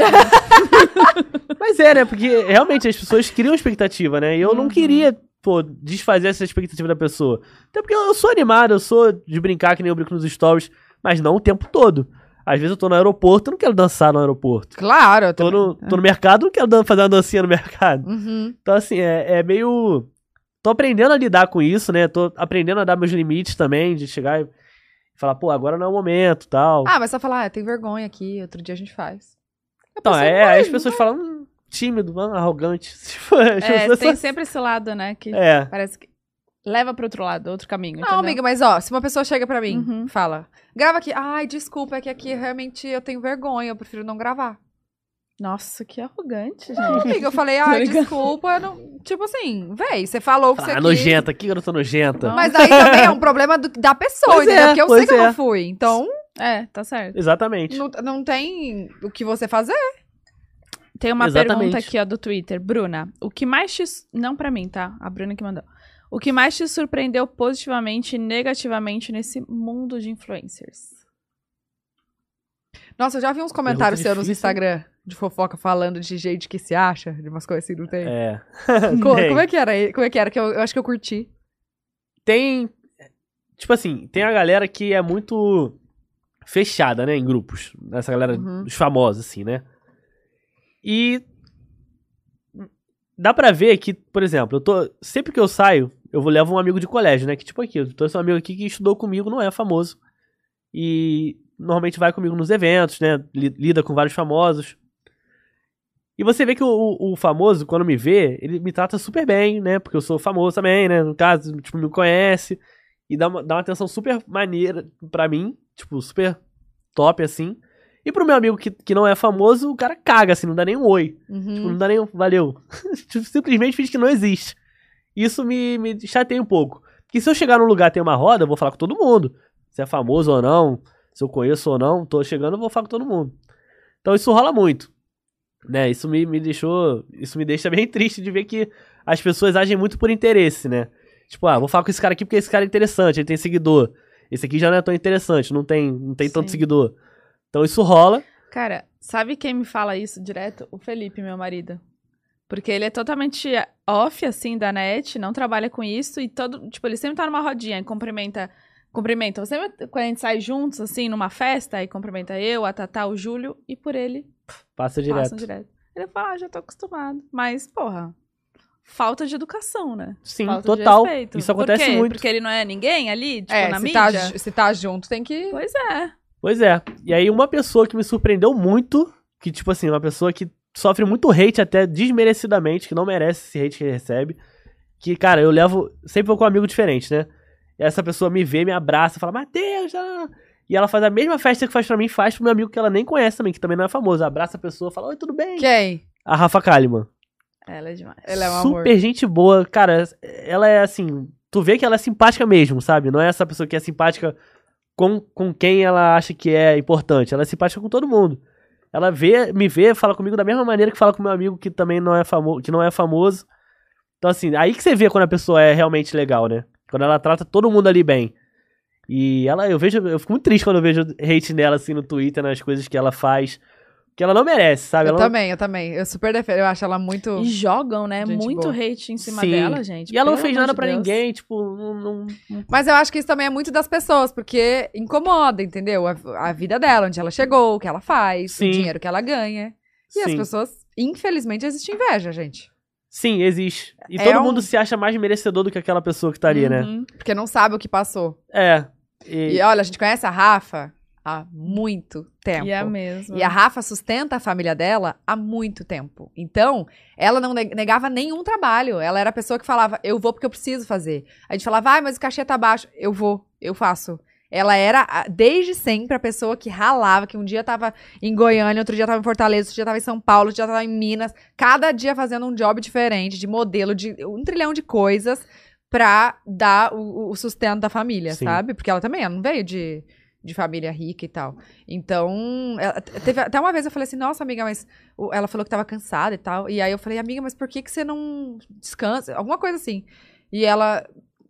Speaker 3: Mas é, né? Porque realmente as pessoas criam expectativa, né? E eu não queria, pô, desfazer essa expectativa da pessoa. Até porque eu, eu sou animado, eu sou de brincar que nem eu brinco nos stories, mas não o tempo todo. Às vezes eu tô no aeroporto, eu não quero dançar no aeroporto.
Speaker 2: Claro, eu
Speaker 3: Tô
Speaker 2: também.
Speaker 3: no, tô no mercado, eu não quero dan- fazer uma dancinha no mercado.
Speaker 2: Uhum.
Speaker 3: Então, assim, é, é meio. Tô aprendendo a lidar com isso, né? Tô aprendendo a dar meus limites também, de chegar e falar, pô, agora não é o momento tal.
Speaker 2: Ah, mas só falar, ah, tem vergonha aqui, outro dia a gente faz.
Speaker 3: então, é, aí as pessoas falam, hum, tímido, hum, arrogante. [laughs] Tipo, as
Speaker 1: É,
Speaker 3: pessoas
Speaker 1: tem
Speaker 3: só-
Speaker 1: sempre esse lado, né? Que
Speaker 3: é.
Speaker 1: parece que leva pro outro lado, outro caminho.
Speaker 2: Não, amiga, mas ó, se uma pessoa chega pra mim,
Speaker 1: Uhum.
Speaker 2: fala, grava aqui. Ai, desculpa, é que aqui realmente eu tenho vergonha, eu prefiro não gravar.
Speaker 1: Nossa, que arrogante, gente.
Speaker 2: Não, amiga, eu falei,
Speaker 1: Tô
Speaker 2: ai,
Speaker 1: ligado.
Speaker 2: desculpa, eu não... tipo assim, véi, você falou que você
Speaker 3: Ah,
Speaker 2: quis.
Speaker 3: nojenta, que garota nojenta.
Speaker 2: Mas aí também
Speaker 3: [laughs]
Speaker 2: é um problema do- da pessoa,
Speaker 3: Pois
Speaker 2: entendeu?
Speaker 3: é,
Speaker 2: Porque eu sei
Speaker 3: pois
Speaker 2: que eu
Speaker 3: é.
Speaker 2: não fui. Então,
Speaker 1: É, tá certo.
Speaker 3: Exatamente.
Speaker 2: não, não tem o que você fazer.
Speaker 1: Tem uma
Speaker 3: Exatamente.
Speaker 1: pergunta aqui, ó, do Twitter. Bruna, o que mais te. su- Não pra mim, tá? A Bruna que mandou. O que mais te surpreendeu positivamente e negativamente nesse mundo de influencers?
Speaker 2: Nossa, eu já vi uns comentários
Speaker 3: Pergunta
Speaker 2: seus no
Speaker 3: difícil.
Speaker 2: Instagram de fofoca falando de gente que se acha, de umas coisas assim, não tem?
Speaker 3: É.
Speaker 2: Co-
Speaker 3: [laughs] Tem.
Speaker 2: como é que era? Como é que era? Que eu, eu acho que eu curti.
Speaker 3: Tem. Tipo assim, tem a galera que é muito fechada, né, em grupos. Essa galera
Speaker 2: Uhum.
Speaker 3: dos famosos, assim, né? E. Dá pra ver que, por exemplo, eu tô. Sempre que eu saio, eu vou levo um amigo de colégio, né? Que tipo aqui, eu trouxe um amigo aqui que estudou comigo, não é famoso. E normalmente vai comigo nos eventos, né? li- Lida com vários famosos. E você vê que o, o- o famoso, quando me vê, ele me trata super bem, né? Porque eu sou famoso também, né? No caso, tipo, me conhece. E dá uma, dá uma atenção super maneira pra mim. Tipo, super top, assim. E pro meu amigo que, que não é famoso, o cara caga, assim, não dá nem um oi. Tipo,
Speaker 2: Uhum.
Speaker 3: não dá nem um valeu. [laughs] Tipo, Simplesmente finge que não existe. Isso me, me chateia um pouco. Porque se eu chegar num lugar e tem uma roda, eu vou falar com todo mundo. Se é famoso ou não, se eu conheço ou não, tô chegando, eu vou falar com todo mundo. Então isso rola muito. Né? Isso me, me deixou. Isso me deixa [laughs] bem triste de ver que as pessoas agem muito por interesse, né? Tipo, ah, vou falar com esse cara aqui porque esse cara é interessante, ele tem seguidor. Esse aqui já não é tão interessante, não tem, não tem tanto
Speaker 1: Sim.
Speaker 3: seguidor. Então isso rola.
Speaker 1: Cara, sabe quem me fala isso direto? O Felipe, meu marido. Porque ele é totalmente off, assim, da net, não trabalha com isso, e todo. Tipo, ele sempre tá numa rodinha e cumprimenta. Cumprimenta. Você lembra quando a gente sai juntos, assim, numa festa, aí cumprimenta eu, a Tatá, o Júlio, e por ele
Speaker 3: Passa direto.
Speaker 1: passam direto. Ele fala, ah, já tô acostumado. Mas, porra, falta de educação, né?
Speaker 3: Sim,
Speaker 1: Falta
Speaker 3: total.
Speaker 1: de respeito.
Speaker 3: Isso acontece
Speaker 1: por quê?
Speaker 3: muito.
Speaker 1: Porque ele não é ninguém ali, tipo,
Speaker 2: é,
Speaker 1: na
Speaker 2: se,
Speaker 1: mídia?
Speaker 2: tá, ju- se tá junto, tem que.
Speaker 1: Pois é.
Speaker 3: Pois é. E aí, uma pessoa que me surpreendeu muito, que, tipo assim, uma pessoa que sofre muito hate até desmerecidamente, que não merece esse hate que recebe. Que, cara, eu levo. Sempre vou com um amigo diferente, né? E essa pessoa me vê, me abraça, fala, Matheus, ah." e ela faz a mesma festa que faz pra mim, faz pro meu amigo que ela nem conhece também, que também não é famoso. Abraça a pessoa, fala, oi, tudo bem?
Speaker 2: Quem?
Speaker 3: A Rafa Kalimann.
Speaker 1: Ela é demais.
Speaker 2: Ela é um
Speaker 3: Super
Speaker 2: amor.
Speaker 3: gente boa, cara. Ela é assim. Tu vê que ela é simpática mesmo, sabe? Não é essa pessoa que é simpática com, com quem ela acha que é importante. Ela é simpática com todo mundo. Ela vê, me vê, fala comigo da mesma maneira que fala com meu amigo que também não é famoso, que não é famoso. Então assim, aí que você vê quando a pessoa é realmente legal, né? Quando ela trata todo mundo ali bem. E ela, eu vejo, eu fico muito triste quando eu vejo hate nela assim no Twitter, nas coisas que ela faz, que ela não merece, sabe?
Speaker 2: Eu
Speaker 3: Ela é não-
Speaker 2: também, eu também. Eu super defendo. Eu acho ela muito.
Speaker 1: E jogam, né?
Speaker 2: Gente
Speaker 1: Muito
Speaker 2: boa.
Speaker 1: hate em cima
Speaker 3: Sim.
Speaker 1: dela, gente.
Speaker 3: E ela não
Speaker 1: Pelo
Speaker 3: fez
Speaker 1: amor
Speaker 3: nada
Speaker 1: de
Speaker 3: pra
Speaker 1: Deus. Uhum.
Speaker 3: ninguém, tipo, não- não,
Speaker 2: Mas eu acho que isso também é muito das pessoas, porque incomoda, entendeu? A, a vida dela, onde ela chegou, o que ela faz,
Speaker 3: Sim.
Speaker 2: o dinheiro que ela ganha. E as
Speaker 3: Sim.
Speaker 2: pessoas, infelizmente, existe inveja, gente.
Speaker 3: Sim, existe. E
Speaker 2: É
Speaker 3: todo
Speaker 2: um-
Speaker 3: mundo se acha mais merecedor do que aquela pessoa que tá ali, né?
Speaker 1: Uhum.
Speaker 2: Porque não sabe o que passou.
Speaker 3: É. E-
Speaker 2: E olha, a gente conhece a Rafa há muito tempo.
Speaker 1: E é mesmo.
Speaker 2: E a Rafa sustenta a família dela há muito tempo. Então, ela não ne- negava nenhum trabalho. Ela era a pessoa que falava, eu vou porque eu preciso fazer. A gente falava, ai, mas o cachê tá baixo. Eu vou, eu faço. Ela era, a- desde sempre, a pessoa que ralava, que um dia tava em Goiânia, outro dia tava em Fortaleza, outro dia tava em São Paulo, outro dia tava em Minas. Cada dia fazendo um job diferente, de modelo, de um trilhão de coisas pra dar o, o sustento da família,
Speaker 3: Sim.
Speaker 2: sabe? Porque ela também ela não veio de, de família rica e tal. Então, ela- te- teve até uma vez eu falei assim, nossa, amiga, mas o- ela falou que tava cansada e tal. E aí eu falei, amiga, mas por que, que você não descansa? Alguma coisa assim. E ela,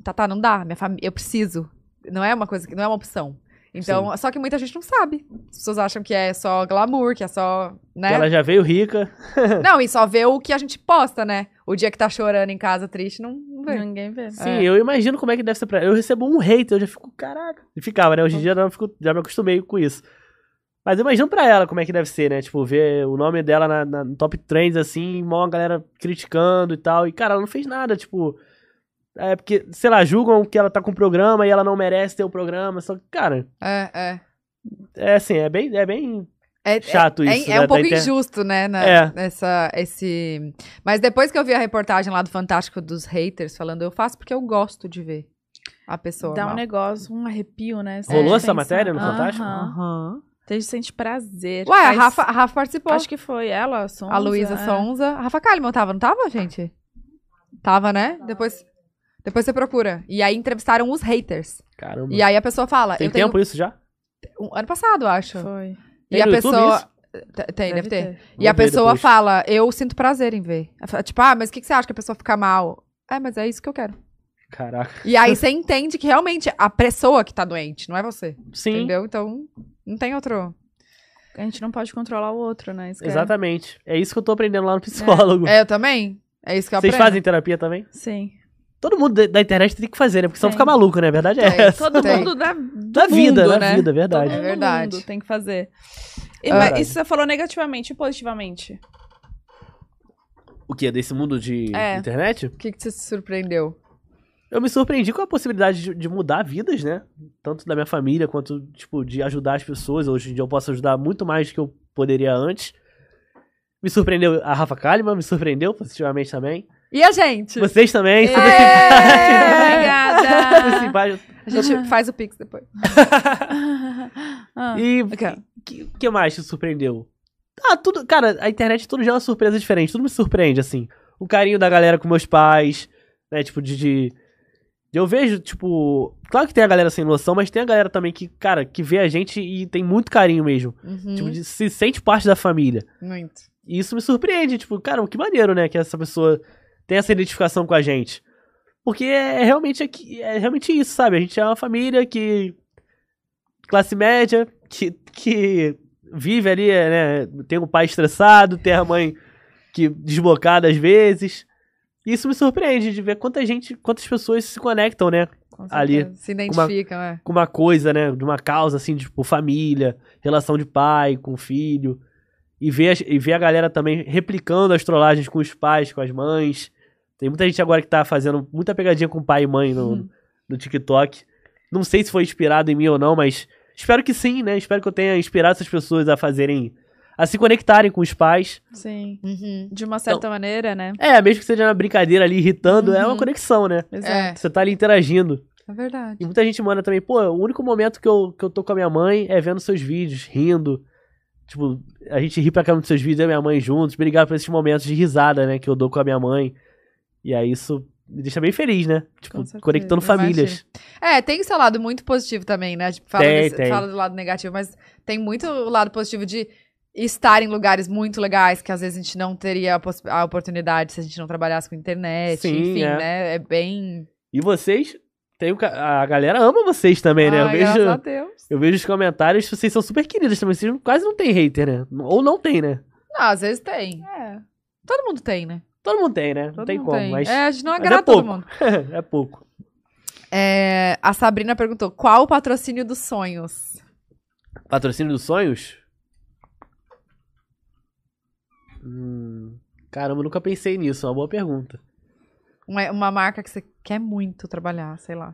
Speaker 2: tá, tá, não dá, minha família, eu preciso. Não é uma coisa que não é uma opção. Então, só que muita gente não sabe. As pessoas acham que é só glamour, que é só, né?
Speaker 3: Ela já veio rica.
Speaker 2: [laughs] Não, e só vê o que a gente posta, né? O dia que tá chorando em casa triste, não, não vê.
Speaker 1: Ninguém vê.
Speaker 3: Sim, eu imagino como é que deve ser pra ela. Eu recebo um hate, eu já fico, caraca. E ficava, né? Hoje
Speaker 2: Uhum.
Speaker 3: em dia eu não fico- já me acostumei com isso. Mas eu imagino pra ela como é que deve ser, né? Tipo, ver o nome dela na, na- no top trends, assim, mó galera criticando e tal. E, cara, ela não fez nada, tipo. É porque, sei lá, julgam que ela tá com o programa e ela não merece ter o programa. Só que, cara,
Speaker 2: É, é.
Speaker 3: é assim, é bem, é bem
Speaker 2: É, é-
Speaker 3: chato
Speaker 2: é-
Speaker 3: isso.
Speaker 2: é
Speaker 3: né,
Speaker 2: um
Speaker 3: da
Speaker 2: pouco
Speaker 3: inter-
Speaker 2: injusto, né? na-
Speaker 3: É.
Speaker 2: Essa, esse... Mas depois que eu vi a reportagem lá do Fantástico dos haters falando, eu faço porque eu gosto de ver a pessoa.
Speaker 1: Dá um
Speaker 2: mal.
Speaker 1: negócio, um arrepio, né? Você
Speaker 3: Rolou
Speaker 1: pensa,
Speaker 3: essa matéria no
Speaker 1: "Aham,
Speaker 3: Fantástico?
Speaker 2: Aham.
Speaker 1: Você sente prazer.
Speaker 2: Ué, a
Speaker 1: Faz-
Speaker 2: Rafa, a Rafa participou.
Speaker 1: Acho que foi ela, a Sonza.
Speaker 2: a Luísa
Speaker 1: é.
Speaker 2: Sonza. A Rafa Kalimann tava, não tava, gente? Tava, né? Depois, depois você procura. E aí entrevistaram os haters.
Speaker 3: Caramba.
Speaker 2: E aí a pessoa fala...
Speaker 3: Hum. Tem
Speaker 2: eu tenho...
Speaker 3: tempo isso já?
Speaker 2: um- Ano passado, acho.
Speaker 1: Foi.
Speaker 2: E
Speaker 3: Tem
Speaker 2: a
Speaker 3: no YouTube
Speaker 2: pessoa...
Speaker 3: isso?
Speaker 2: T- Tem, deve, ter. E
Speaker 3: Vou
Speaker 2: a
Speaker 3: ver
Speaker 2: pessoa
Speaker 3: depois.
Speaker 2: fala, eu sinto prazer em ver. Ela fala, Tipo, ah, mas o que, que você acha que a pessoa fica mal? É, mas é isso que eu quero.
Speaker 3: Caraca.
Speaker 2: E [laughs] aí você entende que realmente a pessoa que tá doente, não é você.
Speaker 3: Sim,
Speaker 2: Entendeu? Então, não tem outro.
Speaker 1: A gente não pode controlar o outro, né? Isso que é-
Speaker 3: exatamente. É isso que eu tô aprendendo lá no psicólogo.
Speaker 2: É, eu também. É isso que eu
Speaker 3: Vocês
Speaker 2: aprendo.
Speaker 3: fazem terapia também?
Speaker 1: Sim.
Speaker 3: Todo mundo da- da internet tem que fazer, né? Porque senão
Speaker 1: Tem.
Speaker 3: fica maluco, né? A verdade é
Speaker 2: Tem.
Speaker 3: essa.
Speaker 1: Todo
Speaker 2: Tem.
Speaker 1: mundo dá
Speaker 3: Da vida,
Speaker 2: mundo,
Speaker 3: da
Speaker 2: né?
Speaker 3: vida, é verdade.
Speaker 1: Todo
Speaker 2: É verdade.
Speaker 1: mundo tem que fazer. E,
Speaker 2: É
Speaker 1: mas
Speaker 3: verdade.
Speaker 1: isso você falou negativamente e positivamente.
Speaker 3: O quê? Desse mundo de
Speaker 1: É.
Speaker 3: internet?
Speaker 2: O que, que você se surpreendeu?
Speaker 3: Eu me surpreendi com a possibilidade de, de mudar vidas, né? Tanto da minha família quanto, tipo, de ajudar as pessoas. Hoje em dia eu posso ajudar muito mais do que eu poderia antes. Me surpreendeu a Rafa Kalimann, me surpreendeu positivamente também.
Speaker 2: E a gente?
Speaker 3: Vocês também,
Speaker 1: É.
Speaker 3: super simpáticos.
Speaker 1: [laughs] Obrigada.
Speaker 3: [laughs] Super simpáticos.
Speaker 2: A gente faz o pix depois.
Speaker 1: [laughs] Ah,
Speaker 3: E o
Speaker 1: ok.
Speaker 3: que, que mais te surpreendeu? Ah, tudo. Cara, a internet tudo já é uma surpresa diferente. Tudo me surpreende, assim. O carinho da galera com meus pais, né? Tipo, de. de- eu vejo, tipo. Claro que tem a galera sem noção, mas tem a galera também que, cara, que vê a gente e tem muito carinho mesmo.
Speaker 2: Uhum,
Speaker 3: Tipo, de- se sente parte da família.
Speaker 2: Muito.
Speaker 3: E isso me surpreende, tipo, cara, que maneiro, né? Que essa pessoa tem essa identificação com a gente. Porque é realmente, aqui- é realmente isso, sabe? A gente é uma família que. classe média, que, que vive ali, né? Tem um pai estressado, tem a mãe que desbocada às vezes. E isso me surpreende de ver quanta gente, quantas pessoas se conectam, né?
Speaker 2: com
Speaker 3: Ali,
Speaker 2: certeza. Se identificam, é.
Speaker 3: com uma coisa, né? De uma causa, assim, tipo, família, relação de pai com filho. E ver, as- e ver a galera também replicando as trollagens com os pais, com as mães. Tem muita gente agora que tá fazendo muita pegadinha com pai e mãe no, no TikTok. Não sei se foi inspirado em mim ou não, mas espero que sim, né? Espero que eu tenha inspirado essas pessoas a fazerem. a se conectarem com os pais.
Speaker 1: Sim.
Speaker 2: Uhum.
Speaker 1: De uma certa maneira, né?
Speaker 3: É, mesmo que seja uma brincadeira ali irritando, é uma
Speaker 2: Uhum.
Speaker 3: conexão, né?
Speaker 2: É,
Speaker 3: Você tá ali interagindo.
Speaker 2: é verdade.
Speaker 3: E muita gente manda também, pô, o único momento que eu, que eu tô com a minha mãe é vendo seus vídeos, rindo. Tipo, a gente ri pra caramba dos seus vídeos, eu e minha mãe juntos. Obrigado por esses momentos de risada, né, que eu dou com a minha mãe. E aí isso me deixa bem feliz, né? Tipo,
Speaker 1: Com certeza,
Speaker 3: conectando famílias.
Speaker 2: É, tem seu lado muito positivo também, né? Tipo, fala,
Speaker 3: Tem,
Speaker 2: desse-
Speaker 3: tem.
Speaker 2: fala do lado negativo, mas tem muito o lado positivo de estar em lugares muito legais que às vezes a gente não teria a, possi- a oportunidade se a gente não trabalhasse com internet,
Speaker 3: Sim,
Speaker 2: enfim,
Speaker 3: é.
Speaker 2: né? É bem.
Speaker 3: E vocês, tem o ca- a galera ama vocês também, né? Eu
Speaker 2: Ai, graças Ah, a
Speaker 3: vejo,
Speaker 2: Deus.
Speaker 3: eu vejo os comentários, vocês são super queridos também. Vocês não- quase não tem hater, né? Ou não tem, né?
Speaker 2: Não, às vezes tem.
Speaker 1: É.
Speaker 2: Todo mundo tem, né?
Speaker 3: Todo mundo tem, né? não
Speaker 2: Todo
Speaker 3: tem
Speaker 2: mundo
Speaker 3: como, mas
Speaker 2: É, a gente não
Speaker 3: mas é
Speaker 2: agrada todo
Speaker 3: pouco.
Speaker 2: mundo.
Speaker 3: [laughs] é pouco.
Speaker 2: É, a Sabrina perguntou: qual o patrocínio dos sonhos?
Speaker 3: Patrocínio dos sonhos? Hum, caramba, eu nunca pensei nisso. É uma boa pergunta.
Speaker 2: Uma, uma marca que você quer muito trabalhar, sei lá.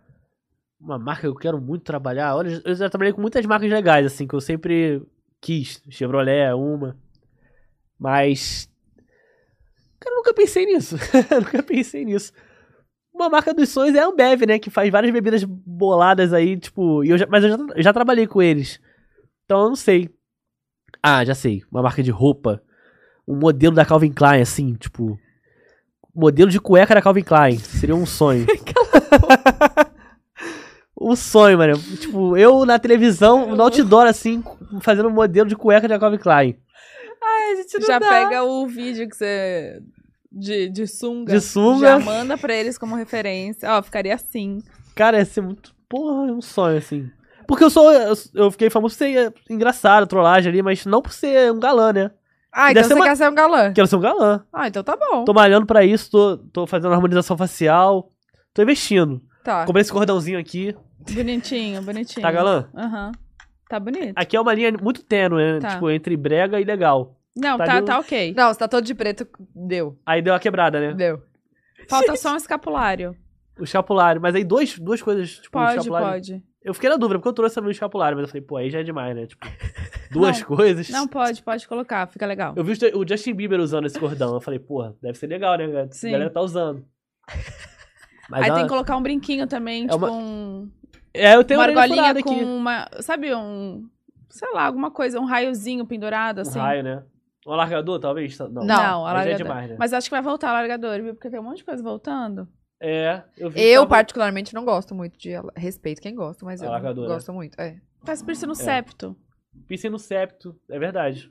Speaker 3: Uma marca que eu quero muito trabalhar. Olha, eu já trabalhei com muitas marcas legais, assim, que eu sempre quis. Chevrolet é uma. Mas. Cara, eu nunca pensei nisso. [laughs] Eu nunca pensei nisso. Uma marca dos sonhos é a Ambev, né? Que faz várias bebidas boladas aí, tipo. E eu já, mas eu já, já trabalhei com eles. Então eu não sei. Ah, já sei. Uma marca de roupa. Um modelo da Calvin Klein, assim, tipo. Modelo de cueca da Calvin Klein. Seria um sonho. um sonho, mano. Tipo, eu na televisão, no outdoor, assim, fazendo um modelo de cueca da Calvin Klein. É,
Speaker 1: Já pega o vídeo que você. De, de sunga.
Speaker 3: De sunga.
Speaker 1: Já manda pra eles como referência. Ó, ficaria assim.
Speaker 3: Cara, ia ser muito. Porra, é um sonho, assim. Porque eu sou. Eu, eu fiquei famoso por ser engraçado, trollagem ali, mas não por ser um galã, né?
Speaker 2: Ah,
Speaker 3: Deve
Speaker 2: então
Speaker 3: ser
Speaker 2: você
Speaker 3: uma-
Speaker 2: quer ser um galã.
Speaker 3: Quero ser um galã.
Speaker 2: Ah, então tá bom.
Speaker 3: Tô malhando pra isso, tô, tô fazendo harmonização facial. Tô investindo.
Speaker 2: Tá.
Speaker 3: Comprei esse cordãozinho aqui.
Speaker 1: Bonitinho, bonitinho.
Speaker 3: Tá, galã?
Speaker 1: Aham. Tá bonito.
Speaker 3: Aqui é uma linha muito tênue, né?
Speaker 1: Tá.
Speaker 3: Tipo, entre brega e legal.
Speaker 1: Não,
Speaker 3: tá
Speaker 1: tá,
Speaker 3: de-
Speaker 1: tá ok.
Speaker 2: Não, você tá todo de preto. Deu.
Speaker 3: Aí deu a quebrada, né?
Speaker 2: Deu.
Speaker 1: Falta só um
Speaker 3: [laughs]
Speaker 1: escapulário.
Speaker 3: O escapulário. Mas aí dois, duas coisas, tipo, o
Speaker 1: Pode,
Speaker 3: escapulário.
Speaker 1: pode.
Speaker 3: Eu fiquei na dúvida, porque eu trouxe também o escapulário, mas eu falei, pô, aí já é demais,
Speaker 1: [laughs]
Speaker 3: né? Tipo, duas coisas.
Speaker 1: Não, pode, pode colocar. Fica legal.
Speaker 3: Eu vi o Ju- o Justin Bieber usando esse cordão. Eu falei, porra, deve ser legal, né? galera?
Speaker 1: Sim.
Speaker 3: A galera
Speaker 1: [laughs]
Speaker 3: tá usando.
Speaker 1: Aí
Speaker 3: Mas é
Speaker 1: tem
Speaker 3: uma-
Speaker 1: que colocar um brinquinho também,
Speaker 3: É
Speaker 1: tipo
Speaker 3: uma-
Speaker 1: um...
Speaker 3: É, eu tenho
Speaker 1: uma
Speaker 3: uma orelha
Speaker 1: argolinha
Speaker 3: furada
Speaker 1: com
Speaker 3: aqui.
Speaker 1: uma... Sabe, um... Sei lá, alguma coisa, um raiozinho pendurado, assim.
Speaker 3: Um raio, né? Um alargador, talvez? Não,
Speaker 2: Não,
Speaker 1: a
Speaker 3: aí já é
Speaker 1: largadora.
Speaker 3: demais, né?
Speaker 1: Mas acho que vai voltar o largador, viu? Porque tem um monte de coisa voltando.
Speaker 3: É, eu vi. que
Speaker 2: Eu,
Speaker 3: tava-
Speaker 2: particularmente, não gosto muito de. ala- Respeito quem gosta, mas eu não
Speaker 3: Alargador, né?
Speaker 2: gosto muito. É.
Speaker 1: Faz piercing no septo.
Speaker 3: Pensei no septo, é verdade.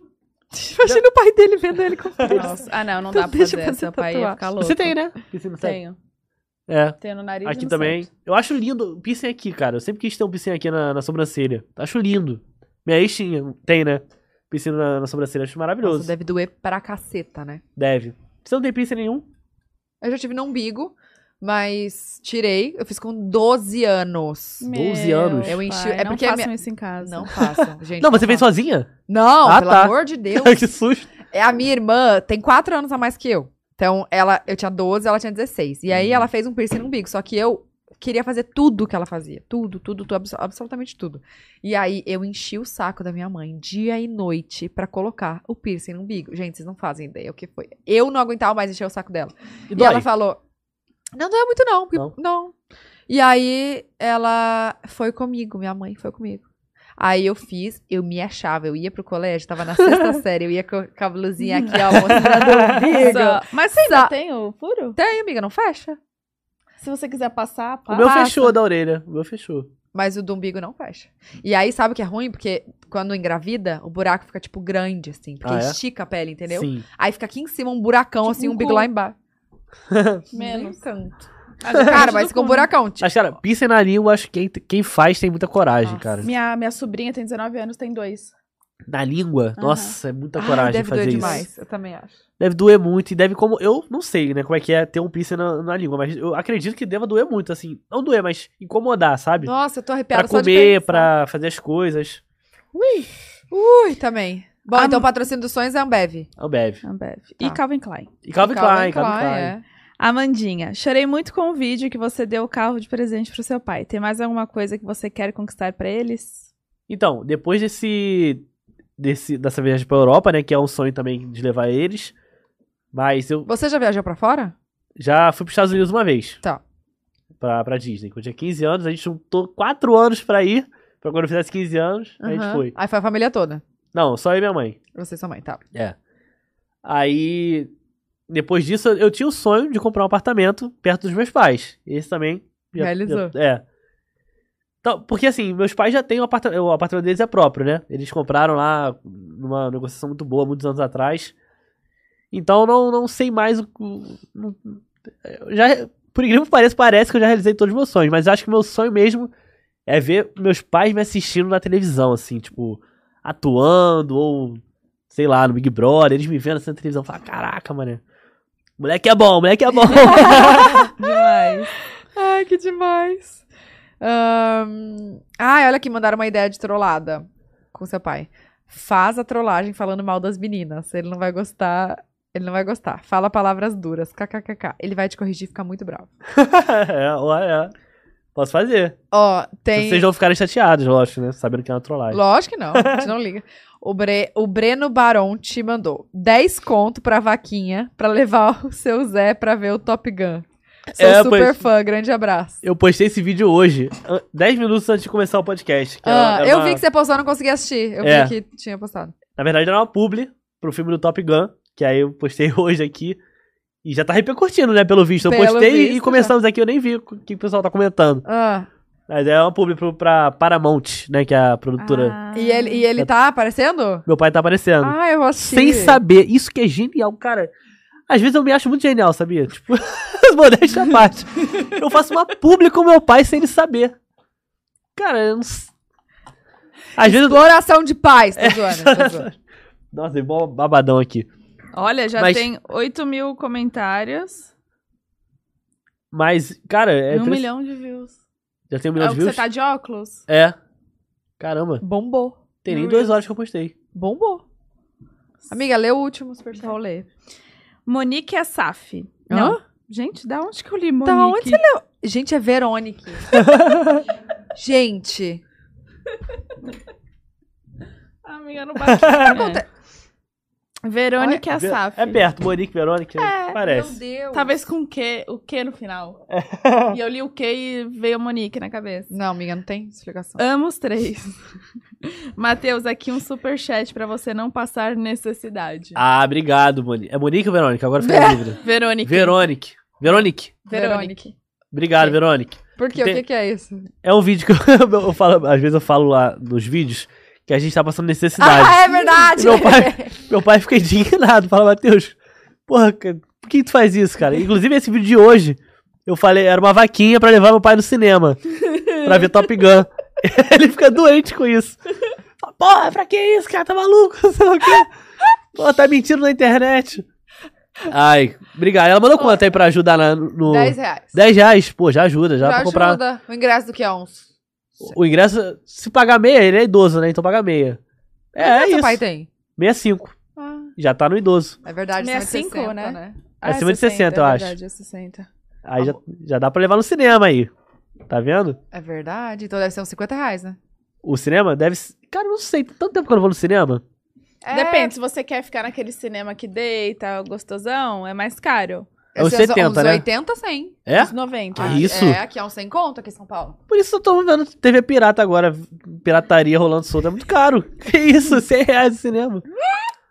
Speaker 4: Imagina o pai dele vendo ele com
Speaker 1: Nossa. Ah, não, não dá pra
Speaker 4: Deixa
Speaker 1: fazer
Speaker 4: eu fazer
Speaker 1: essa. O pai ia
Speaker 4: tatuagem.
Speaker 1: ficar louco.
Speaker 3: Você tem, né? Pensei no septo.
Speaker 1: Tenho.
Speaker 3: É.
Speaker 1: Tenho no nariz e
Speaker 3: Aqui
Speaker 1: no
Speaker 3: também.
Speaker 1: septo.
Speaker 3: Eu acho lindo. Piercing aqui, cara. Eu sempre quis ter um piercing aqui na, na sobrancelha. Acho lindo. Minha ex tinha. Tem, né? Piercing na, na sobrancelha. Acho maravilhoso.
Speaker 2: Nossa, deve doer pra caceta, né?
Speaker 3: deve. Você não tem piercing nenhum?
Speaker 2: Eu já tive no umbigo, mas tirei. Eu fiz com 12 anos.
Speaker 3: 12
Speaker 1: Meu
Speaker 3: anos.
Speaker 2: Eu enchi-
Speaker 1: pai,
Speaker 2: é porque a
Speaker 1: Não façam
Speaker 2: minha-
Speaker 1: isso em casa.
Speaker 2: Não
Speaker 3: [laughs]
Speaker 2: façam, gente.
Speaker 3: não, você vem
Speaker 2: façam.
Speaker 3: sozinha?
Speaker 2: Não,
Speaker 3: Ah,
Speaker 2: pelo
Speaker 3: tá.
Speaker 2: amor
Speaker 3: [laughs]
Speaker 2: de Deus.
Speaker 3: que susto.
Speaker 2: É, A minha irmã tem quatro anos a mais que eu. Então, ela, eu tinha 12, ela tinha 16. E aí, ela fez um piercing no umbigo. Só que eu queria fazer tudo que ela fazia. Tudo, tudo, tudo, abso- absolutamente tudo. E aí eu enchi o saco da minha mãe dia e noite pra colocar o piercing no umbigo. Gente, vocês não fazem ideia o que foi. Eu não aguentava mais encher o saco dela.
Speaker 3: E
Speaker 2: E,
Speaker 3: dói.
Speaker 2: ela falou: Não doeu muito, não, porque-
Speaker 3: Não?
Speaker 2: não. E aí ela foi comigo, minha mãe foi comigo. Aí eu fiz, eu me achava, eu ia pro colégio, tava na
Speaker 3: [laughs]
Speaker 2: sexta série, eu ia co- com a blusinha aqui, ó, mostrando o umbigo.
Speaker 1: Só- Mas você ainda
Speaker 2: Só-
Speaker 1: tem o furo?
Speaker 2: Tem, amiga, não fecha.
Speaker 1: Se você quiser passar,
Speaker 3: O
Speaker 1: passa.
Speaker 3: meu fechou da orelha. O meu fechou.
Speaker 2: Mas o do umbigo não fecha. E aí, sabe o que é ruim? Porque quando engravida, o buraco fica, tipo, grande, assim. Porque
Speaker 3: Ah, é?
Speaker 2: estica a pele, entendeu?
Speaker 3: Sim.
Speaker 2: Aí fica aqui em cima um buracão,
Speaker 1: Tipo
Speaker 2: assim,
Speaker 1: um
Speaker 2: um umbigo
Speaker 1: cu.
Speaker 2: lá embaixo.
Speaker 1: Menos.
Speaker 2: tanto.
Speaker 3: [laughs]
Speaker 1: a
Speaker 2: [laughs] Cara,
Speaker 1: parte
Speaker 2: mas
Speaker 1: do
Speaker 2: fica um
Speaker 1: cu,
Speaker 2: buracão. Tipo,
Speaker 3: né? Mas, cara, piercing na língua, eu acho que quem, quem faz tem muita coragem,
Speaker 2: Nossa.
Speaker 3: cara.
Speaker 1: Minha, minha sobrinha tem 19 anos, tem dois.
Speaker 3: Na língua,
Speaker 1: Aham.
Speaker 3: nossa, é muita
Speaker 2: ai,
Speaker 3: coragem
Speaker 2: Ah, deve
Speaker 3: fazer
Speaker 2: doer
Speaker 3: isso.
Speaker 2: demais. Eu também acho.
Speaker 3: Deve doer muito e deve como. Eu não sei, né, como é que é ter um piercing na, na língua, mas eu acredito que deva doer muito, assim. Não doer, mas incomodar, sabe?
Speaker 2: Nossa, eu tô arrepiada
Speaker 3: pra
Speaker 2: só de
Speaker 3: comer,
Speaker 2: pensar.
Speaker 3: pra fazer as coisas. Ui!
Speaker 2: Ui, também. Bom,
Speaker 1: Ah,
Speaker 2: então o patrocínio dos sonhos é Ambev.
Speaker 3: Ambev.
Speaker 1: Ambev.
Speaker 2: Tá.
Speaker 1: E Calvin Klein.
Speaker 3: E Calvin Klein, Calvin Klein.
Speaker 2: é.
Speaker 1: Amandinha, chorei muito com o vídeo que você deu o carro de presente pro seu pai. Tem mais alguma coisa que você quer conquistar pra eles?
Speaker 3: Então, depois desse, desse. dessa viagem pra Europa, né? Que é um sonho também de levar eles. Mas eu
Speaker 2: Você já viajou pra fora?
Speaker 3: já fui pros Estados Unidos uma vez.
Speaker 2: Tá.
Speaker 3: Pra, pra Disney. Quando eu tinha 15 anos, a gente juntou 4 anos pra ir. Pra quando eu fizesse 15 anos, a gente
Speaker 2: Aham.
Speaker 3: foi.
Speaker 2: Aí foi a família toda.
Speaker 3: Não, só eu e minha mãe.
Speaker 2: Você e sua mãe, tá.
Speaker 3: É. Aí, depois disso, eu tinha o sonho de comprar um apartamento perto dos meus pais. Esse também.
Speaker 2: Realizou.
Speaker 3: já- é. Então, porque assim, meus pais já têm um apartamento. O apartamento deles é próprio, né? Eles compraram lá numa negociação muito boa, muitos anos atrás. Então, eu não, não sei mais o. o- não- eu já, por incrível que pareça, parece que eu já realizei todos os meus sonhos. Mas eu acho que meu sonho mesmo é ver meus pais me assistindo na televisão, assim, tipo, atuando ou sei lá, no Big Brother, eles me vendo assim na televisão, falam, caraca, mané, moleque é bom, moleque
Speaker 2: [laughs]
Speaker 3: é bom.
Speaker 1: Demais.
Speaker 3: Ah.
Speaker 2: Ai, que demais. Ahn, Ai, olha aqui, mandaram uma ideia de trollada com seu pai. Faz a trollagem falando mal das meninas. Ele não vai gostar. Ele não vai gostar. Fala palavras duras. KKKK. Ele vai te corrigir e ficar muito bravo.
Speaker 3: é, ó, é. Posso fazer.
Speaker 2: Ó, tem.
Speaker 3: Vocês vão ficarem chateados, lógico, né, sabendo que é uma trollagem.
Speaker 2: Lógico que não, a gente não liga. O, Bre- o Breno Baron te mandou 10 conto pra vaquinha pra levar [laughs] o seu Zé pra ver o Top Gun. Sou
Speaker 3: É,
Speaker 2: super
Speaker 3: pois-
Speaker 2: fã, grande abraço.
Speaker 3: Eu postei esse vídeo hoje, an- 10 minutos antes de começar o podcast. que era-
Speaker 2: Ah,
Speaker 3: era
Speaker 2: eu
Speaker 3: É uma-
Speaker 2: vi que você postou, não consegui assistir. Eu
Speaker 3: É.
Speaker 2: vi que tinha postado.
Speaker 3: Na verdade era uma publi pro filme do Top Gun, que aí eu postei [laughs] hoje aqui. E já tá repercutindo, né, pelo visto. Eu
Speaker 2: Pelo
Speaker 3: postei e
Speaker 2: visto,
Speaker 3: começamos aqui, eu nem vi o que o pessoal tá comentando.
Speaker 2: Ah,
Speaker 3: Mas é uma publi pro, pra Paramount, né, que é a produtora.
Speaker 1: Ah.
Speaker 2: e ele, e ele tá aparecendo?
Speaker 3: Meu pai tá aparecendo.
Speaker 2: Ah, eu vou assistir.
Speaker 3: sem saber. Isso que é genial, cara. Às vezes eu me acho muito genial, sabia? Tipo, [laughs] modéstia à parte. Eu faço uma publi com meu pai sem ele saber. Cara, eu não... s- Às vezes eu...
Speaker 2: Exploração de paz, tô zoando,
Speaker 3: [laughs]
Speaker 2: tô zoando.
Speaker 3: Nossa, é bom babadão aqui.
Speaker 1: Olha, já
Speaker 3: Mas-
Speaker 1: tem 8 mil comentários
Speaker 3: Mas, cara... É
Speaker 1: e um
Speaker 3: impress-
Speaker 1: milhão de views.
Speaker 3: Já tem um
Speaker 1: É
Speaker 3: milhão
Speaker 1: o
Speaker 3: de
Speaker 1: que você
Speaker 3: views?
Speaker 1: tá de óculos?
Speaker 3: É. Caramba.
Speaker 2: Bombou.
Speaker 3: Tem
Speaker 1: No
Speaker 3: nem duas
Speaker 1: Reels.
Speaker 3: horas que eu postei.
Speaker 2: Bombou. Amiga, lê o último super
Speaker 1: Vou ler. Monique Assaf.
Speaker 2: Hã?
Speaker 1: Não. Gente, da onde que eu li Monique?
Speaker 2: Da onde você leu? Gente, é
Speaker 3: [laughs]
Speaker 2: Verônica. Gente.
Speaker 1: Amiga,
Speaker 2: [laughs]
Speaker 1: não bate. É. Verônica Assaf.
Speaker 3: É perto, Monique, Verônica. parece.
Speaker 2: Meu Deus.
Speaker 1: Talvez com Q, o Q no
Speaker 3: [laughs]
Speaker 1: final. E eu li o Q e veio Monique na cabeça.
Speaker 2: Não, amiga, não tem explicação.
Speaker 1: Amo os três. [laughs] Matheus, aqui um superchat pra você não passar necessidade.
Speaker 3: Ah, obrigado, Monique. É Monique ou Verônica? Agora
Speaker 1: [laughs]
Speaker 3: fica a dúvida.
Speaker 1: Verônica.
Speaker 3: Verônica. Verônica.
Speaker 1: Verônica. É.
Speaker 3: Obrigado, Verônica.
Speaker 2: Por quê? O
Speaker 3: Tem-
Speaker 2: que, que é isso?
Speaker 3: É um vídeo que eu, [laughs] eu falo, às vezes eu falo lá nos vídeos que a gente tá passando necessidade.
Speaker 2: Ah, é verdade! [laughs]
Speaker 3: [laughs] Meu pai, meu pai fica indignado, fala, Matheus, porra, cara, por que tu faz isso, cara? Inclusive, esse vídeo de hoje, eu falei, era uma vaquinha pra levar meu pai no cinema, pra ver Top Gun. [laughs] Ele fica doente com isso. Fala, porra, pra que isso, cara? Tá maluco? [laughs] Não sei lá o quê. Pô, tá mentindo na internet. Ai, obrigado. Ela mandou quanto aí pra ajudar na- no...
Speaker 2: 10 reais.
Speaker 3: 10 reais, pô, já ajuda, já, pra comprar.
Speaker 2: ajuda o ingresso do que é uns.
Speaker 3: O ingresso, se pagar meia, ele é idoso, né? Então paga meia. É, é
Speaker 2: seu
Speaker 3: isso.
Speaker 2: pai tem?
Speaker 3: 65.
Speaker 2: Ah,
Speaker 3: Já tá no idoso.
Speaker 2: é verdade,
Speaker 1: 65,
Speaker 2: 160,
Speaker 1: né?
Speaker 2: né?
Speaker 3: Acima de 60, eu
Speaker 1: é
Speaker 3: acho.
Speaker 1: verdade, é 60.
Speaker 2: Tá
Speaker 3: Aí já, já dá pra levar no cinema aí. Tá vendo?
Speaker 2: É verdade. Então deve ser uns 50 reais, né?
Speaker 3: O cinema deve. s- Cara, eu não sei. Tanto tempo que eu não vou no cinema.
Speaker 1: Depende, se você quer ficar naquele cinema que deita, gostosão, é mais caro.
Speaker 3: É uns
Speaker 2: Esses
Speaker 3: 70,
Speaker 2: uns
Speaker 3: né?
Speaker 2: 80, 100.
Speaker 3: É?
Speaker 1: Os 90.
Speaker 3: Ah, isso?
Speaker 2: É, aqui é uns 100 conto aqui em São Paulo.
Speaker 3: Por isso eu tô vendo TV pirata agora. Pirataria rolando solta. É muito caro. [laughs] Que isso? 100 reais de cinema.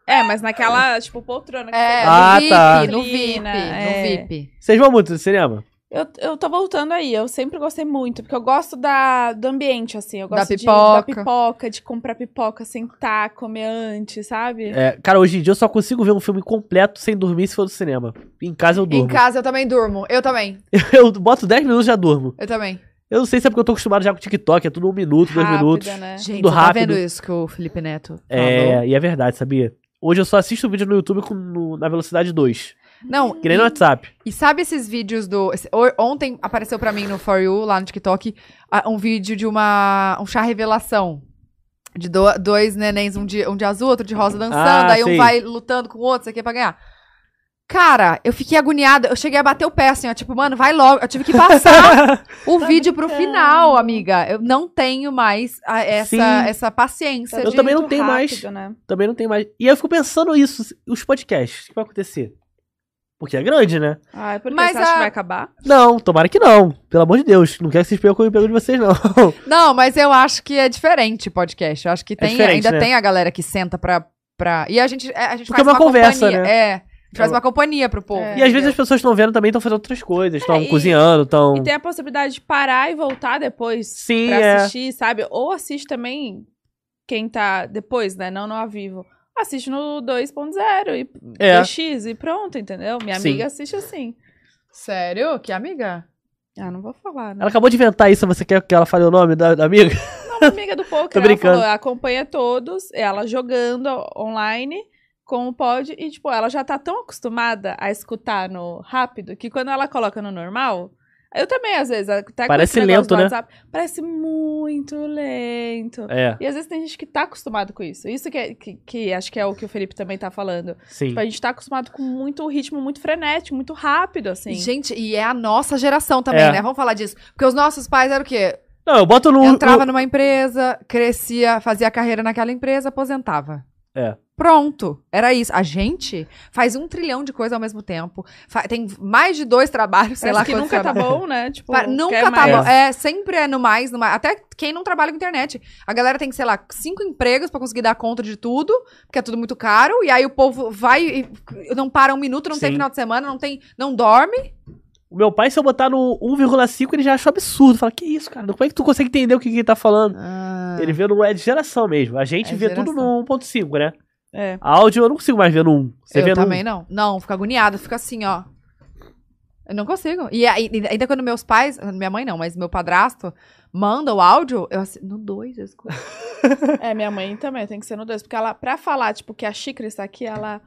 Speaker 1: É, mas naquela, tipo, poltrona. que
Speaker 2: É,
Speaker 1: você-
Speaker 3: Ah,
Speaker 2: no VIP,
Speaker 3: tá.
Speaker 2: no VIP,
Speaker 1: Lina,
Speaker 2: no
Speaker 1: é.
Speaker 2: VIP.
Speaker 3: Vocês vão muito no cinema?
Speaker 1: Eu, eu tô voltando aí, eu sempre gostei muito, porque eu gosto da, do ambiente, assim. Eu
Speaker 2: Da
Speaker 1: gosto de-
Speaker 2: pipoca.
Speaker 1: da pipoca, de comprar pipoca, sentar, comer antes, sabe?
Speaker 3: É, cara, hoje em dia eu só consigo ver um filme completo sem dormir se for no cinema. Em casa eu
Speaker 2: Em
Speaker 3: durmo.
Speaker 2: casa eu também durmo. Eu também,
Speaker 3: [laughs] Eu boto 10 minutos e já durmo.
Speaker 2: eu também.
Speaker 3: Eu não sei se é porque eu tô acostumado já com TikTok, é tudo um minuto, dois
Speaker 1: Rápida,
Speaker 3: minutos.
Speaker 1: né?
Speaker 2: Gente,
Speaker 3: Tudo
Speaker 2: você tá
Speaker 3: rápido.
Speaker 2: vendo isso que o Felipe Neto
Speaker 1: Tá
Speaker 2: falou?
Speaker 3: É, e é verdade, sabia? Hoje eu só assisto vídeo no YouTube com- no- na velocidade 2.
Speaker 2: Não,
Speaker 3: Que nem
Speaker 1: [laughs]
Speaker 3: no WhatsApp.
Speaker 2: e sabe esses vídeos do... esse- o- Ontem apareceu pra mim no For You, lá no TikTok, a- um vídeo de uma... Um chá revelação. De do- dois nenéns, um de, um de azul, outro de rosa, dançando.
Speaker 3: Ah,
Speaker 2: aí um
Speaker 3: sei.
Speaker 2: vai lutando com o outro, isso aqui é pra ganhar. Cara, eu fiquei agoniada. Eu cheguei a bater o pé, assim, ó. Tipo, mano, vai logo. Eu tive que passar
Speaker 3: [laughs]
Speaker 2: o vídeo pro final, amiga. Eu não tenho mais a-
Speaker 3: Sim.
Speaker 2: essa, essa paciência.
Speaker 3: Eu
Speaker 2: de-
Speaker 3: também não
Speaker 1: muito
Speaker 3: tenho mais.
Speaker 1: rápido, Né?
Speaker 3: Também não tem mais. E eu fico pensando isso, os podcasts, o que vai acontecer? Porque é grande, né?
Speaker 1: Ai, Ah, porque
Speaker 2: Mas
Speaker 1: você acha
Speaker 2: a-
Speaker 1: que vai acabar?
Speaker 3: Não, tomara que não. Pelo amor de Deus. Não quero que vocês percam o emprego de vocês, não.
Speaker 2: Não, mas eu acho que é diferente podcast. Eu acho que tem,
Speaker 3: diferente,
Speaker 2: ainda
Speaker 3: né?
Speaker 2: tem a galera que senta pra. pra... E a gente, é, a gente
Speaker 3: Porque
Speaker 2: faz
Speaker 3: é uma conversa,
Speaker 2: companhia.
Speaker 3: né?
Speaker 2: É. A gente faz uma companhia pro povo.
Speaker 1: É,
Speaker 3: e às vezes
Speaker 2: entendeu?
Speaker 3: as pessoas estão vendo também, estão fazendo outras coisas. Estão
Speaker 1: e-
Speaker 3: cozinhando, estão.
Speaker 1: E tem a possibilidade de parar e voltar depois
Speaker 3: Sim,
Speaker 1: pra
Speaker 3: é.
Speaker 1: assistir, sabe? Ou assiste também quem tá depois, né? Não no ao vivo. Assiste no 2.0 e
Speaker 3: É.
Speaker 1: 2x e pronto, entendeu? Minha
Speaker 3: Sim.
Speaker 1: amiga assiste assim.
Speaker 2: Sério? Que amiga?
Speaker 1: Ah, não vou falar, né?
Speaker 3: Ela acabou de inventar isso, você quer que ela fale o nome da, da amiga?
Speaker 1: Não, uma amiga do poker,
Speaker 3: [laughs] Tô
Speaker 1: ela
Speaker 3: brincando.
Speaker 1: falou, acompanha todos, ela jogando online com o pod e, tipo, ela já tá tão acostumada a escutar no rápido que quando ela coloca no normal, eu também, às vezes, até com
Speaker 3: Parece
Speaker 1: esse negócio
Speaker 3: lento,
Speaker 1: do
Speaker 3: né?
Speaker 1: WhatsApp, parece muito lento.
Speaker 3: É,
Speaker 1: E às vezes tem gente que tá acostumado com isso. Isso que, é- que, que acho que é o que o Felipe também tá falando.
Speaker 3: sim.
Speaker 1: Tipo, a gente tá acostumado com muito ritmo muito frenético, muito rápido, assim.
Speaker 2: Gente, e é a nossa geração também,
Speaker 3: É.
Speaker 2: né? Vamos falar disso. Porque os nossos pais eram o quê?
Speaker 3: Não, eu boto no.
Speaker 2: Entrava numa empresa, crescia, fazia carreira naquela empresa, aposentava.
Speaker 3: É.
Speaker 2: Pronto, era isso. A gente faz um trilhão de coisas ao mesmo tempo. Fa- Tem mais de dois trabalhos, sei
Speaker 1: Parece
Speaker 2: lá
Speaker 1: que
Speaker 2: quantos
Speaker 1: nunca tá
Speaker 2: trabalhos.
Speaker 1: bom, né? Tipo,
Speaker 2: Pa-
Speaker 1: quer
Speaker 2: nunca tá
Speaker 1: mais.
Speaker 2: bom. É, sempre é no mais, no mais. Até quem não trabalha com internet. A galera tem, sei lá, cinco empregos pra conseguir dar conta de tudo, porque é tudo muito caro. E aí o povo vai e não para um minuto, não tem
Speaker 3: Sim.
Speaker 2: final de semana, não tem. Não dorme.
Speaker 3: O meu pai, se eu botar no 1,5, ele já acha um absurdo. Fala, que isso, cara? Como é que tu consegue entender o que, que ele tá falando? Ele vê no. É de geração mesmo. A gente
Speaker 2: Ah. É
Speaker 3: vê
Speaker 2: geração.
Speaker 3: tudo no 1,5, né?
Speaker 1: É.
Speaker 3: Áudio eu não consigo mais ver no 1. Você vê
Speaker 2: eu
Speaker 3: no um.
Speaker 2: também
Speaker 3: [laughs]
Speaker 2: não. Não, fica agoniada, fica assim, ó. Eu não consigo. E aí, ainda quando meus pais, minha mãe não, mas meu padrasto manda o áudio, eu assim, no dois, eu escuto.
Speaker 1: É, minha mãe também tem que ser no 2. Porque ela, pra falar, tipo, que a xícara está aqui, ela.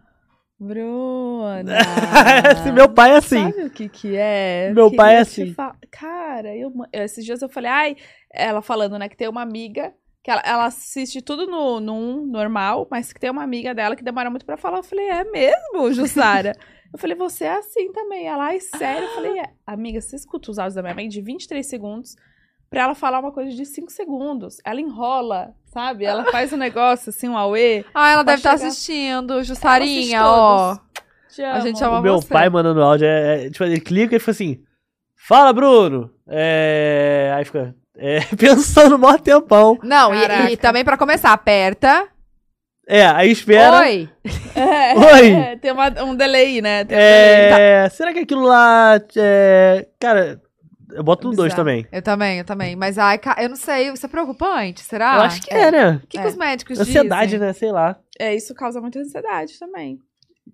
Speaker 1: Bruna.
Speaker 3: [laughs]
Speaker 2: Ah.
Speaker 3: Esse meu pai é assim.
Speaker 1: Sabe o que que é? Eu
Speaker 3: Meu pai
Speaker 1: queria
Speaker 3: é
Speaker 1: te
Speaker 3: assim.
Speaker 1: fa- Cara, eu, eu- esses dias eu falei, ai, ela falando, né, que tem uma amiga, que ela, ela assiste tudo no, no um, normal, mas que tem uma amiga dela que demora muito pra falar. Eu falei, é mesmo, Jussara? [laughs] eu falei, você é assim também. Ela, ai, sério? Eu falei, é. amiga, você escuta os áudios da minha mãe de 23 segundos pra ela falar uma coisa de 5 segundos. Ela enrola, sabe? Ela faz um negócio, assim, um auê.
Speaker 2: Ah, ela
Speaker 1: Pra
Speaker 2: deve estar
Speaker 1: chegar.
Speaker 2: assistindo,
Speaker 1: assiste
Speaker 2: Jussarinha, ó.
Speaker 1: todos. Te
Speaker 2: A gente
Speaker 1: amo.
Speaker 2: chama
Speaker 3: O meu
Speaker 2: você.
Speaker 3: pai mandando áudio, é, é, tipo, ele clica e fica assim, fala, Bruno! É... Aí fica é, [laughs] pensando mó tempão.
Speaker 2: Não, e- e,
Speaker 1: Caraca.
Speaker 2: também pra começar, aperta.
Speaker 3: É, aí espera.
Speaker 2: Oi.
Speaker 1: É,
Speaker 3: Oi.
Speaker 1: é, [laughs] tem uma- um delay, né? Tem um delay.
Speaker 3: É,
Speaker 2: Tá.
Speaker 3: Será que aquilo lá. É... Cara, eu boto no
Speaker 1: Bizarro.
Speaker 3: 2 também.
Speaker 2: Eu também, eu também. Mas ai, ca- eu não sei, isso é preocupante, será?
Speaker 3: eu acho que é, né?
Speaker 2: O que, que os médicos
Speaker 3: Ansiedade,
Speaker 2: dizem?
Speaker 3: né? Sei lá.
Speaker 1: é, isso causa muita ansiedade também.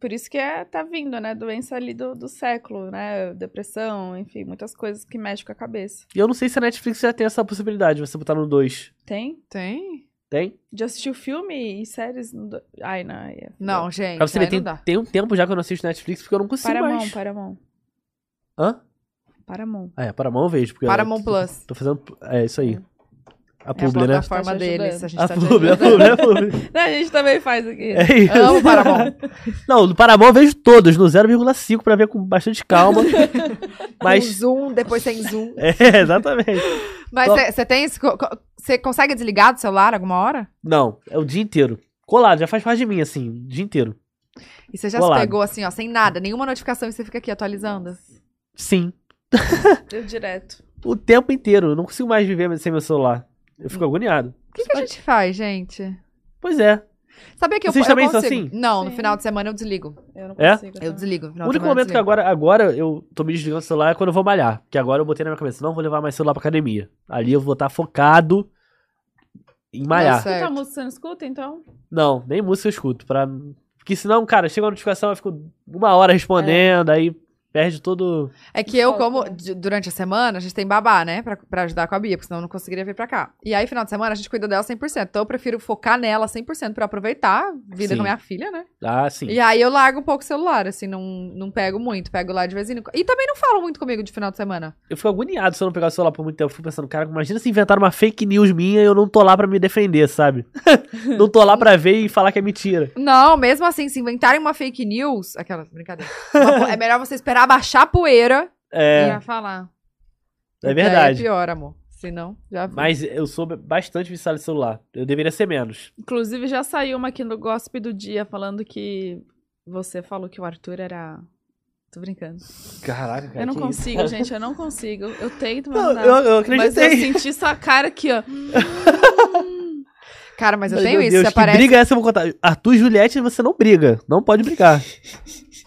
Speaker 1: Por isso que é, tá vindo, né? Doença ali do, do século, né? Depressão, enfim, muitas coisas que mexem com a cabeça.
Speaker 3: E eu não sei se a Netflix já tem essa possibilidade, você botar no 2.
Speaker 1: Tem?
Speaker 2: Tem?
Speaker 3: Tem?
Speaker 1: Já assistiu filme e séries? no do- Ai, não. Aí é...
Speaker 2: Não, gente.
Speaker 3: Pra você
Speaker 2: aí
Speaker 3: ver, tem,
Speaker 2: não dá. é.
Speaker 3: tem um tempo já que eu não assisto Netflix porque eu não consigo
Speaker 1: Paramount,
Speaker 3: mais.
Speaker 1: Paramount,
Speaker 3: Hã?
Speaker 1: Paramount.
Speaker 3: Ah, é, Paramount eu vejo. Porque eu- [laughs]
Speaker 2: Paramount Plus.
Speaker 3: Tô fazendo. É, isso aí. A
Speaker 2: É a
Speaker 3: publi, né?
Speaker 2: plataforma
Speaker 1: Tá te ajudando.
Speaker 2: deles. A gente
Speaker 3: A né?
Speaker 2: tá te
Speaker 3: publi, a
Speaker 2: ajudando. [laughs]
Speaker 3: publi, a publi.
Speaker 1: Não, a gente também faz aqui.
Speaker 3: É isso.
Speaker 2: Amo Paramount.
Speaker 3: Não, no Paramount eu vejo todos, no 0,5 pra ver com bastante
Speaker 2: [laughs]
Speaker 3: calma. [laughs]
Speaker 2: Com
Speaker 3: Mas.
Speaker 2: zoom, depois sem zoom.
Speaker 3: [laughs] É, exatamente.
Speaker 2: Mas
Speaker 3: Bom.
Speaker 2: você tem esse. Você consegue desligar do celular alguma hora?
Speaker 3: Não, é o dia inteiro. Colado, já faz parte de mim, assim, o dia inteiro.
Speaker 2: E você já
Speaker 3: Colado.
Speaker 2: se pegou assim, ó, sem nada, nenhuma notificação e você fica aqui atualizando?
Speaker 3: Sim.
Speaker 1: [laughs] Eu direto.
Speaker 3: O tempo inteiro. Eu não consigo mais viver sem meu celular. Eu
Speaker 2: Hum.
Speaker 3: fico agoniado.
Speaker 2: O que, que a gente faz, gente?
Speaker 3: Pois é.
Speaker 2: Sabia que eu-
Speaker 3: Vocês
Speaker 2: eu,
Speaker 3: também são
Speaker 2: consigo.
Speaker 3: assim?
Speaker 2: Não, no
Speaker 1: Sim.
Speaker 2: final de semana eu desligo.
Speaker 1: Eu não
Speaker 3: É?
Speaker 1: consigo.
Speaker 2: Eu
Speaker 1: tá?
Speaker 2: desligo. no final
Speaker 3: o
Speaker 2: de semana eu
Speaker 3: único momento que
Speaker 2: desligo.
Speaker 3: agora, agora eu tô me desligando do celular é quando eu vou malhar. Que agora eu botei na minha cabeça, não vou levar mais celular pra academia. Ali eu vou estar focado em malhar.
Speaker 2: Nossa.
Speaker 1: Você tá
Speaker 2: Certo.
Speaker 1: música, não escuta, então?
Speaker 3: Não, nem música eu escuto. Pra... Porque senão, cara, chega uma notificação, eu fico uma hora respondendo, aí perde todo.
Speaker 2: É que eu,
Speaker 1: Foco,
Speaker 2: como
Speaker 1: né?
Speaker 2: de- durante a semana, a gente tem babá, né? Pra, pra ajudar com a Bia, porque senão eu não conseguiria vir pra cá. E aí, final de semana, a gente cuida dela 100%. Então eu prefiro focar nela 100% pra aproveitar a vida
Speaker 3: Sim.
Speaker 2: com a minha filha, né?
Speaker 3: Ah, sim.
Speaker 2: E aí eu largo um pouco o celular, assim, não, não pego muito. Pego lá de vez em quando. E também não falo muito comigo de final de semana.
Speaker 3: Eu fico agoniado se eu não pegar o celular por muito tempo. Eu fico pensando, cara, imagina se inventaram uma fake news minha e eu não tô lá pra me defender, sabe? [laughs] não tô lá pra ver e falar que é mentira.
Speaker 2: Não, mesmo assim, se inventarem uma fake news. Aquela, brincadeira. Uma po- é melhor você esperar baixar a poeira e
Speaker 3: É,
Speaker 2: já falar.
Speaker 3: é
Speaker 2: É
Speaker 3: verdade.
Speaker 2: pior, amor. Se não, já vi.
Speaker 3: Mas eu sou bastante viciado em celular. Eu deveria ser menos.
Speaker 1: Inclusive, já saiu uma aqui no Gossip do Dia falando que você falou que o Arthur era. Tô brincando.
Speaker 3: Caraca, cara.
Speaker 1: eu não
Speaker 3: que [laughs]
Speaker 1: consigo, gente, eu não consigo. Eu tento,
Speaker 3: Isso?
Speaker 1: mas não.
Speaker 3: Não, eu, eu
Speaker 1: mas eu
Speaker 3: acreditei.
Speaker 1: senti sua cara aqui, ó.
Speaker 2: Cara, mas eu
Speaker 3: Meu
Speaker 2: tenho isso.
Speaker 3: Deus,
Speaker 2: se
Speaker 3: que
Speaker 2: aparece.
Speaker 3: briga é essa que eu vou contar. Arthur e Juliette, você não briga. Não pode brigar.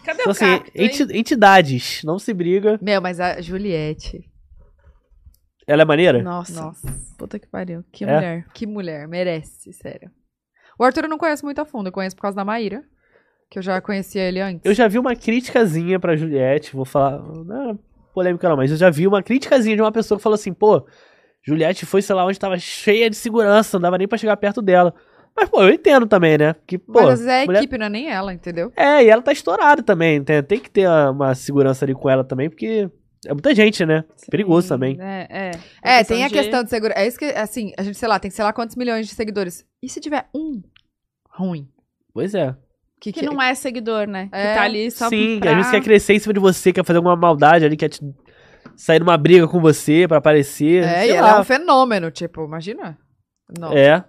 Speaker 1: Cadê
Speaker 3: Então,
Speaker 1: o
Speaker 3: assim,
Speaker 1: cacto, hein?
Speaker 3: enti- entidades. Não se briga.
Speaker 2: Meu, mas a Juliette.
Speaker 3: Ela é maneira?
Speaker 1: Nossa,
Speaker 2: Nossa.
Speaker 1: puta que pariu. Que
Speaker 3: É?
Speaker 1: mulher.
Speaker 2: Que mulher, merece, sério. O Arthur eu não conheço muito a fundo, eu conheço por causa da Maíra, que eu já conhecia ele antes.
Speaker 3: Eu já vi uma criticazinha pra Juliette, vou falar. Não é polêmica não, mas eu já vi uma criticazinha de uma pessoa que falou assim, pô, Juliette foi, sei lá, onde tava cheia de segurança, não dava nem pra chegar perto dela. Mas, pô, eu entendo também, né? Que, pô.
Speaker 2: Mas às vezes é a
Speaker 3: mulher-
Speaker 2: equipe, não é nem ela, entendeu?
Speaker 3: É, e ela tá estourada também, tem, tem que ter uma, uma segurança ali com ela também, porque é muita gente, né? Perigoso também.
Speaker 1: É, é.
Speaker 2: É, tem a
Speaker 1: de-
Speaker 2: questão de segurança. É isso que, assim, a gente, sei lá, tem sei lá quantos milhões de seguidores. E se tiver um ruim?
Speaker 3: Pois é.
Speaker 2: Que,
Speaker 1: Que não é seguidor, né?
Speaker 2: É.
Speaker 1: Que tá ali só
Speaker 3: Sim,
Speaker 1: pra...
Speaker 3: às vezes quer crescer em cima de você, quer fazer alguma maldade ali, quer te... sair numa briga com você pra aparecer.
Speaker 2: É,
Speaker 3: sei
Speaker 2: e ela é
Speaker 3: lá.
Speaker 2: um fenômeno, tipo, imagina. Não,
Speaker 3: É.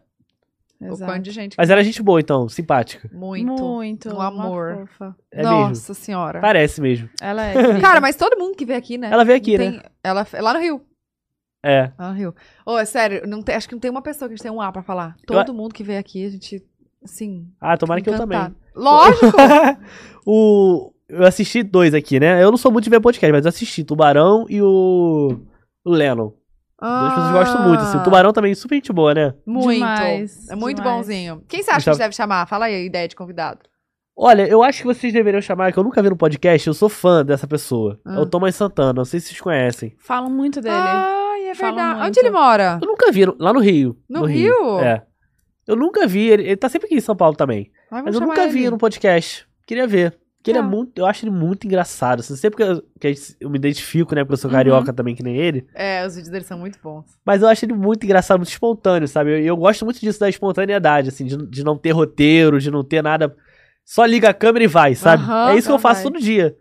Speaker 2: o
Speaker 1: Exato.
Speaker 2: quanto de gente.
Speaker 3: Mas ela é gente boa, então, simpática.
Speaker 2: Muito.
Speaker 1: Muito.
Speaker 2: Um
Speaker 1: uma
Speaker 2: amor.
Speaker 1: fofa.
Speaker 3: É
Speaker 2: Nossa
Speaker 3: mesmo.
Speaker 2: senhora.
Speaker 3: Parece mesmo.
Speaker 1: Ela
Speaker 2: [laughs]
Speaker 1: é. incrível.
Speaker 2: Cara, mas todo mundo que vem aqui, né?
Speaker 3: Ela veio aqui, né?
Speaker 2: Tem- Ela, lá no Rio.
Speaker 3: É.
Speaker 2: Ah, Rio. Ô, é sério, não tem- acho que não tem uma pessoa que a gente tem um A pra falar.
Speaker 3: Eu a-
Speaker 2: Todo mundo que veio aqui, a gente, assim.
Speaker 3: Ah, tomara que eu
Speaker 2: encantado.
Speaker 3: também. [laughs]
Speaker 2: Lógico!
Speaker 3: o... Eu assisti dois aqui, né? Eu não sou muito de ver podcast, mas eu assisti Tubarão e o. O Lennon. Dois pessoas que eu gosto muito, assim. O Tubarão também é super gente boa, né?
Speaker 2: Ah, Muito.
Speaker 1: Demais,
Speaker 2: é muito
Speaker 1: demais.
Speaker 2: bonzinho. Quem você acha que a gente deve chamar? Fala aí a ideia de convidado.
Speaker 3: Olha, eu acho que vocês deveriam chamar, que eu nunca vi no podcast, eu sou fã dessa pessoa. É o
Speaker 2: Ah.
Speaker 3: Thomas Santana, não sei se vocês conhecem.
Speaker 1: Falam muito dele.
Speaker 2: Ai, é
Speaker 1: Fala
Speaker 2: verdade.
Speaker 1: muito.
Speaker 2: Onde ele mora?
Speaker 3: Eu nunca vi, no- lá no Rio.
Speaker 2: No Rio?
Speaker 3: É. Eu nunca vi, ele, ele tá sempre aqui em São Paulo também.
Speaker 2: Ai, vamos
Speaker 3: Mas eu
Speaker 2: chamar
Speaker 3: nunca vi
Speaker 2: ele.
Speaker 3: no podcast. Queria ver. Porque ele é
Speaker 2: Tá.
Speaker 3: muito. Eu acho ele muito engraçado. Assim, sempre que eu, que eu me identifico, né?
Speaker 2: Uhum.
Speaker 3: Porque eu sou carioca também, que nem ele.
Speaker 2: É, os vídeos dele são muito bons.
Speaker 3: Mas eu acho ele muito engraçado, muito espontâneo, sabe? E eu, eu gosto muito disso da espontaneidade, assim, de, de não ter roteiro, de não ter nada. Só liga a câmera e vai, sabe?
Speaker 2: Aham,
Speaker 3: é isso que eu
Speaker 2: tá,
Speaker 3: faço
Speaker 2: vai.
Speaker 3: todo dia.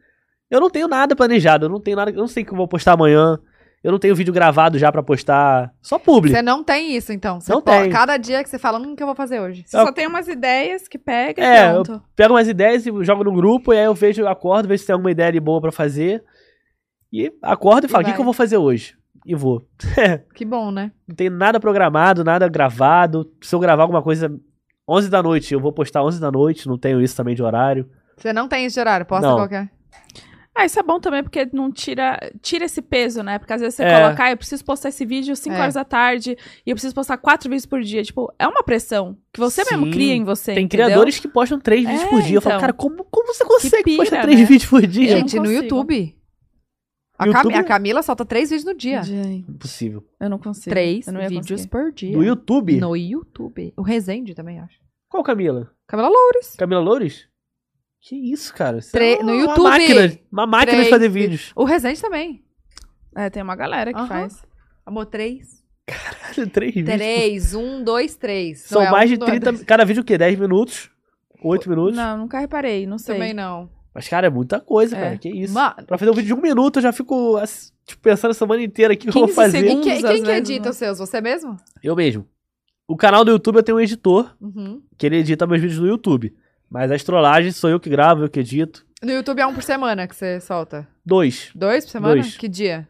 Speaker 3: Eu não tenho nada planejado, eu não tenho nada. Eu não sei o que eu vou postar amanhã. Eu não tenho vídeo gravado já pra postar. Só publi.
Speaker 2: Você não tem isso, então. Você
Speaker 3: Não É
Speaker 2: po-
Speaker 3: tem.
Speaker 2: Cada dia que você fala, hum, o que eu vou fazer hoje?
Speaker 1: Você só tem umas ideias que pega e
Speaker 3: É, eu-
Speaker 1: pronto.
Speaker 3: Pego umas ideias e jogo no grupo, e aí eu vejo, eu acordo, vejo se tem alguma ideia ali boa pra fazer. E acordo e
Speaker 2: E
Speaker 3: falo, o que,
Speaker 2: vai.
Speaker 3: que eu vou fazer hoje? E vou.
Speaker 2: Que bom, né?
Speaker 3: Não tem nada programado, nada gravado. Se eu gravar alguma coisa 11 da noite, eu vou postar 11 da noite, não tenho isso também de horário.
Speaker 2: Você não tem esse horário, posta
Speaker 3: Não.
Speaker 2: qualquer.
Speaker 1: Ah, isso é bom também, porque não tira, tira esse peso, né? Porque às vezes você
Speaker 3: É.
Speaker 1: colocar, "Ah, eu preciso postar esse vídeo 5
Speaker 2: É.
Speaker 1: horas da tarde e eu preciso postar quatro vídeos por dia. Tipo, é uma pressão que você
Speaker 3: Sim.
Speaker 1: mesmo cria em você.
Speaker 3: Tem
Speaker 1: entendeu?
Speaker 3: criadores que postam 3 vídeos
Speaker 1: É,
Speaker 3: por dia. Eu falo,
Speaker 1: então.
Speaker 3: cara, como, como você consegue
Speaker 1: pira,
Speaker 3: postar 3
Speaker 1: né?
Speaker 3: vídeos por dia?
Speaker 1: Eu
Speaker 2: Gente,
Speaker 1: não
Speaker 2: no
Speaker 1: consigo.
Speaker 2: YouTube. A,
Speaker 3: YouTube? é-
Speaker 2: Cami- a Camila solta três vídeos no dia.
Speaker 1: Gente,
Speaker 3: Impossível.
Speaker 1: eu não consigo.
Speaker 2: Três
Speaker 1: eu não ia
Speaker 2: vídeos
Speaker 1: conseguir.
Speaker 2: por dia.
Speaker 3: No YouTube?
Speaker 2: No YouTube. O Resende também, acho.
Speaker 3: Qual Camila?
Speaker 2: Camila Loures.
Speaker 3: Camila Loures? Que isso, cara? Você
Speaker 2: Tre-
Speaker 3: é
Speaker 2: no
Speaker 3: uma
Speaker 2: YouTube.
Speaker 3: máquina, uma máquina de
Speaker 2: Três
Speaker 3: fazer vídeos. [laughs]
Speaker 2: O Resende também.
Speaker 1: É, tem uma galera que
Speaker 2: Aham.
Speaker 1: faz.
Speaker 2: Amor, três.
Speaker 3: Caralho, três vídeos.
Speaker 2: Três, um, dois, três.
Speaker 3: São
Speaker 2: Não é
Speaker 3: mais
Speaker 2: um,
Speaker 3: de
Speaker 2: dois,
Speaker 3: 30.
Speaker 2: dois.
Speaker 3: Cada vídeo o quê? 10 minutos? 8 minutos?
Speaker 1: Não, nunca reparei, não sei.
Speaker 2: Também não.
Speaker 3: Mas, cara, é muita coisa,
Speaker 1: É.
Speaker 3: cara. Que isso.
Speaker 2: Mano,
Speaker 3: Pra fazer um vídeo de um minuto, eu já fico assim, tipo, pensando a semana inteira o que, que eu vou
Speaker 1: 15
Speaker 3: fazer.
Speaker 2: e
Speaker 1: segundos.
Speaker 2: que- e
Speaker 1: às
Speaker 2: quem que
Speaker 1: vezes,
Speaker 2: edita
Speaker 1: né?
Speaker 2: os seus? Você mesmo?
Speaker 3: Eu mesmo. O canal do YouTube eu tenho um editor,
Speaker 2: Uhum.
Speaker 3: que ele edita meus vídeos no YouTube. Mas as trollagens sou eu que gravo, eu que edito.
Speaker 2: No YouTube é um por semana que você solta.
Speaker 3: Dois.
Speaker 2: Dois por semana?
Speaker 3: Dois.
Speaker 2: Que dia?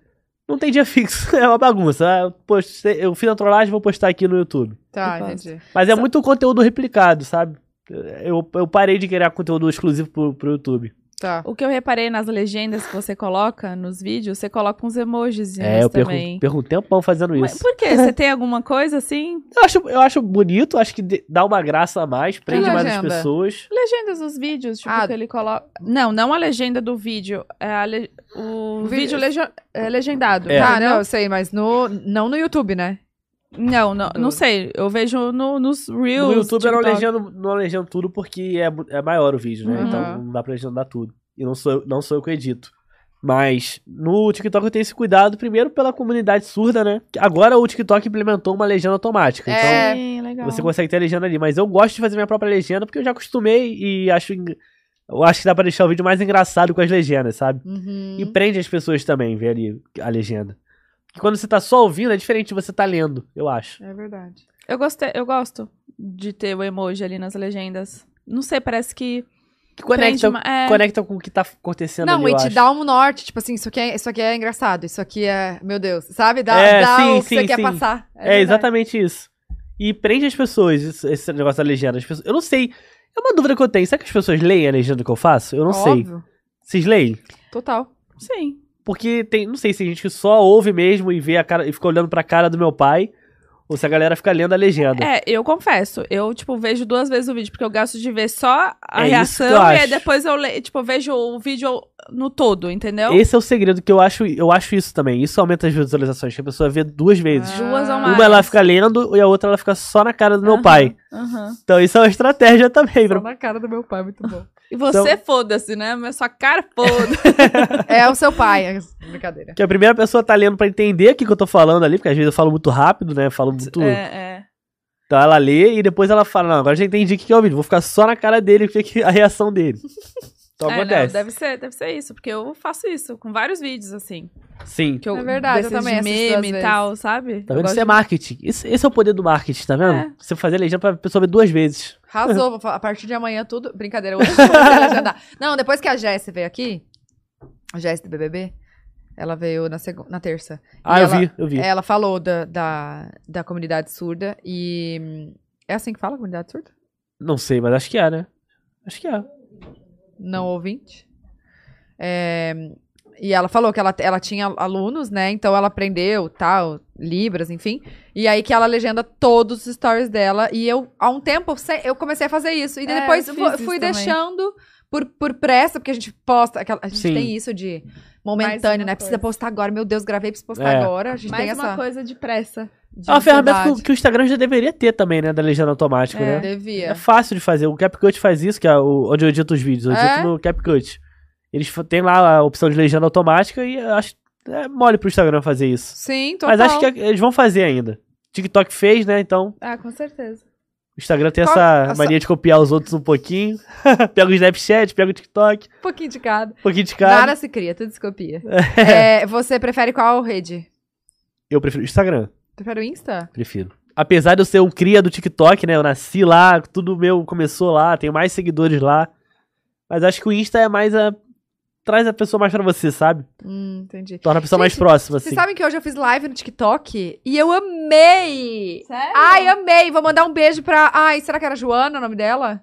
Speaker 3: Não tem dia fixo, [laughs] é uma bagunça. Eu, postei- eu fiz a trollagem vou postar aqui no YouTube.
Speaker 2: Tá,
Speaker 1: Que passa.
Speaker 2: entendi.
Speaker 3: Mas é muito conteúdo replicado, sabe? Eu, eu parei de criar conteúdo exclusivo pro, pro YouTube.
Speaker 2: Tá.
Speaker 1: O que eu reparei nas legendas que você coloca nos vídeos, você coloca uns emojis
Speaker 3: é, eu perco,
Speaker 1: também.
Speaker 3: perco um tempão fazendo
Speaker 1: Mas
Speaker 3: isso.
Speaker 1: por
Speaker 3: [laughs]
Speaker 1: quê? Você tem alguma coisa assim?
Speaker 3: Eu, acho, eu acho bonito, acho que de- dá uma graça a mais, prende mais as
Speaker 2: legenda?
Speaker 3: pessoas.
Speaker 1: Legendas nos vídeos, tipo,
Speaker 2: Ah.
Speaker 1: que ele coloca. Não, não a legenda do vídeo. É a le- o,
Speaker 2: O vídeo-
Speaker 1: vídeo legio- é legendado.
Speaker 3: É.
Speaker 2: Tá,
Speaker 1: entendeu?
Speaker 2: não, eu sei, mas no, não no YouTube, né?
Speaker 1: Não, não, não sei. Eu vejo no- nos Reels.
Speaker 3: no YouTube eu não
Speaker 2: Tipo, tá-
Speaker 1: TikTok.
Speaker 3: legendo, não legendo tudo porque é, mu- é maior o vídeo, né?
Speaker 2: Uhum.
Speaker 3: Então não dá pra legendar tudo. E não sou, eu- não sou eu que edito. Mas no TikTok eu tenho esse cuidado, primeiro pela comunidade surda, né? Que Agora o TikTok implementou uma legenda automática.
Speaker 2: É,
Speaker 3: Então
Speaker 1: Sim, legal.
Speaker 3: Você consegue ter a legenda ali, mas eu gosto de fazer minha própria legenda porque eu já acostumei e acho eng- eu acho que dá pra deixar o vídeo mais engraçado com as legendas, sabe?
Speaker 2: Uhum.
Speaker 3: E prende as pessoas também ver ali a legenda. Porque quando você tá só ouvindo é diferente de você tá lendo, eu acho.
Speaker 2: É verdade.
Speaker 1: Eu, gostei, eu gosto de ter o emoji ali nas legendas. Não sei, parece que.
Speaker 3: Que conecta,
Speaker 1: prende ma- é,
Speaker 3: conecta com o que tá acontecendo
Speaker 2: Não,
Speaker 3: ali,
Speaker 2: e
Speaker 3: eu
Speaker 2: te
Speaker 3: acho.
Speaker 2: dá um norte, tipo assim, isso aqui é, isso aqui é engraçado, isso aqui é, meu Deus, sabe? Dá,
Speaker 3: É,
Speaker 2: dá
Speaker 3: sim,
Speaker 2: o que você
Speaker 3: sim,
Speaker 2: quer
Speaker 3: sim.
Speaker 2: passar.
Speaker 3: É,
Speaker 2: verdade.
Speaker 3: exatamente isso. E prende as pessoas, isso- esse negócio da legenda. As pessoas- eu não sei. É uma dúvida que eu tenho. Será que as pessoas leem a legenda que eu faço? Eu não sei.
Speaker 2: Óbvio.
Speaker 3: Vocês leem?
Speaker 2: Total.
Speaker 1: Sim.
Speaker 3: Porque tem, não sei se tem gente que só ouve mesmo e vê a cara e fica olhando pra cara do meu pai, ou se a galera fica lendo a legenda.
Speaker 1: É, eu confesso. Eu, tipo, vejo duas vezes o vídeo, porque eu gosto de ver só a
Speaker 3: É isso que
Speaker 1: reação
Speaker 3: eu
Speaker 1: e aí
Speaker 3: acho.
Speaker 1: depois eu le... tipo, eu vejo o vídeo no todo, entendeu?
Speaker 3: Esse é o segredo que eu acho, eu acho isso também. Isso aumenta as visualizações, que a pessoa vê duas vezes.
Speaker 1: Duas ou
Speaker 2: Ah.
Speaker 1: mais.
Speaker 3: Uma ela fica lendo e a outra ela fica só na cara do meu
Speaker 1: Aham,
Speaker 3: pai.
Speaker 1: aham.
Speaker 3: Então isso é uma estratégia também.
Speaker 4: Só
Speaker 3: Pra...
Speaker 4: na cara do meu pai, muito bom.
Speaker 1: E você
Speaker 3: Então-
Speaker 1: foda-se, né? Mas sua cara
Speaker 3: [laughs]
Speaker 1: foda.
Speaker 2: [laughs] É o seu pai, é brincadeira.
Speaker 3: Que a primeira pessoa tá lendo pra entender o que, que eu tô falando ali, porque às vezes eu falo muito rápido, né? Falo muito.
Speaker 1: é, é.
Speaker 3: Então ela lê e depois ela fala: Não, agora já entendi o que, que é o vídeo, vou ficar só na cara dele, o que que- a reação
Speaker 1: [laughs]
Speaker 3: dele. Então
Speaker 1: É, não,
Speaker 3: acontece.
Speaker 1: deve ser, deve ser isso, porque eu faço isso com vários vídeos, assim.
Speaker 3: Sim.
Speaker 1: Que eu,
Speaker 2: É verdade, eu
Speaker 1: desses
Speaker 2: também
Speaker 1: de
Speaker 2: assisto
Speaker 1: meme
Speaker 2: às
Speaker 1: e
Speaker 2: vezes.
Speaker 3: [laughs]
Speaker 1: tal, sabe?
Speaker 3: Tá
Speaker 1: Eu
Speaker 3: vendo?
Speaker 1: gosto
Speaker 3: Isso é
Speaker 1: de-
Speaker 3: marketing. Esse, esse é o poder do marketing, tá vendo?
Speaker 1: É.
Speaker 3: Você fazer a legenda pra pessoa ver duas vezes.
Speaker 2: Arrasou, vou fa- a partir de amanhã tudo. Brincadeira, hoje eu vou fazer legendar. Não, depois que a Jess veio aqui, a Jess do BBB, ela veio na, segunda, na terça.
Speaker 3: Ah, eu
Speaker 2: ela-
Speaker 3: vi, eu vi.
Speaker 1: é.
Speaker 2: Ela falou da, da, da comunidade surda e. hum, É assim que fala, comunidade surda?
Speaker 3: Não sei, mas acho que é, né? Acho que é.
Speaker 2: Não ouvinte. É, e ela falou que ela, ela tinha alunos, né? Então ela aprendeu tal, Libras, enfim. E aí que ela legenda todos os stories dela. E eu, há um tempo, eu sei- eu comecei a fazer isso. E
Speaker 1: É,
Speaker 2: depois
Speaker 1: eu
Speaker 2: fu-
Speaker 1: fiz isso
Speaker 2: fui
Speaker 1: também.
Speaker 2: deixando por, por pressa, porque a gente posta. aquela- a gente
Speaker 3: Sim.
Speaker 2: tem isso de momentâneo,
Speaker 1: uma
Speaker 2: né? Precisa
Speaker 1: coisa.
Speaker 2: postar agora. Meu Deus, gravei, preciso postar
Speaker 3: É.
Speaker 2: agora. A gente
Speaker 1: Mais
Speaker 2: tem
Speaker 1: uma
Speaker 2: essa.
Speaker 1: coisa depressa.
Speaker 2: de
Speaker 3: É uma ferramenta que, o-
Speaker 2: ansiedade.
Speaker 3: que o Instagram já deveria ter também, né? Da legenda automática,
Speaker 1: É.
Speaker 3: né?
Speaker 2: Devia.
Speaker 3: É fácil de fazer. O CapCut faz isso, que é o- onde eu edito os vídeos. Eu edito
Speaker 2: É?
Speaker 3: no CapCut. Eles fa- têm lá a opção de legenda automática e eu acho é mole pro Instagram fazer isso.
Speaker 2: Sim, total.
Speaker 3: Mas acho que eles vão fazer ainda. TikTok fez, né? Então
Speaker 1: Ah, com certeza.
Speaker 3: o Instagram tem
Speaker 2: Qual-
Speaker 3: essa
Speaker 2: essa-
Speaker 3: mania de copiar os outros um pouquinho. [laughs] pega o Snapchat, pega o TikTok,
Speaker 2: um pouquinho de cada.
Speaker 3: um pouquinho de cara.
Speaker 2: Nada se cria, tudo se
Speaker 3: [laughs]
Speaker 2: copia. É, você prefere qual rede?
Speaker 3: Eu prefiro o Instagram.
Speaker 2: Prefere o Insta?
Speaker 3: Prefiro. Apesar de eu ser um cria do TikTok, né? Eu nasci lá, tudo meu começou lá, tenho mais seguidores lá. Mas acho que o Insta é mais a. Traz a pessoa mais pra você, sabe?
Speaker 2: Hum, entendi.
Speaker 3: Torna a pessoa mais
Speaker 2: Gente,
Speaker 3: próxima, assim.
Speaker 2: Vocês sabem que hoje eu fiz live no TikTok e eu amei!
Speaker 1: Sério?
Speaker 2: Ai, amei! Vou mandar um beijo pra. Ai, será que era Joana o nome dela?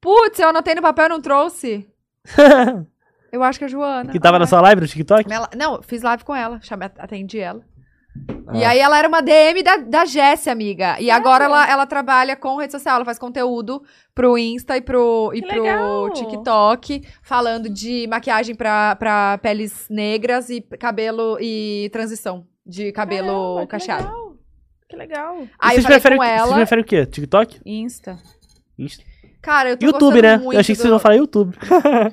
Speaker 2: Putz, eu anotei no papel e não trouxe. Eu acho que é Joana.
Speaker 3: [laughs] que tava na sua live no TikTok?
Speaker 2: Né, Ela- Não, fiz live com ela, chamei, atendi ela. E
Speaker 3: Ah.
Speaker 2: aí ela era uma DM da, da Jess, amiga. E agora ela, ela trabalha com rede social, ela faz conteúdo pro Insta e pro, e
Speaker 1: Que
Speaker 2: pro
Speaker 1: legal.
Speaker 2: TikTok, falando de maquiagem pra, pra peles negras e cabelo e transição de cabelo
Speaker 1: Caramba,
Speaker 2: cacheado.
Speaker 1: Que legal. Que legal.
Speaker 3: E
Speaker 2: Aí eu
Speaker 3: vocês,
Speaker 2: falei
Speaker 3: preferem,
Speaker 2: com
Speaker 3: vocês
Speaker 2: ela.
Speaker 3: preferem o quê? TikTok?
Speaker 1: Insta.
Speaker 3: Insta?
Speaker 2: Cara, eu tô
Speaker 3: YouTube,
Speaker 2: gostando
Speaker 3: né?
Speaker 2: muito
Speaker 3: Eu achei que vocês
Speaker 2: do-
Speaker 3: iam falar YouTube.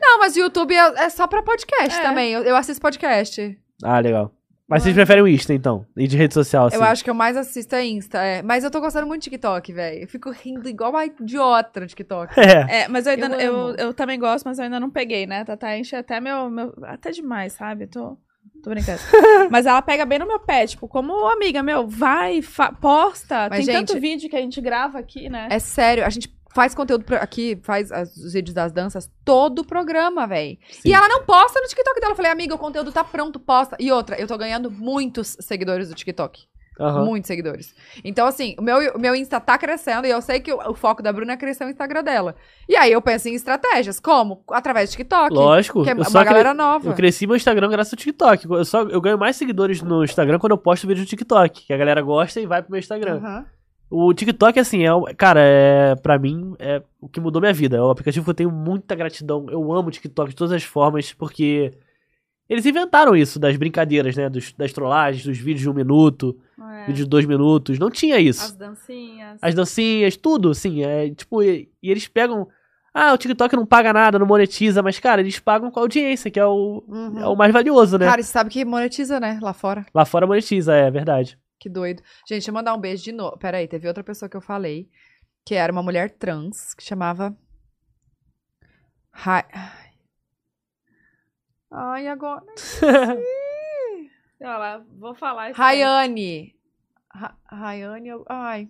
Speaker 2: Não, mas o YouTube é, é só pra podcast
Speaker 1: É.
Speaker 2: também. Eu, eu assisto podcast.
Speaker 3: Ah, legal. Mas vocês preferem o Insta, então? E de rede social, assim?
Speaker 2: é. Eu acho que eu mais assisto é Insta, é. Mas eu tô gostando muito de TikTok, velho. Eu fico rindo igual uma idiota no TikTok.
Speaker 3: [laughs] É.
Speaker 1: É, mas eu ainda.
Speaker 2: Eu
Speaker 1: Eu,
Speaker 2: amo.
Speaker 1: eu, também gosto, mas eu ainda não peguei, né? Tata enche até meu. meu até demais, sabe? Tô. Tô brincando.
Speaker 2: [laughs]
Speaker 1: Mas ela pega bem no meu pé, tipo, como amiga, meu, vai, fa- posta.
Speaker 2: Mas,
Speaker 1: Tem
Speaker 2: gente-
Speaker 1: tanto vídeo que a gente grava aqui, né?
Speaker 2: É sério, a gente faz conteúdo pra- aqui, faz as- os vídeos das danças, todo o programa, véi.
Speaker 3: Sim.
Speaker 2: E ela não posta no TikTok dela. Eu falei, amiga, o conteúdo tá pronto, posta. E outra, eu tô ganhando muitos seguidores do TikTok.
Speaker 3: Aham.
Speaker 2: Muitos seguidores. Então, assim, o meu, o meu Insta tá crescendo e eu sei que o, o foco da Bruna é crescer o Instagram dela. E aí eu penso em estratégias. Como? Através do TikTok.
Speaker 3: Lógico.
Speaker 2: Que é
Speaker 3: eu
Speaker 2: uma
Speaker 3: só cre-
Speaker 2: galera nova.
Speaker 3: Eu cresci meu Instagram graças ao TikTok. Eu, só, eu ganho mais seguidores no Instagram quando eu posto vídeo no TikTok. Que a galera gosta e vai pro meu Instagram.
Speaker 2: Aham.
Speaker 3: O TikTok, assim, é, o- cara, é, pra mim, é o que mudou minha vida. É o aplicativo que eu tenho muita gratidão. Eu amo o TikTok de todas as formas, porque eles inventaram isso das brincadeiras, né? Dos, das trollagens, dos vídeos de um minuto,
Speaker 2: é,
Speaker 1: É.
Speaker 3: vídeo de dois minutos. Não tinha isso.
Speaker 1: As dancinhas.
Speaker 3: As dancinhas, tudo, assim, é tipo, e, e eles pegam. Ah, o TikTok não paga nada, não monetiza, mas, cara, eles pagam com a audiência, que é o,
Speaker 2: Uhum.
Speaker 3: é o mais valioso, né?
Speaker 2: Cara, e você sabe que monetiza, né? Lá fora.
Speaker 3: Lá fora monetiza, é verdade.
Speaker 2: Que doido. Gente, deixa eu mandar um beijo de novo. Peraí, teve outra pessoa que eu falei, que era uma mulher trans, que chamava. Ra- Ai. Ai, agora. né?
Speaker 1: Olha lá, vou falar isso.
Speaker 2: Rayane. Ra- Rayane. eu- Ai.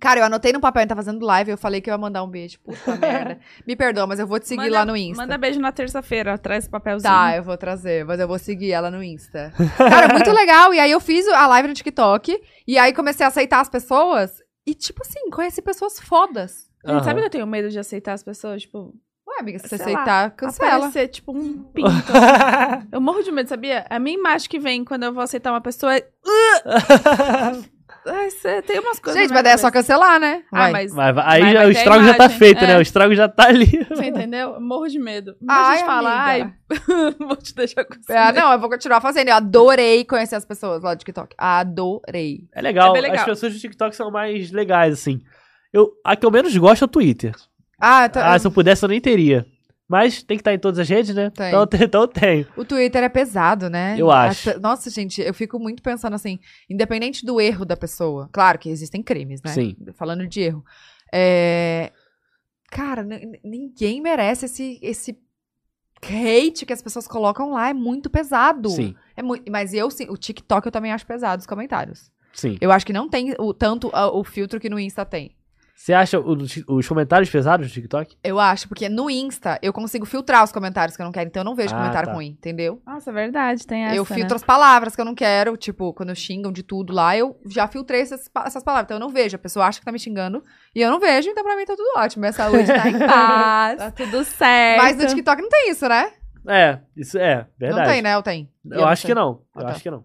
Speaker 2: Cara, eu anotei no papel, a gente tá fazendo live, eu falei que eu ia mandar um beijo.
Speaker 1: [laughs]
Speaker 2: Puta merda. Me perdoa, mas eu vou te seguir
Speaker 1: Manda-
Speaker 2: lá no Insta.
Speaker 1: Manda beijo na terça-feira, traz esse papelzinho.
Speaker 2: Tá, eu vou trazer, mas eu vou seguir ela no Insta. [laughs] Cara, muito legal. E aí eu fiz a live no TikTok, e aí comecei a aceitar as pessoas. E, tipo assim, conheci pessoas fodas.
Speaker 1: [laughs] Gente,
Speaker 3: Aham.
Speaker 1: sabe que eu tenho medo de aceitar as pessoas? Tipo,
Speaker 2: Ué, amiga, se você
Speaker 1: Sei
Speaker 2: aceitar, cancela.
Speaker 1: aparecer tipo um pinto. eu morro de medo, sabia? A minha imagem que vem quando eu vou aceitar uma pessoa é. [laughs]
Speaker 3: [laughs]
Speaker 1: Ai, cê- tem umas coisas.
Speaker 2: Gente,
Speaker 1: na
Speaker 2: mas daí é só
Speaker 1: minha
Speaker 2: cancelar, né?
Speaker 1: cabeça. Ah,
Speaker 2: Vai.
Speaker 1: mas.
Speaker 3: Mas vai- aí
Speaker 1: Mas
Speaker 3: já-
Speaker 1: vai
Speaker 3: o
Speaker 1: ter a
Speaker 3: estrago já tá
Speaker 1: imagem,
Speaker 3: feito, né?
Speaker 1: é.
Speaker 3: O estrago já tá [laughs] ali.
Speaker 1: Você entendeu? Eu Morro de medo. Muita
Speaker 2: Ai,
Speaker 1: gente fala, ai, [laughs]
Speaker 2: amiga.
Speaker 1: vou te deixar com isso.
Speaker 2: Ah, não, eu vou continuar fazendo. Eu adorei conhecer as pessoas lá do TikTok. Adorei.
Speaker 3: É legal.
Speaker 1: É bem legal.
Speaker 3: As pessoas do TikTok são mais legais, assim. Eu, a que eu menos gosto é o Twitter.
Speaker 2: Ah, eu tô-
Speaker 3: Ah, se eu pudesse, eu nem teria. Mas tem que estar em todas as redes, né?
Speaker 2: Tem.
Speaker 3: Então, [laughs] eu te- então eu tenho.
Speaker 2: o Twitter é pesado, né?
Speaker 3: Eu acho.
Speaker 2: As- Nossa, gente, eu fico muito pensando assim, independente do erro da pessoa. Claro que existem crimes, né?
Speaker 3: Sim.
Speaker 2: Falando de erro. É... Cara, n- n- ninguém merece esse, esse hate que as pessoas colocam lá. É muito pesado.
Speaker 3: Sim,
Speaker 2: É muito... Mas eu, sim, o TikTok eu também acho pesado os comentários.
Speaker 3: sim.
Speaker 2: Eu acho que não tem o, tanto a- o filtro que no Insta tem.
Speaker 3: Você acha o- os comentários pesados do TikTok?
Speaker 2: Eu acho, porque no Insta eu consigo filtrar os comentários que eu não quero, então eu não vejo
Speaker 3: Ah,
Speaker 2: comentário
Speaker 3: tá.
Speaker 2: ruim, entendeu?
Speaker 1: Nossa, é verdade, tem essa.
Speaker 2: eu filtro
Speaker 1: Né?
Speaker 2: as palavras que eu não quero, tipo, quando xingam de tudo lá, eu já filtrei essas, pa- essas palavras, então eu não vejo. A pessoa acha que tá me xingando e eu não vejo, então pra mim tá tudo ótimo. Minha saúde tá em paz.
Speaker 1: Tá tudo [laughs] certo.
Speaker 2: Mas
Speaker 1: [laughs]
Speaker 2: no TikTok não tem isso, né?
Speaker 3: É, isso é, verdade.
Speaker 2: Não tem, né? Ou tem?
Speaker 3: Eu acho que não.
Speaker 2: Ah,
Speaker 3: eu
Speaker 2: tá.
Speaker 3: acho que não.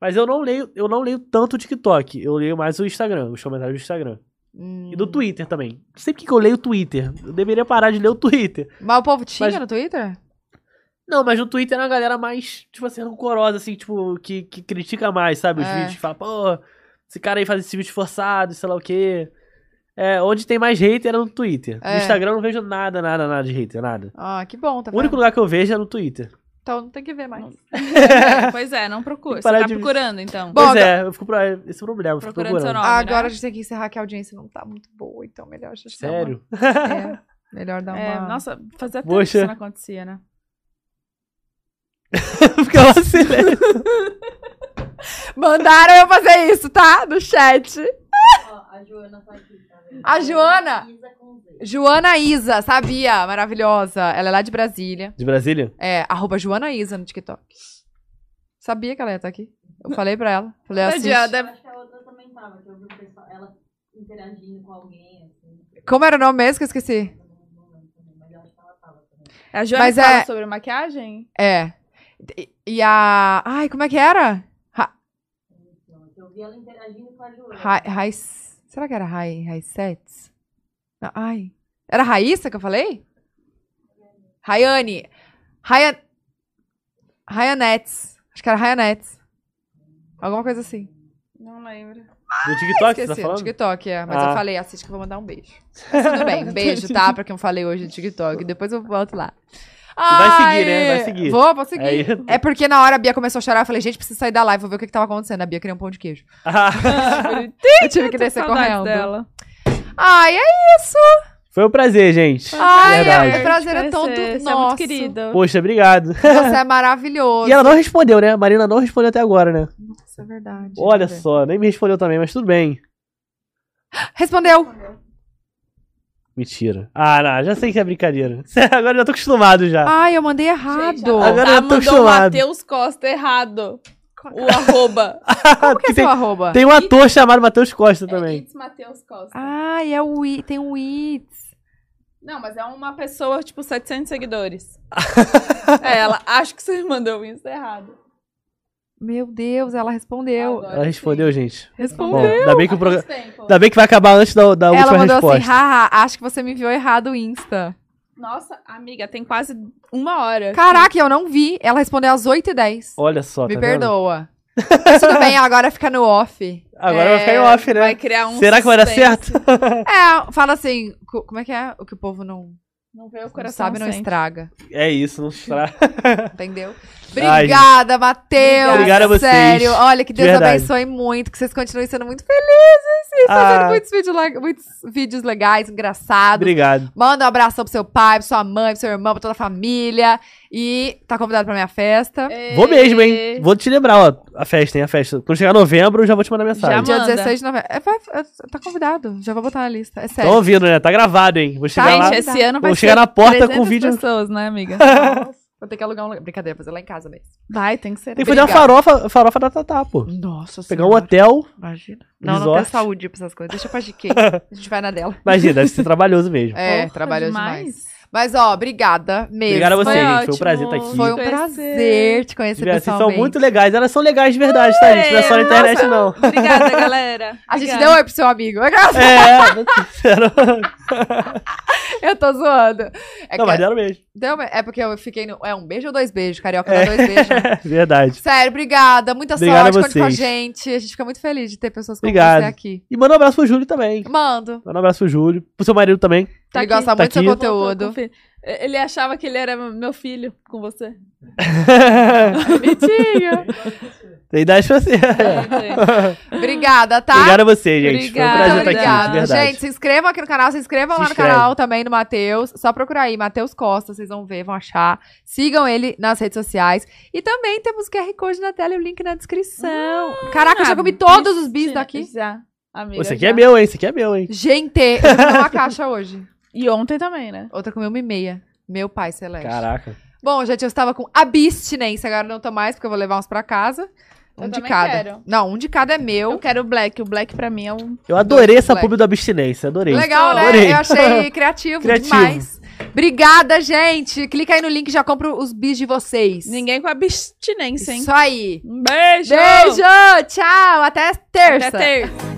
Speaker 3: Mas eu não leio, eu não leio tanto o TikTok. Eu leio mais o Instagram, os comentários do Instagram.
Speaker 2: Hum.
Speaker 3: E do Twitter também. Não sei por que que eu leio o Twitter. Eu deveria parar de ler o Twitter.
Speaker 2: Mas o povo tinha
Speaker 3: Mas-
Speaker 2: no Twitter?
Speaker 3: Não, mas no Twitter é uma galera mais, tipo assim, rancorosa, assim, tipo, que, que critica mais, sabe? Os
Speaker 2: É.
Speaker 3: vídeos. Fala, pô, esse cara aí faz esse vídeo forçado, sei lá o quê. É, onde tem mais hater é no Twitter.
Speaker 2: É.
Speaker 3: No Instagram eu não vejo nada, nada, nada de hater, nada.
Speaker 2: Ah, que bom, tá
Speaker 3: O único
Speaker 2: vendo?
Speaker 3: lugar que eu vejo é no Twitter.
Speaker 2: Então não tem que ver mais.
Speaker 1: É, pois é, não procura.
Speaker 3: Tem que
Speaker 1: Você
Speaker 3: parar
Speaker 1: tá
Speaker 3: de-
Speaker 1: procurando, então.
Speaker 2: Bom,
Speaker 3: pois é, eu fico pro... esse é o problema, eu fico
Speaker 1: Procurando seu
Speaker 3: procurando.
Speaker 1: nome.
Speaker 2: Agora
Speaker 1: né?
Speaker 2: a gente tem que encerrar que a audiência não tá muito boa, então melhor a gente dar uma-
Speaker 3: Sério?
Speaker 2: [laughs]
Speaker 3: [laughs]
Speaker 2: É, melhor dar uma...
Speaker 1: É, nossa, fazia tempo que
Speaker 3: Poxa.
Speaker 1: isso não acontecia, né?
Speaker 3: Porque ela silêncio.
Speaker 2: Mandaram eu fazer isso, tá? No chat.
Speaker 7: a Joana tá aqui, tá vendo?
Speaker 2: A Joana?
Speaker 7: Isa com Z.
Speaker 2: Joana Isa, sabia? Maravilhosa. Ela é lá de Brasília.
Speaker 3: De Brasília?
Speaker 2: É, arroba Joana Isa no TikTok. Sabia que ela ia estar aqui. Eu falei pra ela. Falei, assiste.
Speaker 1: Tadinha,
Speaker 7: Eu
Speaker 1: deve-
Speaker 7: acho que a outra também tava, que eu vi o pessoal, ela interagindo com alguém, assim.
Speaker 2: Como era o nome mesmo que eu esqueci?
Speaker 1: A Joana
Speaker 2: Mas
Speaker 1: fala
Speaker 2: é-
Speaker 1: sobre maquiagem?
Speaker 2: É. E, e a... Ai, como é que era?
Speaker 7: Eu vi ela interagindo com a Joana.
Speaker 2: Ra- Rai... Será que era Rai... Raisets? Não, Ai. Era Raíssa que eu falei? Rayane. Rayan... Rayanetes. Acho que era Rayanetes. Alguma coisa assim.
Speaker 1: Não
Speaker 2: [laughs]
Speaker 1: lembro.
Speaker 3: Do TikTok, você tá
Speaker 2: Ah, Esqueci, no
Speaker 3: falando?
Speaker 2: TikTok, é. Mas
Speaker 3: Ah.
Speaker 2: eu falei, assiste
Speaker 3: [laughs]
Speaker 2: que eu vou mandar um beijo. Mas tudo bem, um beijo, tá? Pra quem eu falei hoje no TikTok. Depois eu volto lá.
Speaker 3: vai seguir, né? Vai
Speaker 2: Ai,
Speaker 3: seguir.
Speaker 2: Vou, vou seguir.
Speaker 3: Aí-
Speaker 2: É porque na hora a Bia começou a chorar, eu falei, gente, preciso sair da live, vou ver o que, que tava acontecendo. A Bia queria um pão de queijo. Eu tive que descer correndo.
Speaker 1: dela.
Speaker 2: Ai, é isso.
Speaker 3: [laughs] Foi um prazer, gente.
Speaker 2: Ai,
Speaker 3: Verdade.
Speaker 2: é, o prazer é todo
Speaker 1: Você é
Speaker 2: nosso.
Speaker 1: muito querida.
Speaker 3: Poxa, obrigado.
Speaker 2: Você
Speaker 3: [laughs]
Speaker 2: é maravilhoso.
Speaker 3: E ela não respondeu, né? A Marina não respondeu até agora, né?
Speaker 2: Isso é verdade.
Speaker 3: Olha
Speaker 2: Deixa eu
Speaker 3: só, nem me respondeu também, mas tudo bem.
Speaker 2: ver. Respondeu.
Speaker 3: Mentira. Ah, não, já sei que é brincadeira. [laughs] Agora eu já tô acostumado já.
Speaker 2: Ai, eu mandei errado.
Speaker 1: Gente, ela
Speaker 3: Ah. Agora eu tô
Speaker 1: mandou
Speaker 3: acostumado.
Speaker 1: Matheus Costa errado. O
Speaker 2: [laughs]
Speaker 1: arroba.
Speaker 3: [laughs]
Speaker 2: Como que é
Speaker 3: Porque tem,
Speaker 2: seu arroba?
Speaker 3: tem um ator chamado Matheus
Speaker 1: é
Speaker 3: Costa
Speaker 2: então,
Speaker 3: também.
Speaker 1: It's Matheus Costa.
Speaker 2: Ai, é o I, tem o It's.
Speaker 1: Não, mas é uma pessoa, tipo, 700
Speaker 3: [laughs]
Speaker 1: seguidores. é ela. Acho que você mandou isso errado.
Speaker 2: Meu Deus, ela respondeu.
Speaker 1: Agora
Speaker 3: Ela
Speaker 1: sim.
Speaker 3: respondeu, gente. Bom,
Speaker 2: Respondeu.
Speaker 3: ainda bem que o
Speaker 1: Há
Speaker 3: programa.
Speaker 1: quanto tempo?
Speaker 3: Ainda bem que vai acabar antes da, da
Speaker 2: é Ela
Speaker 3: última
Speaker 2: mandou assim,
Speaker 3: resposta.
Speaker 2: haha, acho que você me enviou errado o Insta.
Speaker 1: Nossa, amiga, tem quase uma hora.
Speaker 2: Caraca, eu não vi. Ela respondeu às 8h10.
Speaker 3: Olha só,
Speaker 2: Me
Speaker 3: É assim. tá vendo? [laughs]
Speaker 2: perdoa. Mas tudo bem, agora fica no off.
Speaker 3: Agora vai ficar em off, né?
Speaker 1: Vai criar um
Speaker 3: Será que vai dar
Speaker 1: suspense.
Speaker 3: certo?
Speaker 2: É, fala assim, co- como é que é? O que o povo não,
Speaker 1: Não veio o
Speaker 2: não
Speaker 1: coração
Speaker 2: sabe não
Speaker 1: sente.
Speaker 2: estraga,
Speaker 3: É isso, não será.
Speaker 2: [laughs] entendeu?
Speaker 3: Ai,
Speaker 2: Obrigada, Matheus.
Speaker 3: Obrigado a vocês.
Speaker 2: Sério, olha, que
Speaker 3: De
Speaker 2: Deus
Speaker 3: verdade.
Speaker 2: abençoe muito, que vocês continuem sendo muito felizes e fazendo
Speaker 3: Ah.
Speaker 2: muitos, vídeos le- muitos vídeos legais, engraçados.
Speaker 3: Obrigado.
Speaker 2: Manda um abração pro seu pai, pra sua mãe, pro seu irmão, pra toda a família. E tá convidado pra minha festa.
Speaker 3: Vou mesmo,
Speaker 2: É.
Speaker 1: É.
Speaker 3: hein? Vou te lembrar, ó. A festa, hein? A festa. Quando chegar novembro, eu já vou te mandar
Speaker 1: Já
Speaker 3: mensagem.
Speaker 1: manda.
Speaker 2: Dia 16 de novembro. É, vai- é, tá convidado, já vou botar na lista. É
Speaker 3: Estão
Speaker 2: sério.
Speaker 3: ouvindo, né? Tá gravado, hein? Vou chegar
Speaker 2: Tá,
Speaker 3: lá.
Speaker 1: Gente, esse ano vai
Speaker 3: Vou
Speaker 1: ser
Speaker 3: chegar na porta com o
Speaker 1: 300
Speaker 3: vídeo.
Speaker 1: pessoas, né, [laughs] amiga?
Speaker 2: Nossa, Vou ter que alugar um lugar. Brincadeira, fazer lá em casa mesmo.
Speaker 1: Vai, tem que ser.
Speaker 3: Tem que fazer uma farofa, farofa da Tatá, pô.
Speaker 2: Nossa
Speaker 3: Pegar um hotel.
Speaker 2: Imagina.
Speaker 3: Não, não tenho Resort.
Speaker 2: saúde pra essas coisas. Deixa pra
Speaker 3: [laughs]
Speaker 2: GK. A gente vai na dela.
Speaker 3: Imagina, deve ser trabalhoso
Speaker 2: [laughs]
Speaker 3: mesmo.
Speaker 2: É,
Speaker 1: Porra,
Speaker 2: trabalhou demais. Mas, ó, obrigada mesmo.
Speaker 3: Obrigado a você,
Speaker 1: Foi tá ótimo.
Speaker 3: gente. Foi um prazer estar aqui.
Speaker 2: Foi um
Speaker 1: Conhecer.
Speaker 2: prazer te conhecer
Speaker 3: Vocês são
Speaker 2: pessoalmente.
Speaker 3: muito legais. Elas são legais de verdade, tá, gente? Não é só na
Speaker 1: Ei,
Speaker 3: internet,
Speaker 1: nossa.
Speaker 2: [laughs]
Speaker 1: [laughs]
Speaker 3: não.
Speaker 1: Obrigada, galera.
Speaker 2: A gente
Speaker 1: Obrigada.
Speaker 2: deu oi pro seu amigo. [laughs]
Speaker 3: É,
Speaker 2: Eu tô zoando. É, que-
Speaker 3: não, mas deram mesmo.
Speaker 2: deu- é porque eu fiquei no... É um beijo ou dois beijos? Carioca dá dois
Speaker 3: [laughs]
Speaker 2: beijos. né?
Speaker 3: É verdade.
Speaker 2: Sério, obrigada. Muita
Speaker 3: Obrigado
Speaker 2: sorte.
Speaker 3: a
Speaker 2: Conte com a
Speaker 3: vocês.
Speaker 2: gente. A gente fica muito feliz de ter pessoas como
Speaker 3: Obrigado.
Speaker 2: você aqui.
Speaker 3: E manda um abraço pro Júlio também.
Speaker 2: Mando.
Speaker 3: Manda um abraço pro Júlio. Pro seu marido também. [laughs]
Speaker 1: Tá
Speaker 2: Ele
Speaker 1: aqui.
Speaker 2: gosta
Speaker 3: Tá
Speaker 2: muito do
Speaker 3: aqui.
Speaker 2: seu
Speaker 1: Voltou
Speaker 2: conteúdo.
Speaker 1: com o filho. Ele achava que ele era meu filho com [laughs] você. Bonitinho.
Speaker 3: Tem idade
Speaker 2: [laughs]
Speaker 3: pra você.
Speaker 1: É.
Speaker 2: Obrigada, tá?
Speaker 3: Obrigado a você, gente.
Speaker 1: Obrigada.
Speaker 3: Foi um prazer
Speaker 2: Muito
Speaker 3: estar aqui,
Speaker 2: obrigada.
Speaker 3: de verdade.
Speaker 2: Gente, se inscrevam aqui no canal, se inscrevam
Speaker 3: Se
Speaker 2: lá no
Speaker 3: inscreve.
Speaker 2: canal também do Matheus. Só procurar aí, Matheus Costa, vocês vão ver, vão achar. Sigam ele nas redes sociais. E também temos o QR Code na tela e o link na descrição.
Speaker 3: Ah,
Speaker 2: Caraca, eu já comi todos os bis daqui.
Speaker 1: Ah, Já. Amiga,
Speaker 3: Esse aqui
Speaker 1: já.
Speaker 3: é meu, hein? Esse aqui é meu, hein?
Speaker 2: Gente, eu comi uma caixa hoje.
Speaker 1: E ontem também, né?
Speaker 2: Outra comeu uma e meia. Meu pai celeste.
Speaker 3: Caraca.
Speaker 2: Bom, gente, eu estava com abstinência, agora eu não tô mais, porque eu vou levar uns pra casa. Um
Speaker 1: Eu
Speaker 2: de
Speaker 1: também
Speaker 2: cada.
Speaker 1: quero.
Speaker 2: Não, um de cada é
Speaker 1: Eu,
Speaker 2: meu.
Speaker 1: quero o black. O black pra mim é um.
Speaker 3: Eu adorei essa
Speaker 2: Black.
Speaker 3: pub da abstinência. Adorei.
Speaker 2: Legal, né?
Speaker 3: Adorei.
Speaker 2: Eu
Speaker 3: [laughs]
Speaker 2: achei criativo,
Speaker 3: Criativo.
Speaker 2: demais. Obrigada, gente. Clica aí no link e já compra os bis de vocês.
Speaker 1: Ninguém com abstinência, hein?
Speaker 2: Isso aí.
Speaker 1: Um beijo!
Speaker 2: Beijo, tchau, até terça.
Speaker 1: Até terça.